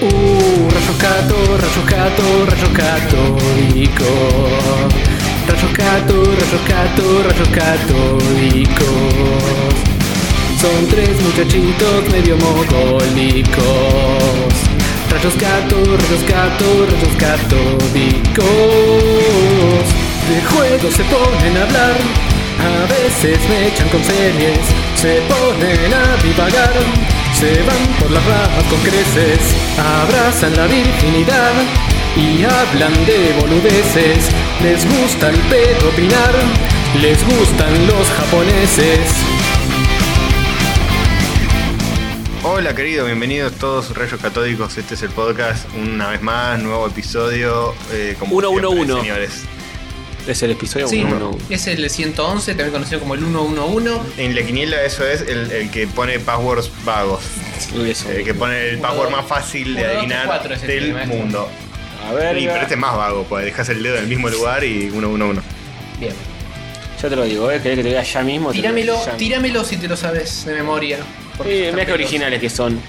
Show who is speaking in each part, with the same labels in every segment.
Speaker 1: Uh, rayoscato, rayoscato, católico. Rayoscato, rayoscato, rayos católicos. Son tres muchachitos medio mogólicos. Rayoscato, rayoscato, rayos católicos. De juegos se ponen a hablar. A veces me echan con series. Se ponen a divagar. Se van por las ramas con creces, abrazan la virginidad y hablan de boludeces. Les gusta el pedo opinar, les gustan los japoneses.
Speaker 2: Hola querido, bienvenidos todos Rayos Catódicos, este es el podcast, una vez más, nuevo episodio. eh, como
Speaker 3: Uno, uno,
Speaker 2: siempre,
Speaker 3: uno.
Speaker 2: Señores,
Speaker 3: Es el episodio
Speaker 4: Sí,
Speaker 3: 1.
Speaker 4: es el 111, también conocido como el 111.
Speaker 2: en la quiniela eso es el, el que pone passwords vagos,
Speaker 3: eh,
Speaker 2: el que pone el
Speaker 4: Uno,
Speaker 2: password
Speaker 4: dos,
Speaker 2: más fácil de
Speaker 4: uno, dos,
Speaker 2: adivinar
Speaker 4: cuatro es el
Speaker 2: del
Speaker 4: tema este.
Speaker 2: mundo.
Speaker 3: A ver,
Speaker 2: Y, pero este es más vago, pues dejas el dedo en el mismo lugar y uno, uno, uno.
Speaker 4: Bien.
Speaker 3: yo te lo digo, ¿eh? ¿Querés que te vea ya mismo? Te lo digo
Speaker 4: Tíramelo,
Speaker 3: ya.
Speaker 4: tíramelo si te lo sabes de memoria. porque
Speaker 3: Sí,
Speaker 4: están
Speaker 3: mirá qué
Speaker 4: pelosos.
Speaker 3: originales que son.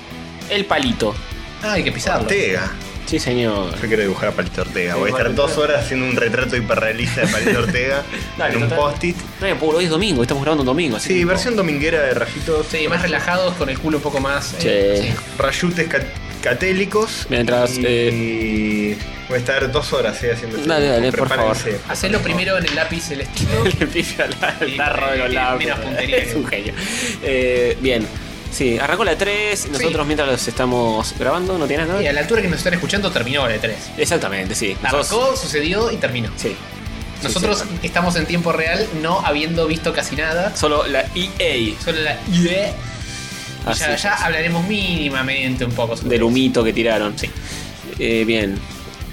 Speaker 3: El palito.
Speaker 4: Ah, hay que pisarlo.
Speaker 2: Ortega.
Speaker 3: Sí, señor.
Speaker 2: Yo quiero dibujar a Palito Ortega.
Speaker 4: Sí,
Speaker 2: Voy a estar
Speaker 4: Palito
Speaker 2: dos
Speaker 4: Ortega.
Speaker 2: horas haciendo un retrato hiperrealista de Palito Ortega
Speaker 3: Dale,
Speaker 2: en un
Speaker 3: total.
Speaker 2: post-it.
Speaker 3: No, por hoy es domingo, estamos grabando un domingo. así
Speaker 2: Sí,
Speaker 3: que-
Speaker 2: versión dominguera de rayitos.
Speaker 4: Sí, más relajados, con el culo un poco más.
Speaker 3: Sí.
Speaker 4: eh,
Speaker 2: Rayutes cat- catélicos.
Speaker 3: Mientras, eh,
Speaker 2: Y... Voy a estar dos horas eh, haciendo esto.
Speaker 3: Dale, dale, por
Speaker 2: Prepárense.
Speaker 3: favor.
Speaker 4: Hacelo primero en el lápiz celestino.
Speaker 3: Le pisa la- el
Speaker 4: Sí,
Speaker 3: tarro de los
Speaker 4: tiene
Speaker 3: labios.
Speaker 4: mera puntería.
Speaker 3: Es un genio. Eh, bien. Sí, arrancó la 3. Nosotros mientras los estamos grabando, ¿no tienes nada?
Speaker 4: Y a la altura que nos están escuchando terminó la 3.
Speaker 3: Exactamente, sí. Nosotros-
Speaker 4: Arrancó, sucedió y terminó.
Speaker 3: Sí. Sí,
Speaker 4: Nosotros
Speaker 3: sí.
Speaker 4: estamos en tiempo real, no habiendo visto casi nada.
Speaker 3: Solo la E Ah, EA.
Speaker 4: Solo la idea. Y
Speaker 3: Así
Speaker 4: ya,
Speaker 3: es.
Speaker 4: ya hablaremos mínimamente un poco sobre
Speaker 3: Del
Speaker 4: eso.
Speaker 3: humito que tiraron. Sí. Eh, bien.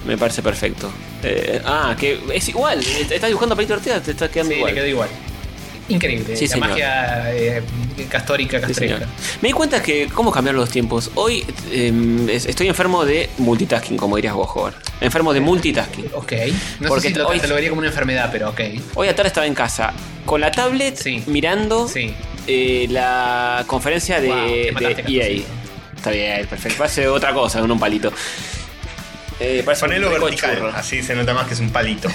Speaker 3: Me parece perfecto. Eh, ah, que es igual. Estás dibujando a Palito Ortega, te está quedando
Speaker 4: Sí,
Speaker 3: igual.
Speaker 4: le quedó igual. Increíble,
Speaker 3: Sí,
Speaker 4: la
Speaker 3: señor.
Speaker 4: magia eh, castórica,
Speaker 3: Sí,
Speaker 4: castreca.
Speaker 3: señor. Me di cuenta que cómo cambiar los tiempos. Hoy eh, es- estoy enfermo de multitasking, como dirías vos, Hover. Enfermo de multitasking.
Speaker 4: ok. No
Speaker 3: Porque
Speaker 4: sé si lo
Speaker 3: hoy-
Speaker 4: catalogaría como una enfermedad, pero ok.
Speaker 3: Hoy a tarde estaba en casa con la tablet
Speaker 4: Sí.
Speaker 3: mirando
Speaker 4: Sí.
Speaker 3: eh, la conferencia de,
Speaker 4: Wow, te mataste,
Speaker 3: de EA.
Speaker 4: Castorcito.
Speaker 3: Está bien, perfecto. Parece otra cosa con un palito. Eh, parece un
Speaker 2: Ponelo
Speaker 3: rico
Speaker 2: vertical,
Speaker 3: churro.
Speaker 2: así se nota más que es un palito.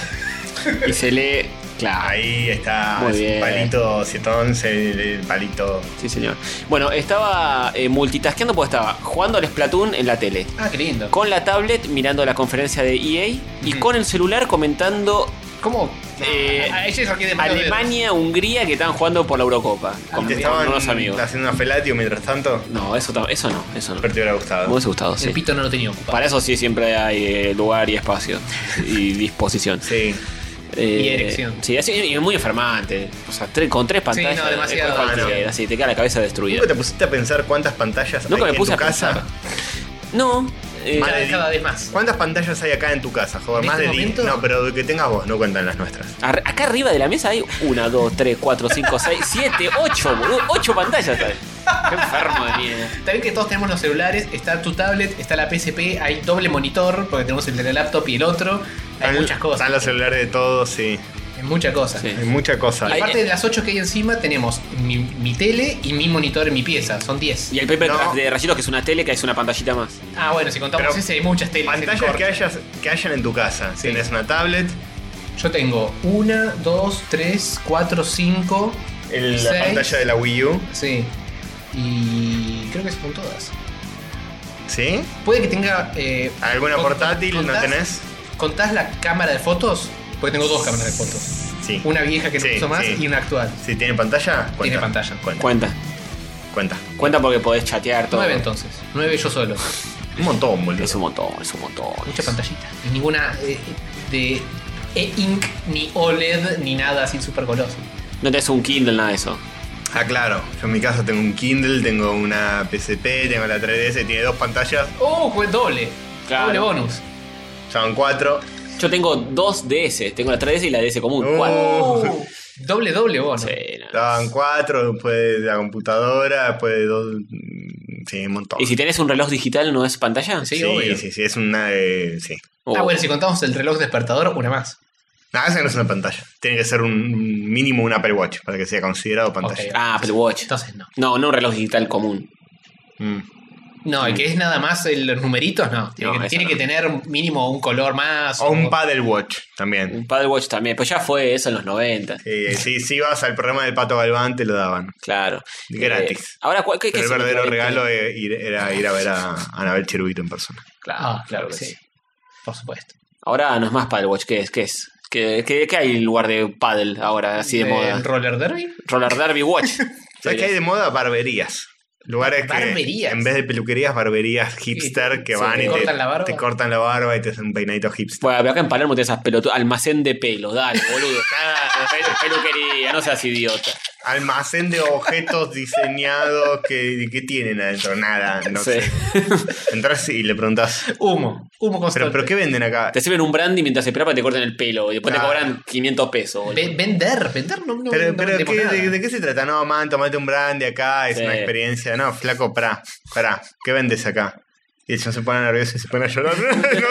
Speaker 3: Y se lee. Claro.
Speaker 2: Ahí está,
Speaker 3: Muy
Speaker 2: es
Speaker 3: bien.
Speaker 2: un palito 711, el- el palito.
Speaker 3: Sí, señor. Bueno, estaba eh, multitasqueando porque estaba jugando al Splatoon en la tele.
Speaker 4: Ah, qué lindo.
Speaker 3: Con la tablet mirando la conferencia de EA y
Speaker 4: Ujú.
Speaker 3: con el celular comentando
Speaker 4: ¿Cómo?
Speaker 3: Eh,
Speaker 4: a ellos aquí de malos
Speaker 3: Alemania, Hungría que estaban jugando por la Eurocopa. Con,
Speaker 2: Te
Speaker 3: con
Speaker 2: estaban
Speaker 3: unos amigos.
Speaker 2: haciendo una felatio mientras tanto.
Speaker 3: No, eso, tam- eso no, eso no.
Speaker 2: Pero te hubiera gustado.
Speaker 3: Me hubiese gustado,
Speaker 4: dedos.
Speaker 3: sí.
Speaker 4: El pito no lo tenía ocupado.
Speaker 3: Para eso sí siempre hay eh, lugar y espacio y disposición.
Speaker 2: Sí.
Speaker 3: Eh,
Speaker 4: Y erección.
Speaker 3: Sí, así, y es muy enfermante. O sea, tre- con tres pantallas.
Speaker 4: no, demasiado.
Speaker 3: es cualquiera,
Speaker 2: Ah, no.
Speaker 3: Así te queda la cabeza destruida.
Speaker 2: ¿Nunca te pusiste a pensar cuántas pantallas
Speaker 3: Nunca
Speaker 2: hay
Speaker 3: me puse
Speaker 2: en tu
Speaker 3: a
Speaker 2: casa?
Speaker 3: pensar. No. eh,
Speaker 2: Mal.
Speaker 4: cada,
Speaker 2: Madre-
Speaker 4: cada vez más.
Speaker 2: ¿Cuántas pantallas hay acá en tu casa, joven?
Speaker 4: ¿En
Speaker 2: Más
Speaker 4: este
Speaker 2: de 10.
Speaker 4: momento?
Speaker 2: No, pero que tengas vos, no cuentan las nuestras.
Speaker 3: ar- acá arriba de la mesa hay una, dos, tres, cuatro, cinco, seis, siete, ocho, boludo. Ocho pantallas. ¿sabes? Qué enfermo de mierda.
Speaker 4: También que todos tenemos los celulares, está tu tablet, está la PSP, hay doble monitor, porque tenemos el de la laptop y el otro. Hay
Speaker 2: Están-
Speaker 4: muchas cosas.
Speaker 2: Están los celulares de todos, sí.
Speaker 4: Hay muchas cosas.
Speaker 3: Sí.
Speaker 2: Hay mucha cosa.
Speaker 3: Hay-
Speaker 4: Aparte de las 8 que hay encima, tenemos mi, mi tele y mi monitor en mi pieza. Son 10.
Speaker 3: Y el paper
Speaker 2: No.
Speaker 3: craft de rayitos que es una tele que es una pantallita más.
Speaker 4: Ah, bueno, si contamos
Speaker 2: Pero
Speaker 4: ese, hay muchas teles. en
Speaker 2: Pantallas
Speaker 4: corto.
Speaker 2: que, hayas, que hayan en tu casa.
Speaker 4: Sí.
Speaker 2: Tienes una tablet,
Speaker 4: Yo tengo 1, 2, 3, 4, 5.
Speaker 2: el- la
Speaker 4: Seis.
Speaker 2: pantalla de la Wii U.
Speaker 4: Sí. Y creo que son todas.
Speaker 2: ¿Sí?
Speaker 4: Puede que tenga. eh,
Speaker 2: ¿Alguna
Speaker 4: con-
Speaker 2: portátil
Speaker 4: con-
Speaker 2: no
Speaker 4: contás-
Speaker 2: tenés?
Speaker 4: ¿Contás la cámara de fotos? Porque tengo dos cámaras de fotos.
Speaker 2: Sí.
Speaker 4: Una vieja que no
Speaker 2: Sí,
Speaker 4: uso más
Speaker 2: sí.
Speaker 4: y una actual.
Speaker 2: Si tiene pantalla, cuenta.
Speaker 4: Tiene pantalla.
Speaker 2: Cuenta.
Speaker 3: Cuenta.
Speaker 2: cuenta.
Speaker 3: Cuenta porque podés chatear todo.
Speaker 4: Nueve entonces. Nueve yo solo.
Speaker 2: Un montón, boludo.
Speaker 3: Es un montón, es un montón.
Speaker 4: Mucha pantallita. Y ninguna eh, de E-Ink, ni OLED, ni nada así super goloso.
Speaker 3: No tenés un Kindle, nada de eso.
Speaker 2: Ah, claro. Yo en mi casa tengo un Kindle, tengo una PSP, tengo la 3DS, tiene dos pantallas,
Speaker 4: ¡Oh! Fue doble.
Speaker 3: Claro.
Speaker 4: Doble bonus.
Speaker 2: son cuatro.
Speaker 3: Yo tengo dos DS. Tengo la 3DS y la DS común.
Speaker 2: Uh.
Speaker 3: Cuatro.
Speaker 2: Oh.
Speaker 4: Doble, doble bonus.
Speaker 3: Sí, no.
Speaker 2: Estaban cuatro, después la computadora, después dos. mm, Sí, un montón.
Speaker 3: ¿Y si tenés un reloj digital, no es pantalla?
Speaker 4: Sí,
Speaker 2: sí,
Speaker 4: obvio.
Speaker 2: sí, sí, es una. eh, sí.
Speaker 3: Oh.
Speaker 4: Ah, bueno, si contamos el reloj despertador, una más.
Speaker 2: No, esa no es una pantalla. Tiene que ser un un mínimo un Apple Watch para que sea considerado pantalla.
Speaker 4: Ok.
Speaker 3: Ah, Apple Watch.
Speaker 4: Entonces no.
Speaker 3: No, no un reloj digital común.
Speaker 2: Mm.
Speaker 4: No, el que es nada más el- los numeritos, no. Tiene,
Speaker 3: No,
Speaker 4: que,
Speaker 3: eso
Speaker 4: tiene
Speaker 3: no.
Speaker 4: que tener mínimo un color más.
Speaker 2: O un Paddle Watch también.
Speaker 3: Un Paddle Watch también, pues ya fue eso en los 90.
Speaker 2: Sí, sí, si ibas al programa del Pato Galván, te lo daban.
Speaker 3: Claro.
Speaker 2: Gratis.
Speaker 3: Eh, ahora, ¿cuál- ¿qué, qué
Speaker 2: Pero el
Speaker 3: es
Speaker 2: verdadero
Speaker 3: momento?
Speaker 2: regalo eh, ir- era ir a ver a Anabel Cherubito en persona.
Speaker 3: Claro,
Speaker 4: Ah,
Speaker 3: claro
Speaker 4: claro,
Speaker 3: que
Speaker 4: sí.
Speaker 3: sí.
Speaker 4: Por supuesto.
Speaker 3: Ahora no es más Paddle Watch, ¿qué es? ¿Qué es? ¿Qué, qué, qué hay en lugar de Paddle ahora, así de
Speaker 4: Eh,
Speaker 3: moda?
Speaker 4: Roller derby.
Speaker 3: Roller Derby Watch.
Speaker 2: ¿Sabes qué hay de moda? Barberías. Lugares
Speaker 4: Barberías.
Speaker 2: que en vez de peluquerías, barberías hipster que
Speaker 4: Sí,
Speaker 2: van
Speaker 4: te
Speaker 2: y te
Speaker 4: cortan la barba.
Speaker 2: te cortan la barba y te hacen un peinadito hipster.
Speaker 3: Bueno, pero pues, acá en Palermo tenés esas pelotudas. Almacén de pelo, dale, boludo. Claro, pelu- peluquería, no seas idiota.
Speaker 2: Almacén de objetos diseñados que, que tienen adentro. Nada, no
Speaker 3: Sí.
Speaker 2: sé. Entrás y le preguntás,
Speaker 4: Humo. Humo
Speaker 2: ¿pero,
Speaker 4: constante.
Speaker 2: ¿pero qué venden acá?
Speaker 3: Te sirven un brandy mientras esperas para que te corten el pelo y después te
Speaker 2: Claro.
Speaker 3: cobran 500 pesos, boludo.
Speaker 4: Ve- vender, vender no, no,
Speaker 2: ¿Pero,
Speaker 4: no
Speaker 2: pero
Speaker 4: vendemos
Speaker 2: ¿qué-
Speaker 4: nada.
Speaker 2: de, de qué se trata? No, man, tomate un brandy acá, es
Speaker 3: Sí.
Speaker 2: una experiencia. No, flaco, pará, pará, ¿qué vendes acá? Y ellos se ponen nerviosos y se ponen a llorar. no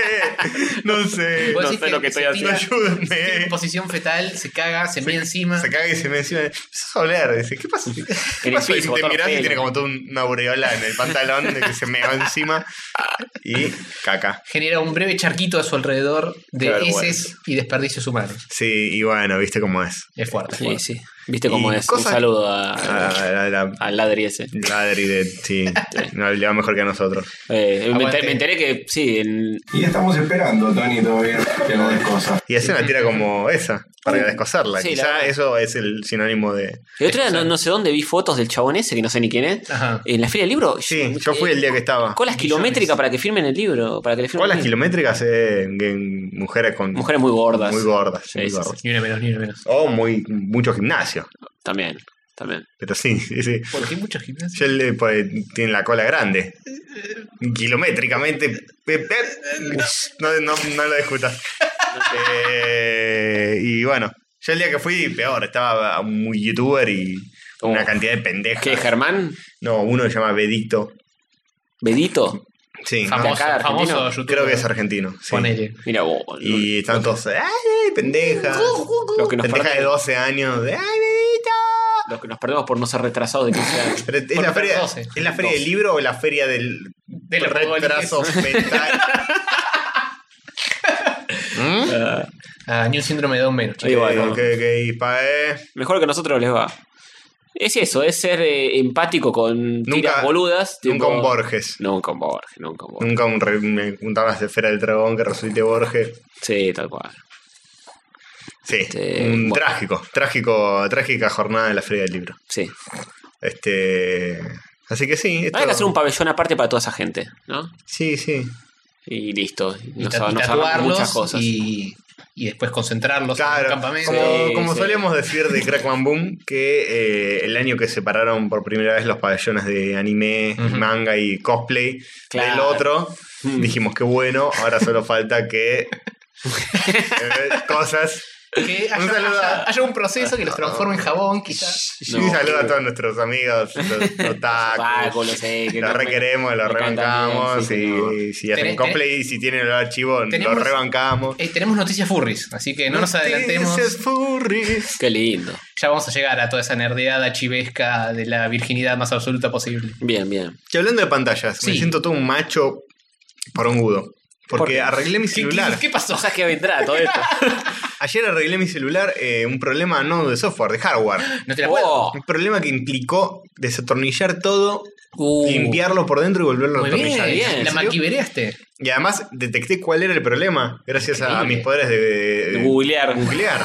Speaker 2: sé, no sé.
Speaker 4: Vos
Speaker 3: No
Speaker 4: decís
Speaker 3: sé lo que
Speaker 4: se
Speaker 3: estoy
Speaker 4: tira-
Speaker 2: haciendo.
Speaker 4: se tira en posición fetal, se caga, se mea encima.
Speaker 2: Se caga y se me encima. Empezás a oler. Dice, ¿qué pasó? ¿Qué
Speaker 3: el
Speaker 2: pasó? Y
Speaker 3: piso,
Speaker 2: te
Speaker 3: todo
Speaker 2: mirás y
Speaker 3: pelo.
Speaker 2: tiene como toda una aureola en el pantalón de que se meó encima. Y caca.
Speaker 4: Genera un breve charquito a su alrededor de
Speaker 2: Qué vergüenza.
Speaker 4: heces y desperdicios humanos.
Speaker 2: Sí, y bueno, viste cómo es.
Speaker 4: Es fuerte. es
Speaker 3: Sí,
Speaker 4: fuerte.
Speaker 3: sí. ¿Viste cómo
Speaker 2: Y
Speaker 3: es?
Speaker 2: cosas-
Speaker 3: Un saludo a,
Speaker 2: La, la, la-
Speaker 3: al ladri ese.
Speaker 2: Ladri de. Sí, no, le va mejor que a nosotros.
Speaker 3: Eh, me,
Speaker 4: Aguante.
Speaker 3: enteré, me enteré que sí, en-
Speaker 5: Y estamos esperando, Tony, todavía que haga las cosas.
Speaker 2: Y hace una tira como esa, para descosarla.
Speaker 3: Uh, Sí, la
Speaker 2: Quizá
Speaker 3: verdad.
Speaker 2: eso es el sinónimo de.
Speaker 3: el otro día no, no sé dónde vi fotos del chabón ese, que no sé ni quién es,
Speaker 4: Ajá.
Speaker 3: en la fila del libro. Eh,
Speaker 2: Sí, yo fui el día que estaba.
Speaker 3: Colas kilométricas para que firmen el libro. Para que le firmen
Speaker 2: Colas
Speaker 3: el libro.
Speaker 2: kilométricas eh, en mujeres con.
Speaker 3: Mujeres muy gordas.
Speaker 2: Muy gordas.
Speaker 3: Sí,
Speaker 2: muy
Speaker 3: sí,
Speaker 2: gordas.
Speaker 4: Ni una menos, ni una menos.
Speaker 2: O muy, mucho gimnasio.
Speaker 3: También, también.
Speaker 2: Pero sí, sí, sí.
Speaker 4: ¿Por qué muchos gimnasios?
Speaker 2: Ya le- pues, tiene la cola grande. Kilométricamente. pe- pe- No, no, no lo discutas. Eh, y bueno, yo el día que fui, peor, estaba muy youtuber y una
Speaker 3: Oh.
Speaker 2: cantidad de pendejas.
Speaker 3: ¿Qué, Germán?
Speaker 2: No, uno se llama Bedicto.
Speaker 3: ¿Bedito?
Speaker 2: Sí, ¿no?
Speaker 4: Famoso,
Speaker 3: acá,
Speaker 4: famoso
Speaker 3: argentino.
Speaker 4: youtuber.
Speaker 2: creo que es argentino. sí.
Speaker 4: Ponele.
Speaker 3: Mira vos.
Speaker 2: Y están todos, ¡ay, pendeja!
Speaker 3: Los que nos
Speaker 2: Pendeja de
Speaker 3: perdemos-
Speaker 2: 12 años, de, ¡ay, Bedicto!
Speaker 3: Los que nos perdemos por no ser retrasados de 15 años.
Speaker 2: Pero ¿Es
Speaker 4: Por
Speaker 2: la,
Speaker 4: ser
Speaker 2: feria,
Speaker 4: 12.
Speaker 2: ¿Es la feria del libro o la feria del,
Speaker 4: De los
Speaker 2: retraso mental? ¿Mm?
Speaker 4: Ah, ni un síndrome de Down menos.
Speaker 3: Ahí va, ¿no?
Speaker 2: Ok, ok, pa, eh.
Speaker 3: Mejor que nosotros les va. Es eso, es ser eh, empático con tiras
Speaker 2: Nunca-
Speaker 3: boludas.
Speaker 2: Nunca
Speaker 3: tipo-
Speaker 2: un Borges.
Speaker 3: Nunca un Borges, nunca un Borges.
Speaker 2: Nunca un, re- me juntaba las esferas del dragón que resucite Borges.
Speaker 3: Sí, tal cual.
Speaker 2: Sí,
Speaker 3: Este,
Speaker 2: un
Speaker 3: bueno.
Speaker 2: trágico, trágico, trágica jornada de la feria del libro.
Speaker 3: Sí.
Speaker 2: Este, así que sí, esto-
Speaker 3: Hay que hacer un pabellón aparte para toda esa gente, ¿no?
Speaker 2: sí, sí.
Speaker 3: Y listo.
Speaker 4: Y
Speaker 3: Nos,
Speaker 4: ta- y
Speaker 3: nos ahorramos
Speaker 4: tatuarlos
Speaker 3: muchas cosas.
Speaker 4: y, y después concentrarlos en
Speaker 2: Claro,
Speaker 4: un campamento.
Speaker 2: como,
Speaker 3: Sí,
Speaker 2: como
Speaker 3: sí.
Speaker 2: solíamos decir de Crackman Boom, que eh, el año que separaron por primera vez los pabellones de anime,
Speaker 4: Ujú.
Speaker 2: manga y cosplay
Speaker 3: Claro.
Speaker 2: del otro,
Speaker 3: Mm.
Speaker 2: dijimos que bueno, ahora solo falta que eh, cosas.
Speaker 4: Que haya,
Speaker 2: Un saludo
Speaker 4: haya-
Speaker 2: a-
Speaker 4: haya un proceso que los transforme en jabón, quizás.
Speaker 2: Y
Speaker 3: No.
Speaker 2: Un saludo a todos nuestros amigos, los
Speaker 3: Paco,
Speaker 2: otakus.
Speaker 3: lo sé. que
Speaker 2: Lo
Speaker 3: no-
Speaker 2: requeremos, lo
Speaker 3: me encanta
Speaker 2: rebancamos.
Speaker 3: también, sí,
Speaker 2: y si hacen
Speaker 4: Tenés-
Speaker 2: cosplay y si tienen el archivo, lo
Speaker 4: tenemos-
Speaker 2: rebancamos.
Speaker 4: Eh, tenemos noticias furries, así que no nos adelantemos.
Speaker 2: Noticias furries.
Speaker 3: Qué lindo.
Speaker 4: Ya vamos a llegar a toda esa nerdeada chivesca de la virginidad más absoluta posible.
Speaker 3: Bien, bien.
Speaker 2: Que hablando de pantallas, me
Speaker 4: Sí.
Speaker 2: siento todo un macho parongudo.
Speaker 3: ¿Por
Speaker 2: Porque
Speaker 3: qué?
Speaker 2: arreglé mi
Speaker 4: ¿Qué,
Speaker 2: celular.
Speaker 4: qué- qué pasó?
Speaker 3: Cosas que vendrá todo esto.
Speaker 2: Ayer arreglé mi celular eh, un problema no de software, de hardware.
Speaker 4: No te la puedo.
Speaker 3: Oh,
Speaker 2: Un problema que implicó desatornillar todo, Oh,
Speaker 3: uh,
Speaker 2: limpiarlo por dentro y volverlo a
Speaker 4: Muy bien,
Speaker 2: atornillar.
Speaker 3: bien, ¿en
Speaker 4: la
Speaker 3: serio?
Speaker 4: maquivereaste.
Speaker 2: Y además detecté cuál era el problema gracias a
Speaker 4: Increíble. Uh.
Speaker 2: mis poderes de, de-
Speaker 3: de googlear.
Speaker 2: googlear.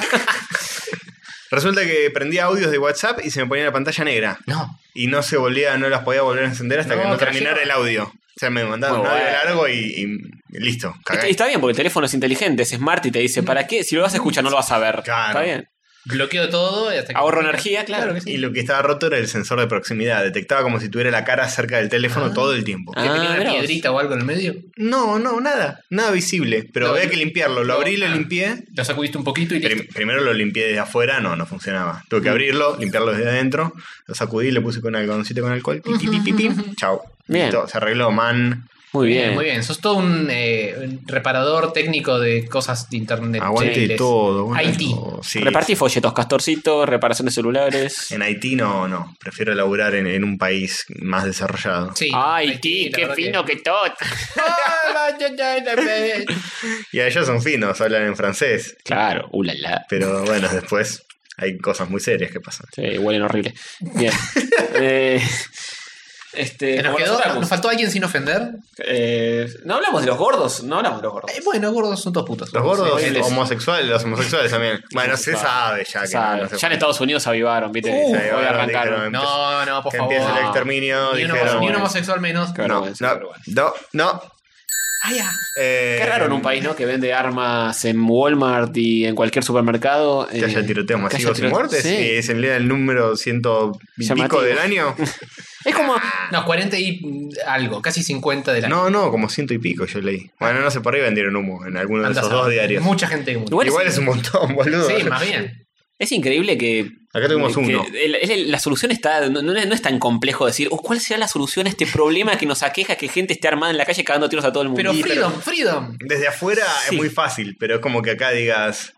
Speaker 2: Resulta que prendía audios de WhatsApp y se me ponía la pantalla negra.
Speaker 4: No.
Speaker 2: Y no se volvía, no las podía volver a encender hasta
Speaker 4: No,
Speaker 2: que no
Speaker 4: crasheo.
Speaker 2: terminara el audio. O sea, me mandaban
Speaker 3: Muy
Speaker 2: un audio
Speaker 3: bueno.
Speaker 2: largo y, y listo.
Speaker 3: Está,
Speaker 2: Cagué.
Speaker 3: está bien, porque el teléfono es inteligente, es smart y te dice, ¿para qué? Si lo vas a escuchar, no lo vas a ver.
Speaker 2: Claro.
Speaker 3: Está bien.
Speaker 4: Bloqueo todo y hasta que.
Speaker 3: Ahorro energía, claro.
Speaker 4: que sí.
Speaker 2: Y lo que estaba roto era el sensor de proximidad. Detectaba como si tuviera la cara cerca del teléfono todo el tiempo.
Speaker 4: Que tenía
Speaker 3: Ah,
Speaker 4: una
Speaker 3: mirá vos.
Speaker 4: piedrita o algo en el medio.
Speaker 2: No, no, nada. Nada visible. Pero
Speaker 4: Lo-
Speaker 2: había que limpiarlo. Lo
Speaker 4: lo-
Speaker 2: abrí, lo
Speaker 4: ah.
Speaker 2: limpié.
Speaker 4: Lo sacudiste un poquito y listo. Mm.
Speaker 2: Prim- primero lo limpié desde afuera, no, no funcionaba. Tuve que abrirlo, limpiarlo desde adentro, lo sacudí, le puse con algodoncito con alcohol, pi, pi, pi, pi, pi, chau.
Speaker 3: Bien.
Speaker 2: Listo, se arregló, man.
Speaker 3: Muy bien.
Speaker 4: Muy bien, sos todo un, eh, un reparador técnico de cosas de internet.
Speaker 2: Aguante
Speaker 4: móviles.
Speaker 2: todo. aguante
Speaker 4: Haití.
Speaker 2: todo. Sí.
Speaker 3: Repartí folletos, castorcitos, reparación de celulares.
Speaker 2: En Haití no, no. Prefiero laburar en, en un país más desarrollado.
Speaker 4: Sí,
Speaker 3: Ay,
Speaker 4: Haití,
Speaker 3: ti,
Speaker 4: la
Speaker 3: qué
Speaker 4: verdad que-
Speaker 3: fino que todo.
Speaker 2: Y allá son finos, hablan en francés.
Speaker 3: Claro, ulala.
Speaker 2: Pero bueno, después hay cosas muy serias que pasan.
Speaker 3: Sí, huelen horrible. Bien. Eh, este,
Speaker 4: Nos
Speaker 3: como los
Speaker 4: quedó-
Speaker 3: otakus.
Speaker 4: nos faltó alguien sin ofender.
Speaker 3: Eh, no hablamos de los gordos, no hablamos de los gordos.
Speaker 4: Eh, bueno, gordos son todos putos.
Speaker 2: Los gordos
Speaker 4: Sí, sí, sí.
Speaker 2: homosexuales, los homosexuales también. Bueno, se sabe ya que
Speaker 3: Sabe,
Speaker 2: no se-
Speaker 3: ya en Estados Unidos se avivaron, ¿viste?
Speaker 2: se
Speaker 3: Hoy
Speaker 2: llevaron,
Speaker 3: arrancaron.
Speaker 2: dijeron,
Speaker 4: No, no, por
Speaker 2: que
Speaker 4: favor.
Speaker 2: empiece el
Speaker 3: No.
Speaker 2: exterminio.
Speaker 4: Ni un, homo-
Speaker 2: dijeron,
Speaker 4: ni un
Speaker 2: bueno,
Speaker 4: homosexual menos.
Speaker 3: Claro. vergüenza,
Speaker 2: no,
Speaker 3: vergüenza.
Speaker 2: no, no.
Speaker 4: Ah, ya.
Speaker 2: eh,
Speaker 3: Qué raro en un país, ¿no? Que vende armas en Walmart y en cualquier supermercado.
Speaker 2: Que haya
Speaker 3: eh,
Speaker 2: tiroteos
Speaker 3: que haya
Speaker 2: masivos y
Speaker 3: tiroteo-
Speaker 2: muertes.
Speaker 3: Sí.
Speaker 2: Y se lea el número ciento y pico
Speaker 3: Llamativo.
Speaker 2: del año.
Speaker 3: Es como.
Speaker 4: No, 40 y mm, algo, casi 50 de la
Speaker 2: No, no, como ciento y pico yo leí. Bueno, no sé, por ahí vendieron humo en alguno de
Speaker 4: Andás
Speaker 2: esos
Speaker 4: a-
Speaker 2: dos diarios.
Speaker 4: Mucha gente que murió.
Speaker 3: Igual
Speaker 2: Igual
Speaker 3: es-
Speaker 2: es un montón, boludo.
Speaker 4: Sí, más bien.
Speaker 3: Es increíble que.
Speaker 2: Acá tuvimos
Speaker 3: que
Speaker 2: uno.
Speaker 3: el- el- la solución está. No, no es no es tan complejo decir, "Oh, ¿cuál será la solución a este problema que nos aqueja que gente esté armada en la calle cagando tiros a todo el mundo?
Speaker 4: Pero
Speaker 2: Sí,
Speaker 4: Freedom, Freedom.
Speaker 2: Desde afuera
Speaker 3: Sí.
Speaker 2: es muy fácil, pero es como que acá digas.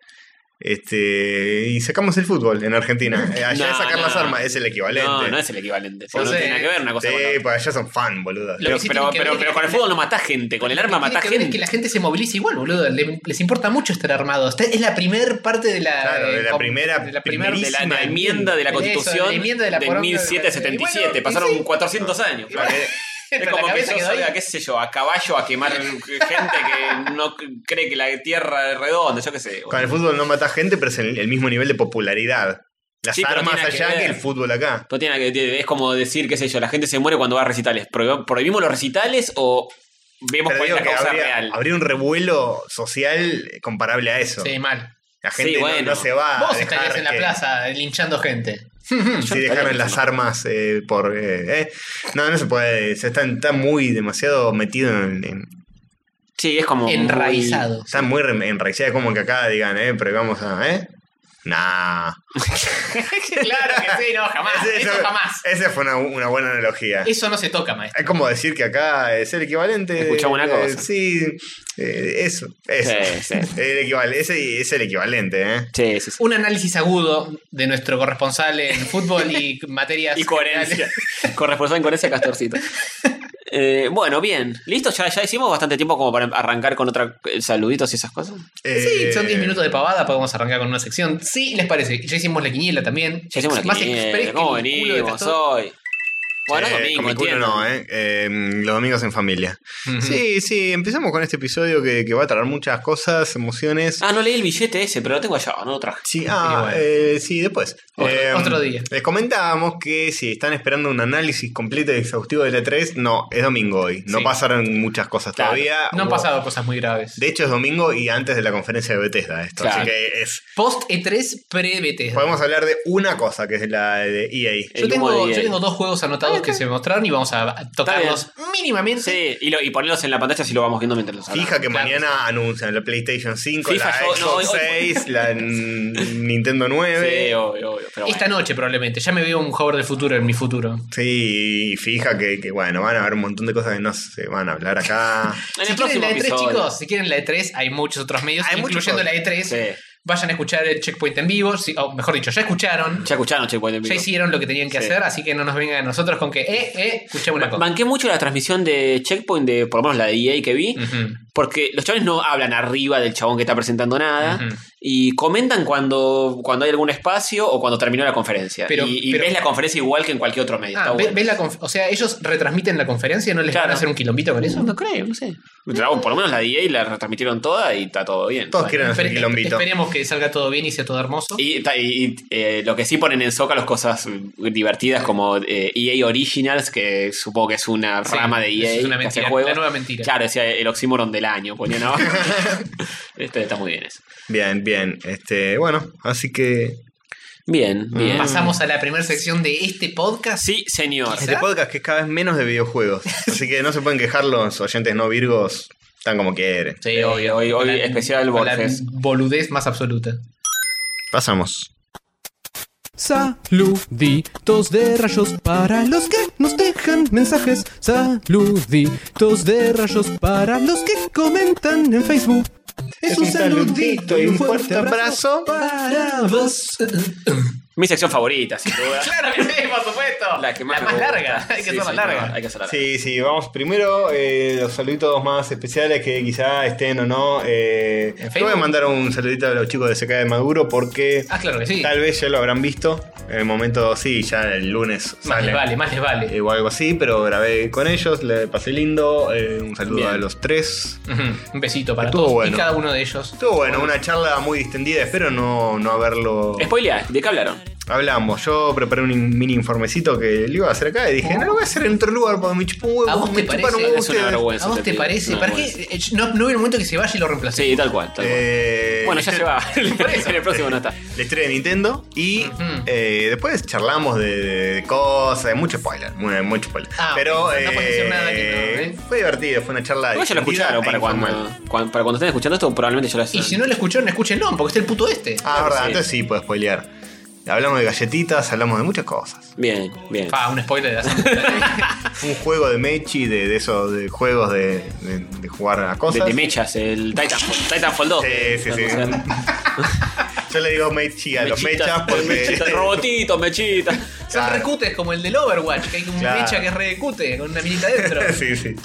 Speaker 2: Este, y sacamos el fútbol en Argentina. Eh, Allá
Speaker 3: No,
Speaker 2: es sacar
Speaker 3: no.
Speaker 2: las armas es el equivalente.
Speaker 3: no, no es el equivalente. O sea,
Speaker 4: Yo
Speaker 3: no
Speaker 4: sé.
Speaker 3: tiene nada que ver una cosa
Speaker 2: sí,
Speaker 3: con la otra.
Speaker 2: pues allá son fan, boludo.
Speaker 4: Lo
Speaker 3: Pero,
Speaker 4: que sí
Speaker 3: pero,
Speaker 4: tiene que
Speaker 3: pero-
Speaker 4: ver es
Speaker 3: pero
Speaker 4: que-
Speaker 3: con el fútbol no matás gente, con el arma
Speaker 4: Tiene
Speaker 3: matás
Speaker 4: que ver
Speaker 3: gente.
Speaker 4: es que la gente se moviliza igual, boludo. Le- Les importa mucho estar armados. Está- Es la primer parte de la.
Speaker 2: Claro, de la
Speaker 4: eh, com-
Speaker 2: primera-
Speaker 4: De la primer-
Speaker 3: de la,
Speaker 2: primerísima
Speaker 3: de la enmienda de la
Speaker 4: Eso, de la
Speaker 3: Constitución
Speaker 4: enmienda de la
Speaker 3: de
Speaker 4: poronga.
Speaker 3: 1777.
Speaker 4: Y bueno,
Speaker 3: Pasaron
Speaker 4: y sí.
Speaker 3: 400 años.
Speaker 2: Para que-
Speaker 3: Es
Speaker 4: Pero
Speaker 3: como
Speaker 4: la
Speaker 3: que
Speaker 4: cabeza
Speaker 3: yo
Speaker 4: quedó ahí.
Speaker 3: salga, qué sé yo, a caballo a quemar gente que no cree que la Tierra es redonda, yo qué sé.
Speaker 2: con el fútbol no matás gente, pero es el, el mismo nivel de popularidad. Las
Speaker 3: Sí, pero
Speaker 2: armas
Speaker 3: tiene que
Speaker 2: allá que,
Speaker 3: ver.
Speaker 2: el fútbol acá.
Speaker 3: No tiene nada que- es como decir, qué sé yo, la gente se muere cuando va a recitales. Prohib- ¿Prohibimos los recitales o vemos
Speaker 2: Pero
Speaker 3: cuál es
Speaker 2: digo
Speaker 3: la
Speaker 2: que
Speaker 3: causa
Speaker 2: habría,
Speaker 3: real?
Speaker 2: habría un revuelo social comparable a eso.
Speaker 4: Sí, mal.
Speaker 2: La gente
Speaker 3: Sí,
Speaker 2: no- no,
Speaker 3: bueno.
Speaker 2: se va
Speaker 4: Vos
Speaker 2: a Ah, dejar
Speaker 4: estarías en la
Speaker 2: que-
Speaker 4: plaza eh, linchando gente.
Speaker 2: Si dejaron las armas eh, por... eh, eh. No, no se puede. Se están, está muy demasiado metido en... en-
Speaker 3: Sí, es como.
Speaker 4: Enraizado.
Speaker 2: está muy re- enraizada como que acá digan, eh, pero vamos a... ¿eh? Nah.
Speaker 4: claro que sí, no, jamás.
Speaker 2: Ese-
Speaker 4: Eso
Speaker 2: eso-
Speaker 4: jamás.
Speaker 2: Esa fue una, una buena analogía.
Speaker 4: Eso no se toca, maestro.
Speaker 2: Es como decir que acá es el equivalente. de-
Speaker 3: Escuchame una
Speaker 2: de-
Speaker 3: cosa.
Speaker 2: sí, eh, eso. eso.
Speaker 3: Sí, sí.
Speaker 2: El equival- ese es el equivalente, ¿eh?
Speaker 3: Sí, sí, sí.
Speaker 4: Un análisis agudo de nuestro corresponsal en fútbol y materias.
Speaker 3: Y coherencia. Corresponsal en coherencia, Castorcito. Eh, bueno, bien. ¿Listo? Ya, ya hicimos bastante tiempo como para arrancar con otra eh, saluditos y esas cosas.
Speaker 4: Sí,
Speaker 2: Eh,
Speaker 4: son 10 minutos de pavada, podemos arrancar con una sección. Sí, les parece. Ya hicimos la quiniela también.
Speaker 3: Ya hicimos la
Speaker 4: Más
Speaker 3: quiniela.
Speaker 4: express
Speaker 3: ¿Cómo
Speaker 4: que el culo de
Speaker 3: venimos
Speaker 4: Castor.
Speaker 3: hoy? Bueno,
Speaker 2: eh,
Speaker 3: domingo,
Speaker 2: con mi culo
Speaker 3: entiendo.
Speaker 2: no, ¿eh? Eh, Los domingos en familia.
Speaker 4: Ujú.
Speaker 2: Sí, sí, empezamos con este episodio que, que va a traer muchas cosas, emociones.
Speaker 3: Ah, no leí el billete ese, pero lo tengo allá, no lo traje.
Speaker 2: Sí, ah,
Speaker 4: bueno.
Speaker 2: eh, sí, después.
Speaker 4: Otro-
Speaker 2: Eh,
Speaker 4: otro día.
Speaker 2: Les comentábamos que si están esperando un análisis completo y exhaustivo de la 3, no, es domingo hoy. No
Speaker 4: Sí.
Speaker 2: pasaron muchas cosas
Speaker 3: Claro.
Speaker 2: todavía.
Speaker 4: No han
Speaker 2: Hubo-
Speaker 4: pasado cosas muy graves.
Speaker 2: De hecho, es domingo y antes de la conferencia de Bethesda esto.
Speaker 3: Claro.
Speaker 2: Así que es.
Speaker 4: Post E3 pre Bethesda.
Speaker 2: Podemos hablar de una cosa que es la de E EA.
Speaker 3: El
Speaker 4: Yo
Speaker 3: humo
Speaker 4: tengo,
Speaker 3: de
Speaker 4: yo
Speaker 3: EA.
Speaker 4: tengo dos juegos anotados que se me mostraron y vamos a tocarlos mínimamente.
Speaker 3: Sí, y, lo- y ponerlos en la pantalla si lo vamos viendo mientras los hablamos.
Speaker 2: Fija que
Speaker 4: Claro.
Speaker 2: mañana anuncian la PlayStation 5,
Speaker 3: FIFA,
Speaker 2: la
Speaker 3: yo-
Speaker 2: Xbox
Speaker 3: no, hoy- hoy-
Speaker 2: 6, la n- Nintendo 9.
Speaker 3: Sí, obvio, obvio. Pero bueno.
Speaker 4: Esta noche probablemente. Ya me veo un jugador del futuro en mi futuro.
Speaker 2: Sí, y fija que, que, bueno, van a haber un montón de cosas que no se van a hablar acá.
Speaker 3: En
Speaker 4: si
Speaker 3: el
Speaker 4: quieren
Speaker 3: próximo
Speaker 4: la E3,
Speaker 3: episodio.
Speaker 4: chicos, si quieren la E3, hay muchos otros medios,
Speaker 2: Hay muchos
Speaker 4: incluyendo la
Speaker 2: otros.
Speaker 4: E3.
Speaker 3: Sí.
Speaker 4: Vayan a escuchar el Checkpoint en vivo, si- o mejor dicho, ya escucharon,
Speaker 3: Ya escucharon, Checkpoint en
Speaker 4: ya
Speaker 3: vivo.
Speaker 4: hicieron lo que tenían que
Speaker 3: Sí.
Speaker 4: hacer, así que no nos vengan a nosotros con que, eh, eh, escuchemos una cosa.
Speaker 3: Banqué mucho la transmisión de Checkpoint, de, por lo menos la de EA que vi,
Speaker 4: Ujú.
Speaker 3: porque los chavales no hablan arriba del chabón que está presentando nada
Speaker 4: Ujú.
Speaker 3: y comentan cuando, cuando hay algún espacio o cuando terminó la conferencia.
Speaker 4: Pero-
Speaker 3: y y
Speaker 4: pero-
Speaker 3: ves la conferencia igual que en cualquier otro medio.
Speaker 4: Ah,
Speaker 3: Está
Speaker 4: ve-
Speaker 3: bueno.
Speaker 4: ves la conf- o sea, ellos retransmiten la conferencia, ¿no les
Speaker 3: Claro.
Speaker 4: van a hacer un quilombito con eso?
Speaker 3: No creo, no sé. Dragon, por lo menos la EA la retransmitieron toda y está todo bien.
Speaker 2: Todos
Speaker 3: Bueno.
Speaker 2: quieren hacer
Speaker 4: Espere-
Speaker 2: quilombito.
Speaker 4: esperemos que salga todo bien y sea todo hermoso.
Speaker 3: Y, ta- y- y, eh, lo que sí ponen en Zócalo cosas divertidas como eh, EA Originals, que supongo que es una
Speaker 4: Sí,
Speaker 3: rama de EA.
Speaker 4: eso es una
Speaker 3: que hace
Speaker 4: mentira,
Speaker 3: juegos.
Speaker 4: la nueva mentira.
Speaker 3: Claro, decía el oxímoron del año, ponían abajo. Este, está muy bien eso.
Speaker 2: Bien, bien. Este, bueno, así que.
Speaker 3: Bien, bien.
Speaker 4: Mm. Pasamos a la primera sección de este podcast.
Speaker 3: Sí, señor.
Speaker 2: Este podcast que es cada vez menos de videojuegos. así que no se pueden quejar los oyentes no virgos tan como quieren.
Speaker 3: Sí, hoy, hoy,
Speaker 4: Con
Speaker 3: hoy
Speaker 4: la-
Speaker 3: especial
Speaker 4: con
Speaker 3: Borges.
Speaker 4: La boludez más absoluta.
Speaker 2: Pasamos.
Speaker 6: Saluditos de rayos para los que nos dejan mensajes. Saluditos de rayos para los que comentan en Facebook.
Speaker 2: Es un saludito y un fuerte abrazo.
Speaker 6: para vos.
Speaker 3: Mi sección favorita, sin duda.
Speaker 4: Claro que sí, por supuesto.
Speaker 3: la que más, me
Speaker 4: más
Speaker 3: gusta.
Speaker 4: larga. Hay que
Speaker 3: Sí,
Speaker 4: hacerla
Speaker 3: sí,
Speaker 4: larga.
Speaker 3: Hay que hacerla larga.
Speaker 2: Sí, sí, vamos primero eh, los saluditos más especiales que quizá estén o no. Eh, le voy a
Speaker 4: Facebook?
Speaker 2: mandar un saludito a los chicos de Seca de Maduro porque
Speaker 4: Ah, claro que sí.
Speaker 2: tal vez ya lo habrán visto. En el momento, sí, ya el lunes
Speaker 4: Más
Speaker 2: sale.
Speaker 4: les vale, más les vale.
Speaker 2: eh, o algo así, pero grabé con ellos, le pasé lindo. eh, un saludo
Speaker 3: Bien.
Speaker 2: a los tres.
Speaker 4: Ujú, Un besito para
Speaker 2: Estuvo
Speaker 4: todos
Speaker 2: bueno.
Speaker 4: y cada uno de ellos.
Speaker 2: Estuvo bueno, una charla muy distendida, espero no, no haberlo.
Speaker 3: Spoiler, ¿de qué hablaron?
Speaker 2: Hablamos, yo preparé un in- mini informecito que le iba a hacer acá y dije, no lo voy a hacer en otro lugar porque me chupan un
Speaker 4: ¿A
Speaker 2: huevo.
Speaker 4: vos
Speaker 2: Me
Speaker 4: te
Speaker 2: chupan
Speaker 4: parece?
Speaker 2: un huevo
Speaker 4: Es
Speaker 3: una
Speaker 2: ustedes".
Speaker 3: vergüenza.
Speaker 4: ¿A vos te
Speaker 3: Te-
Speaker 4: parece?
Speaker 3: no,
Speaker 4: ¿Para
Speaker 3: bueno.
Speaker 4: qué? Eh, No, no hubo un momento que se vaya y lo reemplace.
Speaker 3: Sí, tal cual. Tal cual.
Speaker 2: Eh,
Speaker 3: bueno, ya se va. en el próximo no está.
Speaker 2: La historia de Nintendo. Y
Speaker 4: Ujú.
Speaker 2: eh, después charlamos de, de cosas, de mucho spoiler. muy- mucho spoiler.
Speaker 4: Ah,
Speaker 2: Pero
Speaker 4: no puedes decir nada aquí, no, ¿eh?
Speaker 2: fue divertido, fue una charla.
Speaker 3: Igual ya lo
Speaker 2: distendida
Speaker 3: escucharon
Speaker 2: e
Speaker 3: para cuando,
Speaker 2: informal.
Speaker 3: cuan- para cuando estén escuchando esto, probablemente ya lo
Speaker 4: Y
Speaker 3: hayan-
Speaker 4: si no lo escucharon, escúchenlo, porque está el puto este.
Speaker 2: Ah, verdad,
Speaker 3: sí.
Speaker 2: entonces sí puedo spoilear. Hablamos de galletitas, hablamos de muchas cosas.
Speaker 3: Bien, bien.
Speaker 4: Pa, un spoiler de la semana.
Speaker 2: Un juego de Mechi, de, de esos de juegos de, de- de jugar a
Speaker 3: De,
Speaker 2: cosas.
Speaker 3: de mechas, el Titanfall, Titanfall 2.
Speaker 2: Sí, sí, sí.
Speaker 3: O sea,
Speaker 2: Yo le digo Mechi a los
Speaker 3: mechitas,
Speaker 2: mechas pues, porque.
Speaker 3: mechitas, robotitos, mechitas.
Speaker 4: Son recutes como el del Overwatch, que hay un
Speaker 2: Claro.
Speaker 4: mecha que es re cute, con una minita dentro.
Speaker 2: sí, sí.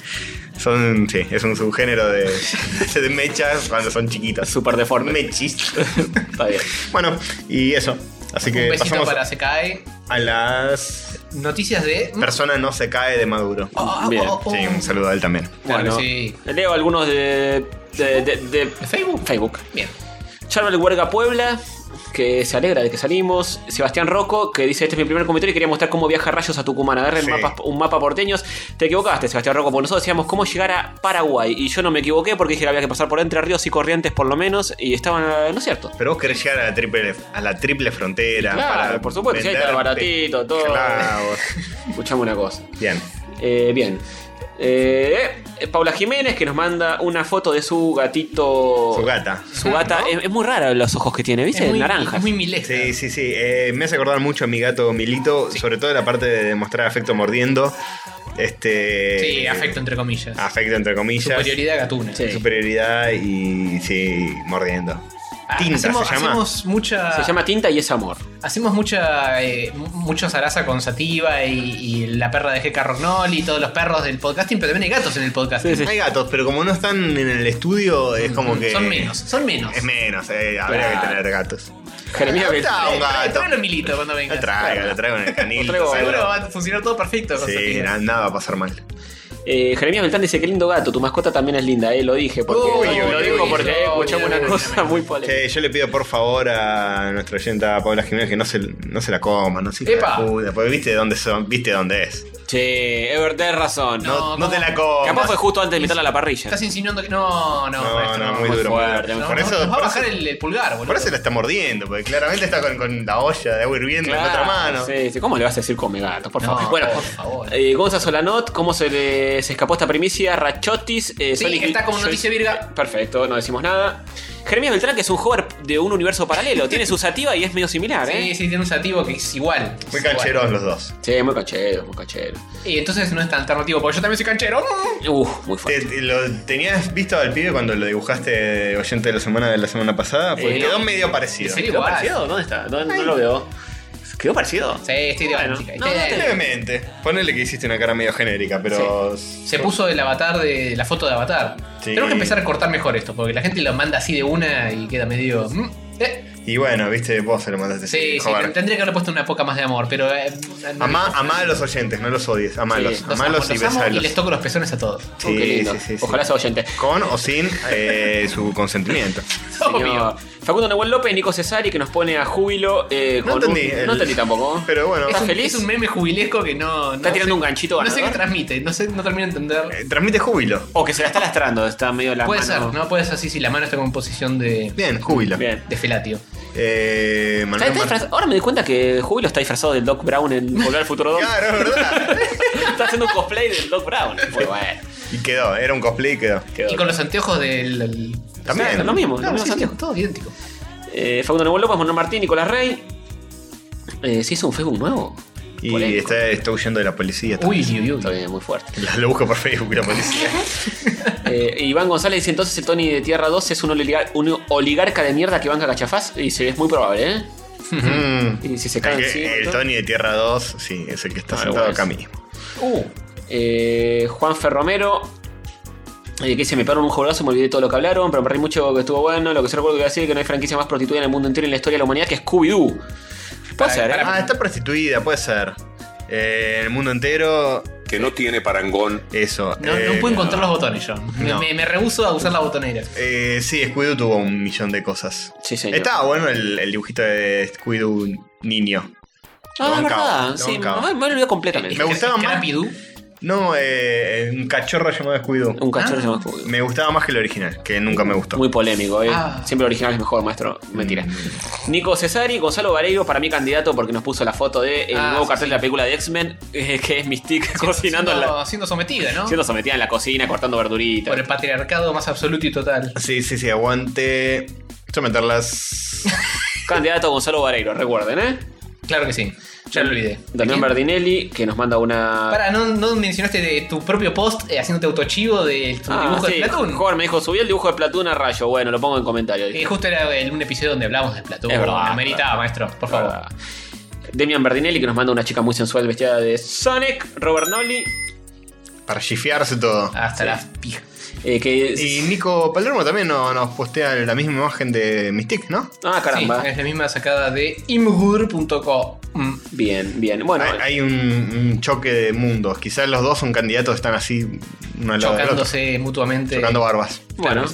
Speaker 2: Son, sí, es un subgénero de, de mechas cuando son chiquitas.
Speaker 3: Súper deforme.
Speaker 2: Mechis.
Speaker 3: Está bien.
Speaker 2: bueno, y eso. Así
Speaker 4: un
Speaker 2: que
Speaker 4: besito
Speaker 2: pasamos
Speaker 4: para se cae.
Speaker 2: a las
Speaker 4: Noticias de.
Speaker 2: personas no se cae de Maduro.
Speaker 4: Oh, oh,
Speaker 3: Bien,
Speaker 4: oh, oh.
Speaker 2: Sí, un saludo a él también.
Speaker 4: Claro
Speaker 3: Bueno,
Speaker 4: que sí.
Speaker 3: leo algunos de. de, de, de-
Speaker 4: Facebook?
Speaker 3: Facebook.
Speaker 4: Bien.
Speaker 3: Charvel Huerga Puebla, que se alegra de que salimos. Sebastián Rocco, que dice: Este es mi primer comentario y quería mostrar cómo viaja rayos a Tucumán. Agarren
Speaker 2: Sí.
Speaker 3: mapas- un mapa porteños. Te equivocaste, Sebastián Rocco, porque nosotros decíamos cómo llegar a Paraguay. Y yo no me equivoqué porque dije que había que pasar por Entre Ríos y Corrientes, por lo menos. Y estaban. eh, No es cierto.
Speaker 2: Pero vos querés llegar a la triple, a la triple frontera.
Speaker 3: Claro,
Speaker 2: para
Speaker 3: por supuesto, sí,
Speaker 2: vender-
Speaker 3: está baratito, todo.
Speaker 2: Claro.
Speaker 3: Escuchame una cosa.
Speaker 2: Bien.
Speaker 3: Eh, bien. Eh, eh, Paula Jiménez, que nos manda una foto de su gatito.
Speaker 2: Su gata.
Speaker 3: Su gata es, es muy rara los ojos que tiene, ¿viste?
Speaker 4: muy,
Speaker 3: Naranjas.
Speaker 4: es muy milesca.
Speaker 2: Sí, sí, sí. Eh, me hace acordar mucho a mi gato Milito, sobre todo la parte de demostrar afecto mordiendo. Este.
Speaker 4: Sí, afecto entre comillas.
Speaker 2: Afecto entre comillas.
Speaker 4: Superioridad gatuna.
Speaker 3: Sí.
Speaker 2: Superioridad y sí, mordiendo.
Speaker 4: Ah,
Speaker 2: Tinta
Speaker 4: hacemos,
Speaker 2: se llama.
Speaker 4: hacemos mucha.
Speaker 3: Se llama Tinta y es amor.
Speaker 4: Hacemos mucha eh, mu- mucho zaraza con Sativa y, y la perra de G.K. Rognoli y todos los perros del podcasting, pero también hay gatos en el podcasting.
Speaker 2: Hay gatos, pero como no están en el estudio, es como que.
Speaker 4: Son menos, son menos.
Speaker 2: Es menos, eh, habría
Speaker 3: Claro.
Speaker 2: que tener gatos.
Speaker 3: Jeremías
Speaker 2: Ah,
Speaker 3: Bel-
Speaker 2: está. un gato.
Speaker 4: Tráelo milito cuando vengas.
Speaker 2: Lo traigo, lo traigo en el canil.
Speaker 3: Lo traigo,
Speaker 2: seguro.
Speaker 4: Seguro va a funcionar todo perfecto con
Speaker 2: Sí,
Speaker 4: Sativa.
Speaker 2: na- nada va a pasar mal.
Speaker 3: Eh, Jeremías Beltrán dice: Qué lindo gato, tu mascota también es linda, eh, lo dije. Porque,
Speaker 2: Uy,
Speaker 3: lo
Speaker 2: uy,
Speaker 3: digo
Speaker 2: uy,
Speaker 3: porque
Speaker 4: uy,
Speaker 3: escuchamos
Speaker 4: uy,
Speaker 3: una
Speaker 4: uy,
Speaker 3: cosa muy polémica.
Speaker 2: Che, yo le pido por favor a nuestra oyenta Paula Jiménez que no se, no se la coma, no se
Speaker 4: Epa.
Speaker 2: la puta, porque viste de dónde son, viste dónde es.
Speaker 3: Che, Ever, tenés razón.
Speaker 2: No,
Speaker 4: No,
Speaker 2: no
Speaker 4: ¿cómo?
Speaker 2: te la comas.
Speaker 3: Capaz fue justo antes de meterla a la parrilla.
Speaker 4: Estás insinuando que. No, no,
Speaker 2: No,
Speaker 4: maestro,
Speaker 2: no, muy
Speaker 3: muy
Speaker 2: duro. muy
Speaker 3: fuerte,
Speaker 2: duro.
Speaker 3: muy
Speaker 2: Por
Speaker 4: no,
Speaker 2: eso,
Speaker 4: nos va a
Speaker 2: por
Speaker 4: bajar
Speaker 2: eso-
Speaker 4: el, el pulgar, boludo.
Speaker 2: por eso la está mordiendo, porque claramente está con, con la olla de agua hirviendo en la otra mano.
Speaker 3: Sí, sí, ¿Cómo le vas a decir come gatos? Por favor.
Speaker 4: No,
Speaker 3: bueno,
Speaker 4: por favor.
Speaker 3: eh, Gonza Solanot, ¿cómo se le se escapó esta primicia? Rachotis, eh,
Speaker 4: Sí,
Speaker 3: Sonic-
Speaker 4: está como
Speaker 3: Joy-
Speaker 4: noticia virga.
Speaker 3: Perfecto, no decimos nada. Jeremías Beltrán, que es un hover de un universo paralelo, tiene su sativa y es medio similar,
Speaker 4: Sí,
Speaker 3: ¿eh?
Speaker 4: sí, tiene un sativo que es igual.
Speaker 2: Muy
Speaker 4: Es igual.
Speaker 2: cancheros los dos.
Speaker 3: Sí, muy canchero, muy canchero.
Speaker 4: Y entonces no es tan alternativo, porque yo también soy canchero. Mm.
Speaker 3: Uf, muy fuerte.
Speaker 2: ¿Te- te- ¿Lo tenías visto al pibe cuando lo dibujaste de oyente de la semana de la semana pasada? Porque
Speaker 3: Eh,
Speaker 2: quedó
Speaker 3: no.
Speaker 2: medio parecido.
Speaker 4: ¿En serio? igual.
Speaker 3: ¿Dónde está? No, no lo veo. ¿Quedó parecido?
Speaker 4: Sí, estoy de
Speaker 3: Bueno,
Speaker 4: óptica.
Speaker 3: no, no te-
Speaker 2: Levemente. Ponele que hiciste una cara medio genérica, pero.
Speaker 4: Se puso el avatar de la foto de avatar.
Speaker 2: Sí.
Speaker 4: Tenemos que empezar a cortar mejor esto, porque la gente lo manda así de una y queda medio. mm, eh.
Speaker 2: Y bueno, viste, vos se lo mandaste.
Speaker 4: Sí, sí,
Speaker 2: joder.
Speaker 4: tendría que haberle puesto una poca más de amor, pero. eh, no-
Speaker 2: Amá, amá a los oyentes, no los odies. Amalos,
Speaker 3: Sí,
Speaker 4: los amo,
Speaker 2: amalos y
Speaker 4: los amo y
Speaker 2: besalos.
Speaker 4: les toco los pezones a todos.
Speaker 3: Uh, qué lindo. Ojalá sea oyente.
Speaker 2: Con o sin eh, su consentimiento.
Speaker 3: Señor.
Speaker 4: Obvio.
Speaker 3: Facundo Nahuel López, Nico Cesari, que nos pone a júbilo. eh,
Speaker 2: No
Speaker 3: con
Speaker 2: entendí.
Speaker 3: un-
Speaker 2: el-
Speaker 3: No entendí tampoco.
Speaker 2: Pero bueno,
Speaker 4: Es
Speaker 3: ¿Estás
Speaker 4: un,
Speaker 3: feliz?
Speaker 4: es un meme jubilesco que no. no
Speaker 3: Está tirando
Speaker 4: sé-
Speaker 3: un ganchito
Speaker 4: No sé qué
Speaker 3: ganador.
Speaker 4: transmite, no sé, no termino de entender.
Speaker 2: eh, transmite júbilo.
Speaker 3: O que se la está lastrando, está medio la
Speaker 4: puede
Speaker 3: mano.
Speaker 4: ser, no puede ser así si la mano está con posición de,
Speaker 2: Bien, júbilo.
Speaker 3: Bien.
Speaker 4: de felatio.
Speaker 2: Eh,
Speaker 3: Está-
Speaker 2: Manuel
Speaker 3: está
Speaker 2: Mar-
Speaker 3: disfraz- Ahora me di cuenta que Júbilo está disfrazado del Doc Brown en Volver al Futuro 2.
Speaker 2: Claro, es verdad.
Speaker 3: está haciendo un cosplay del Doc Brown. Muy bueno.
Speaker 2: y quedó, era un cosplay y quedó.
Speaker 3: quedó.
Speaker 4: Y con los anteojos del. del-
Speaker 2: También.
Speaker 3: Sí, lo mismo,
Speaker 4: No,
Speaker 3: lo mismo
Speaker 4: sí, sí,
Speaker 3: Santiago.
Speaker 4: todo idéntico.
Speaker 3: Eh, Facundo Nahuel López, Manuel Martín, Nicolás Rey. Eh, ¿Se hizo un Facebook nuevo?
Speaker 2: Y
Speaker 3: Polémico.
Speaker 2: está, está huyendo de la policía
Speaker 4: Uy,
Speaker 2: también.
Speaker 4: uy, uy.
Speaker 3: Está bien, muy fuerte.
Speaker 2: La- Lo busco por Facebook, la policía.
Speaker 3: Eh, Iván González dice entonces el Tony de Tierra 2 es un, oligar- un oligarca de mierda que banca cachafaz. Y dice, es muy probable, ¿eh?
Speaker 2: Mm.
Speaker 3: Y si se
Speaker 2: Es
Speaker 3: cae
Speaker 2: que
Speaker 3: encima,
Speaker 2: el
Speaker 3: ¿no?
Speaker 2: Tony de Tierra 2, sí, es el que está
Speaker 3: Ah,
Speaker 2: sentado
Speaker 3: bueno.
Speaker 2: acá mismo.
Speaker 4: Uh,
Speaker 3: Eh, Juan Ferromero. eh, que dice, me pegaron un jugadorazo, me olvidé todo lo que hablaron, pero me reí mucho que estuvo bueno. Lo que se recuerdo que iba a decir es que no hay franquicia más prostituida en el mundo entero y en la historia de la humanidad que Scooby-Doo. Puede
Speaker 4: Para-
Speaker 3: ser, ¿eh?
Speaker 4: para-
Speaker 2: Ah, está prostituida, puede ser. Eh, el mundo entero,
Speaker 7: Que no tiene parangón.
Speaker 2: eso.
Speaker 4: no,
Speaker 2: eh,
Speaker 4: no puedo encontrar los botones yo. Me,
Speaker 2: No.
Speaker 4: me, me rehuso a usar la botonera.
Speaker 2: Eh, sí, Scooby-Doo tuvo un millón de cosas.
Speaker 3: Sí, señor.
Speaker 2: Estaba bueno el, el dibujito de Scooby-Doo niño.
Speaker 3: Ah, es
Speaker 2: bancaba,
Speaker 3: verdad.
Speaker 2: lo
Speaker 3: Sí, me,
Speaker 2: bancaba.
Speaker 3: me olvidé completamente.
Speaker 2: Me gustaba más-
Speaker 4: Scrappy-Doo.
Speaker 2: No, eh, un cachorro llamado Scooby-Doo.
Speaker 3: Un cachorro
Speaker 4: Ah.
Speaker 3: llamado Scooby-Doo.
Speaker 2: Me gustaba más que el original, que nunca me gustó.
Speaker 3: Muy polémico, ¿eh?
Speaker 4: Ah. Mm.
Speaker 3: Siempre el original es mejor, maestro. Mentira. Nico Cesari, Gonzalo Vareiro, para mí candidato porque nos puso la foto de eh, el
Speaker 4: Ah,
Speaker 3: nuevo
Speaker 4: sí,
Speaker 3: cartel
Speaker 4: sí.
Speaker 3: de la película de X-Men, eh, que es Mystique cocinando, en
Speaker 4: siendo,
Speaker 3: la-
Speaker 4: siendo sometida, ¿no?
Speaker 3: siendo sometida en la cocina, cortando verduritas.
Speaker 4: Por el patriarcado más absoluto y total.
Speaker 2: Sí, sí, sí, aguante. Someterlas.
Speaker 3: Candidato Gonzalo Vareiro, recuerden, ¿eh?
Speaker 4: Claro que sí. Ya lo olvidé.
Speaker 3: Damián Bardinelli, que nos manda una.
Speaker 4: Para, ¿no, no mencionaste de tu propio post eh, haciéndote autochivo de tu
Speaker 3: Ah,
Speaker 4: dibujo
Speaker 3: sí,
Speaker 4: de Platón?
Speaker 3: Jorge me dijo, subí el dibujo de Platón a rayo. Bueno, lo pongo en comentario.
Speaker 4: Eh,
Speaker 3: dije.
Speaker 4: justo era el- un episodio donde hablamos de Platón.
Speaker 3: Es verdad,
Speaker 4: Me meritaba, maestro, por favor.
Speaker 3: Ah. Demian Bardinelli, que nos manda una chica muy sensual vestida de Sonic, Robert Nolli,
Speaker 2: Para chifiarse todo.
Speaker 3: Ah,
Speaker 4: Hasta la pija.
Speaker 3: eh, que.
Speaker 2: Y Nico Palermo también no- nos postea la misma imagen de Mystic, ¿no?
Speaker 3: Ah, caramba.
Speaker 4: Sí, eh. es la misma sacada de imgur.com. Mm.
Speaker 3: Bien, bien. Bueno,
Speaker 2: hay hay un, un choque de mundos. Quizás los dos son candidatos, están así, uno al lado del otro,
Speaker 4: Chocándose mutuamente.
Speaker 2: chocando barbas.
Speaker 3: bueno.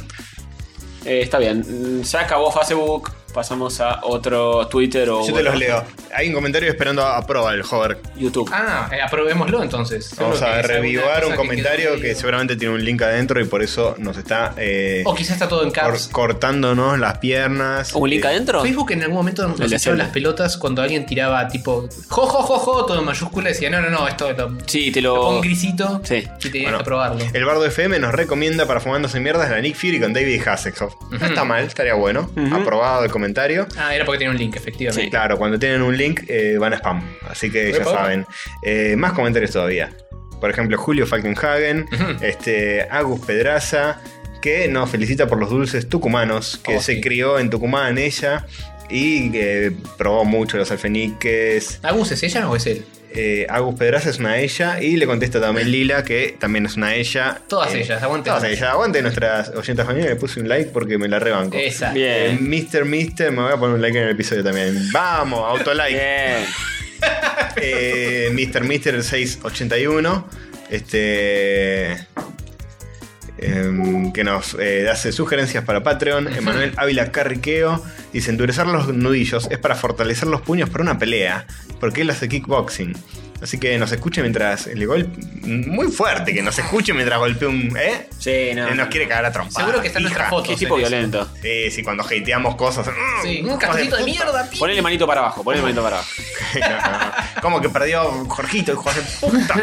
Speaker 3: Eh, está bien. Mm, Se acabó Facebook. Pasamos a otro Twitter o
Speaker 2: Yo te
Speaker 3: Oh, bueno,
Speaker 2: los leo. Hay un comentario esperando a, a prueba el hover.
Speaker 3: YouTube.
Speaker 4: Ah, eh, aprobémoslo entonces.
Speaker 2: Vamos
Speaker 4: Seguro
Speaker 2: a
Speaker 4: que es alguna
Speaker 2: revivar un
Speaker 4: cosa que
Speaker 2: comentario
Speaker 4: quedó
Speaker 2: que,
Speaker 4: ahí.
Speaker 2: seguramente tiene un link adentro y por eso nos está eh,
Speaker 4: O quizás está todo en
Speaker 2: cor-
Speaker 4: caps.
Speaker 2: cortándonos las piernas.
Speaker 3: ¿Un link
Speaker 2: Eh,
Speaker 3: adentro?
Speaker 4: Facebook en algún momento nos
Speaker 3: El de
Speaker 4: echó
Speaker 3: Zelda.
Speaker 4: las pelotas cuando alguien tiraba tipo jo, jo, jo, jo, todo en mayúscula y decía no, no, no, esto lo, lo
Speaker 3: Sí, te lo.
Speaker 4: pon
Speaker 3: Oh.
Speaker 4: grisito
Speaker 3: Sí.
Speaker 4: y tenías
Speaker 2: Bueno,
Speaker 4: que probarlo.
Speaker 2: El Bardo FM nos recomienda para fumándose mierdas la Nick Fury con David Hasselhoff. No está mal, estaría bueno. Aprobado el comentario.
Speaker 4: Ah, era porque tenía un link, efectivamente.
Speaker 3: Sí.
Speaker 2: Claro, cuando tienen un link eh, van a spam. Así que ya
Speaker 4: Epa.
Speaker 2: saben. Eh, más comentarios todavía. Por ejemplo, Julio Falkenhagen,
Speaker 4: Ujú.
Speaker 2: este, Agus Pedraza, que nos felicita por los dulces tucumanos, que
Speaker 4: Oh,
Speaker 2: se
Speaker 4: sí.
Speaker 2: crió en Tucumán ella y que probó mucho los alfeniques.
Speaker 4: ¿Agus es ella o es él?
Speaker 2: Eh, Agus Pedraza es una ella y le contesta también Lila, que también es una ella.
Speaker 4: Todas
Speaker 2: Eh,
Speaker 4: ellas, aguante.
Speaker 2: Todas ellas. Aguante nuestras 80 familias, le puse un like porque me la rebanco.
Speaker 4: Esa.
Speaker 2: Eh,
Speaker 3: Bien.
Speaker 2: Mister, Mister, me voy a poner un like en el episodio también. Vamos, autolike.
Speaker 3: Bien.
Speaker 2: eh, Mister, Mister 681. Este. em, que nos eh, hace sugerencias para Patreon. Emanuel Ávila Carriqueo dice: endurecer los nudillos es para fortalecer los puños para una pelea, porque él hace kickboxing. Así que nos escuche mientras le gol Muy fuerte que nos escuche mientras golpea un. ¿Eh?
Speaker 3: Sí, no.
Speaker 2: Eh, Nos quiere cagar a trompadas.
Speaker 4: Seguro que están
Speaker 2: hija.
Speaker 4: nuestras fotos.
Speaker 3: Qué tipo
Speaker 4: en eso.
Speaker 3: violento.
Speaker 2: Sí, sí, cuando hateamos cosas. mm,
Speaker 4: Sí, un
Speaker 2: hijo
Speaker 4: castorcito de
Speaker 2: puta.
Speaker 4: mierda, pi.
Speaker 3: Ponele manito para abajo, ponele manito para abajo.
Speaker 2: Como que perdió Jorgito, hijo de puta.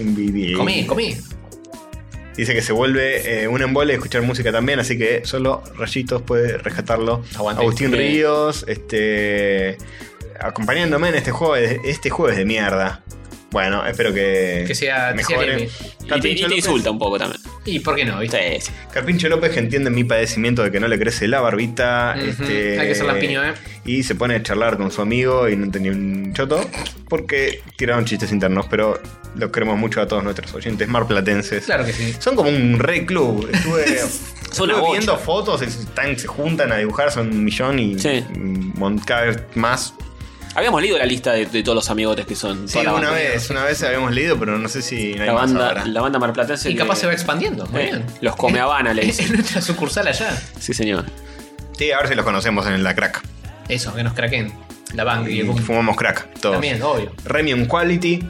Speaker 2: Envidia.
Speaker 4: Comí, comí.
Speaker 2: Dice que se vuelve eh, un embole escuchar música también, así que solo Rayitos puede rescatarlo.
Speaker 4: Aguante.
Speaker 2: Agustín
Speaker 3: Sí.
Speaker 2: Ríos, este. Acompañándome en este juego, este juego es de mierda. Bueno, espero que,
Speaker 4: Que sea- que sea
Speaker 2: mejore.
Speaker 4: leve.
Speaker 3: Y te, y te
Speaker 2: López-
Speaker 3: insulta un poco también.
Speaker 4: ¿Y por qué no? ¿Viste?
Speaker 3: Sí, sí.
Speaker 2: Carpincho López que entiende mi padecimiento de que no le crece la barbita.
Speaker 4: Ujú,
Speaker 2: este,
Speaker 4: hay que ser lampiño, ¿eh?
Speaker 2: Y se pone a charlar con su amigo y no tenía un choto porque tiraron chistes internos, pero los queremos mucho a todos nuestros oyentes marplatenses.
Speaker 4: Claro que sí.
Speaker 2: Son como un re club. Estuve,
Speaker 3: Son
Speaker 2: estuve
Speaker 3: una
Speaker 2: viendo fotos, es- están- se juntan a dibujar, son un millón y
Speaker 3: Sí.
Speaker 2: mm, cada vez más.
Speaker 3: Habíamos leído la lista de, de todos los amigotes que son.
Speaker 2: Sí,
Speaker 3: toda la
Speaker 2: una
Speaker 3: banda.
Speaker 2: vez, una vez habíamos leído, pero no sé si no hay
Speaker 3: La
Speaker 2: más
Speaker 3: banda,
Speaker 2: ahora.
Speaker 3: la banda marplatense.
Speaker 4: Y
Speaker 3: que-
Speaker 4: capaz se va expandiendo. Muy
Speaker 3: Eh,
Speaker 4: bien.
Speaker 3: los come Habana, le
Speaker 4: Es
Speaker 3: dicen.
Speaker 4: nuestra sucursal allá.
Speaker 3: Sí, señor.
Speaker 2: Sí, a ver si los conocemos en la crack.
Speaker 4: Eso, que nos craquen. La
Speaker 3: Ah,
Speaker 4: banca y
Speaker 2: Y
Speaker 4: el boom.
Speaker 2: fumamos crack todos.
Speaker 4: También, obvio.
Speaker 2: Remium Quality,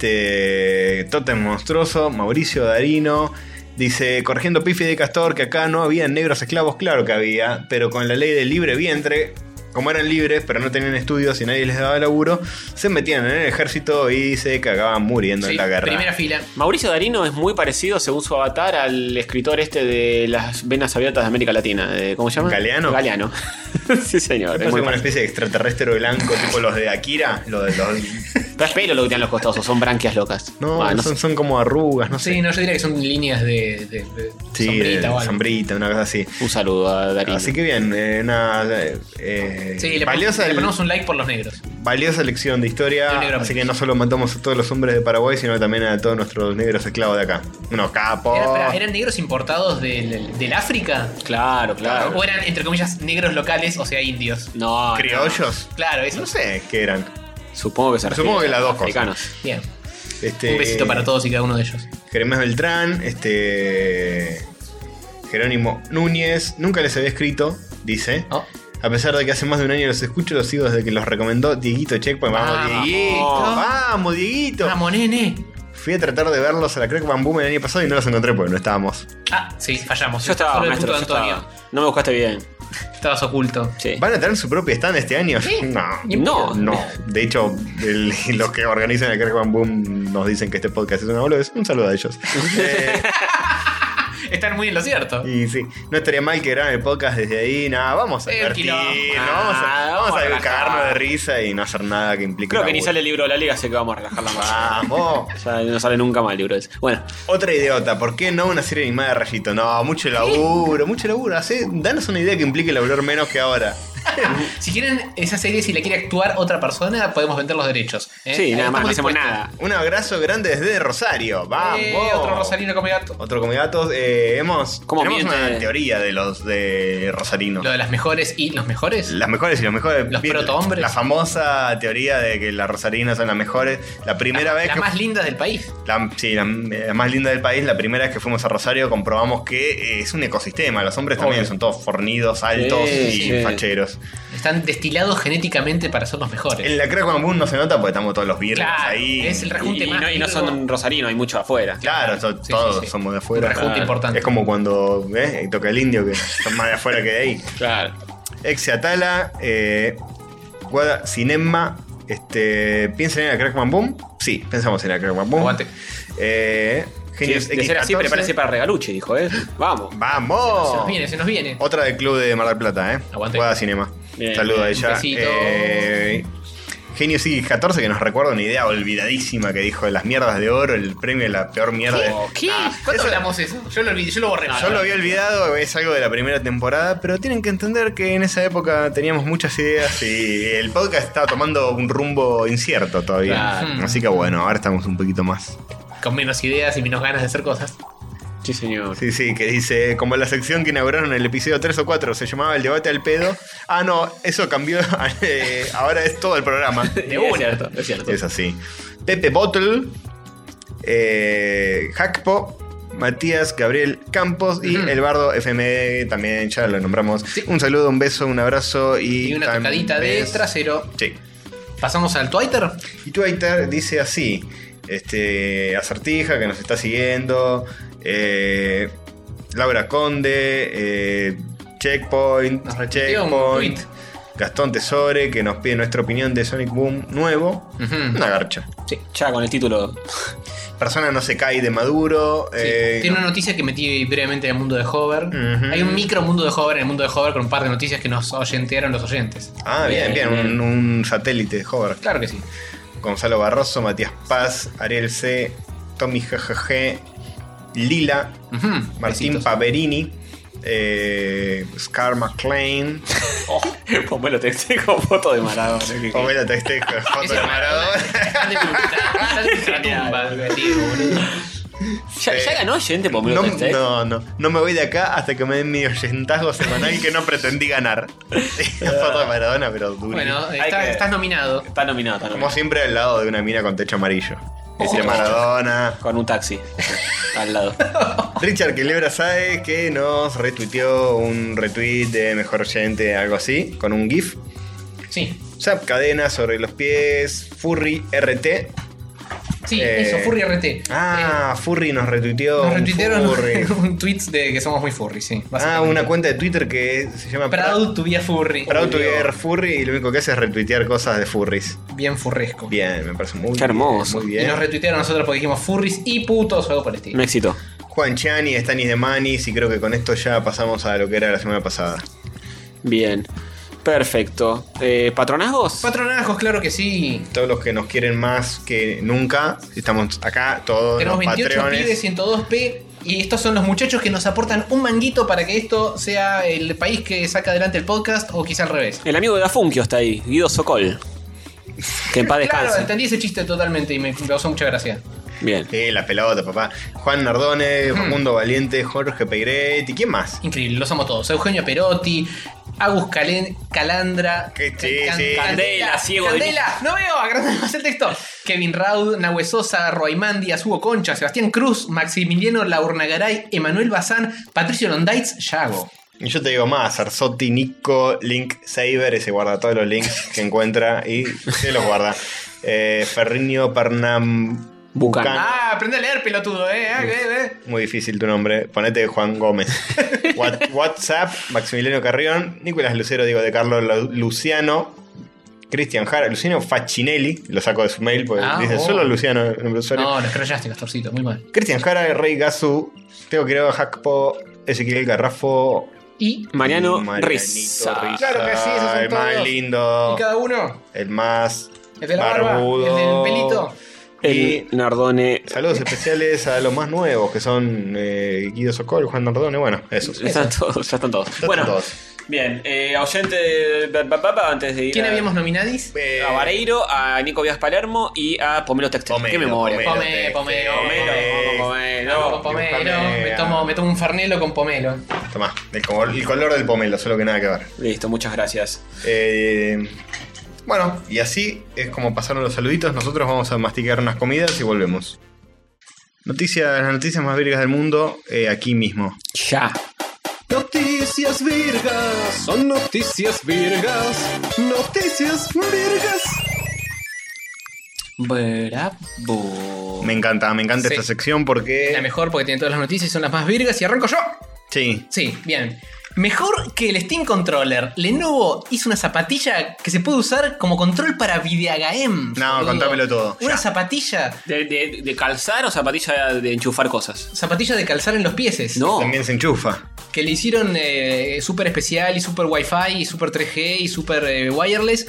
Speaker 2: este Totem Monstruoso, Mauricio Darino. Dice, corrigiendo Pifi de Castor, que acá no había negros esclavos, claro que había, pero con la ley del libre vientre como eran libres, pero no tenían estudios y nadie les daba laburo, se metían en el ejército y se cagaban muriendo
Speaker 4: Sí,
Speaker 2: en la guerra.
Speaker 4: primera fila.
Speaker 3: Mauricio Darino es muy parecido, según su avatar, al escritor este de las venas abiertas de América Latina. de- ¿Cómo se llama?
Speaker 2: ¿Galeano?
Speaker 3: Galeano. sí, señor. Es
Speaker 2: Parece
Speaker 3: muy
Speaker 2: como una
Speaker 3: parecido.
Speaker 2: especie de extraterrestre blanco, tipo los de Akira. Los de los...
Speaker 3: Pero es pelo lo que tienen los costados, o son branquias locas.
Speaker 2: No,
Speaker 3: Ah,
Speaker 2: son,
Speaker 3: sé.
Speaker 2: son como arrugas, no sé.
Speaker 4: Sí, no, yo diría que son líneas de, de- de
Speaker 2: Sí,
Speaker 4: sombrita
Speaker 2: de-
Speaker 4: o algo.
Speaker 2: sombrita, una cosa así.
Speaker 3: Un saludo a Darino.
Speaker 2: Así que bien, eh, una eh,
Speaker 4: Sí, le, ponemos-
Speaker 2: valiosa,
Speaker 4: le ponemos un like por los negros.
Speaker 2: valiosa lección de
Speaker 4: Los
Speaker 2: historia.
Speaker 4: negros
Speaker 2: Así
Speaker 4: menos.
Speaker 2: que no solo matamos a todos los hombres de Paraguay, sino también a todos nuestros negros esclavos de acá. Unos capos.
Speaker 4: Era- espera, ¿Eran negros importados del, del África?
Speaker 3: Claro, claro.
Speaker 4: ¿O eran, entre comillas, negros locales, o sea, indios?
Speaker 3: No, no.
Speaker 2: criollos.
Speaker 4: Claro, eso.
Speaker 2: No sé qué eran.
Speaker 3: Supongo que se refiere
Speaker 2: Supongo que
Speaker 3: a
Speaker 2: las dos cosas.
Speaker 3: africanos.
Speaker 4: Bien.
Speaker 2: Este,
Speaker 4: Un besito para todos y cada uno de ellos.
Speaker 2: Jeremías Beltrán, este. Jerónimo Núñez. Nunca les había escrito, dice.
Speaker 4: Oh.
Speaker 2: A pesar de que hace más de un año los escucho, los sigo desde que los recomendó Dieguito Checkpoint. Vamos,
Speaker 4: Vamos.
Speaker 2: Dieguito. Vamos, Dieguito.
Speaker 4: Vamos, nene.
Speaker 2: Fui a tratar de verlos a la Crack Bam Boom el año pasado y no los encontré porque no estábamos.
Speaker 4: Ah, sí, fallamos.
Speaker 3: Yo estaba,
Speaker 4: Solo el
Speaker 3: maestro.
Speaker 4: punto de
Speaker 3: yo
Speaker 4: Antonio.
Speaker 3: estaba. No me buscaste bien.
Speaker 4: Estabas oculto.
Speaker 3: Sí.
Speaker 2: ¿Van a tener su propio stand este año?
Speaker 4: Sí.
Speaker 2: No.
Speaker 4: Ni-
Speaker 3: No,
Speaker 2: No, de hecho, el- los que organizan el Crack Bam Boom nos dicen que este podcast es una boludez. Un saludo a ellos. Eh,
Speaker 4: Están muy en lo cierto.
Speaker 2: Y sí, no estaría mal que graben el podcast desde ahí. Nada, vamos a
Speaker 4: El
Speaker 2: divertirnos,
Speaker 4: Eh, quilombo.
Speaker 2: ¿no? vamos a,
Speaker 3: Ah,
Speaker 2: vamos
Speaker 3: vamos
Speaker 2: a
Speaker 3: a relajar.
Speaker 2: cagarnos de risa y no hacer nada que implique.
Speaker 3: Creo que ni
Speaker 2: laburo.
Speaker 3: sale el libro de la liga, así que vamos a relajar la mano.
Speaker 2: Vamos.
Speaker 3: Ya no sale nunca más el libro ese. Bueno,
Speaker 2: Otra idiota, ¿por qué no una serie animada de rayito? No, mucho laburo, mucho laburo. Hacé- danos una idea que implique laburar menos que ahora.
Speaker 4: Ah, Si quieren esa serie, si la quiere actuar otra persona, podemos vender los derechos. ¿eh?
Speaker 3: sí, nada
Speaker 4: Estamos
Speaker 3: más, no hacemos
Speaker 4: dispuestos.
Speaker 3: nada.
Speaker 2: Un abrazo grande desde Rosario. Vamos.
Speaker 4: Eh, otro Rosalino come gato.
Speaker 2: Otro comegatos. Eh, hemos,
Speaker 3: ¿Cómo
Speaker 2: tenemos
Speaker 3: miente?
Speaker 2: una teoría de los de Rosarinos.
Speaker 4: Lo de las mejores y los mejores.
Speaker 2: Las mejores y los mejores.
Speaker 4: Los protohombres.
Speaker 2: La famosa teoría de que las rosarinas son las mejores. La primera vez
Speaker 4: las
Speaker 2: que.
Speaker 4: más lindas del país.
Speaker 2: la- sí, la, la más linda del país. La primera vez que fuimos a Rosario comprobamos que eh, es un ecosistema. Los hombres también
Speaker 3: Obvio.
Speaker 2: son todos fornidos, altos
Speaker 3: Sí,
Speaker 2: y
Speaker 3: sí.
Speaker 2: facheros.
Speaker 4: Están destilados genéticamente para ser los mejores.
Speaker 2: En la Crack Bamboo no se nota porque estamos todos los viernes
Speaker 4: Claro,
Speaker 2: ahí.
Speaker 4: es el
Speaker 3: Y,
Speaker 4: rejunte
Speaker 3: y
Speaker 4: más.
Speaker 3: no, y no son rosarino, hay mucho afuera.
Speaker 2: Claro, to-
Speaker 4: sí,
Speaker 2: todos
Speaker 4: sí.
Speaker 2: somos de
Speaker 4: un
Speaker 2: afuera.
Speaker 4: rejunte
Speaker 3: Claro.
Speaker 4: importante.
Speaker 2: Es como cuando eh, toca el indio que son más de afuera que de ahí.
Speaker 3: Claro.
Speaker 2: Exiatala, eh, Guada Cinemma, este, ¿piensan en la Crack Man Boom? Sí, pensamos en la Crack Man Boom.
Speaker 4: Aguante.
Speaker 2: Eh,
Speaker 3: Sí,
Speaker 2: Genius
Speaker 3: de ser así,
Speaker 2: X14.
Speaker 3: prepárese para regaluche, dijo, ¿eh? Vamos.
Speaker 4: Se nos
Speaker 2: ¡Vamos!
Speaker 4: viene, se nos viene.
Speaker 2: Otra del club de Mar del Plata, ¿eh?
Speaker 4: Aguante.
Speaker 2: Guada Cinema.
Speaker 3: Bien,
Speaker 2: Saludo a
Speaker 4: bien,
Speaker 2: ella.
Speaker 4: un besito.
Speaker 2: Eh, Genius X14, que nos recuerda una idea olvidadísima que dijo de las mierdas de oro, el premio de Ah, la peor mierda.
Speaker 4: ¿Qué? ¿Cuándo hablamos eso? Yo lo olvidé, yo lo borré.
Speaker 2: Yo lo había olvidado, es algo de la primera temporada, pero tienen que entender que en esa época teníamos muchas ideas y el podcast estaba tomando un rumbo incierto todavía.
Speaker 3: Claro.
Speaker 2: Así que bueno, ahora estamos un poquito más.
Speaker 4: Con menos ideas y menos ganas de hacer cosas.
Speaker 3: Sí, señor.
Speaker 2: Sí, sí, que dice, como la sección que inauguraron en el episodio 3 o 4, se llamaba El debate al pedo. Ah, no, eso cambió, eh, ahora es todo el programa.
Speaker 3: De una. Es cierto, es cierto.
Speaker 2: Es así. Pepe Bottle, eh, Hackpo, Matías Gabriel Campos y El Bardo FM, E, también ya lo nombramos. Un saludo, un beso, un abrazo y.
Speaker 4: Y una
Speaker 2: tal
Speaker 4: tocadita de
Speaker 2: vez-
Speaker 4: trasero.
Speaker 2: Sí.
Speaker 4: Pasamos al Twitter.
Speaker 2: Y Twitter dice así: este, Acertija que nos está siguiendo, eh, Laura Conde, eh, Checkpoint,
Speaker 4: Nos retuiteó un
Speaker 2: Checkpoint.
Speaker 4: tweet.
Speaker 2: Gastón Tesore, que nos pide nuestra opinión de Sonic Boom nuevo.
Speaker 4: Ujú.
Speaker 2: Una garcha.
Speaker 3: Ya con el título.
Speaker 2: Persona no se cae de Maduro.
Speaker 4: Sí.
Speaker 2: eh,
Speaker 4: Tiene una noticia que metí brevemente en el mundo de Hover.
Speaker 2: Ujú.
Speaker 4: Hay un micro mundo de Hover en el mundo de Hover con un par de noticias que nos oyentearon los oyentes.
Speaker 2: Ah, bien, bien,
Speaker 3: Bien, bien.
Speaker 2: Un, un satélite de Hover.
Speaker 4: Claro que sí.
Speaker 2: Gonzalo Barroso, Matías Paz, Ariel C, Tommy GGG, Lila,
Speaker 4: Ujú.
Speaker 2: Martín
Speaker 4: Mm, Besitos.
Speaker 2: Paverini, eh, Scar McLean,
Speaker 3: Pomelo Oh, te con foto de Maradona.
Speaker 2: Omega Testeco, este foto
Speaker 4: Eso
Speaker 2: de
Speaker 4: es
Speaker 2: Maradona.
Speaker 4: Están de está- está de tumba, tío, boludo.
Speaker 3: Ya, ya ganó gente
Speaker 2: No,
Speaker 3: Pomelo Texteco.
Speaker 2: no, no, no me voy de acá hasta que me den mi oyentazgo semanal que no pretendí ganar. Foto de Maradona, pero duro.
Speaker 4: Bueno,
Speaker 3: Hay
Speaker 4: está-
Speaker 3: que-
Speaker 4: estás nominado.
Speaker 3: Está nominado, está
Speaker 2: Como
Speaker 3: nominado.
Speaker 2: siempre al lado de una mina con techo amarillo.
Speaker 4: Oh.
Speaker 2: Dice Maradona.
Speaker 3: Con un taxi al lado.
Speaker 2: Richard Quelebra sabe que nos retuiteó un retweet de mejor oyente, algo así, con un GIF.
Speaker 4: Sí.
Speaker 2: Zap cadena sobre los pies, Furry RT.
Speaker 4: Sí,
Speaker 2: Eh,
Speaker 4: eso, Furry RT.
Speaker 2: Ah, Furry nos retuiteó.
Speaker 4: Nos
Speaker 2: un
Speaker 4: retuitearon
Speaker 2: Furry.
Speaker 4: un tweet de que somos muy furry, sí.
Speaker 2: Ah,
Speaker 4: básicamente.
Speaker 2: una cuenta de Twitter que se llama
Speaker 4: Proud to be a furry.
Speaker 2: Proud to be Furry y lo único que hace es retuitear cosas de furries.
Speaker 4: Bien furresco.
Speaker 2: Bien, me parece muy
Speaker 3: Qué hermoso.
Speaker 2: Muy
Speaker 4: Y
Speaker 2: bien.
Speaker 4: nos retuitearon nosotros porque dijimos furries y putos o algo por el estilo.
Speaker 3: Un éxito.
Speaker 2: Juan Chani, Stanis de Manis y creo que con esto ya pasamos a lo que era la semana pasada.
Speaker 3: Bien. Perfecto. Eh, ¿Patronazgos?
Speaker 4: Patronazgos, claro que sí.
Speaker 2: Todos los que nos quieren más que nunca, estamos acá, todos
Speaker 4: Tenemos
Speaker 2: los
Speaker 4: 28
Speaker 2: patreones.
Speaker 4: pibes, 102p. Y estos son los muchachos que nos aportan un manguito para que esto sea el país que saca adelante el podcast o quizá al revés.
Speaker 3: El amigo de Gafunkio está ahí, Guido Sokol. Que en paz
Speaker 4: Claro,
Speaker 3: descanse.
Speaker 4: entendí ese chiste totalmente y me causó mucha gracia.
Speaker 3: Bien.
Speaker 2: Sí, la pelota, papá. Juan Nardone,
Speaker 4: Mm.
Speaker 2: Facundo Valiente, Jorge Peiret y quién más.
Speaker 4: Increíble, los somos todos. Eugenio Perotti, Agus Calen- Calandra,
Speaker 2: Que sí, sí.
Speaker 3: Candela, ciego de
Speaker 4: Candela, no veo, agrandemos más el texto. Kevin Raud, Nahue Sosa, Roaimandias, Hugo Concha, Sebastián Cruz, Maximiliano Laurnagaray, Emanuel Bazán, Patricio Londaitz, Yago.
Speaker 2: Y yo te digo más, Arzotti, Nico, Link, Saber, ese guarda todos los links que encuentra y se los guarda. Eh, Ferrinio Pernam...
Speaker 3: Bucan.
Speaker 4: Ah, aprende a leer, pelotudo, eh. ah, eh, eh.
Speaker 2: Muy difícil tu nombre. Ponete Juan Gómez. What- WhatsApp, Maximiliano Carrión, Nicolás Lucero, Diego de Carlos Lu- Luciano, Cristian Jara, Luciano Facinelli, lo saco de su mail porque
Speaker 4: Ah,
Speaker 2: dice
Speaker 4: oh.
Speaker 2: solo Luciano el nombre de usuario.
Speaker 4: No, los crayaste, Castorcito, muy mal.
Speaker 2: Cristian Jara, Rey Gazú, Teo Quireo, Jacpo, Ezequiel Garrafo.
Speaker 4: Y,
Speaker 3: Mariano
Speaker 2: Marianito
Speaker 3: Rizza.
Speaker 4: Claro que sí, esos son
Speaker 2: el más
Speaker 4: todos.
Speaker 2: lindo,
Speaker 4: y cada uno,
Speaker 2: el más
Speaker 4: el de la barba,
Speaker 2: barbudo.
Speaker 4: el del pelito.
Speaker 3: El Nardone.
Speaker 2: Saludos especiales a los más nuevos que son eh, Guido Socol, Juan Nardone, bueno, esos.
Speaker 3: Están todos, ya están todos. bueno,
Speaker 2: todos.
Speaker 3: bien. Eh, oyente. ba- ba- ba- ba- Antes de ir.
Speaker 4: ¿Quién
Speaker 3: a-
Speaker 4: habíamos nominadis?
Speaker 2: Eh,
Speaker 3: A Vareiro, a Nico Vías Palermo y a Pomelo Texter.
Speaker 2: Pomelo,
Speaker 3: Qué memoria.
Speaker 2: Pomelo.
Speaker 4: Pomelo, Pomelo,
Speaker 3: Pomelo,
Speaker 2: Eh,
Speaker 3: Pomelo.
Speaker 4: Con pomelo,
Speaker 2: dibujame
Speaker 4: me
Speaker 2: a-
Speaker 4: tomo, me tomo un farnelo con pomelo.
Speaker 2: Tomá, el, co- el color del pomelo, solo que nada que ver.
Speaker 3: Listo, muchas gracias.
Speaker 2: Eh, bueno, y así es como pasaron los saluditos. Nosotros vamos a masticar unas comidas y volvemos. Noticias, las noticias más virgas del mundo, eh, aquí mismo.
Speaker 3: Ya.
Speaker 6: Noticias virgas, son noticias virgas, noticias virgas.
Speaker 3: Bravo.
Speaker 2: Me encanta, me encanta
Speaker 4: Sí.
Speaker 2: esta sección
Speaker 4: La
Speaker 2: porque.
Speaker 4: mejor porque tiene todas las noticias y son las más virgas. Y arranco yo.
Speaker 2: Sí.
Speaker 4: Sí, bien. Mejor que el Steam Controller, Lenovo hizo una zapatilla que se puede usar como control para videogames.
Speaker 2: No,
Speaker 4: boludo.
Speaker 2: contámelo todo,
Speaker 4: Una zapatilla,
Speaker 3: ¿De, de, de calzar o zapatilla de enchufar cosas?
Speaker 4: zapatilla de calzar en los pieses.
Speaker 3: No.
Speaker 2: También se enchufa.
Speaker 4: que le hicieron eh, súper especial y súper wifi y súper 3G y súper eh, wireless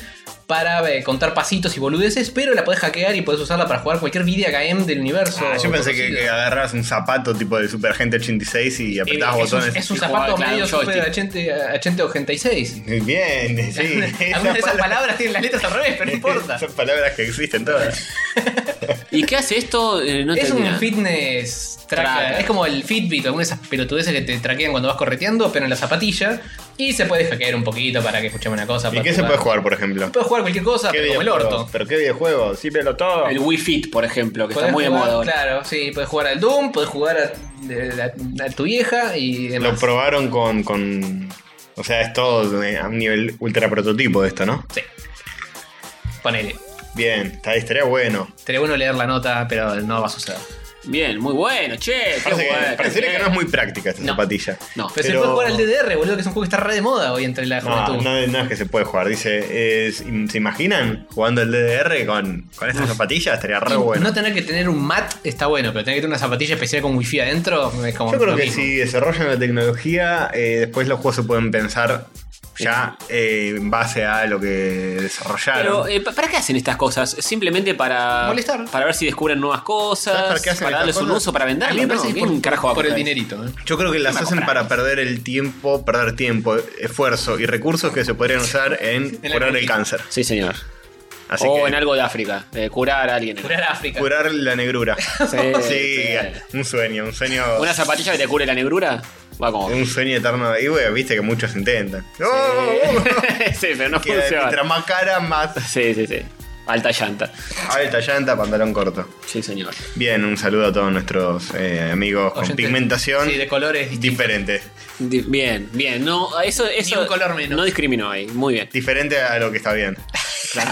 Speaker 4: para eh, contar pasitos y boludeces, pero la podés hackear y podés usarla para jugar cualquier video game del universo.
Speaker 2: Ah, yo pensé que,
Speaker 4: conocido.
Speaker 2: que agarras un zapato tipo de Super Gente 86 y
Speaker 4: Eh,
Speaker 2: apretás
Speaker 4: es, un,
Speaker 2: botones.
Speaker 4: es un
Speaker 3: y
Speaker 4: zapato
Speaker 3: jugaba, claro,
Speaker 4: medio
Speaker 3: un
Speaker 4: súper
Speaker 3: joystick.
Speaker 4: 80, 80 86.
Speaker 2: Bien, sí.
Speaker 4: Algunas de esas
Speaker 2: palabra-
Speaker 4: palabras tienen las letras al revés, pero no importa.
Speaker 2: Son palabras que existen todas.
Speaker 3: ¿Y qué hace esto? Eh, no
Speaker 4: Es
Speaker 3: entendí
Speaker 4: un
Speaker 3: nada.
Speaker 4: fitness tracker.
Speaker 3: Tracker.
Speaker 4: Es como el Fitbit, alguna de esas pelotudeces que te traquean cuando vas correteando, pero en la zapatilla. Y se puede hackear un poquito para que escuchemos una cosa.
Speaker 2: ¿Y
Speaker 4: para
Speaker 2: qué se
Speaker 4: jugar.
Speaker 2: puede jugar, por ejemplo?
Speaker 4: Puedes jugar cualquier cosa,
Speaker 2: ¿Qué
Speaker 4: pero como el
Speaker 2: videojuegos?
Speaker 4: orto.
Speaker 2: Pero qué videojuego, síbelo todo.
Speaker 3: El Wii Fit, por ejemplo, que está
Speaker 4: Podés
Speaker 3: muy de
Speaker 4: jugar,
Speaker 3: moda ahora.
Speaker 4: Claro, sí, puedes jugar al Doom, puedes jugar a, a- a tu vieja y
Speaker 2: Lo
Speaker 4: demás.
Speaker 2: probaron con, con- O sea, es todo eh, a un nivel ultra prototipo esto, ¿no?
Speaker 4: sí. Ponele.
Speaker 2: Bien, está- estaría bueno.
Speaker 4: Sería bueno leer la nota, pero no va a suceder.
Speaker 3: Bien, muy bueno, che. Qué
Speaker 2: Parece que,
Speaker 3: bueno.
Speaker 4: eh.
Speaker 2: parecería
Speaker 3: bien.
Speaker 2: que no es muy práctica esta
Speaker 3: No.
Speaker 2: zapatilla.
Speaker 3: No.
Speaker 4: Pero, se
Speaker 2: Pero- Ah,
Speaker 4: puede jugar al DDR, boludo, que es un juego que está re de moda hoy entre la
Speaker 2: No,
Speaker 4: juventud.
Speaker 2: no- no es que se puede jugar. Dice, es- ¿se imaginan jugando el DDR con, con esta zapatilla? Estaría re
Speaker 4: Y
Speaker 2: bueno.
Speaker 4: No tener que tener un mat está bueno, pero tener que tener una zapatilla especial con wifi adentro es como.
Speaker 2: Yo creo
Speaker 4: lo
Speaker 2: que
Speaker 4: mismo.
Speaker 2: si desarrollan la tecnología, eh, después los juegos se pueden pensar ya eh, en base a lo que desarrollaron.
Speaker 3: Pero, eh, pa- ¿para qué hacen estas cosas? Simplemente para.
Speaker 4: Molestar.
Speaker 3: Para ver si descubren nuevas cosas.
Speaker 2: ¿Sabes para qué hacen estas
Speaker 3: darles un
Speaker 2: cosas?
Speaker 3: uso, para
Speaker 4: A mí
Speaker 3: venderlo.
Speaker 4: me
Speaker 3: ¿no?
Speaker 4: parece que
Speaker 3: ¿Quién
Speaker 4: por,
Speaker 3: carajo va a
Speaker 4: por el
Speaker 3: comprar
Speaker 4: dinerito. ¿eh?
Speaker 2: Yo creo que las hacen para perder el tiempo, perder tiempo, esfuerzo y recursos que se podrían usar en,
Speaker 4: la Oh,
Speaker 2: curar el
Speaker 4: negrura.
Speaker 2: cáncer.
Speaker 3: eso? Sí, señor.
Speaker 2: Así
Speaker 3: o
Speaker 2: que
Speaker 3: en algo de África. eh, curar a alguien.
Speaker 4: Curar a África.
Speaker 2: curar la negrura.
Speaker 3: Sí,
Speaker 2: sí,
Speaker 3: sí.
Speaker 2: un sueño, un sueño.
Speaker 3: Una zapatilla que te cure la negrura. Va como.
Speaker 2: Un sueño eterno. Y bueno, viste que muchos intentan. ¡Oh!
Speaker 3: sí, pero no
Speaker 2: Que mientras
Speaker 3: funciona.
Speaker 2: más cara, más
Speaker 3: Sí, sí, sí. Alta llanta.
Speaker 2: alta llanta, pantalón corto.
Speaker 3: Sí, señor.
Speaker 2: Bien, un saludo a todos nuestros eh, amigos con
Speaker 4: Oyente-
Speaker 2: pigmentación
Speaker 4: Sí, de colores distintos.
Speaker 2: diferente.
Speaker 3: Di- Bien, bien. No, eso, eso
Speaker 4: un color menos.
Speaker 3: No discriminó ahí. Muy bien.
Speaker 2: Diferente a lo que está bien.
Speaker 3: Claro.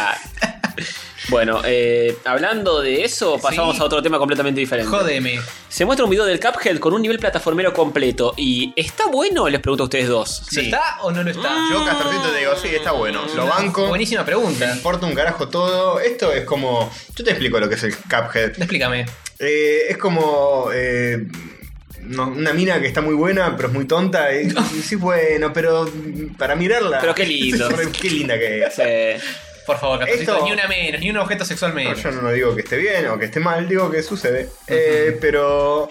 Speaker 3: Bueno, eh, hablando de eso, pasamos
Speaker 4: Sí.
Speaker 3: a otro tema completamente diferente.
Speaker 4: Jódeme.
Speaker 3: Se muestra un video del Cuphead con un nivel plataformero completo. ¿Y está bueno? Les pregunto a ustedes dos.
Speaker 4: ¿Lo
Speaker 2: Sí.
Speaker 4: está o no lo está?
Speaker 3: Mm.
Speaker 2: Yo, Castorcito, te digo, sí, está bueno. Lo banco.
Speaker 4: Buenísima
Speaker 2: Me
Speaker 4: pregunta.
Speaker 2: importa un carajo todo. Esto es como. Yo te explico lo que es el Cuphead.
Speaker 4: Explícame.
Speaker 2: Eh, es como. eh, no, una mina que está muy buena, pero es muy tonta. Y, y sí, bueno, pero para mirarla.
Speaker 3: Pero qué lindo.
Speaker 2: qué linda que es.
Speaker 3: Eh,
Speaker 4: Por favor, Castorcito,
Speaker 2: Esto-
Speaker 4: ni una menos, ni un objeto sexual
Speaker 2: No,
Speaker 4: menos.
Speaker 2: yo no digo que esté bien o que esté mal, digo que sucede. Eh, pero.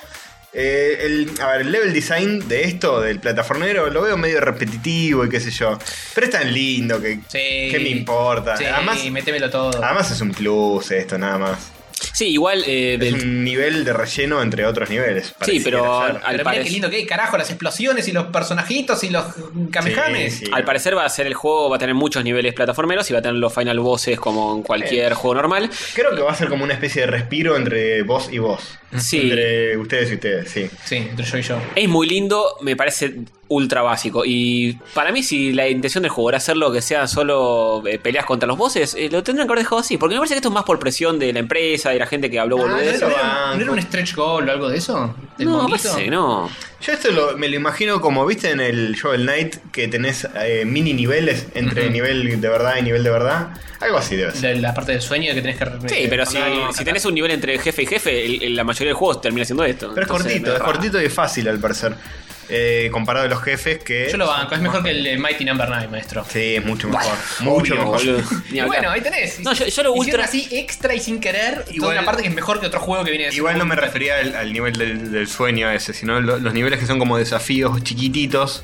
Speaker 2: eh, el, a ver, el level design de esto, del plataformero, lo veo medio repetitivo y qué sé yo. Pero es tan lindo que.
Speaker 4: Sí.
Speaker 2: ¿Qué me importa?
Speaker 4: Sí,
Speaker 2: Además-
Speaker 4: métemelo todo.
Speaker 2: Además es un plus esto, nada más.
Speaker 3: sí, igual eh,
Speaker 2: Es
Speaker 3: del-
Speaker 2: un nivel de relleno entre otros niveles.
Speaker 3: Sí,
Speaker 2: pareciera
Speaker 3: pero
Speaker 2: ser.
Speaker 3: al,
Speaker 4: Pero mira
Speaker 3: parecer-
Speaker 4: qué lindo que hay, carajo, las explosiones y los personajitos y los camejames.
Speaker 2: Sí, sí.
Speaker 3: al parecer va a ser el juego, va a tener muchos niveles plataformeros y va a tener los final bosses como en cualquier juego normal.
Speaker 2: Creo que va a ser como una especie de respiro entre vos y vos.
Speaker 3: Sí.
Speaker 2: Entre ustedes y ustedes, sí.
Speaker 4: Sí, entre yo y yo.
Speaker 3: Es muy lindo, me parece ultra básico. Y para mí, si la intención del juego era hacerlo que sea solo eh, peleas contra los bosses, eh, lo tendrían que haber dejado así. Porque me parece que esto es más por presión de la empresa y la gente que
Speaker 2: Ah,
Speaker 3: habló
Speaker 4: Ah, ¿No
Speaker 3: boludeces.
Speaker 2: eso
Speaker 4: era,
Speaker 2: banco.
Speaker 4: no era un stretch goal o algo de eso? ¿Del
Speaker 3: No,
Speaker 4: monguito?
Speaker 3: parece que no.
Speaker 2: Yo esto lo- me lo imagino como, viste, en el Shovel Knight que tenés eh, mini niveles entre
Speaker 4: Ujú.
Speaker 2: nivel de verdad y nivel de verdad. Algo así debe ser.
Speaker 4: La, la parte del sueño que tenés que.
Speaker 2: Eh,
Speaker 3: Sí, pero si, si tenés un nivel entre jefe y jefe, el- el- la mayoría del juego termina siendo esto.
Speaker 2: Pero es
Speaker 3: Entonces,
Speaker 2: cortito,
Speaker 3: me
Speaker 2: es
Speaker 3: raro.
Speaker 2: cortito y es fácil al parecer. Eh, comparado a los jefes que.
Speaker 4: Yo lo banco, es mejor que el eh, Mighty Number 9, maestro.
Speaker 2: Sí, es mucho mejor. mucho
Speaker 3: Obvio,
Speaker 2: mejor.
Speaker 3: boludo. Ni
Speaker 4: Y
Speaker 3: hablar.
Speaker 4: bueno, ahí tenés.
Speaker 3: No, yo- yo lo
Speaker 4: Hicieron
Speaker 3: ultra-
Speaker 4: así extra y sin querer. Igual,
Speaker 2: Igual-
Speaker 4: una parte que es mejor que otro juego que viene de
Speaker 2: Igual no me refería al, al nivel del, del sueño ese, sino lo- los niveles que son como desafíos chiquititos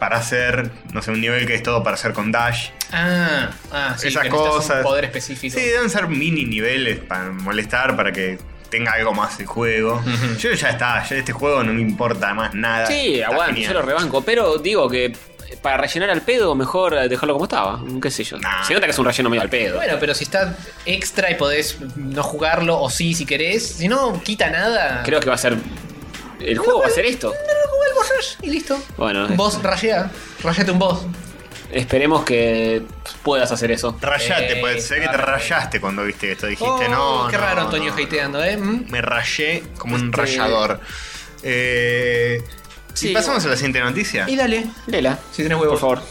Speaker 2: para hacer, no sé, un nivel que es todo para hacer con dash.
Speaker 4: Ah, ah, sí,
Speaker 2: Esas
Speaker 4: que necesitas
Speaker 2: cosas.
Speaker 4: Un poder específico.
Speaker 2: Sí, deben ser mini niveles para molestar, para que tenga algo más el juego. Yo ya está, ya este juego no me importa más nada.
Speaker 3: Sí,
Speaker 2: Está
Speaker 3: aguante, yo
Speaker 2: genial.
Speaker 3: lo rebanco. Pero digo que para rellenar al pedo, mejor dejarlo como estaba. Qué sé yo.
Speaker 2: Nah.
Speaker 3: Se nota que es un relleno medio al pedo.
Speaker 4: Bueno, pero si está extra y podés no jugarlo, o sí, si querés. Si no, quita nada.
Speaker 3: Creo que va a ser. El juego va a ser esto.
Speaker 4: Juega el boss rush y listo.
Speaker 3: Bueno, eh,
Speaker 4: Vos rayea. Rayate un boss.
Speaker 3: esperemos que puedas hacer eso.
Speaker 2: Rayate,
Speaker 4: Eh,
Speaker 2: puede ser pues, que te
Speaker 4: claro.
Speaker 2: rayaste cuando viste esto. Dijiste,
Speaker 4: Oh,
Speaker 2: no.
Speaker 4: Qué
Speaker 2: no,
Speaker 4: raro, Antonio
Speaker 2: no, no".
Speaker 4: hateando, ¿eh? Mm.
Speaker 2: Me rayé como un
Speaker 3: Este-
Speaker 2: rayador. Eh,
Speaker 3: Sí,
Speaker 2: y pasamos a la siguiente noticia.
Speaker 4: Y dale,
Speaker 3: Lela,
Speaker 4: si tenés huevo.
Speaker 3: por favor.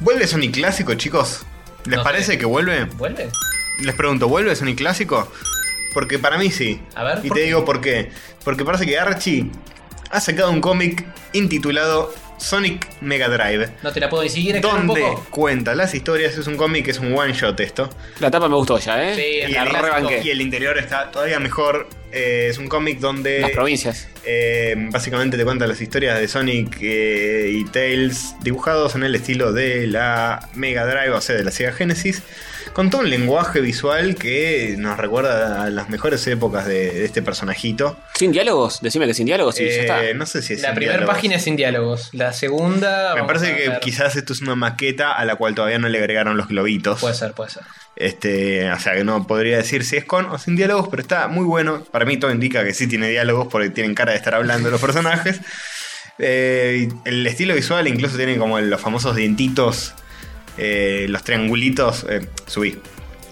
Speaker 2: ¿Vuelve Sonic Clásico, chicos? ¿Les
Speaker 4: No sé.
Speaker 2: parece que vuelve?
Speaker 4: ¿Vuelve?
Speaker 2: Les pregunto, ¿vuelve Sonic Clásico? Porque para mí sí.
Speaker 4: A ver,
Speaker 2: Y
Speaker 4: ¿por
Speaker 2: te
Speaker 4: qué?
Speaker 2: digo por qué. Porque parece que Archie ha sacado un cómic intitulado Sonic Mega Drive.
Speaker 4: No te la puedo ni seguir, explica un
Speaker 2: Donde
Speaker 4: poco.
Speaker 2: cuenta las historias, es un cómic, es un one shot esto.
Speaker 3: La tapa me gustó ya, ¿eh?
Speaker 4: Sí,
Speaker 2: Y
Speaker 3: la
Speaker 2: el,
Speaker 3: rebanqué.
Speaker 2: y el interior está todavía mejor. Eh, es un cómic donde
Speaker 3: Las provincias.
Speaker 2: eh, básicamente te cuenta las historias de Sonic eh, y Tails dibujados en el estilo de la Mega Drive, o sea, de la Sega Genesis, con todo un lenguaje visual que nos recuerda a las mejores épocas de, de este personajito.
Speaker 3: ¿Sin diálogos? Decime que sin diálogos y ya
Speaker 2: Eh,
Speaker 3: está.
Speaker 2: no sé si es
Speaker 4: La
Speaker 2: sin
Speaker 4: primera
Speaker 2: diálogos.
Speaker 4: página es sin diálogos. La segunda.
Speaker 2: Me
Speaker 4: vamos
Speaker 2: parece
Speaker 4: a
Speaker 2: que
Speaker 4: ver.
Speaker 2: quizás esto es una maqueta a la cual todavía no le agregaron los globitos.
Speaker 4: Puede ser, puede ser.
Speaker 2: Este, o sea que no podría decir si es con o sin diálogos, pero está muy bueno. Para mí todo indica que sí tiene diálogos porque tienen cara de estar hablando los personajes. Eh, y el estilo visual incluso tiene como los famosos dientitos, eh, los triangulitos. eh, subí.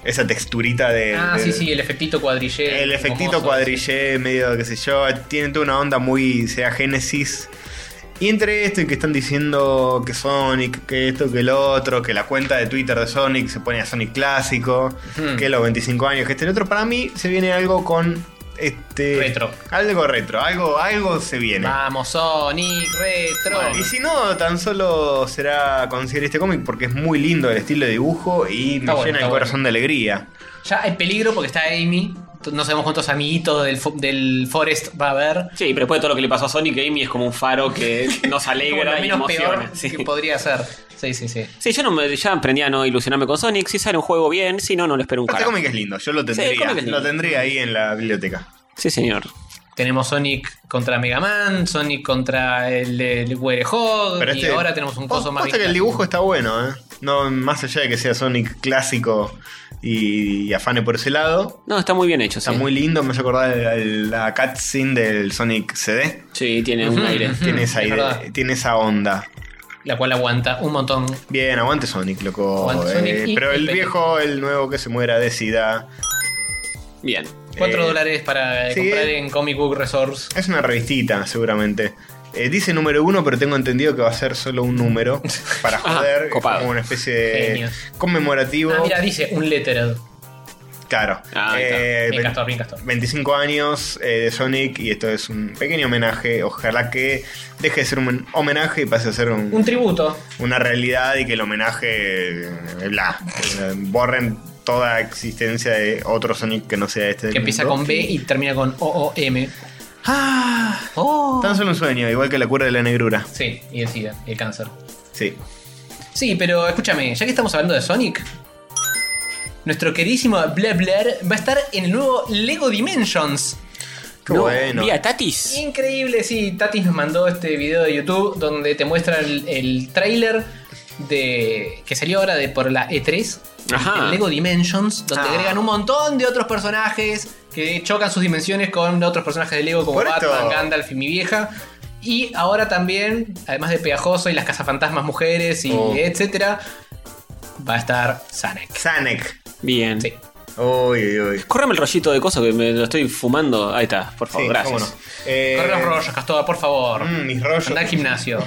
Speaker 2: Esa texturita de.
Speaker 4: ah,
Speaker 2: de-
Speaker 4: sí, sí, el efectito cuadrillero.
Speaker 2: El efectito
Speaker 4: gomoso.
Speaker 2: cuadrillé, medio qué sé yo. Tiene toda una onda muy sea Génesis. Y entre esto y que están diciendo que Sonic, que esto, que el otro, que la cuenta de Twitter de Sonic se pone a Sonic clásico,
Speaker 4: Ujú.
Speaker 2: que los 25 años, que este el otro, para mí se viene algo con este.
Speaker 4: Retro. Ah,
Speaker 2: Algo retro, algo, algo se viene.
Speaker 4: Vamos, Sonic Retro.
Speaker 2: Y si no, tan solo será conseguir este cómic porque es muy lindo el estilo de dibujo y me
Speaker 4: Está bueno,
Speaker 2: llena
Speaker 4: está
Speaker 2: el corazón
Speaker 4: bueno.
Speaker 2: de alegría.
Speaker 4: Ya hay peligro porque está Amy. No sabemos cuántos amiguitos del, fo- del Forest va a haber.
Speaker 3: Sí, pero después de todo lo que le pasó a Sonic, Amy es como un faro que nos
Speaker 4: Como lo
Speaker 3: alegra y
Speaker 4: menos
Speaker 3: emociona.
Speaker 4: peor
Speaker 3: Sí.
Speaker 4: que podría ser. Sí, sí, sí.
Speaker 3: Sí, yo no me, ya aprendí a no ilusionarme con Sonic. Si sale un juego bien, si no, no lo espero un
Speaker 2: Este
Speaker 3: carajo.
Speaker 2: cómic es lindo, yo lo
Speaker 3: el
Speaker 2: tendría,
Speaker 3: cómic es lindo.
Speaker 2: lo tendría ahí en la biblioteca.
Speaker 3: Sí, señor.
Speaker 4: Tenemos Sonic contra Mega Man, Sonic contra el, el Werehog,
Speaker 2: Pero
Speaker 4: y
Speaker 2: este-
Speaker 4: ahora tenemos un coso
Speaker 2: Posta
Speaker 4: más.
Speaker 2: que el dibujo está bueno, ¿eh? No, más allá de que sea Sonic clásico y, y afane por ese lado.
Speaker 3: No, está muy bien hecho,
Speaker 2: Está
Speaker 3: sí.
Speaker 2: muy lindo, me hace acordar el- el- la cutscene del Sonic CD.
Speaker 3: Sí, tiene un aire.
Speaker 2: Tiene, esa
Speaker 4: es
Speaker 2: idea-
Speaker 4: verdad.
Speaker 2: tiene esa onda.
Speaker 4: la cual aguanta un montón.
Speaker 2: Bien, aguante Sonic, loco.
Speaker 4: Aguante Sonic
Speaker 2: Eh,
Speaker 4: y-
Speaker 2: pero
Speaker 4: y
Speaker 2: el
Speaker 4: Penny.
Speaker 2: viejo, el nuevo que se muera de SIDA.
Speaker 3: Bien.
Speaker 4: 4
Speaker 2: Eh,
Speaker 4: dólares para eh,
Speaker 2: sí.
Speaker 4: comprar en Comic Book Resource.
Speaker 2: Es una revistita, seguramente. Eh, dice número uno, pero tengo entendido que va a ser solo un número para
Speaker 3: Ah,
Speaker 2: joder. es
Speaker 3: copado.
Speaker 2: como una especie de
Speaker 4: Genios.
Speaker 2: conmemorativo.
Speaker 4: Ah, mira, dice un lettered.
Speaker 2: Claro.
Speaker 3: Ah, ahí está.
Speaker 2: Eh,
Speaker 4: Bien, Castor, bien, Castor.
Speaker 2: 25 años eh, de Sonic y esto es un pequeño homenaje. Ojalá que deje de ser un homenaje y pase a ser un-
Speaker 4: Un tributo.
Speaker 2: una realidad y que el homenaje. eh, Bla. eh, borren toda existencia de otro Sonic que no sea este. del
Speaker 4: Que empieza
Speaker 2: mundo.
Speaker 4: con B y termina con OOM.
Speaker 2: Ah,
Speaker 4: Oh.
Speaker 2: tan solo un sueño, igual que la cura de la negrura.
Speaker 4: Sí, y el SIDA, y el cáncer.
Speaker 2: Sí.
Speaker 4: Sí, pero escúchame, ya que estamos hablando de Sonic, nuestro queridísimo Blabler va a estar en el nuevo Lego Dimensions.
Speaker 2: Qué
Speaker 3: No,
Speaker 2: bueno.
Speaker 3: Mira, Tatis.
Speaker 4: Increíble, sí, Tatis nos mandó este video de YouTube donde te muestra el, el tráiler de que salió ahora de por la E3,
Speaker 3: Ajá.
Speaker 4: el Lego Dimensions, donde
Speaker 2: Ah.
Speaker 4: agregan un montón de otros personajes que chocan sus dimensiones con otros personajes de Lego como
Speaker 2: Por esto.
Speaker 4: Batman, Gandalf y mi vieja. Y ahora también, además de Pegajoso y las cazafantasmas mujeres y
Speaker 2: Oh.
Speaker 4: etcétera, va a estar Sonic.
Speaker 2: Sonic.
Speaker 3: Bien.
Speaker 4: Sí.
Speaker 2: Uy, uy, uy.
Speaker 3: Córreme el rollito de cosas que me lo estoy fumando. Ahí está, por favor,
Speaker 2: Sí,
Speaker 3: Oh, gracias.
Speaker 2: cómo no. Eh,
Speaker 4: Corre los rollos, Castoda, por favor.
Speaker 2: mm, mis rollos.
Speaker 4: Anda al gimnasio.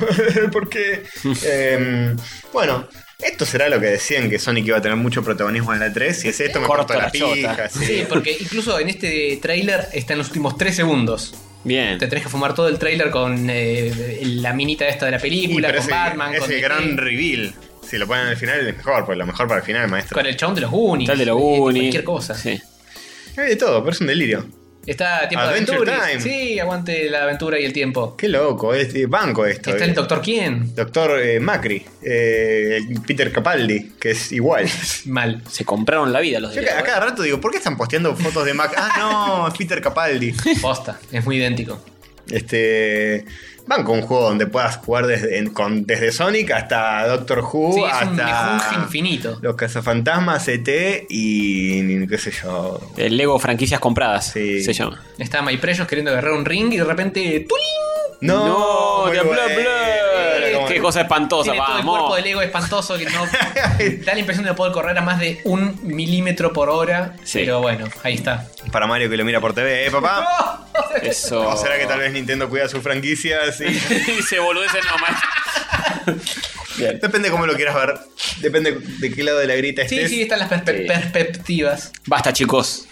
Speaker 2: Porque, eh, bueno, esto será lo que decían que Sonic iba a tener mucho protagonismo en la 3. Y es esto, me
Speaker 3: Corto
Speaker 2: corto la,
Speaker 3: la chota.
Speaker 2: pija. sí.
Speaker 4: Sí, porque incluso en este tráiler está en los últimos 3 segundos.
Speaker 3: Bien.
Speaker 4: Te tenés que fumar todo el tráiler con eh, la minita esta de la
Speaker 2: Y
Speaker 4: película,
Speaker 2: pero
Speaker 4: con
Speaker 2: ese-
Speaker 4: Batman, con,
Speaker 2: ese
Speaker 4: DT,
Speaker 2: gran reveal. Si lo ponen al final es mejor, pues lo mejor para el final, maestro.
Speaker 4: con el chabón de los Goonies.
Speaker 3: Tal de lo
Speaker 4: eh,
Speaker 3: uni.
Speaker 4: Cualquier cosa.
Speaker 3: Sí.
Speaker 2: Hay de todo, pero es un delirio.
Speaker 4: Está Tiempo
Speaker 2: Adventure
Speaker 4: de
Speaker 2: Time.
Speaker 4: Aventura. Sí, aguante la aventura y el tiempo.
Speaker 2: Qué loco, es eh, banco esto.
Speaker 4: está
Speaker 2: eh.
Speaker 4: el Doctor Quién.
Speaker 2: Doctor eh, Macri, eh, el Peter Capaldi, que es igual.
Speaker 4: Mal.
Speaker 3: Se compraron la vida los
Speaker 2: Yo
Speaker 3: de
Speaker 2: ca- a
Speaker 3: Lego, ¿eh?
Speaker 2: cada rato digo, ¿por qué están posteando fotos de Mac? Ah, no, es Peter Capaldi.
Speaker 4: Posta. Es muy idéntico.
Speaker 2: Este. Van con un juego donde puedas jugar desde, en- con- desde Sonic hasta Doctor Who,
Speaker 4: Sí, es un mejunje
Speaker 2: Uh, hasta.
Speaker 4: infinito.
Speaker 2: Los cazafantasmas, ET y. ni- qué sé yo.
Speaker 3: El Lego franquicias compradas
Speaker 2: Sí.
Speaker 3: se llama.
Speaker 4: Está My Precious queriendo agarrar un ring y de repente ¡tulín!
Speaker 2: No, eh,
Speaker 3: de
Speaker 2: muy
Speaker 3: bla,
Speaker 2: bueno.
Speaker 3: bla.
Speaker 2: ¿Cómo
Speaker 3: Qué
Speaker 2: no?
Speaker 3: cosa espantosa,
Speaker 4: tiene todo el cuerpo
Speaker 3: vamos.
Speaker 4: de Lego espantoso que no da la impresión de poder correr a más de un milímetro por hora.
Speaker 3: Sí.
Speaker 4: Pero bueno, ahí está.
Speaker 2: Para Mario que lo mira por TV, ¿eh, papá?
Speaker 3: Eso.
Speaker 2: ¿O será que tal vez Nintendo cuida sus franquicias? Y...
Speaker 3: Y se boludecen nomás. Bien.
Speaker 2: Depende cómo lo quieras ver. Depende de qué lado de la grita
Speaker 4: Sí,
Speaker 2: estés.
Speaker 4: sí, están las perspe-
Speaker 3: Este Sí.
Speaker 4: perspectivas.
Speaker 3: Basta, chicos.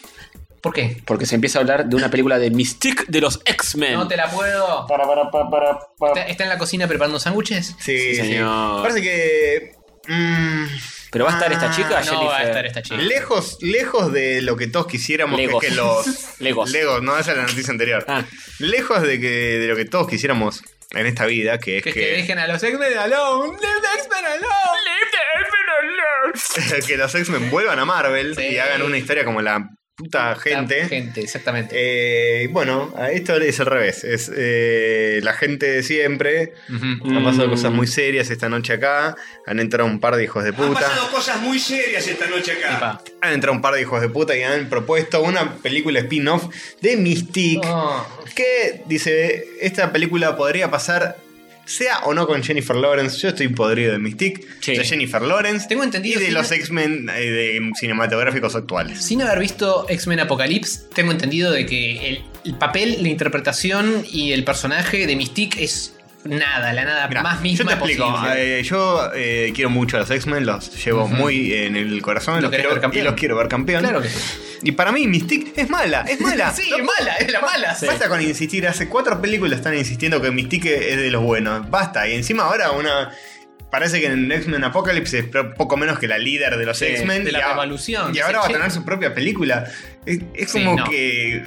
Speaker 4: ¿Por qué?
Speaker 3: Porque se empieza a hablar de una película de Mystique de los X-Men.
Speaker 4: No te la puedo.
Speaker 3: Para, para, para, para, para.
Speaker 4: ¿Está, está en la cocina preparando sándwiches?
Speaker 2: Sí,
Speaker 3: Sí,
Speaker 2: sí.
Speaker 3: señor.
Speaker 2: Parece que. mm,
Speaker 3: Pero va a estar esta
Speaker 2: Ah,
Speaker 3: chica,
Speaker 4: No va a
Speaker 3: Jennifer.
Speaker 4: estar esta chica.
Speaker 2: lejos, lejos de lo que todos quisiéramos que es
Speaker 3: Legos.
Speaker 2: que los.
Speaker 3: Legos.
Speaker 2: Legos, no, esa es la noticia anterior.
Speaker 3: Ah.
Speaker 2: Lejos de que de lo que todos quisiéramos en esta vida, que es
Speaker 4: Que
Speaker 2: que,
Speaker 4: es que dejen a los X-Men alone. Leave the X-Men alone.
Speaker 2: que los X-Men vuelvan a Marvel
Speaker 4: Sí.
Speaker 2: y hagan una historia como la puta gente.
Speaker 4: La gente, exactamente.
Speaker 2: Eh, bueno, a esto es al revés. Es eh, la gente de siempre.
Speaker 4: Ujú.
Speaker 2: Han pasado
Speaker 3: Mm.
Speaker 2: cosas muy serias esta noche acá. Han entrado un par de hijos de
Speaker 5: Han
Speaker 2: puta.
Speaker 5: pasado cosas muy serias esta noche acá.
Speaker 4: Epa.
Speaker 2: Han entrado un par de hijos de puta y han propuesto una película spin-off de
Speaker 3: ah.
Speaker 2: Mystique.
Speaker 4: Oh,
Speaker 2: Que dice: Esta película podría pasar, sea o no con Jennifer Lawrence. Yo estoy podrido de Mystique,
Speaker 3: Sí.
Speaker 2: de Jennifer Lawrence.
Speaker 4: Tengo entendido
Speaker 2: Y de
Speaker 4: que-
Speaker 2: los X-Men eh, de cinematográficos actuales.
Speaker 4: Sin haber visto X-Men Apocalypse, tengo entendido de que el, el papel, la interpretación y el personaje de Mystique es nada, la nada
Speaker 2: Mirá,
Speaker 4: más misma
Speaker 2: yo te explico.
Speaker 4: posible.
Speaker 2: eh, yo eh, quiero mucho a los X-Men, los llevo muy en el corazón
Speaker 4: Lo
Speaker 2: los
Speaker 4: querés
Speaker 2: quiero-
Speaker 4: ver campeón.
Speaker 2: y los quiero ver campeón.
Speaker 4: Claro que sí.
Speaker 2: Y para mí, Mystique es mala, es mala.
Speaker 4: Sí,
Speaker 2: No
Speaker 4: es mala, es la mala.
Speaker 3: Sí.
Speaker 2: Basta con insistir, hace cuatro películas están insistiendo que Mystique es de los buenos. Basta, y encima ahora una. Parece que en X-Men Apocalypse es pro- poco menos que la líder de los
Speaker 4: Sí,
Speaker 2: X-Men.
Speaker 4: de la
Speaker 2: y a-
Speaker 4: revolución.
Speaker 2: Y ahora va a
Speaker 4: Sí.
Speaker 2: tener su propia película. Es, es
Speaker 4: Sí,
Speaker 2: como
Speaker 4: no.
Speaker 2: que.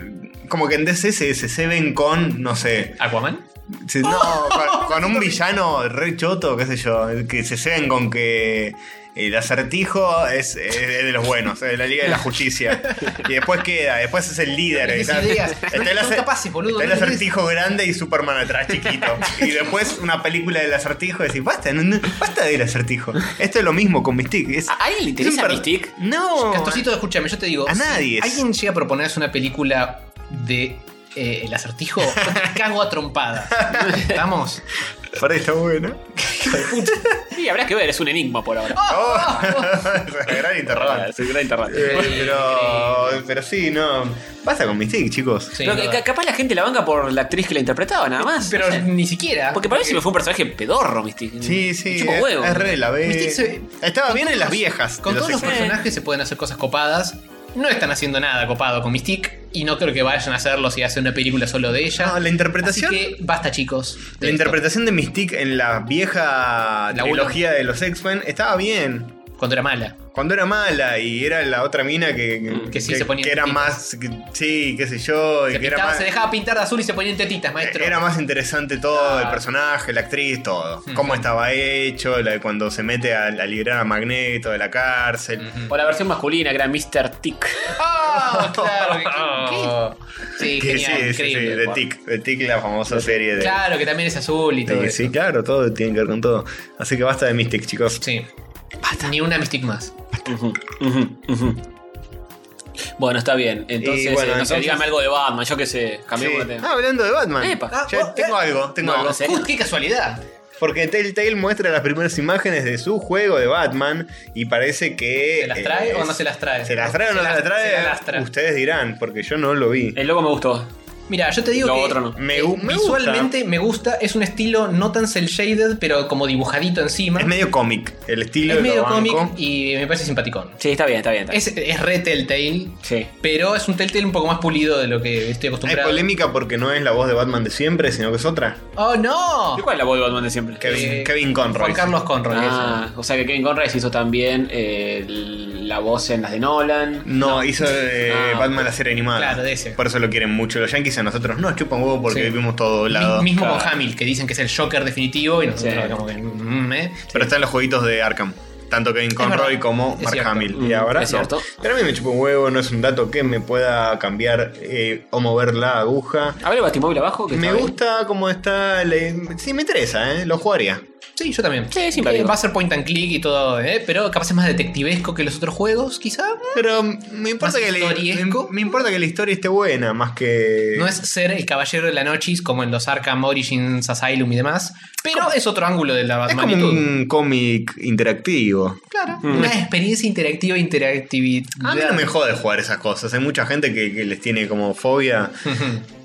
Speaker 2: Como que en DC se, se ven con, no sé.
Speaker 4: Aquaman.
Speaker 2: se- no, con, con un villano re choto, qué sé yo. Que se ceben con que. El acertijo es, es de los buenos, es de la Liga de la Justicia. Y después queda, después es el líder.
Speaker 4: No tenés
Speaker 2: está-
Speaker 4: ideas,
Speaker 2: está
Speaker 4: no
Speaker 2: el
Speaker 4: son
Speaker 2: ace-
Speaker 4: capaces, boludo,
Speaker 2: está
Speaker 4: no
Speaker 2: el
Speaker 4: tenés-
Speaker 2: acertijo grande y Superman atrás chiquito. Y después una película del acertijo y decís, basta, no- no, basta del acertijo. Esto es lo mismo con Mystique. Es,
Speaker 3: ¿A alguien le Ah, interesa
Speaker 2: es un per-
Speaker 3: Mystique?
Speaker 2: No. eh,
Speaker 4: Castorcito, escúchame, yo te digo.
Speaker 2: A
Speaker 4: si
Speaker 2: nadie.
Speaker 4: Alguien llega a proponerse una película de eh, El acertijo, yo te cago a trompada. ¿Estamos?
Speaker 2: Por ahí está bueno.
Speaker 3: Hijo de puta. Y habrá que ver, es un enigma por ahora.
Speaker 2: Oh, gran
Speaker 3: Ah,
Speaker 2: interrogante.
Speaker 3: es un gran interrogante.
Speaker 2: Eh, Pero, pero sí, no. Basta con Mystique, chicos.
Speaker 4: Sí,
Speaker 3: Pero
Speaker 4: es
Speaker 3: que-
Speaker 4: verdad.
Speaker 3: ca- capaz la gente la banca por la actriz que la interpretaba, nada más.
Speaker 4: Pero
Speaker 3: No sé.
Speaker 4: ni siquiera.
Speaker 3: Porque para mí se me fue un personaje pedorro, Mystique.
Speaker 2: Sí, sí.
Speaker 3: Chupa
Speaker 2: Es,
Speaker 3: huevo.
Speaker 2: es re de la B.
Speaker 4: Mystique se-
Speaker 2: Estaba
Speaker 4: con
Speaker 2: bien en
Speaker 4: todos
Speaker 2: las
Speaker 4: los-
Speaker 2: viejas.
Speaker 4: Con
Speaker 2: de
Speaker 4: todos los
Speaker 2: X-Men.
Speaker 4: personajes se pueden hacer cosas copadas. No están haciendo nada copado con Mystique. Y no creo que vayan a hacerlo si hacen una película solo de ella.
Speaker 2: No, Ah, la interpretación-
Speaker 4: Así que basta, chicos. de
Speaker 2: La
Speaker 4: esto.
Speaker 2: interpretación de Mystique en la vieja
Speaker 4: La
Speaker 2: trilogía de los X-Men estaba bien.
Speaker 4: Cuando era mala.
Speaker 2: Cuando era mala y era la otra mina que,
Speaker 4: Mm, Que sí se ponía
Speaker 2: que era
Speaker 4: Mystique.
Speaker 2: más. que- sí, qué sé yo. y
Speaker 4: Se,
Speaker 2: que era
Speaker 4: pintaba-
Speaker 2: más,
Speaker 4: se dejaba pintar de azul y se ponían tetitas, maestro.
Speaker 2: Era más interesante todo, el personaje, la actriz, todo. Cómo estaba hecho, la de cuando se mete a, a liberar a Magneto de la cárcel.
Speaker 3: O la versión masculina, que era Mr. Tick.
Speaker 4: ¡Ah! claro. que- ¿qué? Sí,
Speaker 2: Que
Speaker 4: genial,
Speaker 2: sí, sí, sí,
Speaker 4: increíble.
Speaker 2: de Tick, de Tick, la famosa serie de.
Speaker 4: Claro, que también es azul y
Speaker 2: de-
Speaker 4: todo. eso.
Speaker 2: sí, claro, todo tiene que ver con todo. Así que basta de Mystic, chicos.
Speaker 4: Sí. Ni una Mystique más.
Speaker 3: Ujú, ujú, ujú. Bueno, está bien. Entonces,
Speaker 2: Y bueno,
Speaker 3: eh, no sé,
Speaker 2: entonces-
Speaker 3: dígame algo de Batman, yo qué sé. Cambié
Speaker 2: Sí. Ah, hablando de Batman. eh,
Speaker 3: Epa.
Speaker 2: Ya
Speaker 4: Ah, oh,
Speaker 2: tengo algo, tengo
Speaker 3: No,
Speaker 2: algo.
Speaker 3: no sé. ¿Serio?
Speaker 4: Uy, ¡Qué casualidad!
Speaker 2: Porque Telltale muestra las primeras imágenes de su juego de Batman y parece que.
Speaker 4: ¿Se las trae
Speaker 2: eh,
Speaker 4: o no se las trae?
Speaker 2: ¿Se las trae o no se las trae?
Speaker 4: Se las lastra.
Speaker 2: Ustedes dirán, porque yo no lo vi.
Speaker 3: El logo me gustó.
Speaker 4: Mira, yo te digo
Speaker 3: Lo
Speaker 4: que
Speaker 3: otro no.
Speaker 2: Me
Speaker 4: eh,
Speaker 2: gu- me
Speaker 4: visualmente me gusta, es un estilo no tan cel shaded, pero como dibujadito encima.
Speaker 2: Es medio cómic. El estilo
Speaker 4: Es
Speaker 2: lo
Speaker 4: medio
Speaker 2: banco.
Speaker 4: cómic y me parece simpaticón.
Speaker 3: Sí, está bien, está bien. está bien.
Speaker 4: Es, es re Telltale,
Speaker 3: Sí.
Speaker 4: pero es un Telltale un poco más pulido de lo que
Speaker 2: Hay
Speaker 4: estoy acostumbrado.
Speaker 2: polémica porque no es la voz de Batman de siempre, sino que es otra.
Speaker 4: ¡Oh, no!
Speaker 3: ¿Y cuál es la voz de Batman de siempre?
Speaker 2: Kevin,
Speaker 4: Eh,
Speaker 2: Kevin Conroy.
Speaker 4: Juan Carlos Conroy.
Speaker 3: Ah, o sea que Kevin Conrad hizo también eh, la voz en las de Nolan.
Speaker 2: No, hizo eh,
Speaker 3: Ah,
Speaker 2: Batman la serie animada.
Speaker 4: Claro, de ese.
Speaker 2: Por eso lo quieren mucho. Los Yankees a nosotros nos chupan huevo porque
Speaker 4: Sí.
Speaker 2: vimos todo
Speaker 4: Mi-
Speaker 2: doblado.
Speaker 4: mismo con
Speaker 3: Claro.
Speaker 4: Hamill, que dicen que es el Joker definitivo y nosotros
Speaker 3: Sí.
Speaker 4: como que... mm, eh.
Speaker 2: Pero están los jueguitos de Arkham. Tanto Kevin Conroy
Speaker 4: verdad.
Speaker 2: como
Speaker 4: Es
Speaker 2: Mark
Speaker 4: cierto.
Speaker 2: Hamill.
Speaker 3: Mm,
Speaker 2: y ahora
Speaker 3: es
Speaker 2: no.
Speaker 3: cierto.
Speaker 2: Pero a mí me chupa un huevo, no es un dato que me pueda cambiar eh, o mover la aguja.
Speaker 4: Ah,
Speaker 3: A ver el Batimóvil abajo. Que
Speaker 2: Me
Speaker 3: está bien.
Speaker 2: gusta cómo está. la- Sí, me interesa, ¿eh? Lo jugaría.
Speaker 4: Sí, yo también.
Speaker 3: Sí, simpático.
Speaker 4: Eh, Va a ser point and click y todo, eh, pero capaz es más detectivesco que los otros juegos, quizá.
Speaker 2: Pero me importa,
Speaker 4: Más
Speaker 2: que la, me,
Speaker 4: historiesco.
Speaker 2: me importa que la historia esté buena, más que.
Speaker 4: No es ser el caballero de la noche como en los Arkham Origins, Asylum y demás, pero es otro ángulo de la
Speaker 2: Es como
Speaker 4: Batmanitud.
Speaker 2: un cómic interactivo.
Speaker 4: Claro, una experiencia interactiva, interactividad.
Speaker 2: Mm. A mí no me jode jugar esas cosas. Hay mucha gente que, que les tiene como fobia.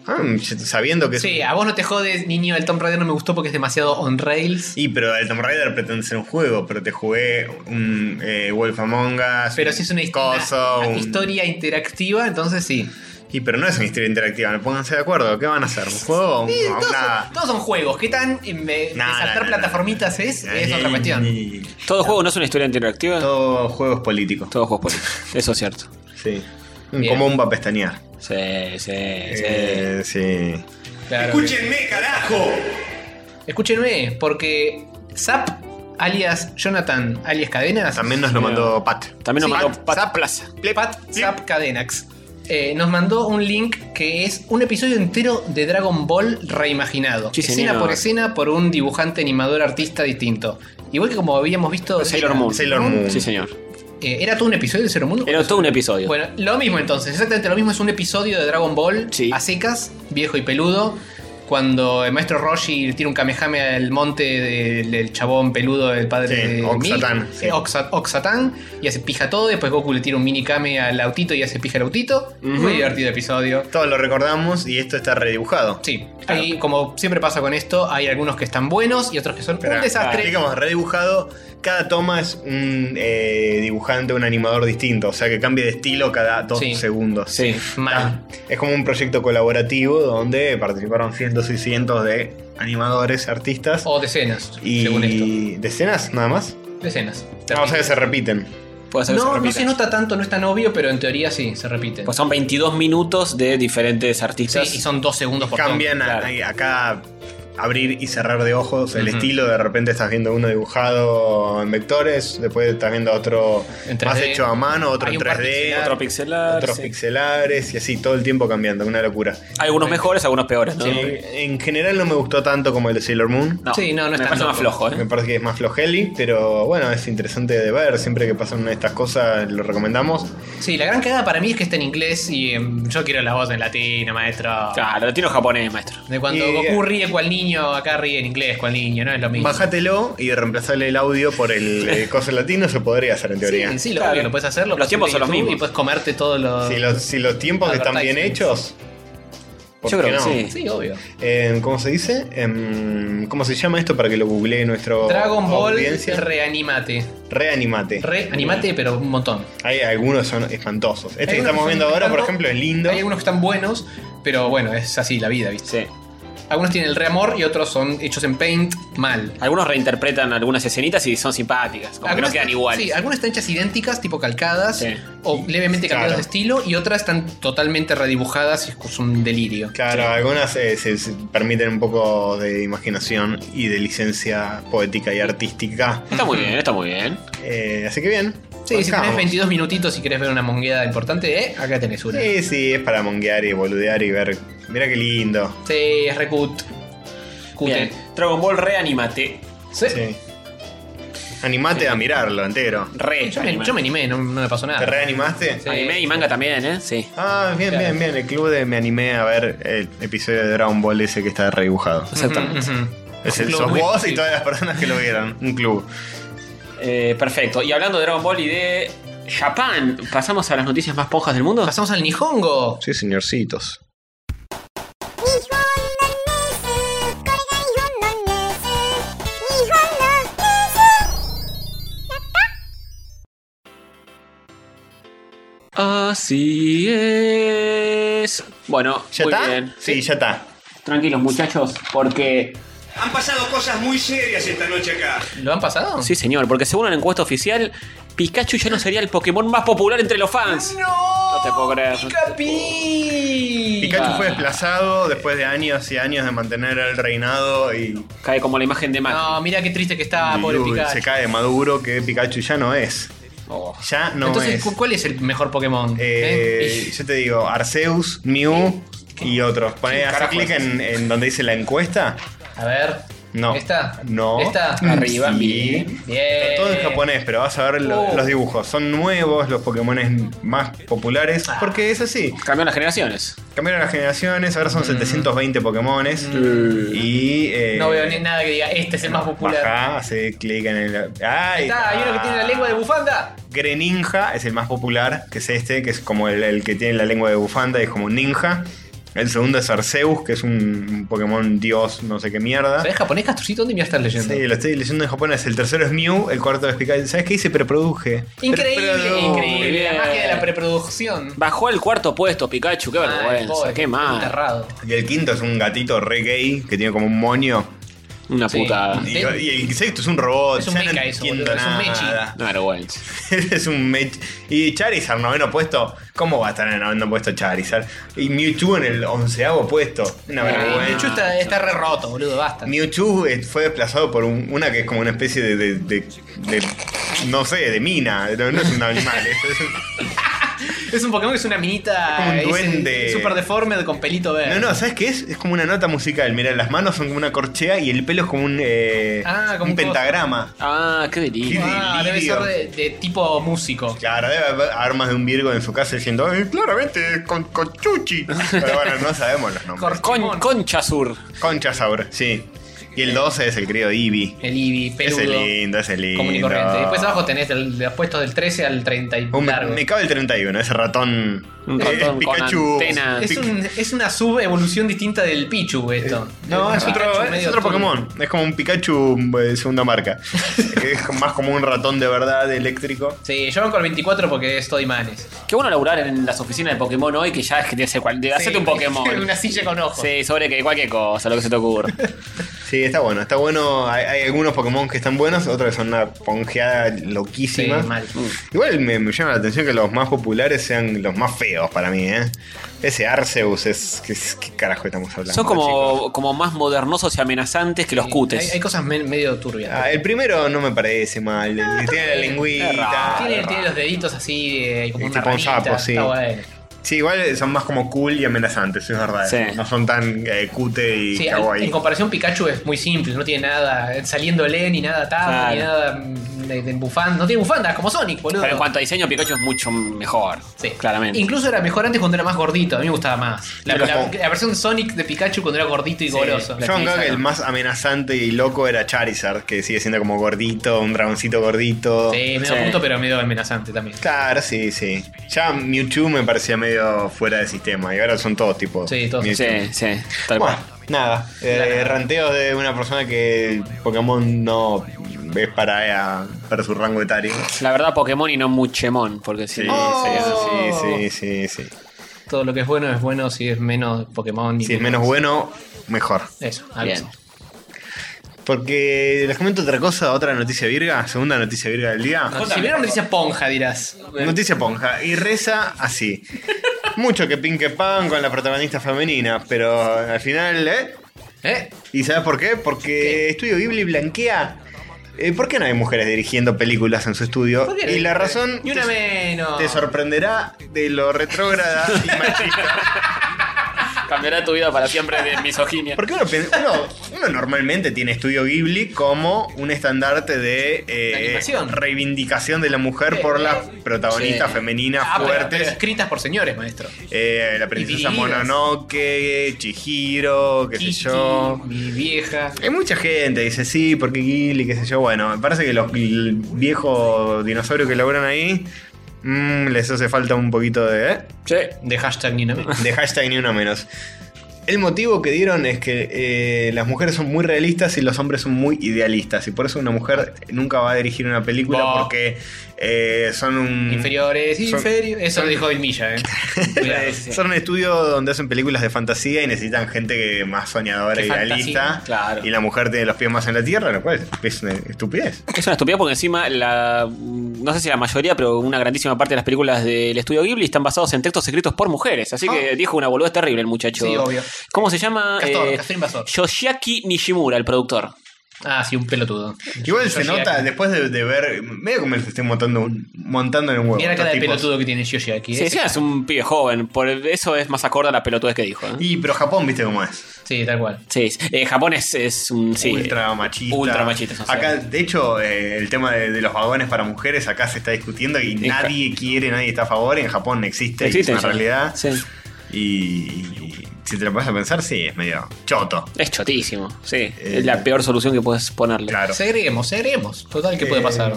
Speaker 2: Ah, sabiendo que
Speaker 4: Sí,
Speaker 2: es.
Speaker 4: a vos no te jodes, niño, el Tomb Raider no me gustó porque es demasiado on rails.
Speaker 2: Y pero el Tomb Raider pretende ser un juego, pero te jugué un eh, Wolf Among Us.
Speaker 4: Pero
Speaker 2: un
Speaker 4: si es una, hist-
Speaker 2: coso,
Speaker 4: una
Speaker 2: un-
Speaker 4: historia interactiva, entonces sí.
Speaker 2: Y pero no es una historia interactiva, no pónganse de acuerdo. ¿Qué van a hacer? ¿Un juego?
Speaker 4: Sí,
Speaker 2: No,
Speaker 4: todos,
Speaker 2: nada.
Speaker 4: son, todos son juegos. ¿Qué tan eh, me-
Speaker 2: No, no,
Speaker 4: saltar
Speaker 2: no,
Speaker 4: plataformitas
Speaker 2: no, no.
Speaker 4: es? es
Speaker 2: Ni-
Speaker 4: otra cuestión.
Speaker 2: ni-
Speaker 3: Todo juego no es una historia interactiva. Todo...
Speaker 2: Todo juego es político.
Speaker 3: Todos juegos políticos. Eso es cierto.
Speaker 2: Sí.
Speaker 4: Bien.
Speaker 2: Como un va a pestañear.
Speaker 3: Sí, sí, sí.
Speaker 2: Eh, sí.
Speaker 4: Claro.
Speaker 5: Escúchenme, carajo.
Speaker 4: Escúchenme, porque Zap, alias Jonathan, alias Cadenas,
Speaker 2: También nos lo mandó Pat.
Speaker 3: También nos
Speaker 4: Sí.
Speaker 3: mandó Pat
Speaker 2: Zap.
Speaker 3: Plaza.
Speaker 4: Pat Zap Cadenax, eh, nos mandó un link que es un episodio entero de Dragon Ball reimaginado.
Speaker 3: Sí,
Speaker 4: escena
Speaker 3: señor.
Speaker 4: por escena por un dibujante, animador, artista distinto. Igual que como habíamos visto...
Speaker 3: Sailor
Speaker 4: era-
Speaker 3: Moon.
Speaker 2: Sailor Moon.
Speaker 3: Sí, señor.
Speaker 4: eh, ¿Era todo un episodio de Sailor Moon?
Speaker 3: Era todo un episodio.
Speaker 4: Bueno, lo mismo entonces, exactamente lo mismo. Es un episodio de Dragon Ball
Speaker 3: Sí.
Speaker 4: a secas, viejo y peludo. Cuando el maestro Roshi tira un kamehame al monte del, del chabón peludo del padre
Speaker 2: Sí,
Speaker 4: de
Speaker 2: Oxatán,
Speaker 4: Milk,
Speaker 2: sí.
Speaker 4: eh, Oxa- Oxatán, y hace pija todo. Después Goku le tira un mini kame al autito y hace pija el autito. Muy divertido episodio.
Speaker 2: Todos lo recordamos y esto está redibujado.
Speaker 4: Sí, hay, como siempre pasa con esto, hay algunos que están buenos y otros que son
Speaker 2: Esperá,
Speaker 4: un desastre.
Speaker 2: Digamos, redibujado. Cada toma es un eh, dibujante, un animador distinto. O sea que cambia de estilo cada dos
Speaker 4: Sí.
Speaker 2: segundos. Ah,
Speaker 3: Sí.
Speaker 4: Mal.
Speaker 2: Es como un proyecto colaborativo donde participaron cientos y cientos de animadores, artistas
Speaker 4: O decenas, según esto.
Speaker 2: y decenas nada más.
Speaker 4: Decenas.
Speaker 2: No, o sea que se repiten.
Speaker 3: Puede ser que se
Speaker 4: no, no
Speaker 3: repita.
Speaker 4: se nota tanto, no es tan obvio, pero en teoría sí, se repite.
Speaker 3: Pues son 22 minutos de diferentes
Speaker 4: Sí,
Speaker 3: artistas.
Speaker 4: y son dos segundos por
Speaker 2: Cambian a-
Speaker 3: claro.
Speaker 2: a, cada abrir y cerrar de ojos el estilo. De repente estás viendo uno dibujado en vectores, después estás viendo otro
Speaker 4: En
Speaker 2: más
Speaker 4: 3D.
Speaker 2: hecho a mano, otro
Speaker 4: Hay
Speaker 2: en
Speaker 4: un par
Speaker 2: 3D,
Speaker 4: pixelar,
Speaker 3: Otro pixelar.
Speaker 2: otros
Speaker 3: sí.
Speaker 2: pixelares y así todo el tiempo cambiando, una locura.
Speaker 3: Algunos mejores, algunos peores. ¿no?
Speaker 2: Eh, en general no me gustó tanto como el de Sailor Moon.
Speaker 3: No,
Speaker 4: Sí, no, no
Speaker 3: me
Speaker 4: es tan
Speaker 3: parece más
Speaker 4: loco.
Speaker 3: flojo,
Speaker 2: Me
Speaker 3: ¿eh?
Speaker 2: parece que es más flojeli, pero bueno, es interesante de ver. Siempre que pasan una de estas cosas, lo recomendamos.
Speaker 4: Sí, la gran cagada para mí es que está en inglés y em, yo quiero las voces en latina, maestro.
Speaker 3: Claro, latino japonés, maestro.
Speaker 4: De cuando
Speaker 2: Y-
Speaker 4: Goku ríe cual niño acá ríe en inglés con el niño, no es lo mismo.
Speaker 2: Bájatelo y reemplazarle el audio por el eh, coso latino, se podría hacer en teoría.
Speaker 4: Sí, sí, lo,
Speaker 3: Claro.
Speaker 4: obvio, lo puedes hacer, lo
Speaker 3: Los tiempos
Speaker 4: subís a
Speaker 3: son los
Speaker 4: YouTube
Speaker 3: mismos.
Speaker 4: Y puedes comerte todos los.
Speaker 2: Si, los, si los tiempos están bien hechos. ¿por
Speaker 3: Yo
Speaker 2: qué
Speaker 3: creo que
Speaker 2: no?
Speaker 3: sí.
Speaker 4: Sí, obvio.
Speaker 2: Eh, ¿Cómo se dice? Em, ¿Cómo se llama esto para que lo googlee nuestro
Speaker 4: Dragon Ball
Speaker 2: audiencia?
Speaker 4: reanimate.
Speaker 2: Reanimate.
Speaker 4: Reanimate, pero un montón.
Speaker 2: Hay algunos que son espantosos. Este
Speaker 4: Hay
Speaker 2: que
Speaker 4: unos
Speaker 2: estamos
Speaker 4: que son
Speaker 2: viendo ahora, por
Speaker 4: espantosos,
Speaker 2: ejemplo, es lindo.
Speaker 4: Hay algunos que están buenos, pero bueno, es así la vida, ¿viste?
Speaker 3: Sí.
Speaker 4: Algunos tienen el reamor y otros son hechos en paint mal.
Speaker 3: Algunos reinterpretan algunas escenitas y son simpáticas, como que no
Speaker 4: Algunas
Speaker 3: quedan
Speaker 4: están-
Speaker 3: iguales.
Speaker 4: Sí, algunas están hechas idénticas, tipo calcadas,
Speaker 3: Sí.
Speaker 4: o levemente cambiadas
Speaker 2: Claro.
Speaker 4: de estilo, y otras están totalmente redibujadas y es cosa un delirio.
Speaker 2: Claro, algunas eh, se, se permiten un poco de imaginación y de licencia poética y artística.
Speaker 3: Está muy bien, está muy bien.
Speaker 2: Eh, así que bien.
Speaker 4: Sí, si tenés
Speaker 2: bancamos.
Speaker 4: 22 minutitos y querés ver una mongueada importante, eh, acá tenés una. Sí,
Speaker 2: Sí, sí, es para monguear y boludear y ver. Mira qué lindo.
Speaker 4: es recut. Cute.
Speaker 3: Bien. Dragon Ball reanimate.
Speaker 4: Sí.
Speaker 2: Sí. Animate a mirarlo entero.
Speaker 3: Re.
Speaker 4: Yo, me, yo me animé, no, no me pasó nada.
Speaker 2: ¿Te reanimaste?
Speaker 4: Ah. Sí.
Speaker 3: Anime y manga también, ¿eh? Sí.
Speaker 2: Ah, bien,
Speaker 4: Claro.
Speaker 2: bien, bien. El club de me animé a ver el episodio de Dragon Ball ese que está redibujado.
Speaker 3: Exactamente.
Speaker 4: Ujú.
Speaker 2: Es el
Speaker 4: club
Speaker 2: sos
Speaker 4: muy
Speaker 2: vos y
Speaker 4: exclusivo.
Speaker 2: todas las personas que lo vieron. Un club.
Speaker 3: Eh, perfecto. Y hablando de Dragon Ball y de Japón, pasamos a las noticias más pojas del mundo.
Speaker 4: Pasamos al Nihongo.
Speaker 2: Sí, señorcitos.
Speaker 7: 日本のニュースこれが日本のニュース日本のニュース
Speaker 3: Así es. Bueno,
Speaker 2: ¿Ya
Speaker 3: muy
Speaker 2: está?
Speaker 3: bien.
Speaker 2: Sí, ya está.
Speaker 3: Tranquilos, muchachos, porque.
Speaker 5: Han pasado cosas muy serias esta noche acá.
Speaker 4: ¿Lo han pasado?
Speaker 3: Sí, señor, porque según una encuesta oficial, Pikachu ya no sería el Pokémon más popular entre los fans.
Speaker 4: No,
Speaker 3: No te puedo creer.
Speaker 4: Picapi.
Speaker 2: Pikachu fue desplazado después de años y años de mantener el reinado y,
Speaker 3: Cae como la imagen de Mac.
Speaker 4: No, mira qué triste que está,
Speaker 2: y,
Speaker 4: Ah, pobre
Speaker 2: uy,
Speaker 4: Pikachu.
Speaker 2: se cae maduro que Pikachu ya no es.
Speaker 3: Oh.
Speaker 2: Ya no
Speaker 4: Entonces,
Speaker 2: es.
Speaker 4: ¿cu- ¿cuál es el mejor Pokémon?
Speaker 2: Eh,
Speaker 4: ¿Eh?
Speaker 2: Yo te digo, Arceus, Mew y otros. Poné hacer
Speaker 3: carajo
Speaker 2: clic
Speaker 3: es
Speaker 2: en, en donde dice la encuesta.
Speaker 4: A ver.
Speaker 2: No.
Speaker 4: ¿Esta?
Speaker 2: No.
Speaker 4: ¿Esta?
Speaker 3: Arriba,
Speaker 2: Sí.
Speaker 3: bien.
Speaker 4: Bien.
Speaker 2: Todo en japonés, pero vas a ver lo-
Speaker 4: Eh. Oh.
Speaker 2: los dibujos. Son nuevos, los Pokémon más populares.
Speaker 4: Ah.
Speaker 2: Porque es así.
Speaker 3: Cambiaron las generaciones.
Speaker 2: Cambiaron las generaciones, ahora
Speaker 4: Mm.
Speaker 2: son 720 Pokémones. Y. eh,
Speaker 4: No veo ni nada que diga, este es el más popular.
Speaker 2: Bajá, hace clic en el. ¡Ay!
Speaker 4: Está, hay uno que tiene la lengua de bufanda.
Speaker 2: Ah. Greninja es el más popular, que es este, que es como el, el que tiene la lengua de bufanda y es como un ninja. El segundo es Arceus, que es un Pokémon dios, no sé qué mierda.
Speaker 4: ¿Sabes japonés, Castorcito? ¿Dónde me estás leyendo?
Speaker 2: Sí, lo estoy leyendo en japonés. El tercero es Mew, el cuarto es Pikachu. ¿Sabes qué hice? Preproduje.
Speaker 4: Increíble,
Speaker 2: Preproduje.
Speaker 4: increíble. La
Speaker 2: eh,
Speaker 3: Bien.
Speaker 4: magia de la preproducción.
Speaker 3: Bajó al cuarto puesto Pikachu, qué
Speaker 4: Ay,
Speaker 3: vergüenza,
Speaker 4: pobre,
Speaker 3: qué mal.
Speaker 4: Enterrado.
Speaker 2: Y el quinto es un gatito re gay que tiene como un moño.
Speaker 3: Una
Speaker 4: Sí.
Speaker 3: putada.
Speaker 2: Y,
Speaker 4: Ah, Sí.
Speaker 2: y el sexto es un robot.
Speaker 4: Es un
Speaker 2: ya no
Speaker 4: mecha eso,
Speaker 2: entiendo
Speaker 4: boludo, es un mechi.
Speaker 2: nada.
Speaker 3: Una vergüenza.
Speaker 2: es un mech. Y Charizard, noveno puesto. ¿Cómo va a estar en el noveno puesto Charizard? Y Mewtwo en el onceavo puesto. Una
Speaker 4: Pero
Speaker 2: vergüenza.
Speaker 4: Pikachu Eh, está, está re roto, boludo, basta.
Speaker 2: Mewtwo eh, fue desplazado por un- una que es como una especie de. de- de- de- no sé, de mina. No, no es un animal. es- es un-
Speaker 4: Es un Pokémon que es una minita.
Speaker 2: Es como un
Speaker 4: es
Speaker 2: duende.
Speaker 4: Súper deforme con pelito
Speaker 2: no,
Speaker 4: verde.
Speaker 2: no, ¿sabes qué es? Es como una nota musical. Mira, las manos son como una corchea y el pelo es como un. eh,
Speaker 4: Ah, como
Speaker 2: un
Speaker 4: un coso.
Speaker 2: pentagrama.
Speaker 3: Ah, qué delirio.
Speaker 4: Ah, debe
Speaker 2: delirio.
Speaker 4: ser de, de tipo músico.
Speaker 2: Claro, debe haber armas de un Virgo en su casa diciendo, "Eh, claramente, con, con Chuchi. Pero bueno, no sabemos los nombres.
Speaker 3: Con,
Speaker 4: Corchimón.
Speaker 3: concha Sur.
Speaker 2: Conchasaur, sí. Y el 12 es el crío Eevee.
Speaker 4: El Eevee,
Speaker 2: Ese es
Speaker 4: peludo.
Speaker 2: lindo, ese es lindo.
Speaker 4: común y corriente. Después abajo tenés el- los puestos del 13 al 30 y
Speaker 2: Oh, me,
Speaker 4: largo.
Speaker 2: me cabe el 31, ese ratón.
Speaker 3: Un
Speaker 2: Eh,
Speaker 3: ratón con
Speaker 2: Pikachu.
Speaker 3: antena.
Speaker 4: Es,
Speaker 2: Pic-
Speaker 4: un- es una subevolución distinta del Pichu esto.
Speaker 2: No, es
Speaker 4: Un
Speaker 2: otro,
Speaker 4: Pikachu
Speaker 2: es
Speaker 4: medio
Speaker 2: otro
Speaker 4: turbo.
Speaker 2: Pokémon. Es como un Pikachu eh, segunda marca. es más como un ratón de verdad eléctrico.
Speaker 4: Sí, yo banco el 24 porque es todo imanes.
Speaker 3: Qué bueno laburar en las oficinas de Pokémon hoy, que ya es que te hace cual... de hacerte un Pokémon.
Speaker 4: una silla con ojos.
Speaker 3: Sí, sobre que cualquier cosa, lo que se te ocurra.
Speaker 2: Sí, está bueno. Está bueno. Hay, hay algunos Pokémon que están buenos, otros que son una ponjeada
Speaker 4: Sí,
Speaker 2: loquísima.
Speaker 4: mal.
Speaker 2: Igual me, me llama la atención que los más populares sean los más feos para mí, ¿eh? Ese Arceus es. ¿Qué, es- qué carajo estamos hablando?
Speaker 3: Son
Speaker 2: chicos?
Speaker 3: como, como más modernosos y amenazantes que los cutes.
Speaker 4: Hay, hay cosas me- medio turbias.
Speaker 2: Ah, el primero no me parece mal. El
Speaker 4: Ah,
Speaker 2: que tiene la lengüita.
Speaker 4: tiene, tiene los deditos así, de, como
Speaker 2: Es
Speaker 4: una
Speaker 2: tipo un
Speaker 4: ranita,
Speaker 2: sapo, sí.
Speaker 4: está bueno.
Speaker 2: Sí, igual son más como cool y amenazantes, eso es verdad.
Speaker 3: Sí.
Speaker 2: No son tan eh, cute y
Speaker 4: Sí, al-
Speaker 2: kawaii.
Speaker 4: eh, en comparación Pikachu es muy simple, no tiene nada saliéndole, ni nada atado,
Speaker 3: Claro.
Speaker 4: ni nada mm, de, de bufanda. No tiene bufandas, como Sonic, boludo.
Speaker 3: Pero en cuanto a diseño, Pikachu es mucho mejor.
Speaker 4: Sí.
Speaker 3: Claramente.
Speaker 4: Incluso era mejor antes cuando era más gordito. A mí me gustaba más. La,
Speaker 2: Pero
Speaker 4: la-
Speaker 2: como-
Speaker 4: la versión Sonic de Pikachu cuando era gordito y goloso.
Speaker 2: Yo creo que Eh, el más amenazante y loco era Charizard, que sigue siendo como gordito, un dragoncito gordito.
Speaker 4: Sí, medio
Speaker 3: Sí.
Speaker 4: puto, pero medio amenazante también.
Speaker 2: Claro, sí, sí. Ya Mewtwo me parecía medio fuera de sistema y ahora son todos tipos.
Speaker 4: Sí, todos.
Speaker 2: Mewtwo.
Speaker 3: Sí, sí. Tal
Speaker 2: Bueno,
Speaker 3: cual.
Speaker 2: nada. Eh, ranteo de una persona que Pokémon no es para, ella, para su rango etario.
Speaker 3: La verdad, Pokémon y no Muchemon, porque si
Speaker 2: Sí,
Speaker 3: no, sería-
Speaker 2: sí, sí, sí, sí, sí.
Speaker 4: Todo lo que es bueno es bueno si es menos Pokémon. y
Speaker 2: Si es menos bueno, mejor.
Speaker 4: Eso,
Speaker 3: Bien.
Speaker 4: aviso.
Speaker 2: Porque les comento otra cosa, otra noticia virga, segunda noticia virga del día.
Speaker 4: No, si vieron noticia ponja, dirás.
Speaker 2: Noticia ponja. Y reza así. Mucho que pin que pan con la protagonista femenina, pero al final, ¿eh?
Speaker 4: ¿Eh?
Speaker 2: ¿Y sabes por qué? Porque Estudio Ghibli blanquea. eh, ¿Por qué no hay mujeres dirigiendo películas en su estudio?
Speaker 4: ¿Por qué?
Speaker 2: Y la razón
Speaker 4: Y una
Speaker 2: te-
Speaker 4: menos.
Speaker 2: te sorprenderá de lo retrógrada y machista.
Speaker 3: Cambiará tu vida para siempre de misoginia.
Speaker 2: Porque uno, pen- uno- uno normalmente tiene Estudio Ghibli como un estandarte de eh,
Speaker 4: La animación.
Speaker 2: reivindicación de la mujer
Speaker 4: Sí.
Speaker 2: por las protagonistas
Speaker 3: Sí.
Speaker 2: femeninas
Speaker 4: Ah, pero-
Speaker 2: fuertes.
Speaker 4: pero escritas por señores, maestro.
Speaker 2: Eh, la princesa
Speaker 4: dirigidas.
Speaker 2: Mononoke, Chihiro, qué sé
Speaker 4: Kiki,
Speaker 2: yo.
Speaker 4: Mi vieja.
Speaker 2: Hay mucha gente que dice sí, porque Ghibli, qué sé yo. Bueno, me parece que los l- viejos dinosaurios que laburan ahí mm, les hace falta un poquito de. ¿eh?
Speaker 3: Sí.
Speaker 4: De hashtag ni nada menos.
Speaker 2: de hashtag ni uno menos. El motivo que dieron es que eh, las mujeres son muy realistas y los hombres son muy idealistas. Y por eso una mujer nunca va a dirigir una película
Speaker 4: Bah.
Speaker 2: porque eh, son un.
Speaker 4: Inferiores,
Speaker 2: Son-
Speaker 4: inferiores. Eso lo dijo Vilmilla, ¿eh? Cuidado.
Speaker 2: Son un estudio donde hacen películas de fantasía y necesitan gente que más soñadora
Speaker 4: Que
Speaker 2: y idealista.
Speaker 4: fantasía,
Speaker 3: claro.
Speaker 2: Y la mujer tiene los pies más en la tierra, lo cual es una estupidez.
Speaker 3: Es una estupidez porque encima la no sé si la mayoría, pero una grandísima parte de las películas del estudio Ghibli están basados en textos escritos por mujeres, así que dijo una boluda terrible el muchacho.
Speaker 4: Ah. Sí, obvio.
Speaker 3: ¿Cómo se llama? Eh,
Speaker 4: Castor, Castor Invasor.
Speaker 3: Yoshiaki Nishimura, el productor.
Speaker 4: Ah, sí, un pelotudo.
Speaker 2: Igual
Speaker 4: Yo
Speaker 2: se
Speaker 4: llegué
Speaker 2: nota,
Speaker 4: acá.
Speaker 2: después de, de ver, medio como se esté montando, un- montando en un huevo.
Speaker 4: Mira la cara de
Speaker 2: estos tipos.
Speaker 4: pelotudo que tiene Yoshi aquí.
Speaker 3: Sí,
Speaker 4: ¿eh?
Speaker 3: encima es un pibe joven, por eso es más acorde a la pelotudez que dijo. ¿eh?
Speaker 2: Y pero Japón, viste cómo es.
Speaker 4: Sí, tal cual.
Speaker 3: Sí, eh, Japón es, es un sí,
Speaker 2: ultra machista.
Speaker 3: ultra machista, eso sí.
Speaker 2: Acá, de hecho, eh, el tema de, de los vagones para mujeres acá se está discutiendo y
Speaker 3: En Ja-
Speaker 2: nadie quiere, nadie está a favor. En Japón existe, y
Speaker 3: Existe
Speaker 2: es
Speaker 3: eso.
Speaker 2: una realidad.
Speaker 3: Sí.
Speaker 2: Y, y si te lo pones a pensar, sí, es medio choto.
Speaker 3: Es chotísimo, sí.
Speaker 2: Eh,
Speaker 3: es la peor solución que puedes ponerle.
Speaker 2: Claro.
Speaker 4: Segreguemos, segreguemos. Total, ¿qué
Speaker 2: Eh,
Speaker 4: puede pasar?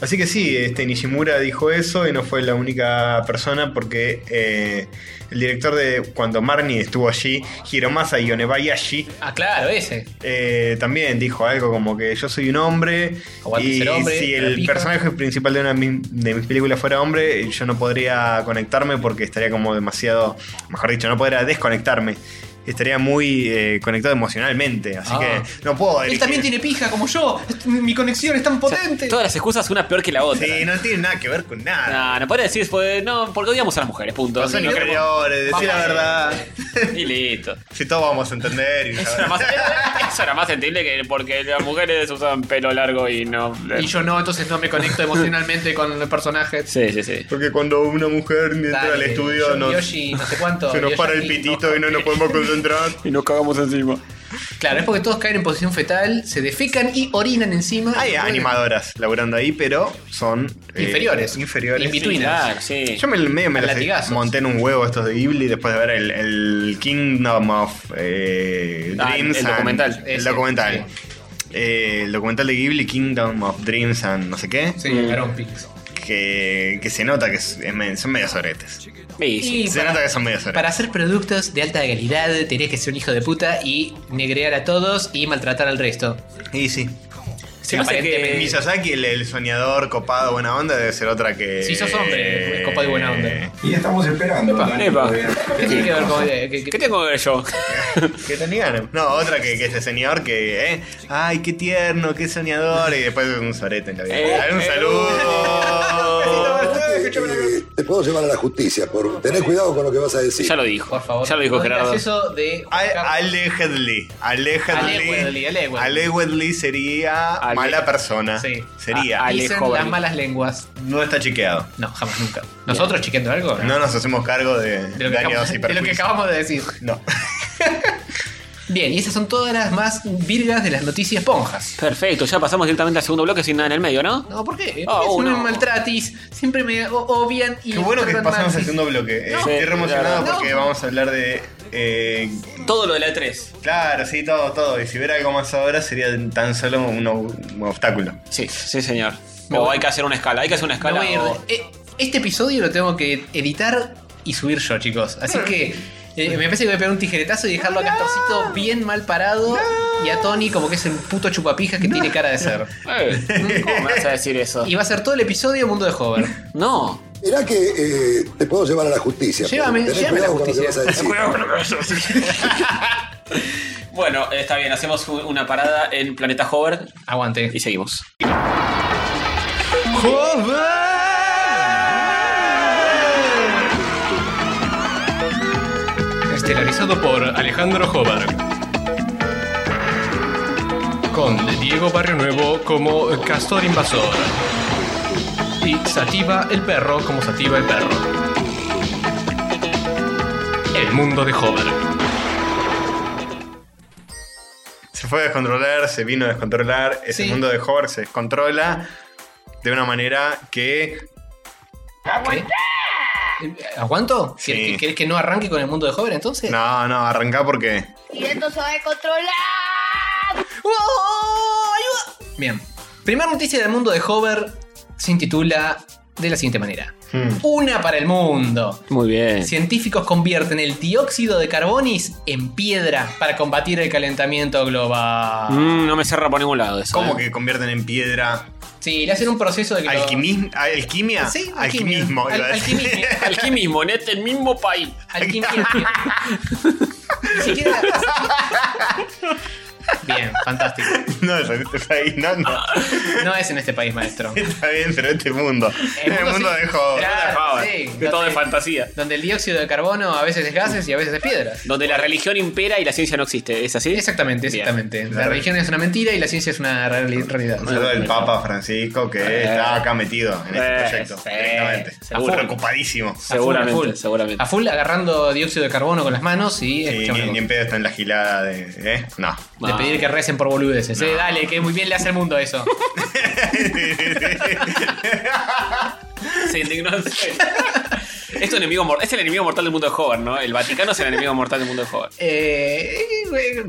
Speaker 2: Así que sí, este Nishimura dijo eso y no fue la única persona porque eh, el director de cuando Marnie estuvo allí, Hiromasa Yonebayashi,
Speaker 4: Ah, claro, ese.
Speaker 2: Eh, también dijo algo como que yo soy un hombre
Speaker 4: Aguante
Speaker 2: y
Speaker 4: ser hombre,
Speaker 2: si
Speaker 4: la
Speaker 2: el
Speaker 4: pija.
Speaker 2: personaje principal de una de mis- de mis películas fuera hombre, yo no podría conectarme porque estaría como demasiado, mejor dicho, no podría desconectarme. Estaría muy eh, conectado emocionalmente, así
Speaker 4: Ah.
Speaker 2: que no puedo
Speaker 4: Él
Speaker 2: dirigir.
Speaker 4: también tiene pija, como yo. Mi conexión es tan
Speaker 3: O sea,
Speaker 4: potente.
Speaker 3: todas las excusas, una peor que la otra.
Speaker 2: Sí, no tiene nada que ver con nada.
Speaker 3: No, no podría decir, pues, no, porque odiamos a las mujeres, punto.
Speaker 2: No son
Speaker 3: Y no queremos-
Speaker 2: inferiores, decí la
Speaker 3: Vamos.
Speaker 2: verdad.
Speaker 3: Y listo.
Speaker 2: si todos vamos a entender. y
Speaker 3: Eso era, más, eso era más sensible que porque las mujeres usan pelo largo y no. eh.
Speaker 4: Y yo no, entonces no me conecto emocionalmente con el personaje.
Speaker 3: Sí, sí, sí.
Speaker 2: Porque cuando una mujer entra
Speaker 4: Dale,
Speaker 2: al estudio
Speaker 4: yo-
Speaker 2: nos,
Speaker 4: Yoshi, no sé cuánto.
Speaker 2: se nos
Speaker 4: Yoshi
Speaker 2: para el
Speaker 4: aquí,
Speaker 2: pitito
Speaker 4: no.
Speaker 2: y no nos podemos concentrar.
Speaker 3: Y nos cagamos encima.
Speaker 4: Claro, es porque todos caen en posición fetal, se defecan y orinan encima.
Speaker 2: Hay animadoras laburando ahí, pero son eh,
Speaker 4: Inferiores.
Speaker 2: inferiores.
Speaker 4: Invi- Between
Speaker 3: Claro, sí.
Speaker 2: Yo me, medio me
Speaker 4: A
Speaker 2: las
Speaker 4: latigazos.
Speaker 2: monté en un huevo estos de Ghibli después de ver el, el Kingdom of eh,
Speaker 3: Ah,
Speaker 2: Dreams.
Speaker 3: el
Speaker 2: and-
Speaker 3: documental.
Speaker 2: el
Speaker 4: Ese,
Speaker 2: documental. Eh, el documental de Ghibli, Kingdom of Dreams and no sé qué.
Speaker 4: Sí,
Speaker 3: Mm.
Speaker 4: Aaron Pix.
Speaker 2: Que, que se nota que es- es men- son medio soretes.
Speaker 3: Y sí.
Speaker 4: Y
Speaker 2: Se
Speaker 4: para-
Speaker 2: nota que son medio soretes.
Speaker 4: Para hacer productos de alta calidad tenías que ser un hijo de puta y negrear a todos y maltratar al resto.
Speaker 2: Y sí.
Speaker 3: Se me hace
Speaker 4: aparentemente.
Speaker 3: que-
Speaker 2: Miyazaki, el, el soñador copado, buena onda, debe ser otra que.
Speaker 4: Si sos hombre,
Speaker 2: Eh,
Speaker 4: es copado y buena onda.
Speaker 8: Y estamos esperando.
Speaker 4: Epa,
Speaker 8: Dani,
Speaker 3: epa.
Speaker 8: todavía.
Speaker 4: ¿Qué tiene que ver con.? eh, que- que-
Speaker 3: ¿Qué tengo que ver yo?
Speaker 2: Que tenían. No, otra que, que este señor que, eh, ay, qué tierno, qué soñador. Y después un sorete en la vida.
Speaker 3: Eh,
Speaker 2: Dale un
Speaker 3: eh,
Speaker 4: uh.
Speaker 2: saludo.
Speaker 8: Te puedo llevar a la justicia por tener cuidado con lo que vas a decir.
Speaker 3: Ya lo dijo.
Speaker 4: Por favor.
Speaker 3: Ya lo dijo
Speaker 4: no digas
Speaker 3: Gerardo.
Speaker 4: eso de.
Speaker 2: Ale- Allegedly.
Speaker 4: Allegedly,
Speaker 2: Allegedly.
Speaker 4: allegedly.
Speaker 2: Allegedly sería
Speaker 3: Ale-
Speaker 2: mala persona.
Speaker 4: Sí. Ah,
Speaker 2: Sería.
Speaker 3: A- Ale-
Speaker 4: Dicen
Speaker 3: joven.
Speaker 4: las malas lenguas.
Speaker 2: no está chequeado.
Speaker 4: No, jamás nunca. ¿Nosotros chequeando algo?
Speaker 2: No nos hacemos cargo de,
Speaker 4: De lo, que
Speaker 2: daños
Speaker 4: acabamos,
Speaker 2: y
Speaker 4: de lo que
Speaker 2: perjuicios.
Speaker 4: acabamos de decir.
Speaker 2: No.
Speaker 4: Bien, y esas son todas las más virgas de las noticias ponjas.
Speaker 3: Perfecto, ya pasamos directamente al segundo bloque sin nada en el medio, ¿no?
Speaker 4: No, ¿por qué?
Speaker 3: Ah,
Speaker 4: Porque siempre
Speaker 3: uno.
Speaker 4: me maltratis, siempre me o- obvian y.
Speaker 2: Qué bueno que
Speaker 4: tratan
Speaker 2: pasamos
Speaker 4: mal.
Speaker 2: al segundo bloque. Eh,
Speaker 3: No.
Speaker 2: Estoy re emocionado
Speaker 4: No.
Speaker 2: porque vamos a hablar de. eh,
Speaker 3: Todo lo de la E E3.
Speaker 2: claro, sí, todo, todo. Y si hubiera algo más ahora sería tan solo uno- un obstáculo.
Speaker 3: Sí, sí, señor.
Speaker 4: Me
Speaker 3: o
Speaker 4: voy.
Speaker 3: hay que hacer una escala, hay que hacer una
Speaker 4: Me
Speaker 3: escala.
Speaker 4: voy a ir
Speaker 3: o-
Speaker 4: de- eh, Este episodio lo tengo que editar y subir yo, chicos. Así que eh, me parece que voy a pegar un tijeretazo y dejarlo a Castorcito bien mal parado y a Tony como que es el puto chupapija que tiene cara de ser.
Speaker 3: Eh, ¿Cómo me vas a decir eso?
Speaker 4: Y va a ser todo el episodio Mundo de Hover.
Speaker 3: No.
Speaker 8: Mirá que eh, te puedo llevar a la justicia. pero
Speaker 4: Llévame,
Speaker 8: tenés
Speaker 4: llévame a la
Speaker 8: cuidado con lo que
Speaker 4: justicia.
Speaker 8: vas a decir.
Speaker 3: Bueno, está bien, hacemos un- una parada en Planeta Hover
Speaker 4: Aguante.
Speaker 3: y seguimos.
Speaker 6: Estelarizado por Alejandro Jobar. Con Diego Barrio Nuevo como Castor Invasor. Y Sativa el Perro como Sativa el Perro. El mundo de Hobar.
Speaker 2: Se fue a descontrolar, se vino a descontrolar. Ese
Speaker 4: Sí.
Speaker 2: mundo de Hover se descontrola de una manera que.
Speaker 4: Eh, ¿Aguanto?
Speaker 2: Sí.
Speaker 4: ¿Querés que- ¿Querés que no arranque con el Mundo de Hover entonces?
Speaker 2: No, no, arrancá porque.
Speaker 7: Y esto se va a descontrolar.
Speaker 4: ¡Oh! ¡Ayuda! Bien. Primera noticia del mundo de Hover se intitula de la siguiente manera.
Speaker 2: Hmm.
Speaker 4: Una para el mundo.
Speaker 3: Muy bien.
Speaker 4: Científicos convierten el dióxido de carbonis en piedra para combatir el calentamiento
Speaker 2: Hmm.
Speaker 4: global.
Speaker 3: Mm, no me cierra por ningún lado eso.
Speaker 2: ¿Cómo
Speaker 3: eh.
Speaker 2: que convierten en piedra?
Speaker 4: Sí, le hacen un proceso de... que lo-
Speaker 2: ¿Alquimismo? ¿Alquimia?
Speaker 4: Sí, alquimia.
Speaker 2: Alquimismo.
Speaker 4: Al-
Speaker 2: iba a decir.
Speaker 4: alquimia.
Speaker 3: Alquimismo, en este mismo país.
Speaker 4: Alquimia. Ni siquiera... Bien, fantástico.
Speaker 2: no, es en este país, no, no.
Speaker 4: No es en este país, maestro.
Speaker 2: Está bien, pero este mundo. El,
Speaker 4: mundo
Speaker 2: mundo
Speaker 4: sí.
Speaker 2: de Hover.
Speaker 4: Claro,
Speaker 3: Hover,
Speaker 4: sí,
Speaker 3: que todo es
Speaker 4: donde-
Speaker 3: fantasía.
Speaker 4: Donde el dióxido de carbono a veces es gases y a veces es piedras.
Speaker 3: Donde la religión impera y la ciencia no existe, ¿es así?
Speaker 4: Exactamente,
Speaker 3: Bien.
Speaker 4: exactamente. La religión es una mentira y la ciencia es una reali- realidad.
Speaker 2: Un saludo del Papa Francisco que está acá metido en este
Speaker 3: Eh,
Speaker 2: proyecto.
Speaker 3: sí,
Speaker 2: directamente.
Speaker 3: seguro.
Speaker 2: Preocupadísimo.
Speaker 4: A full, a full.
Speaker 3: Seguramente, seguramente.
Speaker 4: A full agarrando dióxido de carbono con las manos y
Speaker 2: Sí,
Speaker 4: escuchame
Speaker 2: ni,
Speaker 4: una
Speaker 2: ni
Speaker 4: cosa.
Speaker 2: en pedo está en la gilada de. ¿eh? No.
Speaker 4: de pedir que recen por boludeces. eh. Dale, que muy bien le hace al mundo eso.
Speaker 3: Se indignó. Esto enemigo mor- es el enemigo mortal del mundo de Hover, ¿no? El Vaticano es el enemigo mortal del mundo de Hover.
Speaker 4: Eh, eh,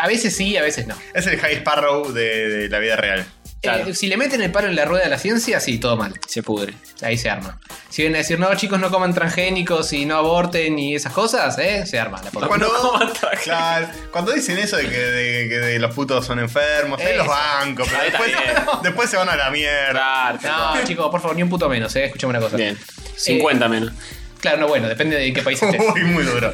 Speaker 4: a veces sí, a veces no.
Speaker 2: Es el High Sparrow de, de la vida real.
Speaker 3: Claro.
Speaker 4: Eh, si le meten el palo en la rueda de la ciencia, sí, todo mal.
Speaker 3: Se pudre.
Speaker 4: Ahí se arma. Si vienen a decir, no, chicos, no coman transgénicos y no aborten y esas cosas, eh, se arma la posta.
Speaker 3: ¿Cómo traje?
Speaker 2: Claro, cuando dicen eso de que, de- que de los putos son enfermos, ahí
Speaker 4: Eso.
Speaker 2: los bancos, pero
Speaker 3: Ahí está
Speaker 2: después,
Speaker 3: bien.
Speaker 2: después se van a la mierda.
Speaker 3: Claro,
Speaker 4: No, chicos, por favor, ni un puto menos, eh. Escuchame una cosa.
Speaker 3: Bien. 50 menos.
Speaker 4: Claro, no, bueno, depende de qué país estés.
Speaker 2: Uy, muy duro.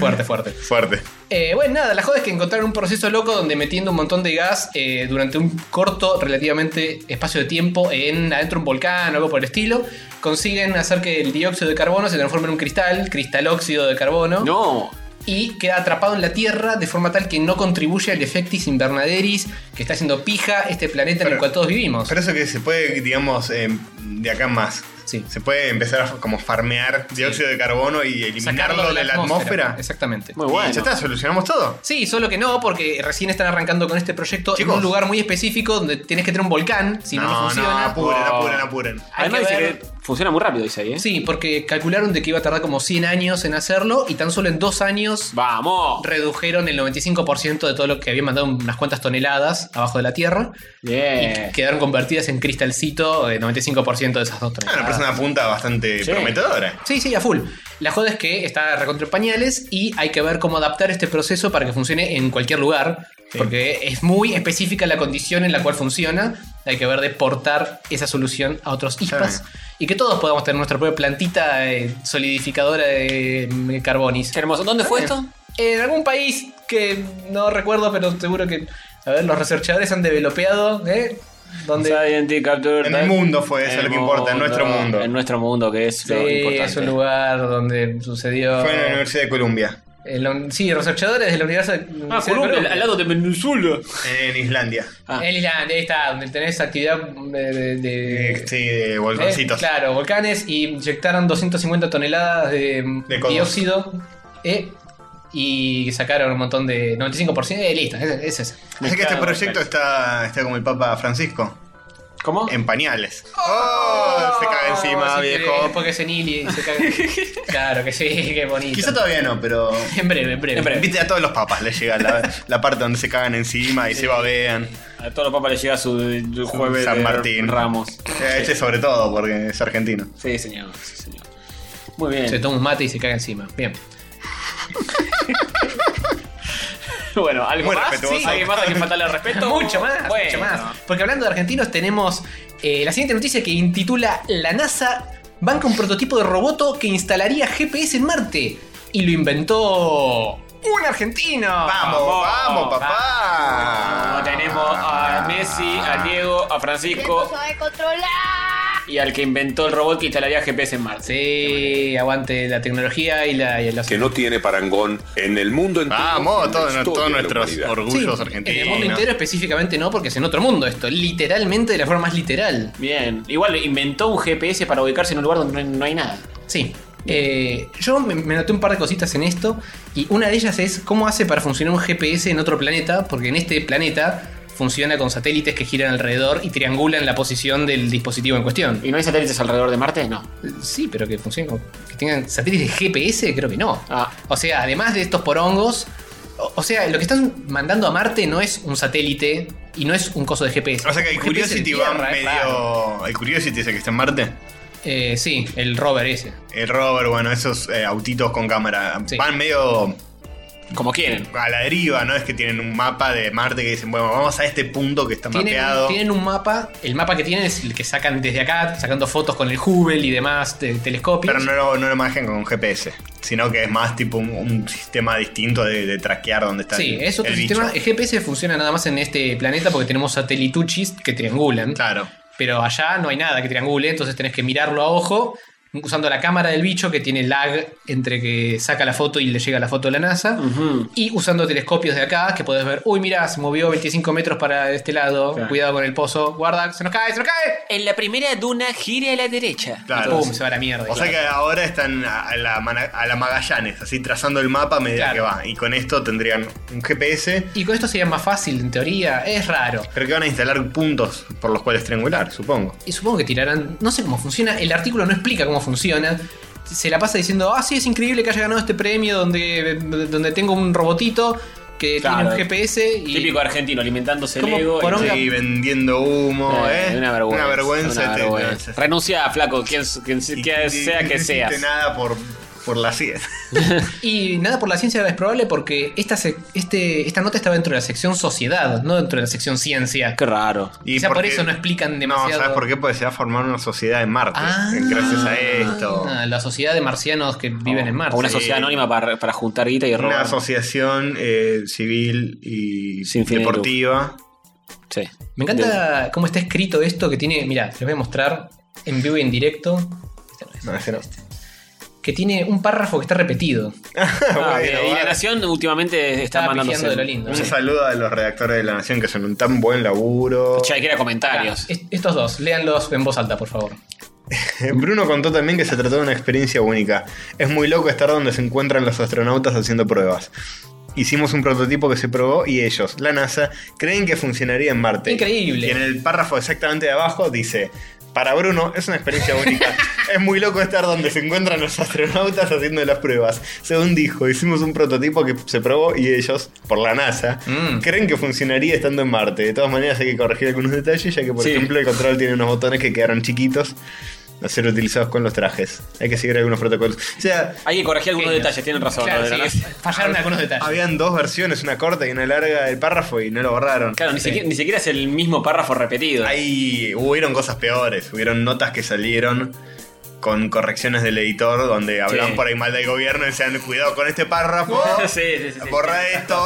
Speaker 4: fuerte, fuerte.
Speaker 2: Fuerte.
Speaker 4: Eh, bueno, nada, la joda es que encontraron un proceso loco donde metiendo un montón de gas eh, durante un corto, relativamente espacio de tiempo, en adentro de un volcán o algo por el estilo, consiguen hacer que el dióxido de carbono se transforme en un cristal, cristalóxido de carbono,
Speaker 3: No.
Speaker 4: y queda atrapado en la Tierra de forma tal que no contribuye al efectis invernaderis que está haciendo pija este planeta en el
Speaker 2: Pero-
Speaker 4: cual todos vivimos.
Speaker 2: Pero eso que se puede, digamos, eh, de acá en más.
Speaker 4: Sí.
Speaker 2: Se puede empezar a como farmear dióxido de carbono y
Speaker 4: Sacarlo
Speaker 2: eliminarlo de la atmósfera.
Speaker 4: Exactamente.
Speaker 3: Muy
Speaker 2: Y
Speaker 3: bueno.
Speaker 2: ya está, solucionamos todo.
Speaker 4: Sí, solo que no, porque recién están arrancando con este proyecto en
Speaker 2: Chicos.
Speaker 4: un lugar muy específico donde tenés que tener un volcán, si no, no, funciona.
Speaker 2: apuren,
Speaker 3: Wow.
Speaker 2: apuren, apuren.
Speaker 4: Hay
Speaker 3: Además
Speaker 4: que
Speaker 3: dice
Speaker 4: ver-
Speaker 3: que funciona muy rápido, dice ahí, ¿eh?
Speaker 4: Sí, porque calcularon de que iba a tardar como 100 años en hacerlo y tan solo en dos años
Speaker 3: Vamos.
Speaker 4: redujeron el 95% de todo lo que habían mandado unas cuantas toneladas abajo de la Tierra
Speaker 3: Bien.
Speaker 4: y quedaron convertidas en cristalcito eh, el 95% de esas dos
Speaker 2: Ah, Una
Speaker 4: toneladas.
Speaker 2: persona punta bastante
Speaker 3: Sí.
Speaker 2: prometedora.
Speaker 4: Sí, sí, a full. La joda es que está recontra en pañales y hay que ver cómo adaptar este proceso para que funcione en cualquier lugar, porque es muy específica la condición en la cual funciona. Hay que ver de portar esa solución a otros ISPAs y que todos podamos tener nuestra propia plantita eh, solidificadora de mm, carbonis.
Speaker 3: Hermoso. ¿Dónde fue esto?
Speaker 4: En algún país que no recuerdo, pero seguro que a ver, los researchadores han developeado, ¿eh? Donde
Speaker 3: Scientific Capture
Speaker 2: En el mundo fue
Speaker 3: En
Speaker 2: eso lo que
Speaker 3: el
Speaker 2: importa, en nuestro mundo.
Speaker 3: En nuestro mundo, que es
Speaker 4: Sí,
Speaker 3: lo importante.
Speaker 4: es un lugar donde sucedió.
Speaker 2: Fue en la Universidad de Columbia,
Speaker 4: Eh, la- sí, researchadores de la Universidad
Speaker 3: Ah,
Speaker 4: Universidad de
Speaker 3: Colombia,
Speaker 4: Colombia.
Speaker 3: al lado de Venezuela.
Speaker 2: en Islandia.
Speaker 3: Ah.
Speaker 4: En Islandia, ahí está, donde tenés actividad de. de- de-
Speaker 2: Eh, sí, de
Speaker 4: ¿eh?
Speaker 2: volcancitos.
Speaker 4: Claro, volcanes y inyectaron 250 toneladas de,
Speaker 2: De cosas.
Speaker 4: dióxido eh, y sacaron un montón de 95% y eh, listo, es, es eso.
Speaker 2: Así que este proyecto está, está como el Papa Francisco.
Speaker 3: ¿Cómo?
Speaker 2: En pañales. ¡Oh! se caga encima,
Speaker 4: Sí,
Speaker 2: viejo.
Speaker 4: Porque es senil y se caga. claro que sí, qué bonito.
Speaker 2: Quizá todavía no, pero.
Speaker 4: en breve, en breve.
Speaker 3: En breve.
Speaker 2: Viste, a todos los papas les llega la, la parte donde se cagan encima y se babean.
Speaker 3: A todos los papas les llega su, su jueves
Speaker 2: San
Speaker 3: de
Speaker 2: Martín.
Speaker 3: Ramos.
Speaker 2: Eh, Este sobre todo, porque es argentino.
Speaker 3: Sí, señor, sí, señor. Muy bien.
Speaker 4: Se toma un mate y se caga encima. Bien.
Speaker 3: Bueno, algo
Speaker 2: Muy
Speaker 3: más.
Speaker 2: respetuoso.
Speaker 3: Sí, ¿Alguien más a quien faltarle al respeto?
Speaker 4: Mucho más,
Speaker 3: Bueno.
Speaker 4: mucho más. Porque hablando de argentinos, tenemos eh, la siguiente noticia que intitula La NASA banca un prototipo de roboto que instalaría GPS en Marte. Y lo inventó un argentino.
Speaker 2: ¡Vamos, vamos, papá!
Speaker 3: No, tenemos a Messi, a Diego, a
Speaker 7: ¿Qué
Speaker 3: Francisco
Speaker 7: cosa de controlar?
Speaker 3: y al que inventó el robot que instalaría GPS en Marte.
Speaker 4: Sí, aguante la tecnología y la... y los-
Speaker 9: que no tiene parangón en el mundo entero.
Speaker 2: Vamos,
Speaker 9: en la
Speaker 2: todos
Speaker 9: historia
Speaker 2: todos
Speaker 9: de la
Speaker 2: nuestros
Speaker 9: humanidad.
Speaker 2: orgullos
Speaker 4: Sí, eh, En el mundo
Speaker 2: argentinos.
Speaker 4: entero específicamente no, porque es en otro mundo esto. Literalmente de la forma más literal.
Speaker 3: Bien. Igual inventó un GPS para ubicarse en un lugar donde no hay, no hay nada.
Speaker 4: Sí. Eh, yo me, me noté un par de cositas en esto y una de ellas es cómo hace para funcionar un GPS en otro planeta, porque en este planeta funciona con satélites que giran alrededor y triangulan la posición del dispositivo en cuestión.
Speaker 3: ¿Y no hay satélites alrededor de Marte? No.
Speaker 4: Sí, pero que funcionen con- que tengan satélites de GPS, creo que no.
Speaker 3: Ah.
Speaker 4: O sea, además de estos porongos, o, o sea, lo que están mandando a Marte no es un satélite y no es un coso de GPS.
Speaker 2: O sea que el
Speaker 4: Un GPS de
Speaker 2: Curiosity va
Speaker 4: tierra, es raro.
Speaker 2: medio. El Curiosity es el que está en Marte.
Speaker 4: Eh, sí, el rover ese.
Speaker 2: El rover, bueno, esos eh, autitos con cámara.
Speaker 4: Sí.
Speaker 2: Van medio
Speaker 3: Como quieren.
Speaker 2: a la deriva, ¿no? Es que tienen un mapa de Marte que dicen, bueno, vamos a este punto que está
Speaker 4: Tienen,
Speaker 2: mapeado.
Speaker 4: tienen un mapa, el mapa que tienen es el que sacan desde acá, sacando fotos con el Hubble y demás te- telescopios.
Speaker 2: Pero no lo, no lo manejan con GPS, sino que es más tipo un, un sistema distinto de, de traquear dónde está
Speaker 4: sí,
Speaker 2: el-
Speaker 4: es otro
Speaker 2: el
Speaker 4: sistema.
Speaker 2: bicho.
Speaker 4: El GPS funciona nada más en este planeta porque tenemos satelituchis que triangulan.
Speaker 2: Claro.
Speaker 4: Pero allá no hay nada que triangule, entonces tenés que mirarlo a ojo usando la cámara del bicho que tiene lag entre que saca la foto y le llega la foto a la NASA.
Speaker 3: Ujú.
Speaker 4: Y usando telescopios de acá que podés ver, uy, mirá, se movió 25 metros para este lado,
Speaker 3: Claro.
Speaker 4: cuidado con el pozo, guarda, se nos cae, se nos cae.
Speaker 3: En la primera duna gira a la derecha.
Speaker 2: Claro.
Speaker 4: ¡Pum! Se va a la mierda.
Speaker 2: O sea que ahora están a a la, Mana- a la Magallanes, así trazando el mapa a medida
Speaker 4: Claro.
Speaker 2: que va. Y con esto tendrían un GPS,
Speaker 4: Y con esto sería más fácil, en teoría. Es raro.
Speaker 2: pero que van a instalar puntos por los cuales triangular, supongo.
Speaker 4: Y supongo que tirarán. No sé cómo funciona. El artículo no explica cómo funciona. Se la pasa diciendo, ah, sí, es increíble que haya ganado este premio donde, donde tengo un robotito que
Speaker 3: Claro.
Speaker 4: tiene un GPS. Y
Speaker 3: Típico argentino, alimentándose el
Speaker 4: ¿Cómo
Speaker 3: ego. y-
Speaker 4: poronga?
Speaker 2: Sí, vendiendo humo, ¿eh?
Speaker 3: Eh, Una vergüenza.
Speaker 2: Una vergüenza.
Speaker 3: una
Speaker 2: te-
Speaker 3: vergüenza.
Speaker 2: te-
Speaker 3: Renuncia, flaco, quien, quien-
Speaker 2: y-
Speaker 3: que
Speaker 2: y-
Speaker 3: sea
Speaker 2: y no
Speaker 3: que
Speaker 2: hiciste
Speaker 3: seas.
Speaker 2: nada por, por la siesta.
Speaker 4: Y nada por la ciencia es probable porque esta, sec- este, esta nota estaba dentro de la sección sociedad, no dentro de la sección ciencia.
Speaker 3: Qué raro.
Speaker 2: Y
Speaker 4: Quizá por
Speaker 2: porque-
Speaker 4: eso no explican
Speaker 2: No,
Speaker 4: demasiado.
Speaker 2: ¿sabes por qué? Porque se va a formar una sociedad en Marte.
Speaker 4: Ah.
Speaker 2: gracias a esto.
Speaker 4: Ah, la sociedad de marcianos que viven en Marte.
Speaker 3: O Oh, una
Speaker 2: Sí.
Speaker 3: sociedad anónima para, para juntar guita y
Speaker 2: Una
Speaker 3: robar.
Speaker 2: asociación eh, civil y
Speaker 3: Sin fines de
Speaker 2: deportiva.
Speaker 3: Sí.
Speaker 4: Me encanta cómo está escrito esto que tiene. Mira, les voy a mostrar en vivo y en directo. Este no es.
Speaker 2: No, ese no.
Speaker 4: que tiene un párrafo que está repetido.
Speaker 3: Ah,
Speaker 2: Bueno,
Speaker 3: bien. y la
Speaker 2: vale.
Speaker 3: nación últimamente está
Speaker 4: Estaba
Speaker 3: mandando.
Speaker 4: pifiando de lo lindo.
Speaker 2: Un
Speaker 4: Sí.
Speaker 2: saludo a los redactores de La Nación que son un tan buen laburo.
Speaker 3: Che, que era
Speaker 4: Acá,
Speaker 3: comentarios.
Speaker 4: est- estos dos, léanlos en voz alta, por favor.
Speaker 2: Bruno contó también que se trató de una experiencia única. Es muy loco estar donde se encuentran los astronautas haciendo pruebas. Hicimos un prototipo que se probó y ellos, la NASA, creen que funcionaría en Marte.
Speaker 4: Increíble.
Speaker 2: Y en el párrafo exactamente de abajo dice, para Bruno es una experiencia única. es muy loco estar donde se encuentran los astronautas haciendo las pruebas. Según dijo, hicimos un prototipo que se probó y ellos, por la NASA,
Speaker 4: Mm.
Speaker 2: creen que funcionaría estando en Marte. De todas maneras hay que corregir algunos detalles ya que, por
Speaker 3: Sí.
Speaker 2: ejemplo, el control tiene unos botones que quedaron chiquitos a ser utilizados con los trajes. Hay que seguir algunos protocolos. O sea,
Speaker 3: Hay que corregir algunos
Speaker 4: Genio.
Speaker 3: detalles, tienen razón.
Speaker 4: Claro,
Speaker 3: ¿no? De la
Speaker 4: sí,
Speaker 3: nación.
Speaker 4: fallaron algunos detalles.
Speaker 2: habían dos versiones, una corta y una larga del párrafo y no lo borraron.
Speaker 3: Claro, ni, siquiera, ni siquiera es el mismo párrafo repetido.
Speaker 2: Ahí hubieron cosas peores, hubieron notas que salieron con correcciones del editor donde hablaban por ahí mal del gobierno y decían, cuidado con este párrafo,
Speaker 3: Sí, sí, sí, sí.
Speaker 2: borra esto.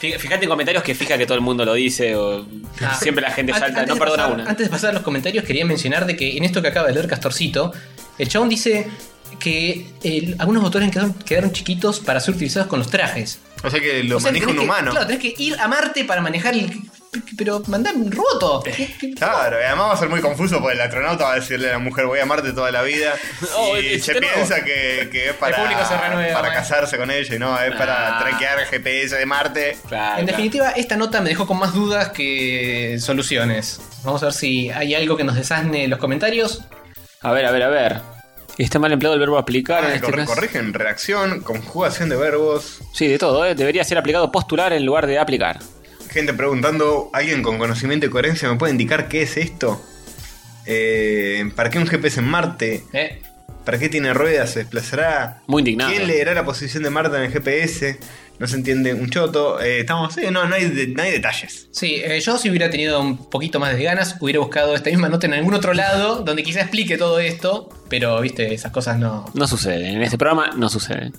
Speaker 3: Fí- Fíjate en comentarios que fija que todo el mundo lo dice o
Speaker 4: Ah.
Speaker 3: siempre la gente
Speaker 4: An-
Speaker 3: salta.
Speaker 4: antes
Speaker 3: No
Speaker 4: de
Speaker 3: perdona
Speaker 4: pasar-
Speaker 3: una.
Speaker 4: Antes de pasar a los comentarios, quería mencionar de que en esto que acaba de leer Castorcito, el chabón dice que eh, algunos botones quedaron, quedaron chiquitos para ser utilizados con los trajes.
Speaker 2: O sea que lo
Speaker 4: O sea,
Speaker 2: maneja un
Speaker 4: tenés que-
Speaker 2: humano.
Speaker 4: Claro, tenés que ir a Marte para manejar el pero mandame un roto. ¿Qué- qué-
Speaker 2: Claro, y además va a ser muy confuso porque el astronauta va a decirle a la mujer voy a Marte toda la vida
Speaker 3: Oh,
Speaker 2: y
Speaker 3: es
Speaker 2: se
Speaker 3: de nuevo.
Speaker 2: piensa que, que es para,
Speaker 4: público se renueva,
Speaker 2: para
Speaker 3: eh.
Speaker 4: man.
Speaker 2: casarse con ella y no, es para
Speaker 3: Ah.
Speaker 2: traquear GPS de Marte.
Speaker 3: Claro,
Speaker 4: En
Speaker 3: claro.
Speaker 4: definitiva, esta nota me dejó con más dudas que soluciones. Vamos a ver si hay algo que nos desasne en los comentarios.
Speaker 3: A ver, a ver, a ver. Está mal empleado el verbo aplicar en
Speaker 2: Ah,
Speaker 3: este
Speaker 2: cor-
Speaker 3: caso.
Speaker 2: corrigen redacción, conjugación de verbos.
Speaker 3: Sí, de todo, ¿eh? Debería ser aplicado postular en lugar de aplicar.
Speaker 2: Gente preguntando, ¿alguien con conocimiento y coherencia me puede indicar qué es esto? Eh, ¿Para qué un GPS en Marte?
Speaker 4: ¿eh?
Speaker 2: ¿Para qué tiene ruedas? ¿Se desplazará?
Speaker 3: Muy indignado.
Speaker 2: ¿Quién leerá la posición de Marta en el GPS? No se entiende un choto. Eh, estamos. sí, no, no hay, de- no hay detalles.
Speaker 4: Sí, eh, yo si hubiera tenido un poquito más de ganas, hubiera buscado esta misma nota en algún otro lado donde quizá explique todo esto, pero viste, esas cosas no.
Speaker 3: No sucede, en este programa no sucede.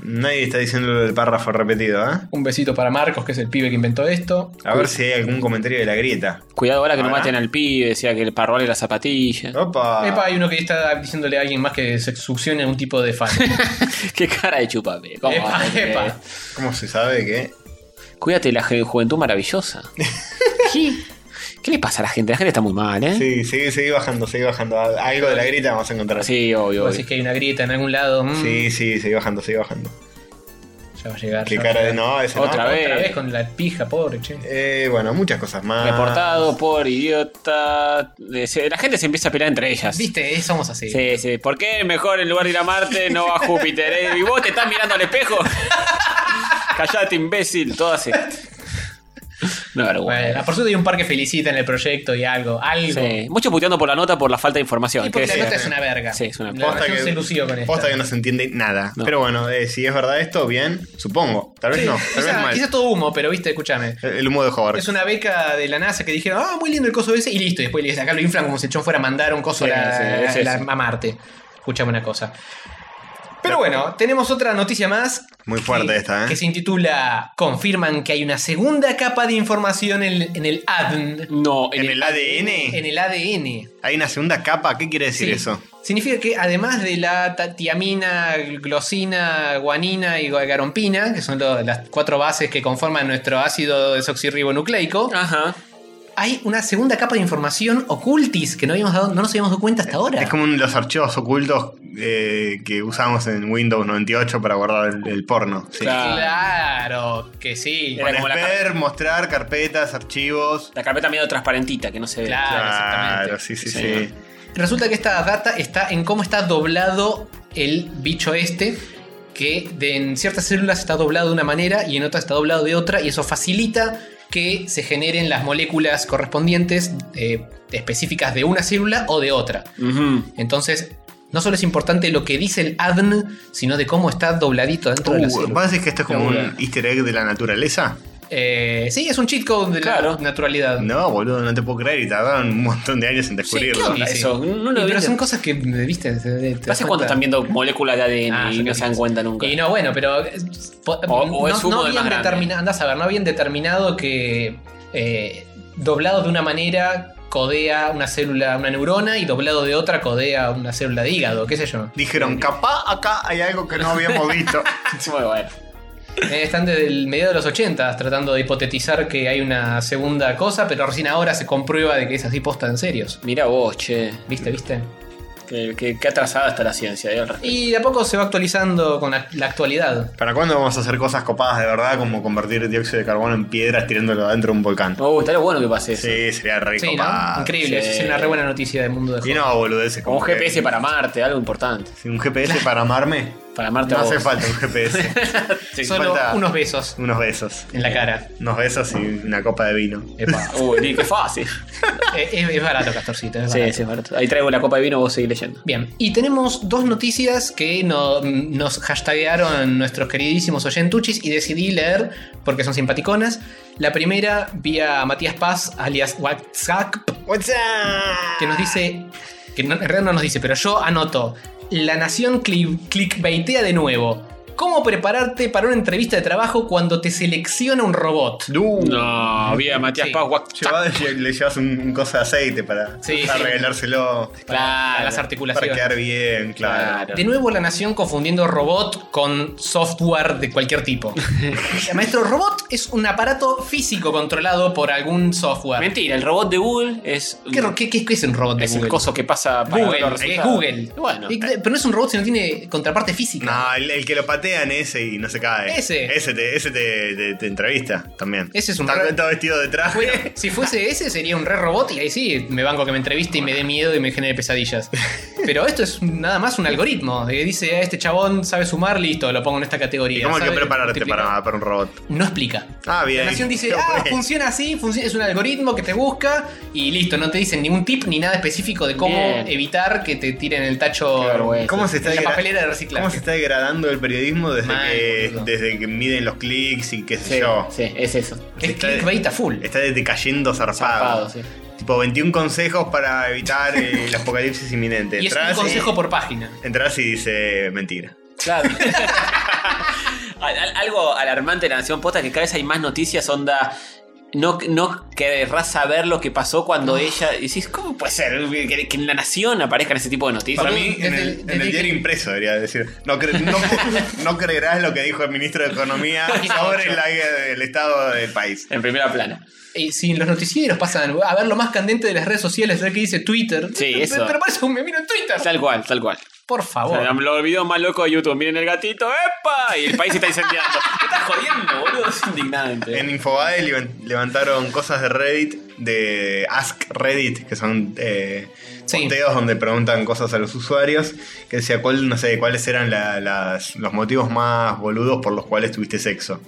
Speaker 2: Nadie está diciendo el párrafo repetido, ¿eh?
Speaker 4: Un besito para Marcos, que es el pibe que inventó esto.
Speaker 2: A ver si hay algún comentario de la grieta.
Speaker 3: Cuidado ahora que no
Speaker 2: Ahora.
Speaker 3: maten al pibe, decía que el parrole la zapatilla.
Speaker 2: Opa.
Speaker 4: Epa, hay uno que está diciéndole a alguien más que se succione a un tipo de fan.
Speaker 3: Qué cara de chupape. ¿Cómo
Speaker 4: Epa,
Speaker 3: vas a creer?
Speaker 4: epa.
Speaker 2: ¿Cómo se sabe
Speaker 4: ¿Eh?
Speaker 2: que?
Speaker 3: Cuídate la ju- juventud maravillosa. ¿Qué? ¿Qué le pasa a la gente? La gente está muy mal, ¿eh?
Speaker 2: Sí, sigue, sigue bajando, sigue bajando. Algo de la grieta vamos a encontrar.
Speaker 3: Sí, obvio.
Speaker 4: Así
Speaker 3: obvio.
Speaker 4: que hay una grieta en algún lado. mm,
Speaker 2: sí, sí, sigue bajando, sigue bajando.
Speaker 4: Ya va a llegar.
Speaker 2: Qué
Speaker 4: ya va a
Speaker 2: cara de
Speaker 4: llegar.
Speaker 2: no, ese
Speaker 3: Otra
Speaker 2: no.
Speaker 4: Otra
Speaker 3: Eh.
Speaker 4: vez con la pija, pobre, che.
Speaker 2: Eh, bueno, muchas cosas más.
Speaker 3: Reportado por idiota. Eh, se- La gente se empieza a pelear entre ellas.
Speaker 4: Viste, eh, somos así.
Speaker 3: Sí, sí. ¿Por qué mejor en lugar de ir a Marte no a Júpiter? eh? ¿Y vos te estás mirando al espejo? Callate, imbécil. Todo así. No, vergüenza.
Speaker 4: Bueno, por suerte hay un par que felicita en el proyecto y algo, algo.
Speaker 3: Sí. Mucho puteando por la nota por la falta de información.
Speaker 4: Y porque
Speaker 3: ¿qué
Speaker 4: la nota
Speaker 3: decir?
Speaker 4: es una verga.
Speaker 3: Sí, es una
Speaker 4: La
Speaker 2: Posta
Speaker 4: versión
Speaker 2: que,
Speaker 4: se lució con
Speaker 2: posta
Speaker 4: esta.
Speaker 2: que no se entiende nada.
Speaker 3: No.
Speaker 2: Pero bueno, eh, si es verdad esto, bien, supongo. Tal vez no, tal vez
Speaker 4: Quizás
Speaker 2: mal.
Speaker 4: quizás todo humo, pero viste, escúchame.
Speaker 2: El, el humo de Hobart.
Speaker 4: Es una beca de la NASA que dijeron, ah, muy lindo el coso ese, y listo. Y después le- acá lo inflan como si el chon fuera a mandar un coso
Speaker 3: Sí,
Speaker 4: a, la-
Speaker 3: sí, es
Speaker 4: a la-
Speaker 3: eso.
Speaker 4: a Marte. Escuchame una cosa. Pero bueno, tenemos otra noticia más.
Speaker 2: Muy fuerte
Speaker 4: que-
Speaker 2: esta, ¿eh?
Speaker 4: Que se intitula Confirman que hay una segunda capa de información en, en el ADN.
Speaker 3: No, en
Speaker 2: ¿En el
Speaker 4: En
Speaker 2: ADN?
Speaker 4: el ADN.
Speaker 2: ¿Hay una segunda capa? ¿Qué quiere decir
Speaker 4: Sí.
Speaker 2: eso?
Speaker 4: Significa que además de la ta- tiamina, glosina, guanina y garompina, que son lo- las cuatro bases que conforman nuestro ácido desoxirribonucleico,
Speaker 3: Ajá.
Speaker 4: hay una segunda capa de información ocultis que no, habíamos dado- no nos habíamos dado cuenta hasta ahora.
Speaker 2: Es como un- los archivos ocultos eh, que usamos en Windows 98 para guardar el, el porno. sí.
Speaker 3: Claro.
Speaker 4: Claro que sí.
Speaker 3: Era como la
Speaker 2: Poner, ver, mostrar carpetas, archivos.
Speaker 3: La carpeta medio transparentita que no se ve.
Speaker 4: Claro. exactamente.
Speaker 2: Claro, sí, sí,
Speaker 3: Sí,
Speaker 2: sí.
Speaker 4: Resulta que esta data está en cómo está doblado el bicho este, que de- en ciertas células está doblado de una manera y en otras está doblado de otra, y eso facilita que se generen las moléculas correspondientes eh, específicas de una célula o de otra.
Speaker 3: Ujú.
Speaker 4: Entonces, no solo es importante lo que dice el ADN, sino de cómo está dobladito dentro de la
Speaker 2: Uh, ¿Vos
Speaker 4: célula.
Speaker 2: decís que esto es como
Speaker 4: Labura.
Speaker 2: un easter egg de la naturaleza?
Speaker 4: Eh, sí, es un cheat code de
Speaker 3: Claro.
Speaker 4: la naturalidad.
Speaker 2: No, boludo, no te puedo creer y tardaron un montón de años en
Speaker 4: Sí, ¿qué
Speaker 2: descubrirlo.
Speaker 4: onda
Speaker 3: Sí, eso? No lo
Speaker 4: Y pero
Speaker 3: viste.
Speaker 4: son cosas que, viste, te- te- te das
Speaker 3: Pasa cuando
Speaker 4: cuenta.
Speaker 3: están viendo moléculas de ADN
Speaker 4: Ah,
Speaker 3: y
Speaker 4: yo
Speaker 3: no
Speaker 4: qué
Speaker 3: se dan
Speaker 4: sé.
Speaker 3: cuenta nunca.
Speaker 4: Y no, bueno, pero. eh, po-
Speaker 3: O- o
Speaker 4: no,
Speaker 3: es humo
Speaker 4: no
Speaker 3: del
Speaker 4: habían
Speaker 3: más grande.
Speaker 4: determinado. Andás a ver, no habían determinado que eh, doblado de una manera codea una célula, una neurona, y doblado de otra codea una célula de hígado, qué sé yo.
Speaker 2: Dijeron, capaz acá hay algo que no habíamos visto.
Speaker 3: Es muy bueno.
Speaker 4: Eh, están desde el medio de los 80 tratando de hipotetizar que hay una segunda cosa, pero recién ahora se comprueba de que es así posta en serios.
Speaker 3: Mira vos, che.
Speaker 4: ¿Viste, viste?
Speaker 3: Qué, qué- qué atrasada está la ciencia. eh, al respecto.
Speaker 4: Y de a poco se va actualizando con la- la actualidad.
Speaker 2: ¿Para cuándo vamos a hacer cosas copadas de verdad, como convertir dióxido de carbono en piedras tirándolo adentro de un volcán?
Speaker 3: Oh, estaría bueno que pase eso.
Speaker 2: Sí, sería re
Speaker 4: Sí,
Speaker 2: copado.
Speaker 4: ¿no? Increíble,
Speaker 3: sí.
Speaker 4: eso es una re buena noticia del mundo de
Speaker 2: Y
Speaker 4: juego.
Speaker 2: no, boludeces.
Speaker 3: Como un
Speaker 2: que-
Speaker 3: GPS para Marte, algo importante.
Speaker 2: Sí, un GPS para amarme.
Speaker 3: Para Marte
Speaker 2: No
Speaker 3: a vos.
Speaker 2: hace falta un GPS.
Speaker 3: Sí.
Speaker 2: Son-
Speaker 4: Solo
Speaker 2: falta-
Speaker 4: unos besos
Speaker 2: Unos besos.
Speaker 4: en la cara.
Speaker 2: Unos besos y una copa de vino.
Speaker 4: Epa.
Speaker 3: Uy, di, qué fácil.
Speaker 4: Eh, es, es barato, Castorcito, es
Speaker 3: sí,
Speaker 4: barato.
Speaker 3: sí, es barato. Ahí traigo la copa de vino, vos seguís leyendo.
Speaker 4: Bien, y tenemos dos noticias que no- nos hashtaguearon nuestros queridísimos oyentuchis y decidí leer porque son simpaticonas. La primera vía Matías Paz, alias WhatsApp,
Speaker 2: What's up?
Speaker 4: que nos dice, que no- en realidad no nos dice, pero yo anoto, la nación cli- clickbaitea de nuevo. ¿Cómo prepararte para una entrevista de trabajo cuando te selecciona un robot?
Speaker 2: Du.
Speaker 3: No, bien, Matías
Speaker 4: Sí.
Speaker 3: Paz, guac-
Speaker 2: Llevado- lle- le llevas un, un cosa de aceite para,
Speaker 4: Sí,
Speaker 2: para
Speaker 4: sí.
Speaker 2: revelárselo.
Speaker 4: Claro, las
Speaker 2: Para
Speaker 4: articulaciones.
Speaker 2: quedar bien, claro.
Speaker 3: Claro.
Speaker 4: De nuevo la nación confundiendo robot con software de cualquier tipo. El maestro robot es un aparato físico controlado por algún software.
Speaker 3: Mentira, el robot de Google es.
Speaker 4: ¿Qué, ro- qué- qué- qué es un robot de
Speaker 3: es el
Speaker 4: Google?
Speaker 3: coso que pasa para ver los
Speaker 4: Google, es
Speaker 3: resultados.
Speaker 4: Google.
Speaker 3: Bueno,
Speaker 4: Y- pero no es un robot si no tiene contraparte física.
Speaker 2: No, el, el que lo patean ese y no se cae.
Speaker 4: Ese.
Speaker 2: Ese te, ese te, te- te entrevista también.
Speaker 4: Ese es un
Speaker 2: Está
Speaker 4: re-
Speaker 2: todo vestido de traje.
Speaker 4: Bueno, si fuese ese sería un re robot y ahí sí, me banco que me entreviste y me dé miedo y me genere pesadillas. Pero esto es nada más un algoritmo. que Dice, "Ah, este chabón sabe sumar, listo, lo pongo en esta categoría.
Speaker 2: ¿Y cómo hay que
Speaker 4: ¿Sabe
Speaker 2: prepararte
Speaker 4: multiplicar?
Speaker 2: para, para un robot?
Speaker 4: No explica.
Speaker 2: Ah, bien.
Speaker 4: La nación dice,
Speaker 2: Qué
Speaker 4: ah,
Speaker 2: bueno.
Speaker 4: funciona así, funci- es un algoritmo que te busca y listo, no te dicen ningún tip ni nada específico de cómo
Speaker 3: Bien.
Speaker 4: evitar que te tiren el tacho
Speaker 3: Qué vergüenza.
Speaker 2: ¿Cómo se está
Speaker 4: en la
Speaker 2: degra-
Speaker 4: papelera de
Speaker 2: ¿Cómo se
Speaker 4: reciclaje.
Speaker 2: está degradando el periodismo desde,
Speaker 4: Mal,
Speaker 2: que,
Speaker 4: boludo.
Speaker 2: desde que miden los clics y qué sé
Speaker 3: sí,
Speaker 2: yo?
Speaker 3: sí, es eso.
Speaker 4: Es
Speaker 2: está-
Speaker 4: clickbait a full.
Speaker 2: Está decayendo zarpado.
Speaker 3: Zarpado, sí.
Speaker 2: Tipo, 21 consejos para evitar eh, el apocalipsis inminente.
Speaker 4: Y es un
Speaker 2: Entrás
Speaker 4: consejo por página.
Speaker 2: Entrás y dice mentira.
Speaker 3: Claro. Al- al- algo alarmante de la Nación Posta que cada vez hay más noticias, onda. No, no querrás saber lo que pasó cuando ella. Y decís, ¿cómo puede ser que, que en la Nación aparezcan ese tipo de noticias?
Speaker 2: Para mí, en
Speaker 4: desde el-
Speaker 2: el, en
Speaker 4: desde
Speaker 2: el
Speaker 4: que-
Speaker 2: diario impreso debería decir. No, cre- no, no creerás lo que dijo el ministro de Economía sobre la- el estado del país.
Speaker 3: En primera plana.
Speaker 4: Y si en los noticieros pasan a ver lo más candente de las redes sociales, ver que dice Twitter.
Speaker 3: Sí,
Speaker 4: Pe-
Speaker 3: eso.
Speaker 4: Pero parece un memino en Twitter.
Speaker 3: Tal cual, tal cual.
Speaker 4: Por
Speaker 3: O
Speaker 4: favor.
Speaker 3: sea, lo olvidó más loco de YouTube. Miren el gatito, ¡epa! Y el país se está incendiando. ¿Qué estás jodiendo, boludo? Es indignante.
Speaker 2: En Infobae levan- levantaron cosas de Reddit, de Ask Reddit, que son eh,
Speaker 4: Sí.
Speaker 2: posteos donde preguntan cosas a los usuarios, que decía cuál, no sé, cuáles eran la- las- los motivos más boludos por los cuales tuviste sexo.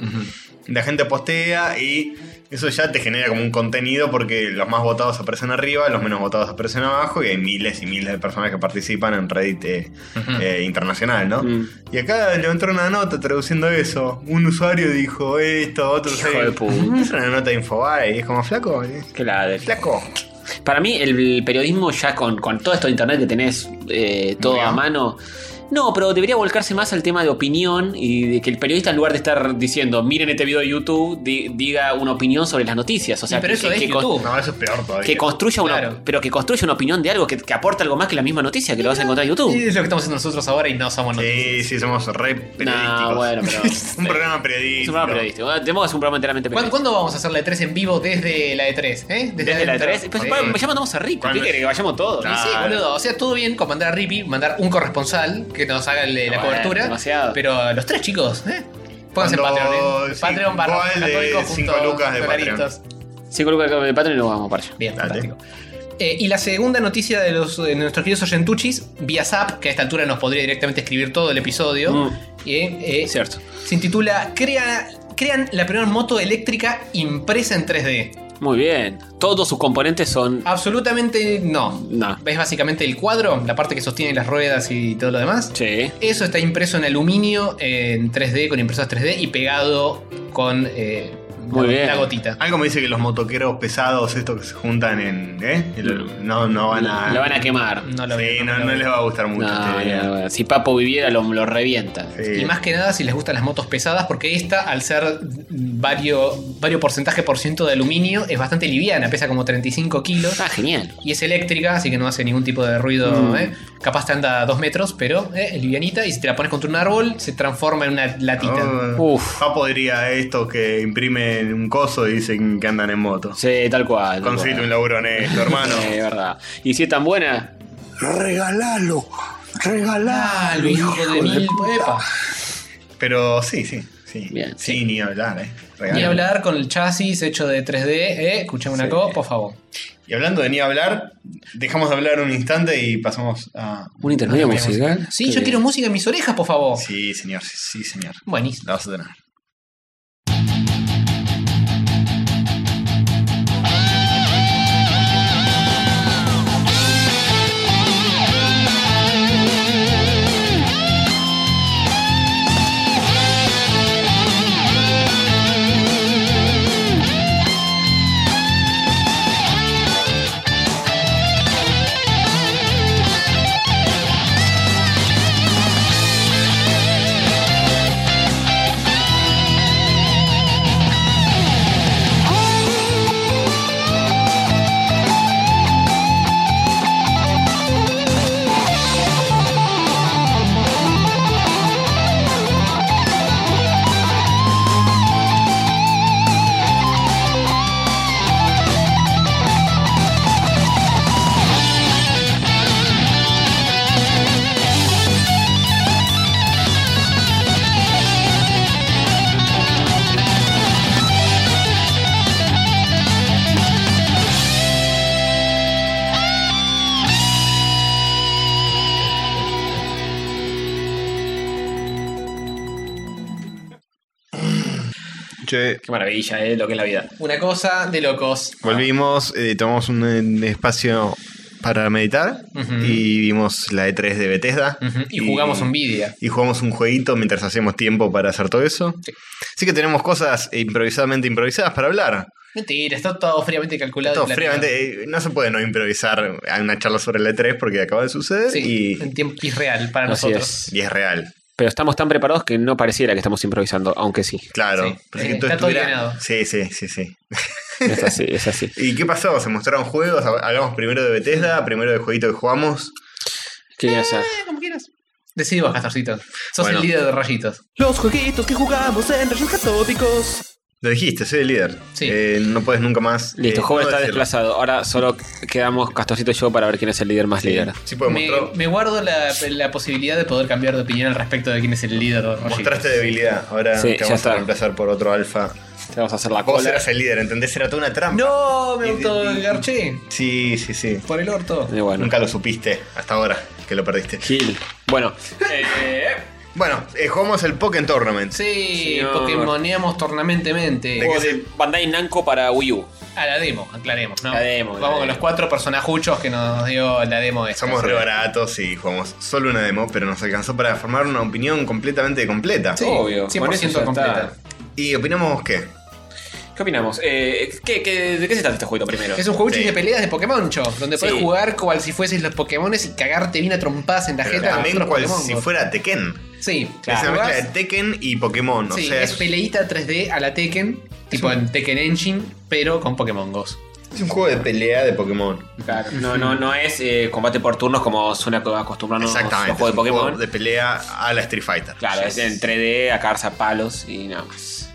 Speaker 2: La gente postea y eso ya te genera como un contenido porque los más votados aparecen arriba, los menos votados aparecen abajo y hay miles y miles de personas que participan en Reddit eh, eh, internacional, ¿no?
Speaker 3: Mm.
Speaker 2: Y acá levantaron una nota traduciendo eso. Un usuario dijo esto, otro
Speaker 3: Hijo
Speaker 2: usuario-
Speaker 3: de puta.
Speaker 2: Es una nota de Infobae y es como flaco, eh,
Speaker 3: Que la de-
Speaker 2: flaco.
Speaker 3: Para mí, el periodismo ya con, con todo esto de internet que tenés eh, todo
Speaker 2: Murió.
Speaker 3: a mano. No, pero debería volcarse más al tema de opinión y de que el periodista, en lugar de estar diciendo, miren este video de YouTube, di- diga una opinión sobre las noticias. O sea,
Speaker 4: Y pero
Speaker 3: que,
Speaker 4: eso
Speaker 3: que-
Speaker 4: es
Speaker 3: que con-
Speaker 4: YouTube.
Speaker 2: No, eso es peor todavía.
Speaker 3: que construya una,
Speaker 4: Claro.
Speaker 3: pero que construya una opinión de algo que, que aporte algo más que la misma noticia que lo vas a encontrar en
Speaker 4: Y
Speaker 3: YouTube.
Speaker 4: es lo que estamos haciendo nosotros ahora y no somos nosotros.
Speaker 2: Sí, sí, somos re periodísticos.
Speaker 3: No, bueno, pero.
Speaker 2: un programa periodístico.
Speaker 3: Es un programa periodístico. Bueno, Tenemos que hacer un programa enteramente
Speaker 4: ¿Cuándo,
Speaker 3: periodístico.
Speaker 4: cuándo vamos a hacer la E3 en vivo desde la E3? ¿eh?
Speaker 3: Desde la
Speaker 4: adentro.
Speaker 3: 3. Pues,
Speaker 4: Sí.
Speaker 3: bueno, ya mandamos a Rick. ¿Qué
Speaker 2: ¿Cuándo?
Speaker 3: quiere que vayamos todos?
Speaker 4: Y sí,
Speaker 2: Claro.
Speaker 4: boludo. O sea, todo bien con mandar a Rippy, mandar un corresponsal que nos haga el- la
Speaker 3: Bueno,
Speaker 4: cobertura.
Speaker 3: demasiado.
Speaker 4: Pero los tres chicos, ¿eh? Pónganse en
Speaker 2: Cuando-
Speaker 4: Patreon. ¿eh?
Speaker 2: sí,
Speaker 4: Patreon barra
Speaker 2: gol de
Speaker 4: católicos
Speaker 2: cinco
Speaker 4: junto
Speaker 2: lucas de
Speaker 4: dolaritos.
Speaker 3: Sí, con Lucas de Patreon y nos vamos para allá.
Speaker 4: Bien,
Speaker 2: Dale.
Speaker 4: fantástico. Eh, y la segunda noticia de, los, de nuestros queridos oyentuchis, vía Zap, que a esta altura nos podría directamente escribir todo el episodio,
Speaker 3: Mm.
Speaker 4: eh, eh,
Speaker 3: Es cierto.
Speaker 4: se intitula Crea- Crean la primera moto eléctrica impresa en 3D.
Speaker 3: Muy bien. Todos sus componentes son.
Speaker 4: Ah. Absolutamente no.
Speaker 3: No.
Speaker 4: ¿Ves básicamente el cuadro? La parte que sostiene las ruedas y todo lo demás.
Speaker 3: Sí.
Speaker 4: Eso está impreso en aluminio eh, en 3D, con impresoras 3D y pegado con eh,
Speaker 3: Muy
Speaker 4: la,
Speaker 3: bien.
Speaker 4: la gotita.
Speaker 2: Algo me dice que los motoqueros pesados, estos que se juntan en. ¿eh? El- No, no van a.
Speaker 3: Lo van a quemar.
Speaker 4: No lo
Speaker 2: Sí,
Speaker 4: veo,
Speaker 2: no,
Speaker 4: lo
Speaker 2: no
Speaker 4: veo.
Speaker 2: les va a gustar mucho.
Speaker 3: No,
Speaker 2: este día.
Speaker 3: no, no. Si Papo viviera, lo, lo revienta.
Speaker 2: Sí.
Speaker 4: Y más que nada si les gustan las motos pesadas, porque esta, al ser varios vario porcentaje por ciento de aluminio, es bastante liviana, pesa como 35 kilos.
Speaker 3: Ah, genial.
Speaker 4: Y es eléctrica, así que no hace ningún tipo de ruido.
Speaker 3: Mm.
Speaker 4: ¿eh? Capaz te anda a dos metros, pero eh, es livianita. Y si te la pones contra un árbol, se transforma en una latita.
Speaker 2: Oh,
Speaker 3: Uf.
Speaker 2: Papo diría estos que imprimen un coso y dicen que andan en moto.
Speaker 3: Sí, tal cual. tal
Speaker 2: Conseguite
Speaker 3: cual.
Speaker 2: un laburo honesto, hermano.
Speaker 3: Sí, de verdad. Y si es tan buena.
Speaker 8: Regalalo.
Speaker 4: Ah, lo
Speaker 8: Regalalo.
Speaker 4: hijo de mil. Epa.
Speaker 2: Pero sí, sí, sí.
Speaker 3: Bien,
Speaker 2: sí,
Speaker 3: sí.
Speaker 2: ni hablar, eh. Regalo.
Speaker 4: Y hablar con el chasis hecho de 3D, ¿eh? escuchame una
Speaker 3: Sí.
Speaker 4: cosa, por favor.
Speaker 2: Y hablando de ni hablar, dejamos de hablar un instante y pasamos a.
Speaker 3: Un intermedio musical.
Speaker 4: Sí, yo quiero música en mis orejas, por favor.
Speaker 2: Sí, señor, sí, señor.
Speaker 4: Buenísimo.
Speaker 2: La vas a tener. Che,
Speaker 10: Qué maravilla, eh, lo que es la vida.
Speaker 4: Una cosa de locos.
Speaker 2: volvimos, eh, tomamos un, eh, espacio para meditar y vimos la E3 de Bethesda.
Speaker 4: Ujú, Y jugamos un vídeo.
Speaker 2: Y jugamos un jueguito mientras hacemos tiempo para hacer todo eso. Así que tenemos cosas improvisadamente improvisadas para hablar.
Speaker 4: Mentira, está todo fríamente calculado.
Speaker 2: Todo
Speaker 4: y planeado.
Speaker 2: fríamente, eh, no se puede no improvisar a una charla sobre la E3 porque acaba de suceder
Speaker 4: Sí,
Speaker 2: y-
Speaker 4: en tiempo y real para
Speaker 10: Así
Speaker 4: nosotros.
Speaker 10: es.
Speaker 2: y, es real.
Speaker 3: Pero estamos tan preparados que no pareciera que estamos improvisando, aunque sí.
Speaker 2: Claro.
Speaker 4: Sí,
Speaker 2: Parece
Speaker 4: eh, está todo
Speaker 2: estuviera-
Speaker 4: ordenado.
Speaker 2: Sí, sí, sí, sí.
Speaker 3: Es así, es así.
Speaker 2: ¿Y qué pasó? ¿Se mostraron juegos? Hab- Hablamos primero de Bethesda, primero del jueguito que jugamos.
Speaker 3: ¿Qué voy a hacer?
Speaker 4: Eh, como quieras. Decidí vos, Castorcito. Sos
Speaker 2: Bueno.
Speaker 4: el líder de rayitos.
Speaker 1: Los jueguitos que jugamos en rayos catódicos.
Speaker 2: Lo dijiste, soy el líder.
Speaker 4: Sí.
Speaker 2: Eh, no puedes nunca más.
Speaker 3: Listo,
Speaker 2: eh,
Speaker 3: joven
Speaker 2: no
Speaker 3: está
Speaker 2: decirlo.
Speaker 3: desplazado. Ahora solo quedamos Castorcito y yo para ver quién es el líder más líder.
Speaker 2: Sí, puedes
Speaker 4: Me,
Speaker 2: mostrar-
Speaker 4: me guardo la, la posibilidad de poder cambiar de opinión al respecto de quién es el líder de rayitos.
Speaker 2: Mostraste debilidad. Ahora
Speaker 3: Sí,
Speaker 2: te
Speaker 3: ya
Speaker 2: vamos a
Speaker 3: está.
Speaker 2: reemplazar por otro alfa.
Speaker 3: Te vamos a hacer la
Speaker 2: Vos
Speaker 3: cola.
Speaker 2: eras el líder, ¿entendés? Era toda una trampa.
Speaker 4: No, me
Speaker 2: Y-
Speaker 4: autogarché.
Speaker 2: Sí, sí, sí.
Speaker 4: Por el orto.
Speaker 3: Y bueno,
Speaker 2: Nunca lo supiste hasta ahora que lo perdiste.
Speaker 3: Gil. Bueno, eh,
Speaker 2: Bueno, eh, jugamos el Pokémon Tournament.
Speaker 4: Sí,
Speaker 3: Señor.
Speaker 4: Pokémoneamos tornamentemente.
Speaker 3: juego de eh, Bandai Namco para Wii U.
Speaker 4: A Ah, la demo, aclaremos, ¿no?
Speaker 3: La demo, la
Speaker 4: Vamos con
Speaker 3: demo.
Speaker 4: los cuatro personajuchos que nos dio la demo esta.
Speaker 2: Somos re baratos y jugamos solo una demo, pero nos alcanzó para formar una opinión completamente completa.
Speaker 4: Sí,
Speaker 3: Obvio, con
Speaker 4: 100%
Speaker 3: eso ya
Speaker 4: completa.
Speaker 2: ¿Y opinamos qué?
Speaker 3: ¿Qué opinamos? Eh, ¿qué- qué- de qué se trata este juego primero?
Speaker 4: Es un jueguchis
Speaker 2: Sí.
Speaker 4: de peleas de Pokémon, cho, donde
Speaker 3: Sí.
Speaker 4: puedes jugar cual si fueses los Pokémones y cagarte bien a trompadas en la
Speaker 2: Pero
Speaker 4: jeta. con
Speaker 2: también
Speaker 4: otros
Speaker 2: cual
Speaker 4: Pokémon,
Speaker 2: si
Speaker 4: vos.
Speaker 2: fuera Tekken.
Speaker 4: Sí,
Speaker 2: Es una
Speaker 4: claro.
Speaker 2: mezcla de Tekken y Pokémon. O
Speaker 4: Sí,
Speaker 2: sea,
Speaker 4: es peleita 3D a la Tekken, tipo en Tekken Engine, pero con Pokémon Go.
Speaker 2: es un juego de pelea de Pokémon.
Speaker 3: Claro, No, no, no es eh, combate por turnos como suena acostumbrarnos a los
Speaker 2: Exactamente.
Speaker 3: juegos
Speaker 2: es
Speaker 3: de
Speaker 2: un
Speaker 3: Pokémon.
Speaker 2: juego de pelea a la Street Fighter.
Speaker 3: Claro,
Speaker 2: Yes.
Speaker 3: es en 3D, a cagarse a palos y nada más.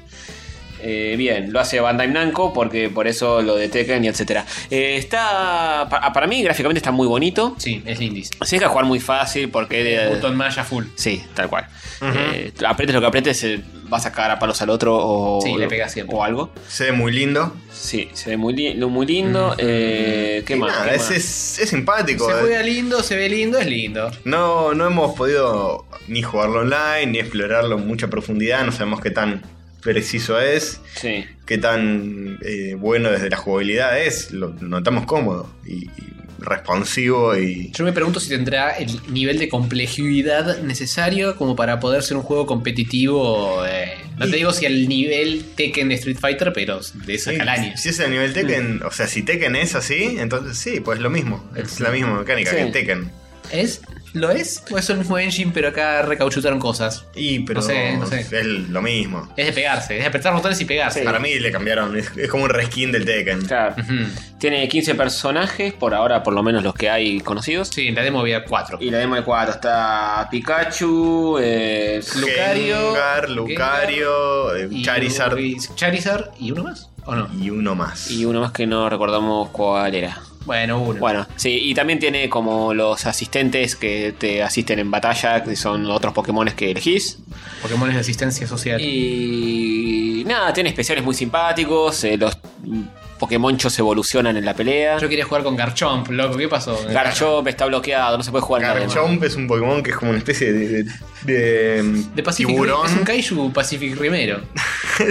Speaker 3: Eh, bien, lo hace Bandai Namco porque por eso lo de Tekken y etcétera. Eh, está pa- ah, para mí gráficamente está muy bonito.
Speaker 4: Sí, es lindis.
Speaker 3: Se deja jugar muy fácil porque
Speaker 2: Eh.
Speaker 3: de-
Speaker 4: Button Maya full.
Speaker 3: Sí, tal cual. Eh, apretes lo que apretes, eh, vas a cagar a palos al otro o,
Speaker 4: Sí, le pegas siempre.
Speaker 3: o algo.
Speaker 2: Se ve muy lindo.
Speaker 3: Sí, se ve muy, li- muy lindo. Eh, ¿Qué
Speaker 2: Y
Speaker 3: más?
Speaker 2: nada,
Speaker 3: ¿Qué
Speaker 2: es,
Speaker 3: más?
Speaker 2: es- es simpático. eh.
Speaker 4: Se juega lindo, se ve lindo, es lindo.
Speaker 2: No, no hemos podido ni jugarlo online, ni explorarlo en mucha profundidad. No sabemos qué tan preciso es,
Speaker 3: Sí.
Speaker 2: qué tan eh, bueno desde la jugabilidad es. Lo notamos cómodo y, y responsivo y...
Speaker 4: Yo me pregunto si tendrá el nivel de complejidad necesario como para poder ser un juego competitivo. eh, no te digo si al nivel Tekken de Street Fighter, pero de esa calaña.
Speaker 2: Si es a nivel Tekken, o sea, si Tekken es así, entonces sí, pues lo mismo. Es la misma mecánica
Speaker 3: Sí.
Speaker 2: que en Tekken.
Speaker 4: ¿Es? ¿Lo es? ¿O es el mismo engine, pero acá recauchutaron cosas?
Speaker 2: Y pero
Speaker 4: No sé, no sé.
Speaker 2: es lo mismo.
Speaker 4: Es de pegarse, es de apretar botones y pegarse.
Speaker 2: Para mí le cambiaron, es, es como un reskin del Tekken.
Speaker 3: Claro.
Speaker 4: Ujú.
Speaker 3: Tiene 15 personajes, por ahora por lo menos los que hay conocidos.
Speaker 4: Sí, en la demo había cuatro.
Speaker 3: Y la demo de 4 está Pikachu, eh,
Speaker 4: Lucario,
Speaker 2: Gengar, Lucario, eh,
Speaker 4: Y-
Speaker 2: Charizard
Speaker 4: y- Charizard y uno más, ¿o no?
Speaker 2: y uno más.
Speaker 3: y uno más que no recordamos cuál era.
Speaker 4: Bueno, uno.
Speaker 3: Bueno, sí, y también tiene como los asistentes que te asisten en batalla, que son otros Pokémones que elegís.
Speaker 4: Pokémon de asistencia social.
Speaker 3: Y nada, tiene especiales muy simpáticos, eh, los mm, Pokémonchos evolucionan en la pelea.
Speaker 4: Yo quería jugar con Garchomp, loco, ¿qué pasó?
Speaker 3: Garchomp está bloqueado, no se puede jugar en la demo.
Speaker 2: Garchomp es un Pokémon que es como una especie de, de- de,
Speaker 4: De Pacific
Speaker 2: tiburón.
Speaker 4: Es un kaiju Pacific Rimero.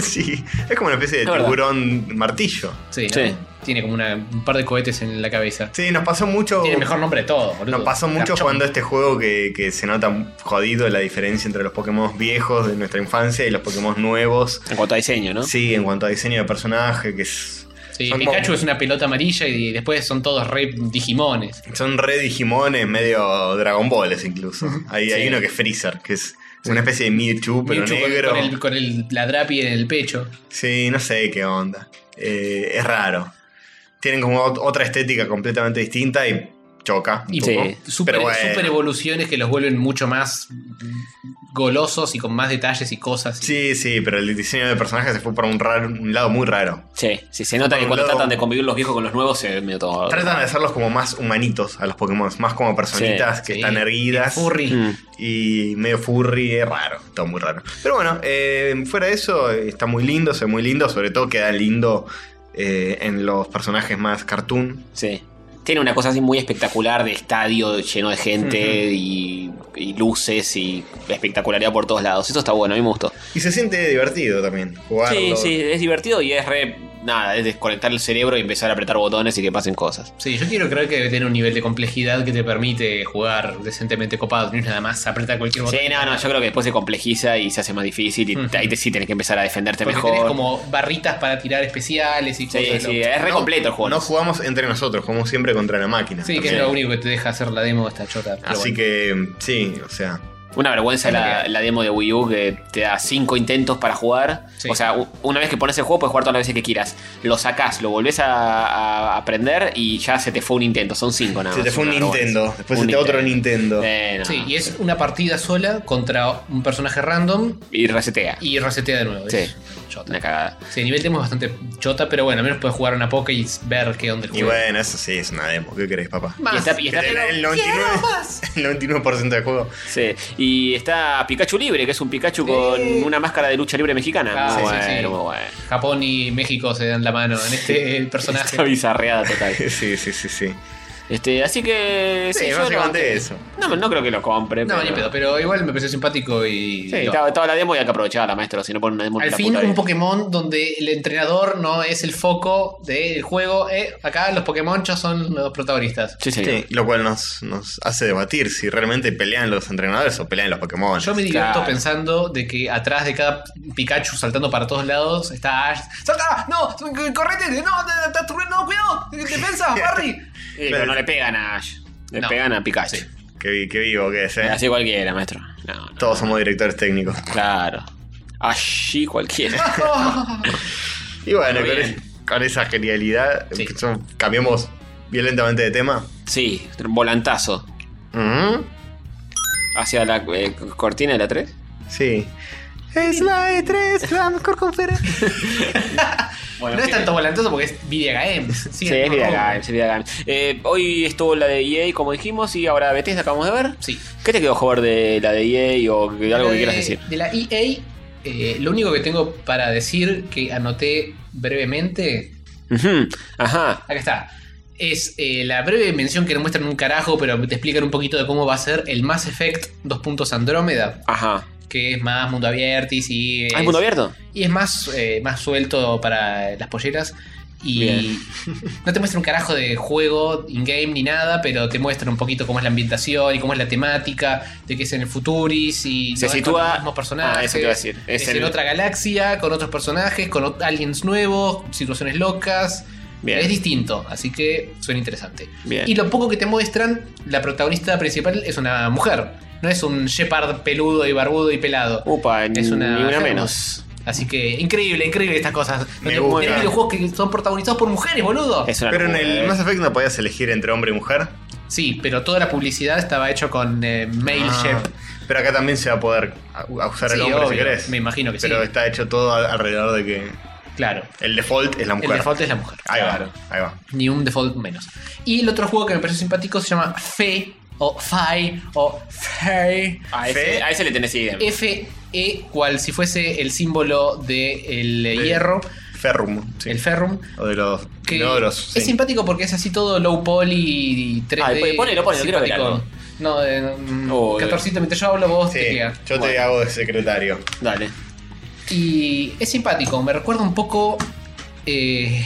Speaker 2: sí, es como una especie de
Speaker 3: Es verdad.
Speaker 2: tiburón martillo.
Speaker 4: Sí, ¿no?
Speaker 3: Sí.
Speaker 4: Tiene como una- un par de cohetes en la cabeza.
Speaker 2: Sí, nos pasó mucho.
Speaker 4: Tiene el mejor nombre de todo, boludo.
Speaker 2: Oh. Nos pasó mucho
Speaker 4: Garchomp.
Speaker 2: jugando este juego que, que se nota jodido la diferencia entre los Pokémon viejos de nuestra infancia y los Pokémon nuevos.
Speaker 3: En cuanto a diseño, ¿no?
Speaker 2: Sí, en cuanto a diseño de personaje, que es-
Speaker 4: Sí,
Speaker 2: son
Speaker 4: Pikachu
Speaker 2: como-
Speaker 4: es una pelota amarilla y después son todos re Digimones.
Speaker 2: son re Digimones, medio Dragon Balls incluso. Hay, hay uno que es Freezer, que es una especie de Mewtwo, pero
Speaker 4: Mewtwo con-
Speaker 2: negro.
Speaker 4: Con, el, con el- la Drapi en el pecho.
Speaker 2: Sí, no sé qué onda. Eh, es raro. Tienen como ot- otra estética completamente distinta y choca. un
Speaker 4: Y
Speaker 2: poco.
Speaker 3: Sí,
Speaker 4: Super,
Speaker 2: Pero bueno,
Speaker 4: super evoluciones que los vuelven mucho más golosos y con más detalles y cosas.
Speaker 2: Sí, sí, pero el diseño de personaje se fue por un, raro, un lado muy raro.
Speaker 3: Sí, sí, se nota
Speaker 2: Por
Speaker 3: que
Speaker 2: un
Speaker 3: cuando
Speaker 2: lado-
Speaker 3: tratan de convivir los viejos con los nuevos se medio todo.
Speaker 2: Tratan de hacerlos como más humanitos a los Pokémon, más como personitas que
Speaker 4: Sí,
Speaker 2: están erguidas.
Speaker 4: Furry.
Speaker 3: Mm.
Speaker 2: Y medio furry, es raro, todo muy raro. Pero bueno, eh, fuera de eso, eh, está muy lindo, se ve muy lindo, sobre todo queda lindo eh, en los personajes más cartoon.
Speaker 3: Sí. Tiene una cosa así muy espectacular de estadio lleno de gente y, y luces y espectacularidad por todos lados. Eso está bueno, a mí me gustó.
Speaker 2: Y se siente divertido también jugarlo.
Speaker 3: Sí, sí, es divertido y es re. Nada, es desconectar el cerebro y empezar a apretar botones y que pasen cosas.
Speaker 4: Sí, yo quiero creer que debe tener un nivel de complejidad que te permite jugar decentemente copado. No es nada más apretar cualquier
Speaker 3: Sí,
Speaker 4: botón.
Speaker 3: no, no, yo creo que después se complejiza y se hace más difícil y ahí te, sí tenés que empezar a defenderte
Speaker 4: Porque tenés
Speaker 3: mejor.
Speaker 4: como barritas para tirar especiales
Speaker 3: Sí,
Speaker 4: y cosas.
Speaker 3: sí,
Speaker 4: loco.
Speaker 3: es re
Speaker 2: No,
Speaker 3: completo el juego.
Speaker 2: No jugamos entre nosotros, jugamos siempre contra la máquina.
Speaker 4: Sí, que es
Speaker 2: también.
Speaker 4: lo único que te deja hacer la demo de esta chota. pero
Speaker 2: Así
Speaker 4: bueno.
Speaker 2: que, sí, o sea.
Speaker 3: Una vergüenza la, la demo de Wii U que te da cinco intentos para jugar.
Speaker 4: Sí.
Speaker 3: O sea, u- una vez que pones el juego puedes jugar todas las veces que quieras. Lo sacás, lo volvés a, a aprender y ya se te fue un intento. Son cinco nada
Speaker 2: Se
Speaker 3: más.
Speaker 2: te fue un
Speaker 3: Una vergüenza.
Speaker 2: Nintendo, después
Speaker 3: Un
Speaker 2: se te otro Nintendo.
Speaker 3: Eh, no.
Speaker 4: Sí, y es una partida sola contra un personaje random
Speaker 3: Y resetea.
Speaker 4: y resetea de nuevo.
Speaker 3: Sí.
Speaker 4: Es chota.
Speaker 3: Una cagada.
Speaker 4: Sí, el nivel demo es bastante chota, pero bueno, al menos puedes jugar una poca y ver qué onda el
Speaker 2: Y
Speaker 4: juego.
Speaker 2: bueno, eso sí es una demo. ¿Qué querés, papá?
Speaker 3: Y está, y
Speaker 2: Que
Speaker 3: está-
Speaker 2: tenga el 99%, el 99 del juego.
Speaker 3: sí. Y está Pikachu libre, que es un Pikachu con una máscara de lucha libre mexicana.
Speaker 4: Ah,
Speaker 3: muy
Speaker 4: sí,
Speaker 3: bueno,
Speaker 4: sí, sí.
Speaker 3: muy bueno.
Speaker 4: Japón y México se dan la mano en este eh,
Speaker 3: Está
Speaker 4: personaje.
Speaker 3: bizarreada total.
Speaker 2: Sí, sí, sí, sí.
Speaker 3: Este, así que.
Speaker 2: Sí,
Speaker 3: yo
Speaker 2: básicamente
Speaker 3: no-
Speaker 2: eso.
Speaker 3: No, no creo que lo compre.
Speaker 4: No, ni pedo, pero igual me pareció simpático y.
Speaker 3: Sí,
Speaker 4: lo-
Speaker 3: estaba, estaba la demo y hay que aprovecharla, maestro. Si no ponen una demo,
Speaker 4: Al
Speaker 3: la
Speaker 4: fin,
Speaker 3: puta
Speaker 4: un
Speaker 3: vida.
Speaker 4: Pokémon donde el entrenador no es el foco del juego. eh, Acá los Pokémonchos son los protagonistas.
Speaker 3: Sí, señor.
Speaker 2: Sí, lo cual nos, nos hace debatir si realmente pelean los entrenadores o pelean los Pokémon.
Speaker 4: Yo me divierto
Speaker 3: Claro.
Speaker 4: pensando de que atrás de cada Pikachu saltando para todos lados está Ash. ¡Salta! ¡No! ¡Correte! ¡No! te- te- te- ¡No! ¡Cuidado! ¡Defensa! ¡Barry!
Speaker 3: Sí, pero no le pegan a Ash. Le
Speaker 4: No.
Speaker 3: pegan a Pikachu.
Speaker 2: Qué, vi- qué vivo que es, ¿eh?
Speaker 3: Así cualquiera, maestro. No, no.
Speaker 2: Todos somos directores técnicos.
Speaker 3: Claro. Así cualquiera.
Speaker 2: Y bueno,
Speaker 3: Muy
Speaker 2: con,
Speaker 3: bien.
Speaker 2: es- con esa genialidad,
Speaker 4: Sí.
Speaker 2: empezó- cambiamos violentamente de tema. Mm-hmm.
Speaker 3: sí, volantazo.
Speaker 2: Ujú.
Speaker 3: Hacia la eh, cortina de la 3.
Speaker 2: Sí.
Speaker 1: Es la E3, la mejor conferencia.
Speaker 3: Bueno,
Speaker 4: No es tanto volantoso porque es Video Games.
Speaker 3: Sí, es Video Games, es Video Games. Eh, hoy estuvo la de EA, como dijimos, y ahora Bethesda acabamos de ver.
Speaker 4: Sí.
Speaker 3: ¿Qué te quedó joder de la de EA o de algo
Speaker 4: De-
Speaker 3: que quieras decir?
Speaker 4: De la EA, eh, lo único que tengo para decir que anoté brevemente
Speaker 3: Ujú, Ajá.
Speaker 4: Acá está. Es eh, la breve mención que no muestran un carajo, pero te explican un poquito de cómo va a ser el Mass Effect 2 puntos Andrómeda,
Speaker 3: Ajá.
Speaker 4: que es más mundo abierto y sí, es,
Speaker 3: ¿Hay Ah, mundo abierto?
Speaker 4: y es más, eh, más suelto para las polleras. Y
Speaker 3: Bien.
Speaker 4: no te muestran un carajo de juego, in-game ni nada, pero te muestran un poquito cómo es la ambientación y cómo es la temática, de que es en el futuris y
Speaker 3: Se
Speaker 4: no es
Speaker 3: sitúa-
Speaker 4: con los mismos personajes.
Speaker 3: Ah, eso te iba a decir. Es
Speaker 4: Es,
Speaker 3: en-
Speaker 4: en otra galaxia, con otros personajes, con ot- aliens nuevos, situaciones locas.
Speaker 3: Bien.
Speaker 4: Es distinto, así que suena interesante.
Speaker 3: Bien.
Speaker 4: Y lo poco que te muestran, la protagonista principal es una mujer. No es un Shepard peludo y barbudo y pelado.
Speaker 3: Upa, ni
Speaker 4: es una,
Speaker 3: una
Speaker 4: Hermes.
Speaker 3: menos.
Speaker 4: Así que increíble, increíble estas cosas.
Speaker 2: Me
Speaker 4: Tenés-
Speaker 2: gusta.
Speaker 4: tenés videojuegos que son protagonizados por mujeres, boludo.
Speaker 3: Es una
Speaker 2: Pero en
Speaker 3: locura, eh.
Speaker 2: el Mass Effect no podías elegir entre hombre y mujer.
Speaker 4: Sí, pero toda la publicidad estaba hecho con eh, Mail
Speaker 2: Ah,
Speaker 4: Shepard.
Speaker 2: Pero acá también se va a poder a- a usar el
Speaker 4: Sí,
Speaker 2: hombre si
Speaker 4: obvio,
Speaker 2: querés.
Speaker 4: me imagino que
Speaker 2: Pero
Speaker 4: sí.
Speaker 2: está hecho todo a- alrededor de que
Speaker 4: Claro.
Speaker 2: el default es la mujer.
Speaker 4: El default es la mujer.
Speaker 2: Ahí
Speaker 4: Claro.
Speaker 2: va, ahí va.
Speaker 4: Ni un default menos. Y el otro juego que me pareció simpático se llama Fe o Fai o Fei.
Speaker 3: A
Speaker 2: Fe-
Speaker 3: ese, a ese le tenés idea.
Speaker 4: F-E, cual si fuese el símbolo del eh,
Speaker 2: De-
Speaker 4: hierro,
Speaker 2: Ferrum, sí.
Speaker 4: el ferrum.
Speaker 2: O de los
Speaker 4: Que
Speaker 2: inodoros, sí.
Speaker 4: es simpático porque es así todo low poly y 3D.
Speaker 3: Ah, ponelo, ponelo, quiero
Speaker 4: simpático.
Speaker 3: ver algo.
Speaker 4: No, eh, mm,
Speaker 3: Oh, eh.
Speaker 4: Castorcito, mientras yo hablo, vos
Speaker 2: Sí,
Speaker 4: teclea.
Speaker 2: yo te
Speaker 3: Bueno.
Speaker 2: hago de secretario.
Speaker 3: Dale.
Speaker 4: Y es simpático, me recuerda un poco. Eh,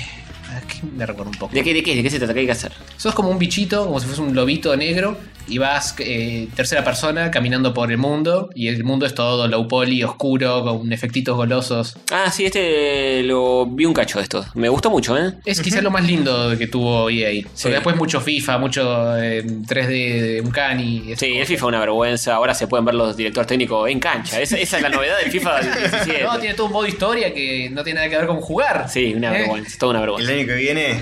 Speaker 4: ¿A qué me recuerda un poco?
Speaker 3: ¿De qué, de qué, de qué se trata? ¿Qué hay que hacer?
Speaker 4: Sos como un bichito, como si fuese un lobito negro, y vas eh, tercera persona caminando por el mundo, y el mundo es todo low poly, oscuro, con efectitos golosos.
Speaker 3: Ah, sí, este lo vi un cacho de esto. Me gustó mucho, ¿eh?
Speaker 4: Es quizá lo más lindo que tuvo EA.
Speaker 3: Sí.
Speaker 4: Porque después mucho FIFA, mucho eh, 3D de Uncanny. y esas
Speaker 3: Sí, el
Speaker 4: cosas.
Speaker 3: FIFA es una vergüenza. Ahora se pueden ver los directores técnicos en cancha. Esa, esa es la novedad del FIFA del 17.
Speaker 4: No, tiene todo un modo historia que no tiene nada que ver con jugar.
Speaker 3: Sí, una
Speaker 4: ¿Eh?
Speaker 3: vergüenza. Toda una
Speaker 2: El
Speaker 3: vergüenza.
Speaker 2: año que viene,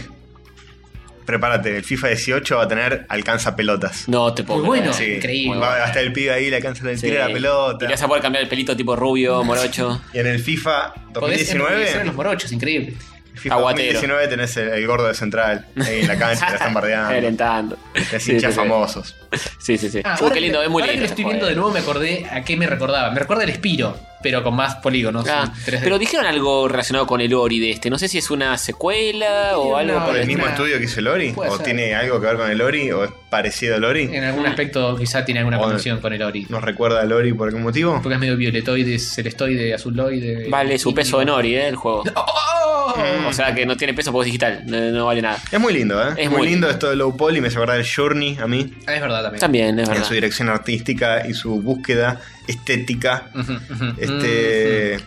Speaker 2: prepárate, el FIFA 18 va a tener alcanza pelotas.
Speaker 3: No te puedo
Speaker 4: Muy bueno.
Speaker 3: creer.
Speaker 2: Sí,
Speaker 4: Ah, increíble.
Speaker 2: Va a estar el pibe ahí, le alcanza el
Speaker 3: Sí.
Speaker 2: tiro a la pelota.
Speaker 3: Y le vas a poder cambiar el pelito tipo rubio, morocho.
Speaker 2: Y en el FIFA
Speaker 4: Podés enriquecer a
Speaker 2: 2019,
Speaker 4: los morochos, increíble.
Speaker 2: FIFA
Speaker 3: Aguatero.
Speaker 2: 2019 tenés el, el gordo de central ahí en la cancha, la están
Speaker 3: Ah,
Speaker 2: bardeando.
Speaker 3: Calentando.
Speaker 2: Tenés
Speaker 3: Sí,
Speaker 2: hinchas
Speaker 3: sí, sí.
Speaker 2: famosos.
Speaker 3: Sí, sí, sí.
Speaker 4: Ah,
Speaker 3: Uh,
Speaker 4: ahora
Speaker 3: qué lindo,
Speaker 4: que-
Speaker 3: es muy
Speaker 4: ahora que
Speaker 3: lindo.
Speaker 4: lo estoy viendo de nuevo, me acordé a qué me recordaba. Me recuerda el Spiro, pero con más polígonos.
Speaker 3: Ah,
Speaker 4: en 3D.
Speaker 3: pero dijeron algo relacionado con el Ori de este. No sé si es una secuela o
Speaker 4: Sí,
Speaker 3: algo
Speaker 4: no,
Speaker 3: por
Speaker 2: ¿Por el
Speaker 3: el
Speaker 4: es
Speaker 2: mismo
Speaker 4: una-
Speaker 2: estudio que hizo el Ori?
Speaker 4: Puede
Speaker 2: ¿O
Speaker 4: ser. Eh,
Speaker 2: tiene algo que ver con el Ori? ¿O es parecido al Ori?
Speaker 4: en algún aspecto quizá tiene alguna
Speaker 2: Bueno.
Speaker 4: conexión con el Ori.
Speaker 2: ¿Nos recuerda al Ori por algún motivo?
Speaker 4: Porque es medio violetoide, celetoide, azuloide.
Speaker 3: Vale, su peso en Ori, ¿eh? El juego.
Speaker 4: ¡Oh!
Speaker 2: Eh.
Speaker 3: O sea que no tiene peso porque es digital. No, no vale nada.
Speaker 2: Es muy lindo, ¿eh?
Speaker 3: Es
Speaker 2: muy,
Speaker 3: muy
Speaker 2: lindo
Speaker 3: lindo.
Speaker 2: esto de Low Poly. Me hace acordar el Journey a mí.
Speaker 4: Ah, es verdad también.
Speaker 3: También, es
Speaker 2: En
Speaker 3: verdad.
Speaker 2: su dirección artística y su búsqueda estética.
Speaker 4: Ujú, ujú.
Speaker 2: Este.
Speaker 3: Eh,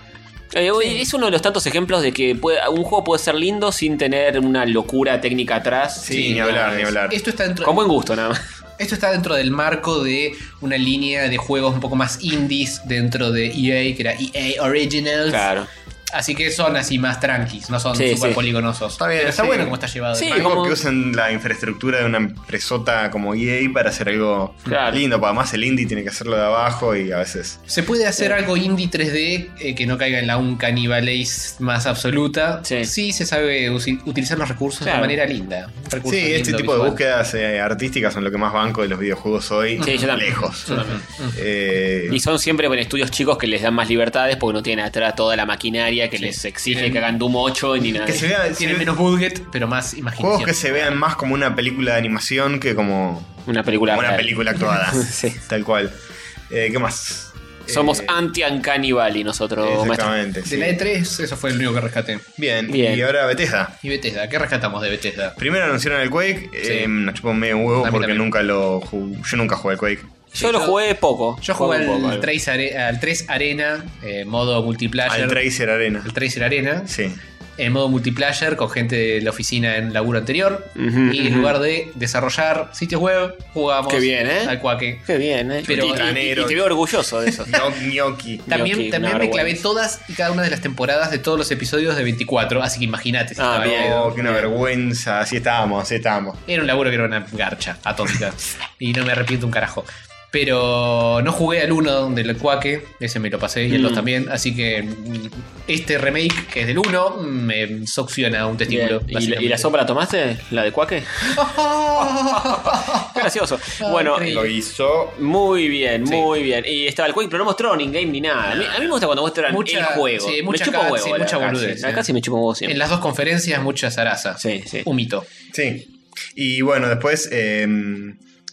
Speaker 3: Es uno de los tantos ejemplos de que puede- un juego puede ser lindo sin tener una locura técnica
Speaker 4: Mm.
Speaker 3: atrás.
Speaker 2: Sí, ni hablar, ni hablar.
Speaker 4: Esto está dentro
Speaker 3: Con buen gusto, nada más.
Speaker 4: Esto está dentro del marco de una línea de juegos un poco más indies dentro de EA, que era EA Originals.
Speaker 3: Claro.
Speaker 4: Así que son así más tranquis, no son
Speaker 3: Sí,
Speaker 4: super
Speaker 3: sí.
Speaker 4: poligonosos.
Speaker 2: Está bien,
Speaker 4: Pero está
Speaker 2: sí.
Speaker 4: bueno como está llevado.
Speaker 3: Sí,
Speaker 2: Algo
Speaker 3: como-
Speaker 2: que usen la infraestructura de una empresota como EA para hacer algo
Speaker 3: Claro.
Speaker 2: lindo. Para más el indie tiene que hacerlo de abajo y a veces.
Speaker 4: Se puede hacer algo indie 3D eh, que no caiga en la un canibalace más absoluta.
Speaker 3: Sí.
Speaker 4: se sabe usi- utilizar los recursos de
Speaker 3: Claro.
Speaker 4: una manera linda. Recursos
Speaker 2: Sí, este
Speaker 4: lindo,
Speaker 2: tipo de
Speaker 4: visual.
Speaker 2: búsquedas eh, artísticas son lo que más banco de los videojuegos hoy.
Speaker 3: Sí, yo también.
Speaker 2: lejos.
Speaker 3: Yo también.
Speaker 2: Eh,
Speaker 3: Y son siempre con estudios chicos que les dan más libertades porque no tienen atrás toda la maquinaria que les exige que hagan Doom 8 ni nada.
Speaker 2: que se vea,
Speaker 4: Tiene
Speaker 2: se-
Speaker 4: menos budget, pero más
Speaker 2: juegos
Speaker 4: imaginación.
Speaker 2: que se vean más como una película de animación que como,
Speaker 3: Una película.
Speaker 2: como una
Speaker 3: real.
Speaker 2: película actuada.
Speaker 3: Sí.
Speaker 2: Tal cual. Eh, ¿Qué más?
Speaker 3: Somos
Speaker 2: Eh,
Speaker 3: anti-Uncanny Valley nosotros, maestro.
Speaker 2: Exactamente.
Speaker 4: De
Speaker 2: sí.
Speaker 4: la E3, eso fue el único que rescaté.
Speaker 2: Bien.
Speaker 3: Bien.
Speaker 2: y ahora Bethesda.
Speaker 4: Y Bethesda, ¿qué rescatamos de Bethesda?
Speaker 2: Primero anunciaron el Quake,
Speaker 4: Sí.
Speaker 2: eh, nos chupó medio un huevo
Speaker 4: A mí
Speaker 2: porque
Speaker 4: también.
Speaker 2: nunca lo ju- yo nunca jugué al Quake.
Speaker 3: Yo lo
Speaker 4: yo-
Speaker 3: jugué poco.
Speaker 4: Yo jugué al,
Speaker 3: poco, eh. algo.
Speaker 4: 3 are- al 3 Arena, eh, modo multiplayer.
Speaker 2: Al Tracer Arena.
Speaker 4: al 3 Arena,
Speaker 2: Sí.
Speaker 4: en modo multiplayer con gente de la oficina en laburo anterior.
Speaker 3: Ujú,
Speaker 4: y
Speaker 3: ujú.
Speaker 4: en lugar de desarrollar sitios web, jugamos
Speaker 3: Qué bien, ¿eh?
Speaker 4: al cuaque.
Speaker 3: Qué bien, ¿eh?
Speaker 4: Pero-
Speaker 3: y, y- y- y te veo orgulloso de eso.
Speaker 2: Gno- Gnocchi.
Speaker 4: También,
Speaker 3: Gnocchi,
Speaker 4: también
Speaker 3: una
Speaker 4: me clavé
Speaker 3: vergüenza.
Speaker 4: todas y cada una de las temporadas de todos los episodios de 24, así que imagínate. si
Speaker 3: Ah,
Speaker 4: estaba
Speaker 3: bien.
Speaker 4: aburrido.
Speaker 2: Oh, qué una vergüenza. Así estábamos, así estábamos.
Speaker 4: Era un laburo que era una garcha atómica. y no me arrepiento un carajo. Pero no jugué al 1 del cuaque, ese me lo pasé, y el 2
Speaker 3: Mm.
Speaker 4: también. Así que mm, este remake, que es del 1, me succiona un
Speaker 3: Bien.
Speaker 4: testículo.
Speaker 3: ¿Y, la, y la
Speaker 4: básicamente.
Speaker 3: sombra la tomaste? ¿La de Cuaque? Gracioso. bueno,
Speaker 4: Ah, increíble.
Speaker 2: Lo hizo.
Speaker 3: muy bien,
Speaker 4: Sí.
Speaker 3: muy bien. Y estaba el Quake, pero no mostró ni game ni nada. A mí, a mí me gusta cuando muestran
Speaker 4: Mucha-
Speaker 3: el juego.
Speaker 4: sí,
Speaker 3: me
Speaker 4: mucha
Speaker 3: chupa
Speaker 4: ca-
Speaker 3: huevo.
Speaker 4: sí,
Speaker 3: la
Speaker 4: mucha
Speaker 3: casi.
Speaker 4: boludez,
Speaker 3: La
Speaker 4: sí.
Speaker 3: casi me chupa huevo siempre.
Speaker 4: En las dos conferencias, mucha zaraza.
Speaker 3: Sí, sí.
Speaker 4: Un mito.
Speaker 2: Sí. Y bueno, después eh,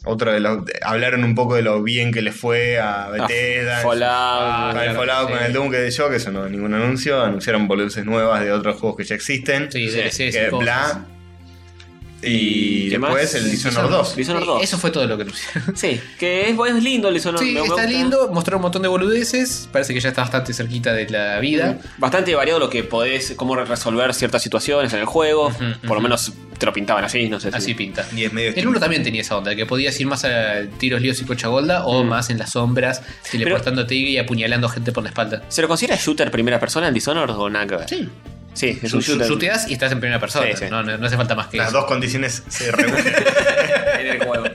Speaker 2: otro de los de- hablaron un poco de lo bien que les fue a
Speaker 3: Ah,
Speaker 2: Bethesda.
Speaker 3: Fallout.
Speaker 2: con el
Speaker 4: claro,
Speaker 2: Fallout, con
Speaker 4: sí.
Speaker 2: el Doom que yo, que eso no ningún anuncio, anunciaron boludeces nuevas de otros juegos que ya existen.
Speaker 4: Sí, DLCs y
Speaker 2: que
Speaker 4: cosas.
Speaker 2: bla. Y,
Speaker 3: ¿Y qué más?
Speaker 2: después el Dishonored 2.
Speaker 3: Dishonored
Speaker 4: Eh,
Speaker 3: 2.
Speaker 4: Eso fue todo lo que anunciaron.
Speaker 3: Sí, que es, es lindo el Dishonored.
Speaker 4: Sí,
Speaker 3: me- me
Speaker 4: está
Speaker 3: gusta.
Speaker 4: lindo, mostró un montón de boludeces. Parece que ya está bastante cerquita de la
Speaker 3: Mm.
Speaker 4: vida.
Speaker 3: Bastante variado lo que podés, cómo resolver ciertas situaciones en el juego. Por lo menos te lo pintaban así, no sé. si-
Speaker 4: Así pinta.
Speaker 2: Y es medio
Speaker 4: El 1 también tenía esa onda, que podías ir más a tiros líos y cochagolda o
Speaker 2: Mm.
Speaker 4: más en las sombras, teleportándote y apuñalando gente por la espalda.
Speaker 3: ¿Se lo considera shooter primera persona el Dishonored o nada que ver? Sí. Sí, es un shooter.
Speaker 4: Shooteas y estás en primera persona.
Speaker 3: Sí, sí.
Speaker 4: No, no- no hace falta más que
Speaker 2: Las
Speaker 4: eso.
Speaker 2: dos condiciones se reúnen.
Speaker 3: en el juego.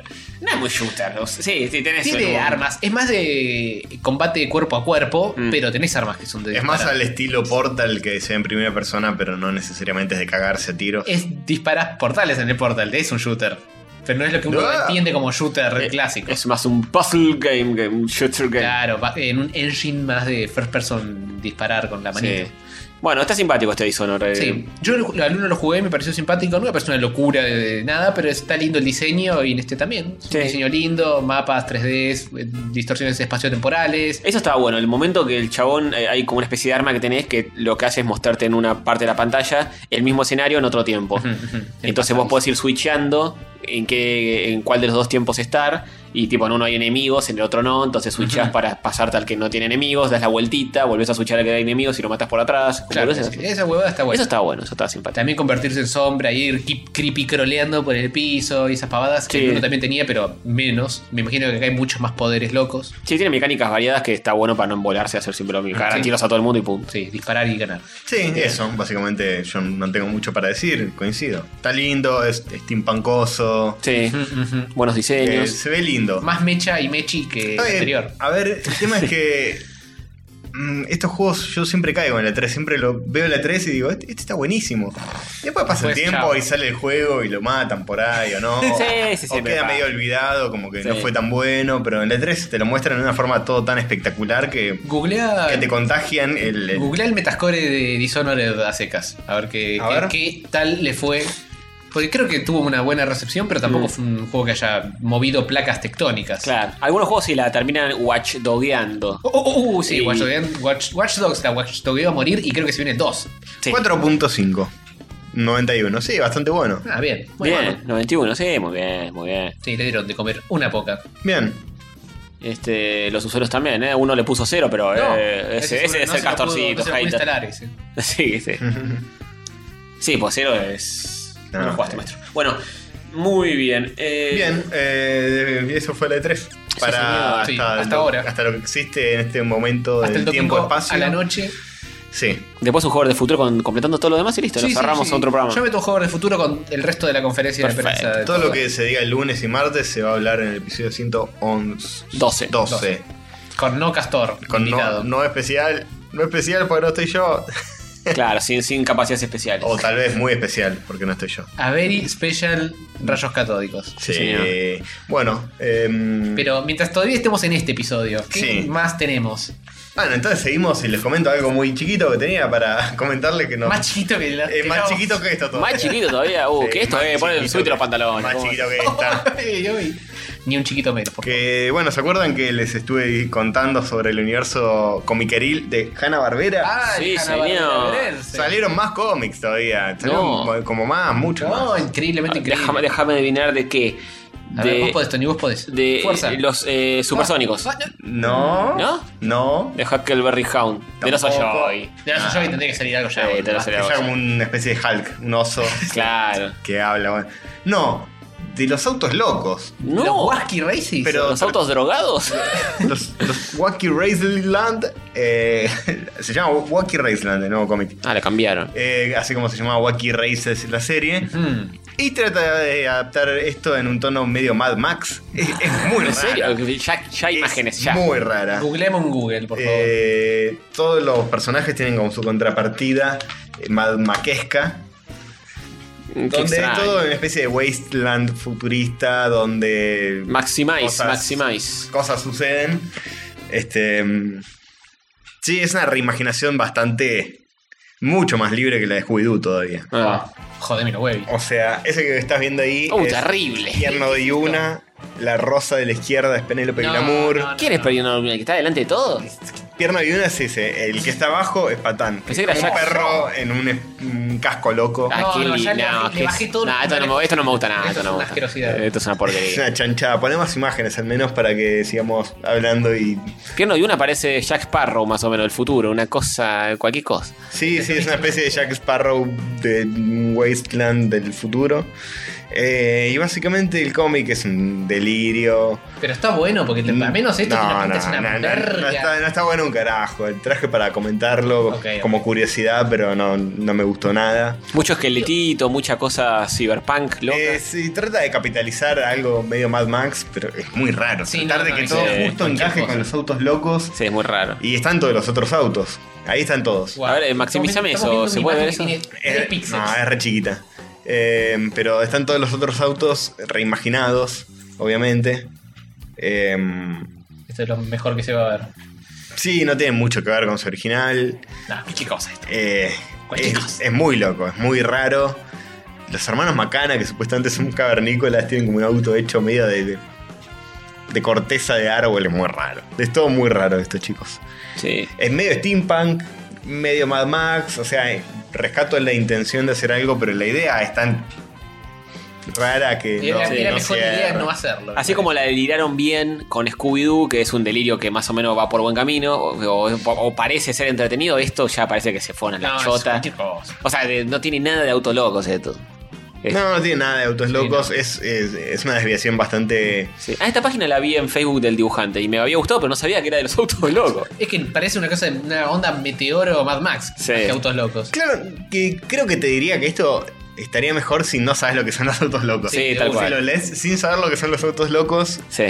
Speaker 3: No es muy shooter. o sea, sí, sí, tenés.
Speaker 4: Tiene
Speaker 3: un-
Speaker 4: armas, es más de combate cuerpo a cuerpo,
Speaker 3: Mm.
Speaker 4: pero tenés armas que son de.
Speaker 2: es más
Speaker 4: disparar.
Speaker 2: al estilo Portal que se ve en primera persona, pero no necesariamente es de cagarse a tiros.
Speaker 4: Es disparas portales en el portal, es un shooter. Pero no es lo que uno
Speaker 2: Ah.
Speaker 4: entiende como shooter
Speaker 3: eh,
Speaker 4: clásico.
Speaker 3: Es más un puzzle game que un shooter game.
Speaker 4: Claro, va- en un engine más de first person disparar con la manita.
Speaker 3: Sí. Bueno, está simpático este Dishonored. eh.
Speaker 4: Sí, yo lo- al uno lo jugué, me pareció simpático, no me pareció una locura de, de nada, pero está lindo el diseño y en este también. Es un
Speaker 3: Sí.
Speaker 4: diseño lindo, mapas 3D, s- eh, distorsiones espaciotemporales.
Speaker 3: Eso estaba bueno, el momento que el chabón, eh, hay como una especie de arma que tenés que lo que hace es mostrarte en una parte de la pantalla el mismo escenario en otro tiempo. Entonces vos podés ir switchando en qué, en cuál de los dos tiempos estar. Y tipo, en uno hay enemigos, en el otro no. Entonces switchás para pasarte al que no tiene enemigos, das la vueltita, volvés a switchar al que hay enemigos y lo matas por atrás. como
Speaker 4: Claro,
Speaker 3: boludeces
Speaker 4: sí,
Speaker 3: así.
Speaker 4: esa huevada está buena.
Speaker 3: Eso está bueno, eso está simpático.
Speaker 4: También convertirse en sombra, ir ki- creepy croleando por el piso y esas pavadas que
Speaker 3: Sí.
Speaker 4: el uno también tenía, pero menos. Me imagino que acá hay muchos más poderes locos.
Speaker 3: Sí, tiene mecánicas variadas que está bueno para no embolarse, hacer siempre lo mismo. Cagar a
Speaker 4: Sí.
Speaker 3: tiros a todo el mundo y punto.
Speaker 4: Sí, disparar y ganar.
Speaker 2: Sí, eso, básicamente yo no tengo mucho para decir, coincido. Está lindo, es steampunkoso,
Speaker 3: Sí, buenos
Speaker 2: eh,
Speaker 3: diseños.
Speaker 2: se ve lindo.
Speaker 4: Más mecha y mechi que el
Speaker 2: Está bien.
Speaker 4: anterior.
Speaker 2: A ver, el tema es que mm, estos juegos yo siempre caigo en la 3, siempre lo veo en la 3 y digo, este, este está buenísimo. Después pasa
Speaker 4: Después,
Speaker 2: el tiempo
Speaker 4: chao.
Speaker 2: y sale el juego y lo matan por ahí o no.
Speaker 11: Sí, sí, sí,
Speaker 2: o
Speaker 11: me
Speaker 2: queda
Speaker 11: pasa.
Speaker 2: medio olvidado, como que no
Speaker 11: Sí.
Speaker 2: fue tan bueno, pero en la 3 te lo muestran de una forma todo tan espectacular que,
Speaker 4: Googlea,
Speaker 2: que te contagian el... el-
Speaker 4: googlea el metascore de Dishonored a secas. A ver qué,
Speaker 2: A
Speaker 4: qué-
Speaker 2: ver.
Speaker 4: qué tal le fue. Porque creo que tuvo una buena recepción, pero
Speaker 2: Mm.
Speaker 4: tampoco fue un juego que haya movido placas tectónicas.
Speaker 3: Claro. Algunos juegos sí la terminan watchdogueando.
Speaker 4: Uh, uh, uh, sí,
Speaker 3: Y-
Speaker 4: Watch, Dogs- Watch- Watch Dogs la watchdogueó a morir y creo que se viene dos.
Speaker 3: Sí.
Speaker 2: 4.5. 91, sí, bastante bueno.
Speaker 4: Ah, bien. Muy
Speaker 3: Bien,
Speaker 4: bueno.
Speaker 3: 91, sí, muy bien, muy bien.
Speaker 4: Sí, le dieron de comer una poca.
Speaker 3: Eh,
Speaker 2: Bien.
Speaker 3: Este, los usuarios también, ¿eh? Uno le puso cero, pero eh, ese, ese
Speaker 4: seguro
Speaker 3: es
Speaker 4: no
Speaker 3: el
Speaker 4: se lo pudo-
Speaker 3: castorcito,
Speaker 4: no se lo pudo
Speaker 3: hater.
Speaker 4: instalar ese.
Speaker 3: Sí, sí. Sí, pues cero es. No,
Speaker 2: No,
Speaker 3: lo jugaste,
Speaker 2: sí.
Speaker 3: maestro. Bueno, muy bien. eh,
Speaker 2: Bien, eh, eso fue la E3. Para
Speaker 4: señor. Sí,
Speaker 2: hasta,
Speaker 4: hasta
Speaker 2: lo-
Speaker 4: ahora.
Speaker 2: Hasta lo que existe en este momento
Speaker 4: Hasta
Speaker 2: del
Speaker 4: el domingo
Speaker 2: tiempo-espacio.
Speaker 4: a la noche.
Speaker 2: Sí.
Speaker 3: Después un jugador de futuro con- completando todo lo demás y listo.
Speaker 4: Sí,
Speaker 3: nos
Speaker 4: sí,
Speaker 3: cerramos
Speaker 4: sí.
Speaker 3: otro programa.
Speaker 4: Yo meto un juego de futuro con el resto de la conferencia de
Speaker 3: Perfecto.
Speaker 4: prensa. de
Speaker 2: Todo lo
Speaker 4: todo.
Speaker 2: que se diga el lunes y martes se va a hablar en el episodio 111.
Speaker 3: 12.
Speaker 2: 12.
Speaker 4: Con no castor.
Speaker 2: Con no,
Speaker 4: invitado.
Speaker 2: no especial. No especial porque no estoy yo.
Speaker 3: Claro, sin, sin capacidades especiales.
Speaker 2: O tal vez muy especial porque no estoy yo.
Speaker 4: A very special rayos catódicos.
Speaker 2: Sí.
Speaker 3: señor.
Speaker 2: Eh, Bueno. em,
Speaker 4: Pero mientras todavía estemos en este episodio, ¿qué
Speaker 2: Sí.
Speaker 4: más tenemos?
Speaker 2: Bueno, entonces seguimos y les comento algo muy chiquito que tenía para comentarle que no.
Speaker 4: Más chiquito que la.
Speaker 2: Eh, más chiquito que esto todo.
Speaker 3: Más chiquito todavía. Uh,
Speaker 2: Sí,
Speaker 3: que esto,
Speaker 2: más
Speaker 3: eh, ponen,
Speaker 2: chiquito
Speaker 3: subite los
Speaker 2: que-
Speaker 3: pantalones.
Speaker 2: Más
Speaker 3: ¿cómo?
Speaker 2: chiquito que esta.
Speaker 4: Ni un chiquito menos. por
Speaker 2: Que bueno, ¿se acuerdan que les estuve contando sobre el universo comiqueril de Hanna Barbera?
Speaker 4: favor. Ay,
Speaker 3: Sí,
Speaker 4: Hanna-Barbera
Speaker 3: señor.
Speaker 4: Verense.
Speaker 2: Salieron más cómics todavía. Salieron
Speaker 3: No.
Speaker 2: como más, mucho
Speaker 4: No,
Speaker 2: más.
Speaker 4: increíblemente increíble.
Speaker 3: Ah, Déjame, déjame adivinar de qué.
Speaker 4: A ver, vos
Speaker 3: De,
Speaker 4: podés, Tony, vos podés.
Speaker 3: de
Speaker 4: Fuerza.
Speaker 3: los eh, supersónicos.
Speaker 4: Ah, no.
Speaker 2: No.
Speaker 3: ¿No?
Speaker 2: No.
Speaker 3: De Huckleberry Hound. De los
Speaker 2: Tampoco.
Speaker 3: Soyoy.
Speaker 4: De los Soyobi tendría que salir algo ya.
Speaker 3: Eh,
Speaker 4: boludo.
Speaker 3: de los
Speaker 2: Es ya
Speaker 3: Soyoy.
Speaker 2: como una especie de Hulk, un oso
Speaker 3: Claro.
Speaker 2: que habla. bueno. No, de los autos locos.
Speaker 3: No.
Speaker 4: Los Wasky Races.
Speaker 2: Pero-
Speaker 3: ¿Los autos drogados?
Speaker 2: Los, los Wacky Raceland. eh, se llama Wacky Raceland, el nuevo cómic.
Speaker 3: Ah, le cambiaron.
Speaker 2: Eh, así como se llamaba Wacky Races la serie.
Speaker 4: Hmm.
Speaker 2: Y trata de adaptar esto en un tono medio Mad Max. Es, es muy
Speaker 3: ¿En
Speaker 2: rara.
Speaker 3: serio? Ya, ya hay
Speaker 2: Es
Speaker 3: imágenes, ya.
Speaker 2: Muy rara.
Speaker 4: Googleemos en Google, por favor.
Speaker 2: Eh, todos los personajes tienen como su contrapartida eh, Mad Maxesca.
Speaker 3: Qué
Speaker 2: Donde es
Speaker 3: extraño.
Speaker 2: todo una especie de wasteland futurista donde
Speaker 3: Maximize,
Speaker 2: Cosas.
Speaker 3: maximize.
Speaker 2: cosas suceden. Este. mm, Sí, es una reimaginación bastante. mucho más libre que la de Scooby-Doo todavía.
Speaker 3: Ah.
Speaker 4: Jodeme los huevos.
Speaker 2: O sea, ese que estás viendo ahí.
Speaker 3: Uh,
Speaker 2: es
Speaker 3: terrible.
Speaker 2: Tierno de Yuna, la rosa de la izquierda es Penélope
Speaker 4: No,
Speaker 2: Glamour.
Speaker 4: no, no.
Speaker 3: ¿Quién es Perino Luna? ¿El que está delante de todo?
Speaker 2: Pierna de una es ese, el que está abajo es patán.
Speaker 3: Pensé que era
Speaker 2: Es un
Speaker 3: Jack.
Speaker 2: perro en un, un casco loco.
Speaker 3: Ah,
Speaker 4: no,
Speaker 3: qué
Speaker 4: no,
Speaker 3: lindo.
Speaker 4: ya le bajé- le
Speaker 3: qué-
Speaker 4: bajé todo
Speaker 3: Nah,
Speaker 4: el-
Speaker 3: esto, no me, esto no me gusta nada.
Speaker 4: Esto
Speaker 3: Esto,
Speaker 4: es
Speaker 3: no me
Speaker 4: una
Speaker 3: gusta.
Speaker 4: asquerosidad.
Speaker 3: Eh, Esto es una
Speaker 2: Es
Speaker 3: porquería.
Speaker 2: una chanchada. Ponemos imágenes al menos para que sigamos hablando y.
Speaker 3: Pierno de una parece Jack Sparrow, más o menos, el futuro. Una cosa, cualquier cosa.
Speaker 2: Sí, sí, es una especie de Jack Sparrow de Wasteland del futuro. Eh, y básicamente el cómic es un delirio.
Speaker 4: Pero está bueno, porque te- al menos esto
Speaker 2: mm, no,
Speaker 4: tiene una
Speaker 2: no,
Speaker 4: pinta, es una
Speaker 2: no, no,
Speaker 4: verga.
Speaker 2: no está, no está bueno un carajo. El traje para comentarlo
Speaker 4: Ok, ok.
Speaker 2: como curiosidad, pero no, no me gustó nada.
Speaker 3: Mucho esqueletito, mucha cosa cyberpunk, loca.
Speaker 2: Eh, sí, trata de capitalizar algo medio Mad Max, pero es muy raro.
Speaker 4: Sí,
Speaker 2: tratar
Speaker 4: no,
Speaker 2: de
Speaker 4: no,
Speaker 2: que
Speaker 4: no,
Speaker 2: todo
Speaker 3: sí,
Speaker 2: justo
Speaker 4: cualquier
Speaker 2: encaje
Speaker 4: cosa.
Speaker 2: con los autos locos.
Speaker 3: Sí, es muy raro.
Speaker 2: Y están todos los otros autos. Ahí están todos.
Speaker 4: Guau.
Speaker 3: A ver, eh, maximízame
Speaker 4: Estamos viendo
Speaker 3: eso, ¿se
Speaker 4: una
Speaker 3: puede ver
Speaker 4: imagen
Speaker 3: eso?
Speaker 4: que tiene
Speaker 2: Eh,
Speaker 4: tres píxeles.
Speaker 2: no, es re chiquita. Eh, pero están todos los otros autos reimaginados, obviamente. Eh,
Speaker 4: Esto es lo mejor que se va a ver.
Speaker 2: sí, no tiene mucho que ver con su original.
Speaker 4: Nah, qué cosa esto.
Speaker 2: Eh,
Speaker 4: Cualquier
Speaker 2: es,
Speaker 4: cosa.
Speaker 2: es muy loco, es muy raro. Los hermanos Macana, que supuestamente son cavernícolas, tienen como un auto hecho medio de, de, de corteza de árbol, es muy raro. Es todo muy raro de estos chicos.
Speaker 3: Sí.
Speaker 2: Es medio steampunk, medio Mad Max, o sea, eh, rescato la intención de hacer algo, pero la idea es tan rara que...
Speaker 4: Era,
Speaker 2: no,
Speaker 4: era
Speaker 2: no
Speaker 4: mejor idea
Speaker 2: cierra.
Speaker 4: no hacerlo.
Speaker 3: Así como la deliraron bien con Scooby-Doo, que es un delirio que más o menos va por buen camino, o, o- o parece ser entretenido, esto ya parece que se fueron a la
Speaker 4: no, es
Speaker 3: chota.
Speaker 4: cualquier cosa.
Speaker 3: O sea, de- no tiene nada de auto loco, o sea, todo. es-
Speaker 2: No, no tiene nada de autos
Speaker 4: Sí,
Speaker 2: locos,
Speaker 4: no.
Speaker 2: es, es- es una desviación bastante...
Speaker 3: Sí. Ah, esta página la vi en Facebook del dibujante y me había gustado, pero no sabía que era de los autos locos.
Speaker 4: Es que parece una cosa de una onda meteoro Mad Max.
Speaker 3: Sí.
Speaker 4: más Que autos locos.
Speaker 2: Claro, que creo que te diría que esto estaría mejor si no sabes lo que son los autos locos.
Speaker 3: Sí, tal
Speaker 2: si
Speaker 3: cual.
Speaker 2: lo lees sin saber lo que son los autos locos,
Speaker 3: Sí.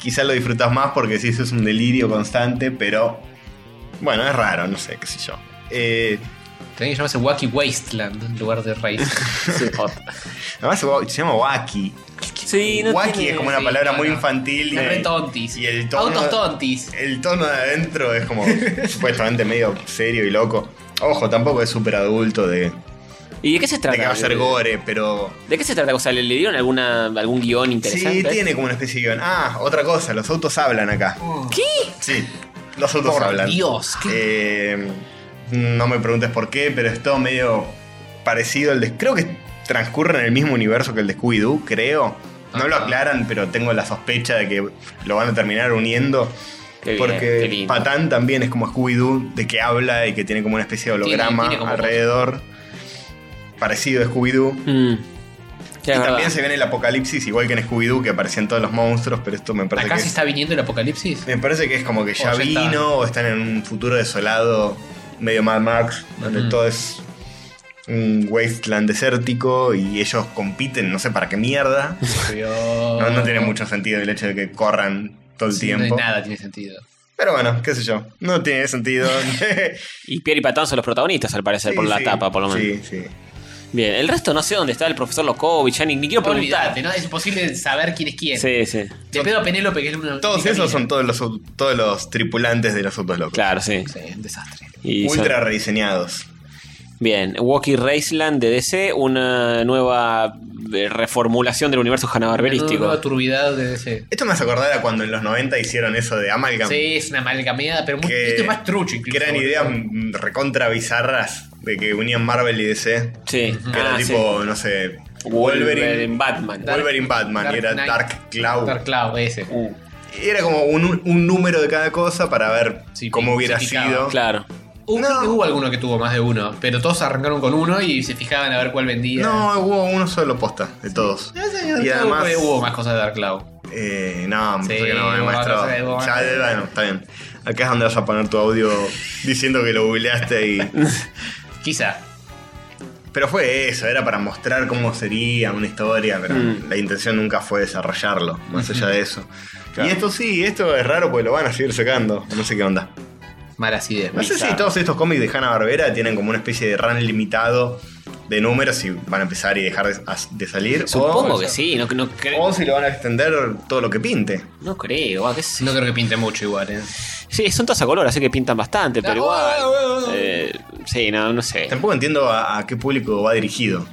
Speaker 2: quizá lo disfrutas más porque sí, eso es un delirio constante, pero Bueno, es raro, no sé, qué sé yo. Eh,
Speaker 4: Tenía que llamarse Wacky Wasteland en lugar de Race.
Speaker 2: además se, va- se llama Wacky.
Speaker 3: Sí, no
Speaker 2: wacky
Speaker 3: tiene-
Speaker 2: es como una
Speaker 4: sí,
Speaker 2: palabra
Speaker 4: no,
Speaker 2: muy
Speaker 4: no.
Speaker 2: infantil.
Speaker 4: Es re
Speaker 2: y-
Speaker 4: tontis.
Speaker 2: Eh, Y el tono,
Speaker 4: Autos tontis.
Speaker 2: el tono de adentro es como supuestamente medio serio y loco. Ojo, tampoco es súper adulto de, de
Speaker 3: ¿Y de qué se trata?
Speaker 2: que va a ser gore, pero...
Speaker 3: ¿De qué se trata? O sea, ¿le, le dieron alguna, algún guión interesante?
Speaker 2: Sí, tiene como una especie de guión. Ah, otra cosa, los autos hablan acá. ¿Qué? Sí, los autos
Speaker 4: Por
Speaker 2: hablan.
Speaker 4: Dios,
Speaker 2: Eh, no me preguntes por qué, pero es todo medio parecido al de. Creo que transcurre en el mismo universo que el de Scooby-Doo, creo. No lo aclaran, pero tengo la sospecha de que lo van a terminar uniendo.
Speaker 3: Qué bien, qué
Speaker 2: porque
Speaker 3: lindo.
Speaker 2: Patán también es como Scooby-Doo, de que habla y que tiene como una especie de
Speaker 4: Tiene-
Speaker 2: holograma
Speaker 4: tiene como
Speaker 2: alrededor. Parecido a Scooby-Doo.
Speaker 3: Mm. Ya,
Speaker 2: Y
Speaker 3: es
Speaker 2: también
Speaker 3: verdad.
Speaker 2: se viene el apocalipsis, igual que en Scooby-Doo, que aparecían todos los monstruos, pero esto me parece
Speaker 4: ¿Acá
Speaker 2: que.
Speaker 4: se está viniendo el apocalipsis?
Speaker 2: Me parece que es como
Speaker 3: Oh,
Speaker 2: que ya
Speaker 4: ya
Speaker 2: vino,
Speaker 4: está.
Speaker 2: o están en un futuro desolado, medio Mad Max, donde todo es un wasteland desértico y ellos compiten, no sé para qué mierda. No, no tiene mucho sentido el hecho de que corran todo el
Speaker 4: No hay
Speaker 2: tiempo.
Speaker 4: nada tiene sentido.
Speaker 2: Pero bueno, qué sé yo. No tiene sentido.
Speaker 3: Y Pierre y Patán son los protagonistas, al parecer,
Speaker 2: Sí,
Speaker 3: por la
Speaker 2: sí.
Speaker 3: tapa, por lo menos.
Speaker 2: Sí, sí.
Speaker 3: Bien, el resto no sé dónde está el profesor Lokovic, ya ni, ni quiero preguntar.
Speaker 4: Olvídate, ¿no? Es imposible saber quién es quién.
Speaker 3: Sí, sí.
Speaker 4: Te pedo a Penélope, que es una.
Speaker 2: Todos
Speaker 4: única
Speaker 2: esos
Speaker 4: mina.
Speaker 2: son todos los, au- todos los tripulantes de los autos locos.
Speaker 3: Claro, sí.
Speaker 4: Sí, un desastre.
Speaker 3: Y son-
Speaker 2: Ultra rediseñados.
Speaker 3: Bien, Walkie Raceland de DC, una nueva eh, reformulación del universo
Speaker 4: Una
Speaker 3: janabarberístico.
Speaker 4: nueva turbidad de ese.
Speaker 2: Esto me hace acordar a cuando en los 90 hicieron eso de Amalgam.
Speaker 4: Sí, es una amalgameada, pero muy,
Speaker 2: que-
Speaker 4: esto es más trucho incluso.
Speaker 2: Que eran
Speaker 4: boludo.
Speaker 2: ideas mm, recontra bizarras de que unían Marvel y DC.
Speaker 3: Sí,
Speaker 2: Que era
Speaker 3: Ah, sí.
Speaker 2: tipo, no sé,
Speaker 3: Wolverine,
Speaker 2: Wolverine,
Speaker 3: Batman.
Speaker 4: Dark-
Speaker 2: Wolverine Batman
Speaker 4: Dark
Speaker 2: y era
Speaker 4: Knight.
Speaker 2: Dark Cloud.
Speaker 4: Dark Cloud, ese.
Speaker 3: Uh,
Speaker 2: Y era como un, un número de cada cosa para ver
Speaker 4: Sí,
Speaker 2: cómo hubiera
Speaker 4: se picaba,
Speaker 2: sido.
Speaker 3: claro.
Speaker 4: Hubo-
Speaker 2: No.
Speaker 4: Hubo alguno que tuvo más de uno, pero todos arrancaron con uno y se fijaban a ver cuál vendía.
Speaker 2: No, hubo uno solo posta de todos.
Speaker 4: No sé,
Speaker 2: Y
Speaker 4: no,
Speaker 2: además,
Speaker 4: hubo más cosas de Dark Cloud.
Speaker 2: eh, no, me
Speaker 4: Sí,
Speaker 2: parece que no, eh,
Speaker 4: hubo
Speaker 2: maestro.
Speaker 4: otras, eh, hubo
Speaker 2: Ya,
Speaker 4: otras.
Speaker 2: bueno, está bien. Acá es donde vas a poner tu audio diciendo que lo googleaste y.
Speaker 4: Quizá.
Speaker 2: Pero fue eso, era para mostrar cómo sería una historia, pero la intención nunca fue desarrollarlo, más allá de eso. Y esto sí, esto es raro porque lo van a seguir sacando, no sé qué onda.
Speaker 4: Malas ideas.
Speaker 2: No sé si
Speaker 3: Bizarro.
Speaker 2: todos estos cómics de Hanna-Barbera tienen como una especie de run limitado de números y van a empezar y dejar de, as- de salir.
Speaker 3: Supongo
Speaker 2: o,
Speaker 3: que sí, no, no, cre-
Speaker 2: O si lo van a extender todo lo que pinte.
Speaker 3: no creo. ah, qué sé yo.
Speaker 4: No creo que pinte mucho igual, eh.
Speaker 3: Sí, son todas a color, así que pintan bastante, pero
Speaker 4: Ah,
Speaker 3: igual.
Speaker 4: bueno, bueno.
Speaker 3: eh, sí, no, no sé.
Speaker 2: Tampoco entiendo a, a qué público va dirigido.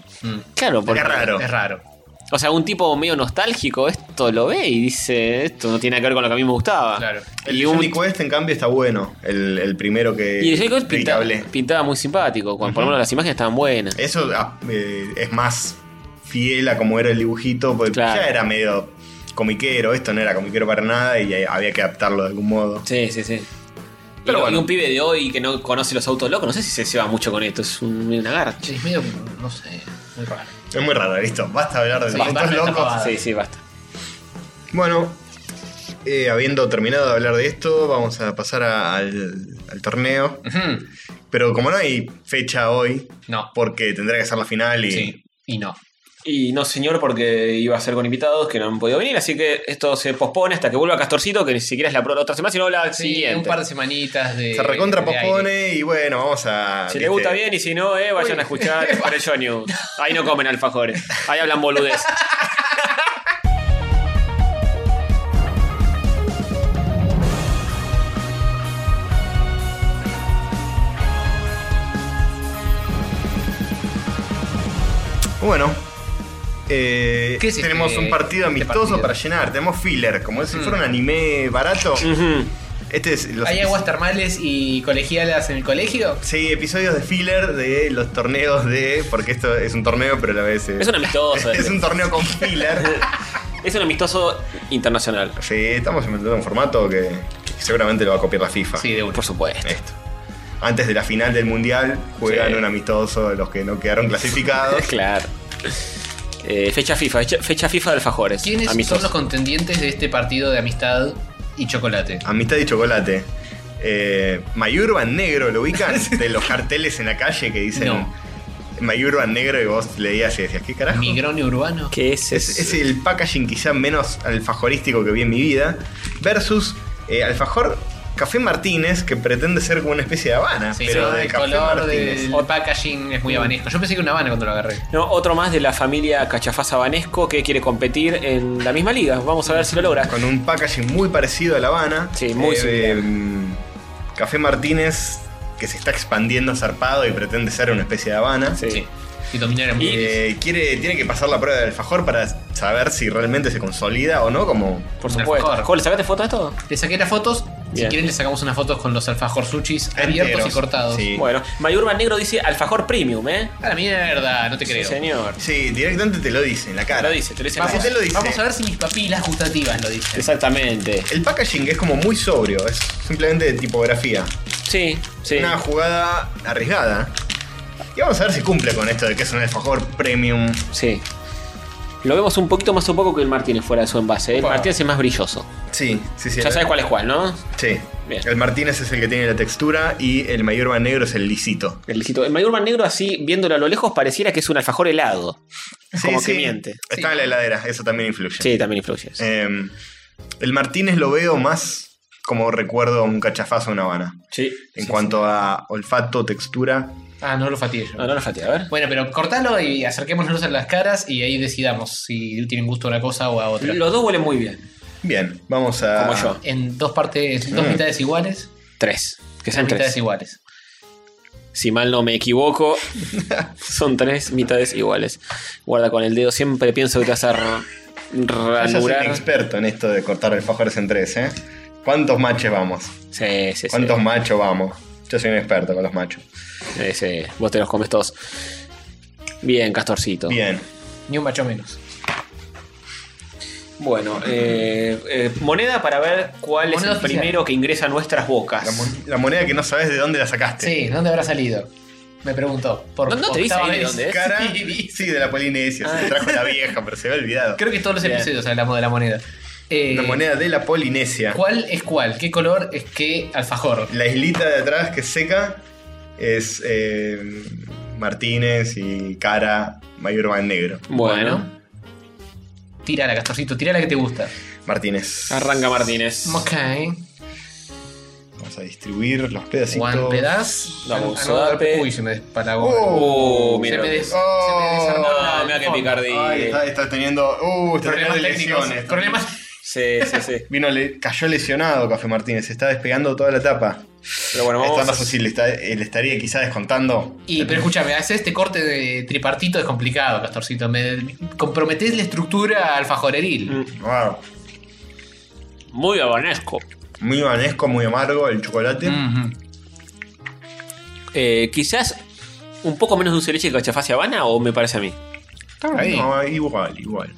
Speaker 3: Claro, porque.
Speaker 2: Qué raro.
Speaker 4: Es raro.
Speaker 3: O sea, un tipo medio nostálgico esto lo ve y dice: Esto no tiene nada que ver con lo que a mí me gustaba.
Speaker 2: Ah.
Speaker 4: Claro.
Speaker 2: El
Speaker 3: Y un-
Speaker 2: Johnny Quest, en cambio, está bueno. El, el primero que,
Speaker 3: Y el Jacob
Speaker 2: del que
Speaker 3: pintaba,
Speaker 2: hablé.
Speaker 3: pintaba muy simpático, cuando, por lo menos las imágenes estaban buenas.
Speaker 2: Eso ah, eh, es más fiel a como era el dibujito, porque
Speaker 3: Claro.
Speaker 2: ya era medio comiquero, esto no era comiquero para nada y eh, había que adaptarlo de algún modo.
Speaker 3: Sí, sí, sí.
Speaker 2: Pero
Speaker 3: Pero y,
Speaker 2: bueno.
Speaker 3: un pibe de hoy que no conoce los autos locos, no sé si se lleva mucho con esto, es un, una garcha.
Speaker 4: Sí, es medio, no sé, muy raro.
Speaker 2: Es muy raro, listo, basta hablar de
Speaker 4: Sí,
Speaker 2: los
Speaker 4: basta
Speaker 2: autos
Speaker 4: de esta
Speaker 2: locos.
Speaker 4: pavada.
Speaker 3: Sí, sí, basta.
Speaker 2: Bueno, eh, habiendo terminado de hablar de esto, vamos a pasar a- al, al torneo.
Speaker 4: Ujú.
Speaker 2: Pero como no hay fecha hoy,
Speaker 4: No.
Speaker 2: porque tendrá que ser la final y...
Speaker 4: Sí. Y no.
Speaker 3: Y no, señor, porque iba a ser con invitados que no han podido venir, así que esto se pospone hasta que vuelva Castorcito, que ni siquiera es la, pro- la otra semana, sino la
Speaker 4: Sí,
Speaker 3: siguiente.
Speaker 4: un par de semanitas de.
Speaker 2: Se recontra
Speaker 4: Eh, de aire.
Speaker 2: pospone y bueno, vamos a...
Speaker 3: Si
Speaker 2: Ah, viste,
Speaker 3: les gusta bien y si no, eh, vayan a escuchar Fresh News. Ahí no comen alfajores, ahí hablan boludez.
Speaker 2: Bueno. eh,
Speaker 4: ¿Qué es este-
Speaker 2: tenemos un partido
Speaker 4: este
Speaker 2: amistoso
Speaker 4: partido? Mm.
Speaker 2: para llenar. Tenemos filler. Como si fuera un anime barato.
Speaker 3: Ujú.
Speaker 2: Este es los
Speaker 4: ¿Hay aguas termales y colegialas en el colegio?
Speaker 2: Sí, episodios de filler de los torneos de. Porque esto es un torneo, pero a la vez. eh,
Speaker 3: Es un amistoso.
Speaker 2: es un torneo con filler.
Speaker 3: es un amistoso internacional.
Speaker 2: sí, estamos inventando un formato que seguramente lo va a copiar la FIFA.
Speaker 4: Sí, de una.
Speaker 3: Por supuesto.
Speaker 2: Esto. Antes de la final del mundial juegan
Speaker 3: Sí.
Speaker 2: un amistoso los que no quedaron clasificados.
Speaker 3: Claro. Eh, fecha FIFA, fecha, fecha FIFA de alfajores.
Speaker 4: ¿Quiénes
Speaker 3: Amistoso.
Speaker 4: son los contendientes de este partido de amistad y chocolate?
Speaker 2: Amistad y chocolate. Eh, Mayurban negro, ¿lo ubican? De los carteles en la calle que dicen
Speaker 4: No.
Speaker 2: Mayurban negro y vos leías y decías, ¿qué carajo?
Speaker 4: Migrone urbano.
Speaker 3: ¿Qué es
Speaker 2: Es,
Speaker 3: eso?
Speaker 2: es el packaging quizá menos alfajorístico que vi en mi vida. Versus eh, alfajor Café Martínez, que pretende ser como una especie de Habana,
Speaker 4: Sí,
Speaker 2: pero
Speaker 4: sí,
Speaker 2: de
Speaker 4: el
Speaker 2: Café
Speaker 4: color
Speaker 2: Martínez.
Speaker 4: del packaging es muy habanesco. Yo pensé que era una habana cuando lo agarré.
Speaker 3: No, otro más de la familia Cachafaz Habanesco que quiere competir en la misma liga. Vamos a ver si lo logra.
Speaker 2: Con un packaging muy parecido a La Habana.
Speaker 3: Sí, muy
Speaker 2: de, mm, Café Martínez, que se está expandiendo zarpado y pretende ser una especie de Habana.
Speaker 3: Sí.
Speaker 4: Y dominar en
Speaker 2: Eh, quiere, tiene que pasar la prueba del alfajor para saber si realmente se consolida o no como
Speaker 3: Por
Speaker 4: Un
Speaker 3: supuesto.
Speaker 4: alfajor.
Speaker 3: Jo, ¿Le sacaste foto de esto?
Speaker 4: Le saqué las fotos. Si
Speaker 3: Bien.
Speaker 4: quieren, le sacamos unas fotos con los alfajor sushis abiertos
Speaker 2: enteros.
Speaker 4: y cortados.
Speaker 2: Sí.
Speaker 3: Bueno, Mayurban Negro dice alfajor premium, ¿eh?
Speaker 4: A la mierda, no te
Speaker 3: Sí,
Speaker 4: creo.
Speaker 3: señor.
Speaker 2: Sí, directamente te lo dice en la cara.
Speaker 3: Lo dice, te lo dice en la
Speaker 2: Vamos,
Speaker 3: cara.
Speaker 2: te lo dice.
Speaker 4: Vamos a ver si mis papilas gustativas lo dicen.
Speaker 3: Exactamente.
Speaker 2: El packaging es como muy sobrio, es simplemente de tipografía.
Speaker 3: Sí, sí.
Speaker 2: Una jugada arriesgada. Y vamos a ver si cumple con esto de que es un alfajor premium.
Speaker 3: Sí. Lo vemos un poquito más opaco que el Martínez fuera de su envase. ¿eh? El
Speaker 2: Opa.
Speaker 3: Martínez es más brilloso.
Speaker 2: Sí, sí, sí.
Speaker 3: Ya
Speaker 2: el-
Speaker 3: sabes cuál es cuál, ¿no?
Speaker 2: Sí.
Speaker 3: Bien.
Speaker 2: El Martínez es el que tiene la textura y el Mayorban negro es el lisito.
Speaker 3: El licito. El Mayurban Negro, así viéndolo a lo lejos, pareciera que es un alfajor helado.
Speaker 2: Sí,
Speaker 3: como
Speaker 2: sí.
Speaker 3: que miente.
Speaker 2: Está en la heladera, eso también influye.
Speaker 3: Sí, también influye. eso.
Speaker 2: Eh, el Martínez lo veo más como recuerdo a un cachafazo a una habana.
Speaker 3: Sí.
Speaker 2: En cuanto a olfato, textura.
Speaker 4: Ah, no lo fatié yo.
Speaker 3: No, no lo fatea, a ver.
Speaker 4: Bueno, pero cortalo y acerquémonos a las caras y ahí decidamos si tienen gusto a una cosa o a otra.
Speaker 3: Los dos huelen muy bien.
Speaker 2: Bien, vamos a.
Speaker 3: Como yo.
Speaker 4: En dos partes, dos
Speaker 2: Mm.
Speaker 4: mitades iguales.
Speaker 3: Tres. Que sean
Speaker 4: Dos mitades
Speaker 3: tres.
Speaker 4: iguales.
Speaker 3: Si mal no me equivoco, son tres mitades iguales. Guarda con el dedo, siempre pienso que te vas a ra-
Speaker 2: Yo ya soy un
Speaker 3: ranurar.
Speaker 2: experto en esto de cortar alfajores en tres, ¿eh? ¿Cuántos maches vamos?
Speaker 3: Sí, sí, sí.
Speaker 2: ¿Cuántos machos vamos? Yo soy un experto con los machos.
Speaker 3: Sí, sí. Vos te los comes todos. Bien, Castorcito.
Speaker 2: Bien.
Speaker 4: Ni un macho menos.
Speaker 3: Bueno, eh, eh, moneda para ver cuál es el
Speaker 4: Moneda oficial.
Speaker 3: primero que ingresa a nuestras bocas.
Speaker 2: La, mon- la moneda que no sabes de dónde la sacaste.
Speaker 4: Sí, ¿dónde habrá salido? Me preguntó. Por
Speaker 3: No, no te dice
Speaker 4: octava
Speaker 3: ahí de
Speaker 4: vez.
Speaker 3: dónde es.
Speaker 2: Cara, sí, de la Polinesia. Se
Speaker 3: Ah.
Speaker 2: trajo la vieja, pero se había olvidado.
Speaker 4: Creo que todos los
Speaker 3: Bien.
Speaker 4: episodios hablamos de la moneda. Eh,
Speaker 2: La moneda de la Polinesia.
Speaker 4: ¿Cuál es cuál? ¿Qué color es qué alfajor?
Speaker 2: La islita de atrás que seca es eh, Martínez y Cara, Mayorban Negro.
Speaker 3: Bueno,
Speaker 4: Tírala, Castorcito, tírala que te gusta.
Speaker 2: Martínez.
Speaker 3: arranca Martínez.
Speaker 4: Ok.
Speaker 2: Vamos a distribuir los pedacitos.
Speaker 4: One pedaz.
Speaker 3: Vamos,
Speaker 4: Ah, no,
Speaker 3: Sodape.
Speaker 4: Uy, se me desparagó.
Speaker 2: Oh,
Speaker 3: Oh,
Speaker 4: se,
Speaker 3: mira.
Speaker 4: me des-
Speaker 2: Oh.
Speaker 4: se me desarmó. la-
Speaker 3: No, mira qué picardía.
Speaker 2: Ay, está, está teniendo. Uh, está teniendo
Speaker 4: Problemas técnicos.
Speaker 2: lesiones.
Speaker 4: Problemas.
Speaker 3: Sí, sí, sí.
Speaker 2: Vino, le, cayó lesionado Café Martínez, se está despegando toda la tapa.
Speaker 3: Pero bueno, vamos
Speaker 2: está más
Speaker 3: a-
Speaker 2: fácil, le, está- eh, le estaría quizá descontando.
Speaker 4: Y, pero escúchame, hacer este corte de tripartito es complicado, Castorcito. Me comprometés la estructura alfajoreril.
Speaker 2: Wow.
Speaker 3: Mm, Muy abonesco.
Speaker 2: Muy vanesco, muy amargo el chocolate.
Speaker 4: Mhm.
Speaker 3: Eh, quizás un poco menos dulce de leche que cachafaz y habana, o me parece a mí.
Speaker 2: Ahí, no, igual, igual.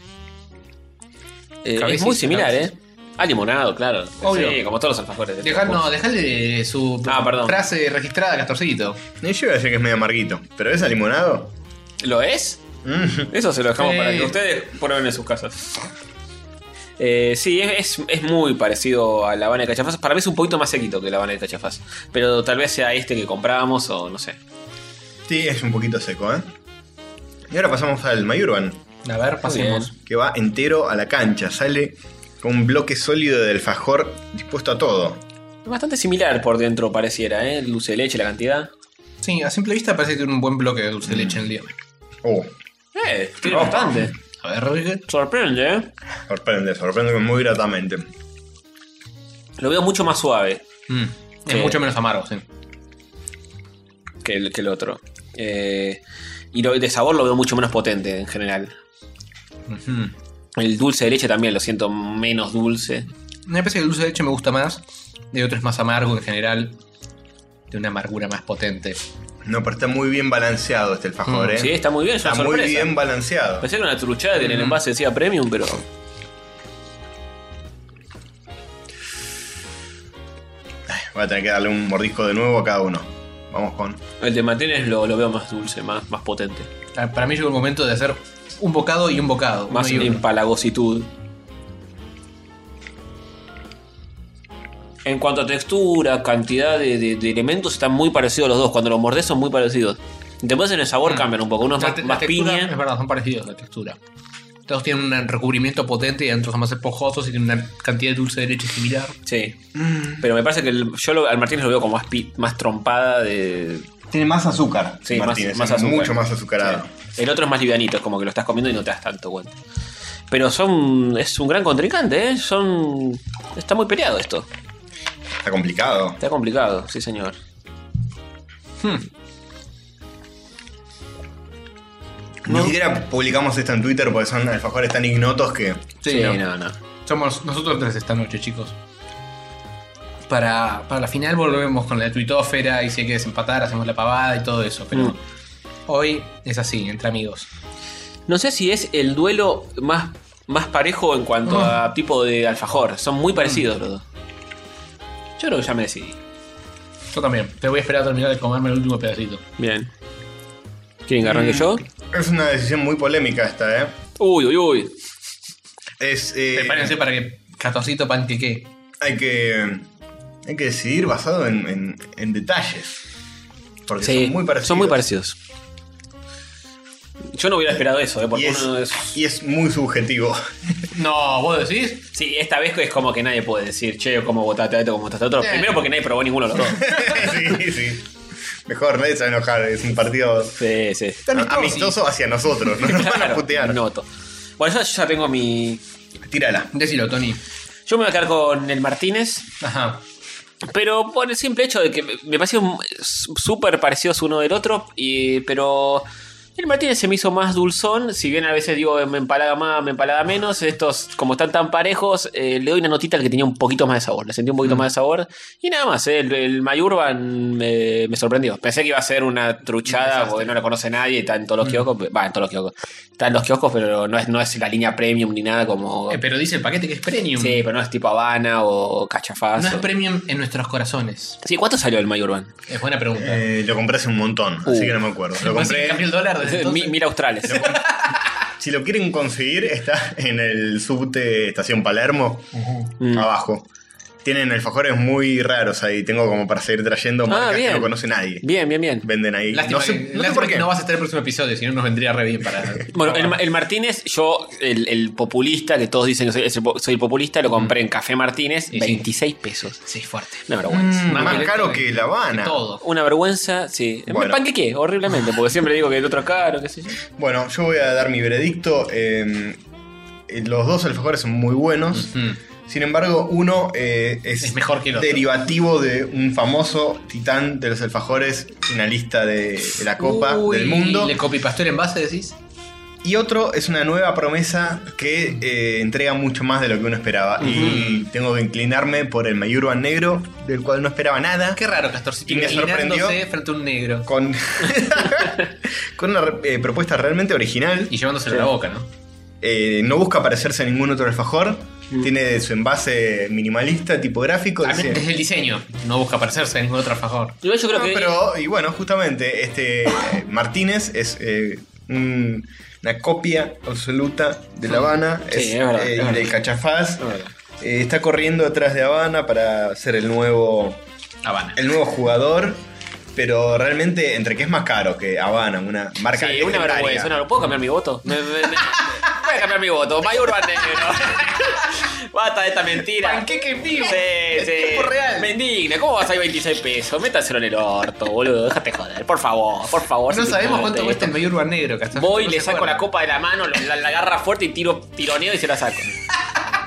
Speaker 3: Eh, es
Speaker 4: Cabecita,
Speaker 3: muy similar,
Speaker 4: cabecita.
Speaker 3: ¿eh? Ah, limonado, claro.
Speaker 4: Obvio.
Speaker 3: Sí, como todos los alfajores. este
Speaker 4: Dejá- no, dejale su
Speaker 3: Ah, perdón.
Speaker 4: frase registrada, Castorcito.
Speaker 2: Eh, Yo iba a decir que es medio amarguito, pero es alimonado.
Speaker 3: ¿Lo es?
Speaker 2: Mm.
Speaker 3: Eso se lo dejamos
Speaker 4: Sí.
Speaker 3: para que ustedes prueben en sus casas. Eh, sí, es, es- es muy parecido a la Habana de Cachafaz. Para mí es un poquito más sequito que la Habana de Cachafaz. Pero tal vez sea este que comprábamos o no sé.
Speaker 2: Sí, es un poquito seco, ¿eh? Y ahora pasamos al Mayurban,
Speaker 4: A ver, pasemos.
Speaker 2: que va entero a la cancha. Sale con un bloque sólido del fajor dispuesto a todo.
Speaker 3: Bastante similar por dentro pareciera, ¿eh? Dulce de leche, la cantidad.
Speaker 4: Sí, a simple vista parece que tiene un buen bloque de dulce de leche en el día.
Speaker 2: Oh,
Speaker 3: Eh, tiene
Speaker 2: Ojo.
Speaker 3: bastante.
Speaker 4: A ver,
Speaker 3: Sorprende, ¿eh?
Speaker 2: sorprende, sorprende muy gratamente.
Speaker 3: Lo veo mucho más suave
Speaker 4: mm,
Speaker 3: Sí.
Speaker 4: es mucho menos amargo, sí.
Speaker 3: que el, que el otro. Eh, y lo, de sabor lo veo mucho menos potente en general.
Speaker 4: Ujú.
Speaker 3: El dulce de leche también lo siento menos dulce.
Speaker 4: Me parece que el dulce de leche me gusta más. De otro es más amargo en general. De una amargura más potente.
Speaker 2: No, pero está muy bien balanceado este alfajor, ¿eh?
Speaker 3: Mm, Sí, está muy bien, es
Speaker 2: Está
Speaker 3: una
Speaker 2: muy
Speaker 3: sorpresa.
Speaker 2: bien balanceado.
Speaker 3: Pensé que era una truchada que en el envase decía premium, pero.
Speaker 2: Voy a tener que darle un mordisco de nuevo a cada uno. Vamos con.
Speaker 3: El de Martínez lo, lo veo más dulce, más, más potente.
Speaker 4: Ah, Para mí llegó el momento de hacer un bocado y un bocado. uno
Speaker 3: Más
Speaker 4: y uno.
Speaker 3: empalagositud. En cuanto a textura, cantidad de, de- de elementos, están muy parecidos los dos. Cuando los mordés son muy parecidos. Después en el sabor cambian un poco. Uno es
Speaker 4: Mm. La
Speaker 3: más,
Speaker 4: te- la
Speaker 3: más
Speaker 4: textura-
Speaker 3: piña.
Speaker 4: Es verdad, son parecidos la textura. Todos tienen un recubrimiento potente y adentro son más esponjosos y tienen una cantidad de dulce de leche similar.
Speaker 3: Sí.
Speaker 4: Mm.
Speaker 3: Pero me parece que el- yo lo- al Martínez lo veo como más, pi- más trompada de.
Speaker 2: Tiene más azúcar.
Speaker 3: Sí, más-
Speaker 2: Martínez,
Speaker 3: más
Speaker 2: es
Speaker 3: azúcar.
Speaker 2: Mucho más azucarado.
Speaker 3: El otro es más livianito, es como que lo estás comiendo y no te das tanto cuenta. Pero son. es un gran contrincante, ¿eh? Son. Está muy peleado esto.
Speaker 2: Está complicado.
Speaker 3: Está complicado, sí señor.
Speaker 2: Ni siquiera publicamos esto en Twitter porque son alfajores tan ignotos que.
Speaker 4: Sí, no. Somos nosotros tres esta noche, chicos. Para, para la final volvemos con la de tuitófera y si hay que desempatar hacemos la pavada y todo eso. Pero
Speaker 3: Mm.
Speaker 4: hoy es así, entre amigos.
Speaker 3: No sé si es el duelo más, más parejo en cuanto
Speaker 2: Ah.
Speaker 3: a tipo de alfajor. Son
Speaker 2: Mm.
Speaker 3: muy parecidos los dos. Yo creo que ya me decidí.
Speaker 4: Yo también. Te voy a esperar a terminar de comerme el último pedacito.
Speaker 3: Bien. ¿Quieren que
Speaker 2: Mm.
Speaker 3: arranque yo?
Speaker 2: Es una decisión muy polémica esta, ¿eh?
Speaker 3: Uy, uy, uy.
Speaker 2: Es. eh,
Speaker 4: Prepárense para que Castorcito panqueque.
Speaker 2: hay que. Hay que decidir basado en, en- en detalles. Porque
Speaker 3: Sí,
Speaker 2: son muy parecidos.
Speaker 3: Son muy parecidos. Yo no hubiera esperado eso, ¿eh? porque
Speaker 2: Y es,
Speaker 3: uno es...
Speaker 2: y es muy subjetivo.
Speaker 4: No, vos decís.
Speaker 3: Sí, esta vez es como que nadie puede decir, che, cómo votaste a esto, cómo votaste a otro.
Speaker 4: Eh.
Speaker 3: Primero porque nadie probó ninguno de los dos.
Speaker 2: sí, sí. Mejor, nadie se va a enojar. Es un partido
Speaker 3: sí, sí.
Speaker 4: Ah,
Speaker 2: amistoso, hacia nosotros. No nos van a
Speaker 3: Claro,
Speaker 2: putear.
Speaker 3: Noto. Bueno, yo ya tengo mi...
Speaker 2: Tírala.
Speaker 4: Decilo, Tony.
Speaker 3: Yo me voy a quedar con el Martínez.
Speaker 4: Ajá.
Speaker 3: Pero por el simple hecho de que me- me parecieron su- súper parecidos uno del otro, y, pero el Martínez se me hizo más dulzón, si bien a veces digo eh, me empalaga más, me empalaga menos, estos como están tan parejos, eh, le doy una notita al que tenía un poquito más de sabor, le sentí un
Speaker 4: Mm.
Speaker 3: poquito más de sabor, y nada más, eh, el, el Mayurban me, me sorprendió, pensé que iba a ser una truchada, porque no lo conoce nadie, está en todos
Speaker 4: Mm.
Speaker 3: los kioscos, pe- va, en todos los kioscos, está en los kioscos, pero no es, no es la línea premium ni nada como...
Speaker 4: Eh, pero dice el paquete que es premium.
Speaker 3: Sí, pero no es tipo Habana o Cachafazo.
Speaker 4: No es premium en nuestros corazones.
Speaker 3: Sí, ¿cuánto salió el Mayurban?
Speaker 4: Es buena pregunta.
Speaker 2: Eh, lo compré hace un montón, así
Speaker 3: Uh.
Speaker 2: que no me acuerdo. Lo
Speaker 4: Vos sí
Speaker 2: compré.
Speaker 4: que cambió el dólar desde
Speaker 3: Mi-
Speaker 4: entonces.
Speaker 3: mira australes.
Speaker 2: Si lo quieren conseguir, está en el subte Estación Palermo,
Speaker 3: Mm.
Speaker 2: abajo. Tienen alfajores muy raros ahí, tengo como para seguir trayendo marcas que
Speaker 3: Ah, bien.
Speaker 2: no conoce nadie.
Speaker 3: Bien, bien, bien.
Speaker 2: Venden ahí.
Speaker 4: Lástima,
Speaker 2: no sé,
Speaker 4: que,
Speaker 2: no sé
Speaker 4: lástima
Speaker 2: por
Speaker 4: que
Speaker 2: qué.
Speaker 4: no vas a estar el próximo episodio, si no nos vendría re bien para.
Speaker 3: Bueno, el, el Martínez, yo, el, el populista, que todos dicen que soy, es el po- soy el populista, lo compré en Café Martínez,
Speaker 4: sí.
Speaker 3: 26 pesos.
Speaker 4: Sí, fuerte.
Speaker 3: Una vergüenza.
Speaker 2: Mm, más
Speaker 4: Más
Speaker 2: caro
Speaker 4: que-
Speaker 2: que La Habana.
Speaker 4: Todo.
Speaker 3: Una vergüenza, sí. Me
Speaker 2: Bueno.
Speaker 3: panquequé horriblemente, porque siempre digo que el otro es caro, qué sé yo.
Speaker 2: Bueno, yo voy a dar mi veredicto. eh, los dos alfajores son muy buenos.
Speaker 4: Mm.
Speaker 2: Sin embargo, uno eh, es,
Speaker 4: Es mejor que el otro.
Speaker 2: derivativo de un famoso titán de los alfajores, finalista de, de la Copa
Speaker 4: Uy,
Speaker 2: del Mundo.
Speaker 4: ¿Le copypastó el envase, decís?
Speaker 2: Y otro es una nueva promesa que eh, entrega mucho más de lo que uno esperaba. Y tengo que inclinarme por el Mayurban negro, del cual no esperaba nada.
Speaker 4: Qué raro, Castorcito.
Speaker 2: Y me
Speaker 4: inclinándose
Speaker 2: sorprendió.
Speaker 4: frente a un negro.
Speaker 2: Con, con una eh, propuesta realmente original.
Speaker 4: Y llevándoselo a la boca, ¿no?
Speaker 2: Eh, no busca parecerse a ningún otro alfajor.
Speaker 4: Mm.
Speaker 2: Tiene su envase minimalista, tipográfico.
Speaker 4: Al
Speaker 2: dice-
Speaker 4: menos Desde el diseño. No busca parecerse a ningún otro alfajor.
Speaker 3: Igual yo creo
Speaker 2: No,
Speaker 3: que.
Speaker 2: pero, y bueno, justamente, este eh, Martínez es eh, un- una copia absoluta de La Habana
Speaker 3: Sí,
Speaker 2: es,
Speaker 3: es verdad,
Speaker 2: eh,
Speaker 3: es
Speaker 2: y
Speaker 3: verdad.
Speaker 2: del Cachafaz.
Speaker 3: verdad.
Speaker 2: Eh, está corriendo atrás de Habana para ser el nuevo,
Speaker 4: Habana.
Speaker 2: el nuevo jugador. Pero realmente, entre que es más caro que Habana, una marca.
Speaker 3: Sí, una
Speaker 2: legendaria.
Speaker 3: vergüenza. una- ¿Puedo cambiar mi voto? Me- me- me- voy a cambiar mi voto. Mayurban negro. Basta de esta mentira.
Speaker 4: Panqueque en vivo.
Speaker 3: Sí,
Speaker 4: En
Speaker 3: sí.
Speaker 4: tiempo real.
Speaker 3: Me indigna. ¿Cómo vas a ir 26 pesos? Métaselo en el orto, boludo. Déjate joder. Por favor, por favor.
Speaker 4: No
Speaker 3: si
Speaker 4: sabemos
Speaker 3: te-
Speaker 4: cuánto
Speaker 3: te-
Speaker 4: cuesta el medio urbano negro, Castorcito.
Speaker 3: Voy,
Speaker 4: no
Speaker 3: le
Speaker 4: se
Speaker 3: saco
Speaker 4: acuerda.
Speaker 3: la copa de la mano, lo- la, la agarra fuerte y tiro tironeo y se la saco.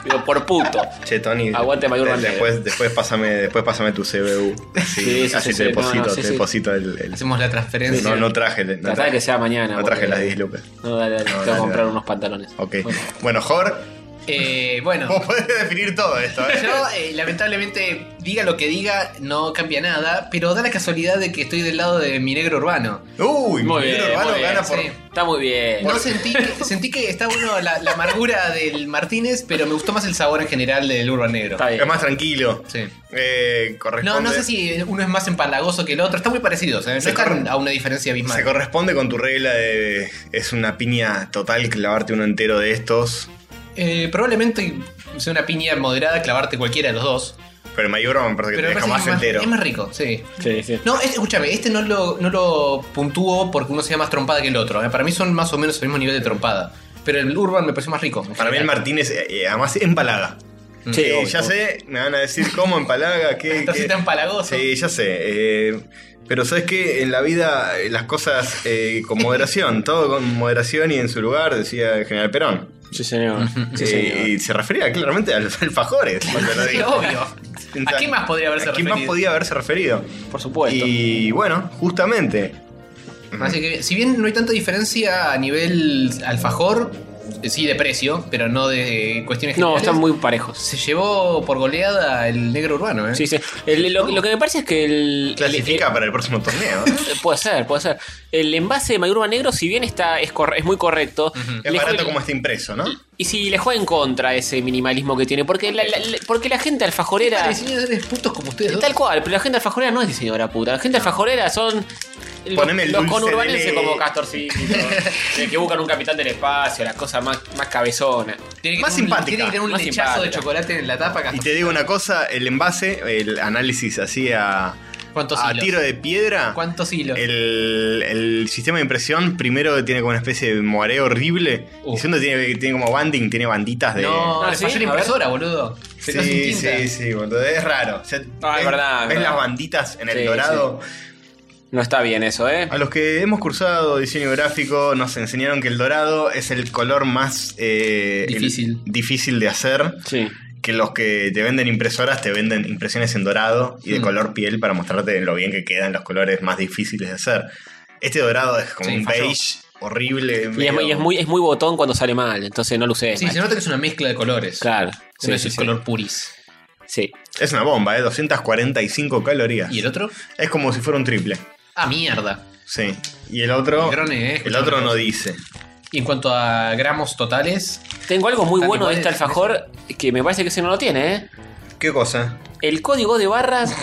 Speaker 3: Digo, por puto.
Speaker 2: Che, Tony.
Speaker 3: Aguante, Mayor
Speaker 2: de-
Speaker 3: Bandera.
Speaker 2: después, después, pásame, después pásame tu CBU. Sí,
Speaker 3: Sí, sí,
Speaker 2: así
Speaker 3: sí,
Speaker 2: te
Speaker 3: sí,
Speaker 2: deposito,
Speaker 3: no, no, sí,
Speaker 2: te
Speaker 3: sí.
Speaker 2: deposito el. el-
Speaker 4: Hacemos la transferencia.
Speaker 2: no, no traje. el- No
Speaker 3: Tratá de
Speaker 2: traje,
Speaker 3: que sea mañana.
Speaker 2: no traje
Speaker 3: porque-
Speaker 2: las 10 lucas.
Speaker 3: No, dale, dale.
Speaker 2: No,
Speaker 3: Tengo
Speaker 2: dale,
Speaker 3: que comprar
Speaker 2: dale.
Speaker 3: unos pantalones.
Speaker 2: Ok.
Speaker 3: Bueno.
Speaker 2: Bueno, Jor,
Speaker 4: Eh, bueno.
Speaker 2: vos podés definir todo esto, ¿eh?
Speaker 4: Yo, eh, lamentablemente, diga lo que diga, no cambia nada, pero da la casualidad de que estoy del lado de mi negro urbano.
Speaker 2: Uy,
Speaker 3: Muy
Speaker 2: Miguel
Speaker 3: bien,
Speaker 2: Urbano
Speaker 3: muy bien,
Speaker 2: gana por.
Speaker 4: sí.
Speaker 3: Está muy bien.
Speaker 4: No sentí, sentí que está bueno la, la amargura del Martínez, pero me gustó más el sabor en general del Urban Negro.
Speaker 3: Está
Speaker 2: Es
Speaker 3: bien.
Speaker 2: más tranquilo.
Speaker 4: Sí.
Speaker 2: Eh, corresponde,
Speaker 4: No, no sé si uno es más empalagoso que el otro, están muy parecidos, ¿eh? no
Speaker 2: Se
Speaker 4: están
Speaker 2: cor-
Speaker 4: a una diferencia
Speaker 2: Se
Speaker 4: abismal.
Speaker 2: corresponde con tu regla de. Es una piña total clavarte uno entero de estos.
Speaker 4: Eh, probablemente sea una piña moderada clavarte cualquiera de los dos,
Speaker 2: Pero el mayor me parece que
Speaker 4: pero
Speaker 2: te
Speaker 4: me
Speaker 2: deja
Speaker 4: parece que
Speaker 2: más
Speaker 4: es, más,
Speaker 2: entero.
Speaker 4: es más rico, sí.
Speaker 3: Sí, sí.
Speaker 4: No, este- escúchame, este no lo, no lo puntúo porque uno sea más trompada que el otro. ¿eh? Para mí son más o menos el mismo nivel de trompada. pero el Urban me pareció más rico. en
Speaker 2: Para mí el
Speaker 4: general.
Speaker 2: Martínez, eh, eh, además, empalaga.
Speaker 4: Sí,
Speaker 2: Eh,
Speaker 4: obvio.
Speaker 2: ya sé, me van a decir cómo empalaga, qué...
Speaker 4: Está así
Speaker 2: qué-
Speaker 4: tan palagoso.
Speaker 2: Sí, ya sé. eh, pero sabes que en la vida eh, las cosas eh, con moderación, todo con moderación y en su lugar, decía el general Perón.
Speaker 3: Sí, señor.
Speaker 2: Eh, y se refería claramente a los alfajores. cuando lo
Speaker 4: Sí,
Speaker 2: dijo.
Speaker 4: obvio. ¿A quién más podría haberse
Speaker 2: ¿A quién
Speaker 4: referido?
Speaker 2: más podía haberse referido?
Speaker 3: Por supuesto.
Speaker 2: Y bueno, justamente.
Speaker 4: Así que, si bien no hay tanta diferencia a nivel alfajor, eh, sí de precio, pero no de cuestiones
Speaker 3: No,
Speaker 4: generales,
Speaker 3: están muy parejos.
Speaker 4: Se llevó por goleada el negro urbano, ¿eh?
Speaker 3: Sí, sí. El- lo, lo que me parece es que el.
Speaker 2: Clasifica para el próximo torneo. ¿eh?
Speaker 3: el- puede ser, puede ser. El envase de Mayurba Negro, si bien está, es, corre- es muy correcto, le
Speaker 2: Es barato
Speaker 3: juega-
Speaker 2: como está impreso, ¿no?
Speaker 3: Y si le juega en contra ese minimalismo que tiene, porque la, la- la- porque la gente alfajorera.
Speaker 4: diseñadores putos como ustedes dos.
Speaker 3: Tal cual, pero la gente alfajorera no es diseñadora puta. La gente alfajorera son. los-
Speaker 2: Poneme el
Speaker 3: los
Speaker 2: dulce de
Speaker 3: conurbanenses
Speaker 2: leche.
Speaker 3: como Castorcito, eh, que buscan un capitán del espacio, las cosas más, más cabezonas.
Speaker 4: Tiene que
Speaker 2: Más
Speaker 4: tener un-
Speaker 2: simpática,
Speaker 4: Tiene que tener un
Speaker 3: más
Speaker 4: lechazo de
Speaker 3: simpática.
Speaker 4: chocolate en la tapa.
Speaker 2: Y
Speaker 4: Gastón.
Speaker 2: te digo una cosa, el envase, el análisis así a,
Speaker 4: ¿Cuántos
Speaker 2: a
Speaker 4: hilos?
Speaker 2: Ah, tiro de piedra,
Speaker 4: ¿Cuántos hilos?
Speaker 2: el, el sistema de impresión primero tiene como una especie de moreo horrible,
Speaker 4: Uh.
Speaker 2: y segundo tiene, tiene como banding, tiene banditas de...
Speaker 4: No,
Speaker 3: Ah,
Speaker 4: le
Speaker 3: ¿sí?
Speaker 4: falló la
Speaker 3: A ver.
Speaker 4: impresora, boludo. Se quedó sin
Speaker 2: sí,
Speaker 4: tinta.
Speaker 2: sí, sí, boludo, es raro. O sea,
Speaker 3: Ah, es
Speaker 2: ves-
Speaker 3: verdad, es
Speaker 2: Ves
Speaker 3: verdad.
Speaker 2: las banditas en el
Speaker 3: Sí,
Speaker 2: dorado.
Speaker 3: No está bien eso, ¿eh?
Speaker 2: A los que hemos cursado diseño gráfico nos enseñaron que el dorado es el color más eh, el-
Speaker 4: Difícil.
Speaker 2: difícil de hacer.
Speaker 3: Sí.
Speaker 2: que los que te venden impresoras te venden impresiones en dorado y de
Speaker 4: Mm.
Speaker 2: color piel para mostrarte lo bien que quedan los colores más difíciles de hacer. Este dorado es como
Speaker 4: Sí,
Speaker 2: un
Speaker 4: falló.
Speaker 2: beige horrible.
Speaker 3: Y es,
Speaker 2: medio-
Speaker 3: y es muy, es muy botón cuando sale mal, entonces no lo usé.
Speaker 4: Sí, se nota que es una mezcla de colores.
Speaker 3: Claro.
Speaker 4: No
Speaker 3: Sí,
Speaker 4: es
Speaker 3: sí,
Speaker 4: el
Speaker 3: sí.
Speaker 4: color puris.
Speaker 3: Sí.
Speaker 2: Es una bomba, ¿eh? 245 calorías.
Speaker 4: ¿Y el otro?
Speaker 2: Es como si fuera un triple.
Speaker 4: Ah, mierda.
Speaker 2: Sí. Y el otro.
Speaker 4: Negroni, ¿eh?
Speaker 2: el otro no dice.
Speaker 4: Y en cuanto a gramos totales,
Speaker 3: Tengo algo muy
Speaker 4: Están
Speaker 3: bueno de este
Speaker 4: iguales,
Speaker 3: alfajor que me parece que ese no lo tiene, ¿eh?
Speaker 2: ¿Qué cosa?
Speaker 3: El código de barras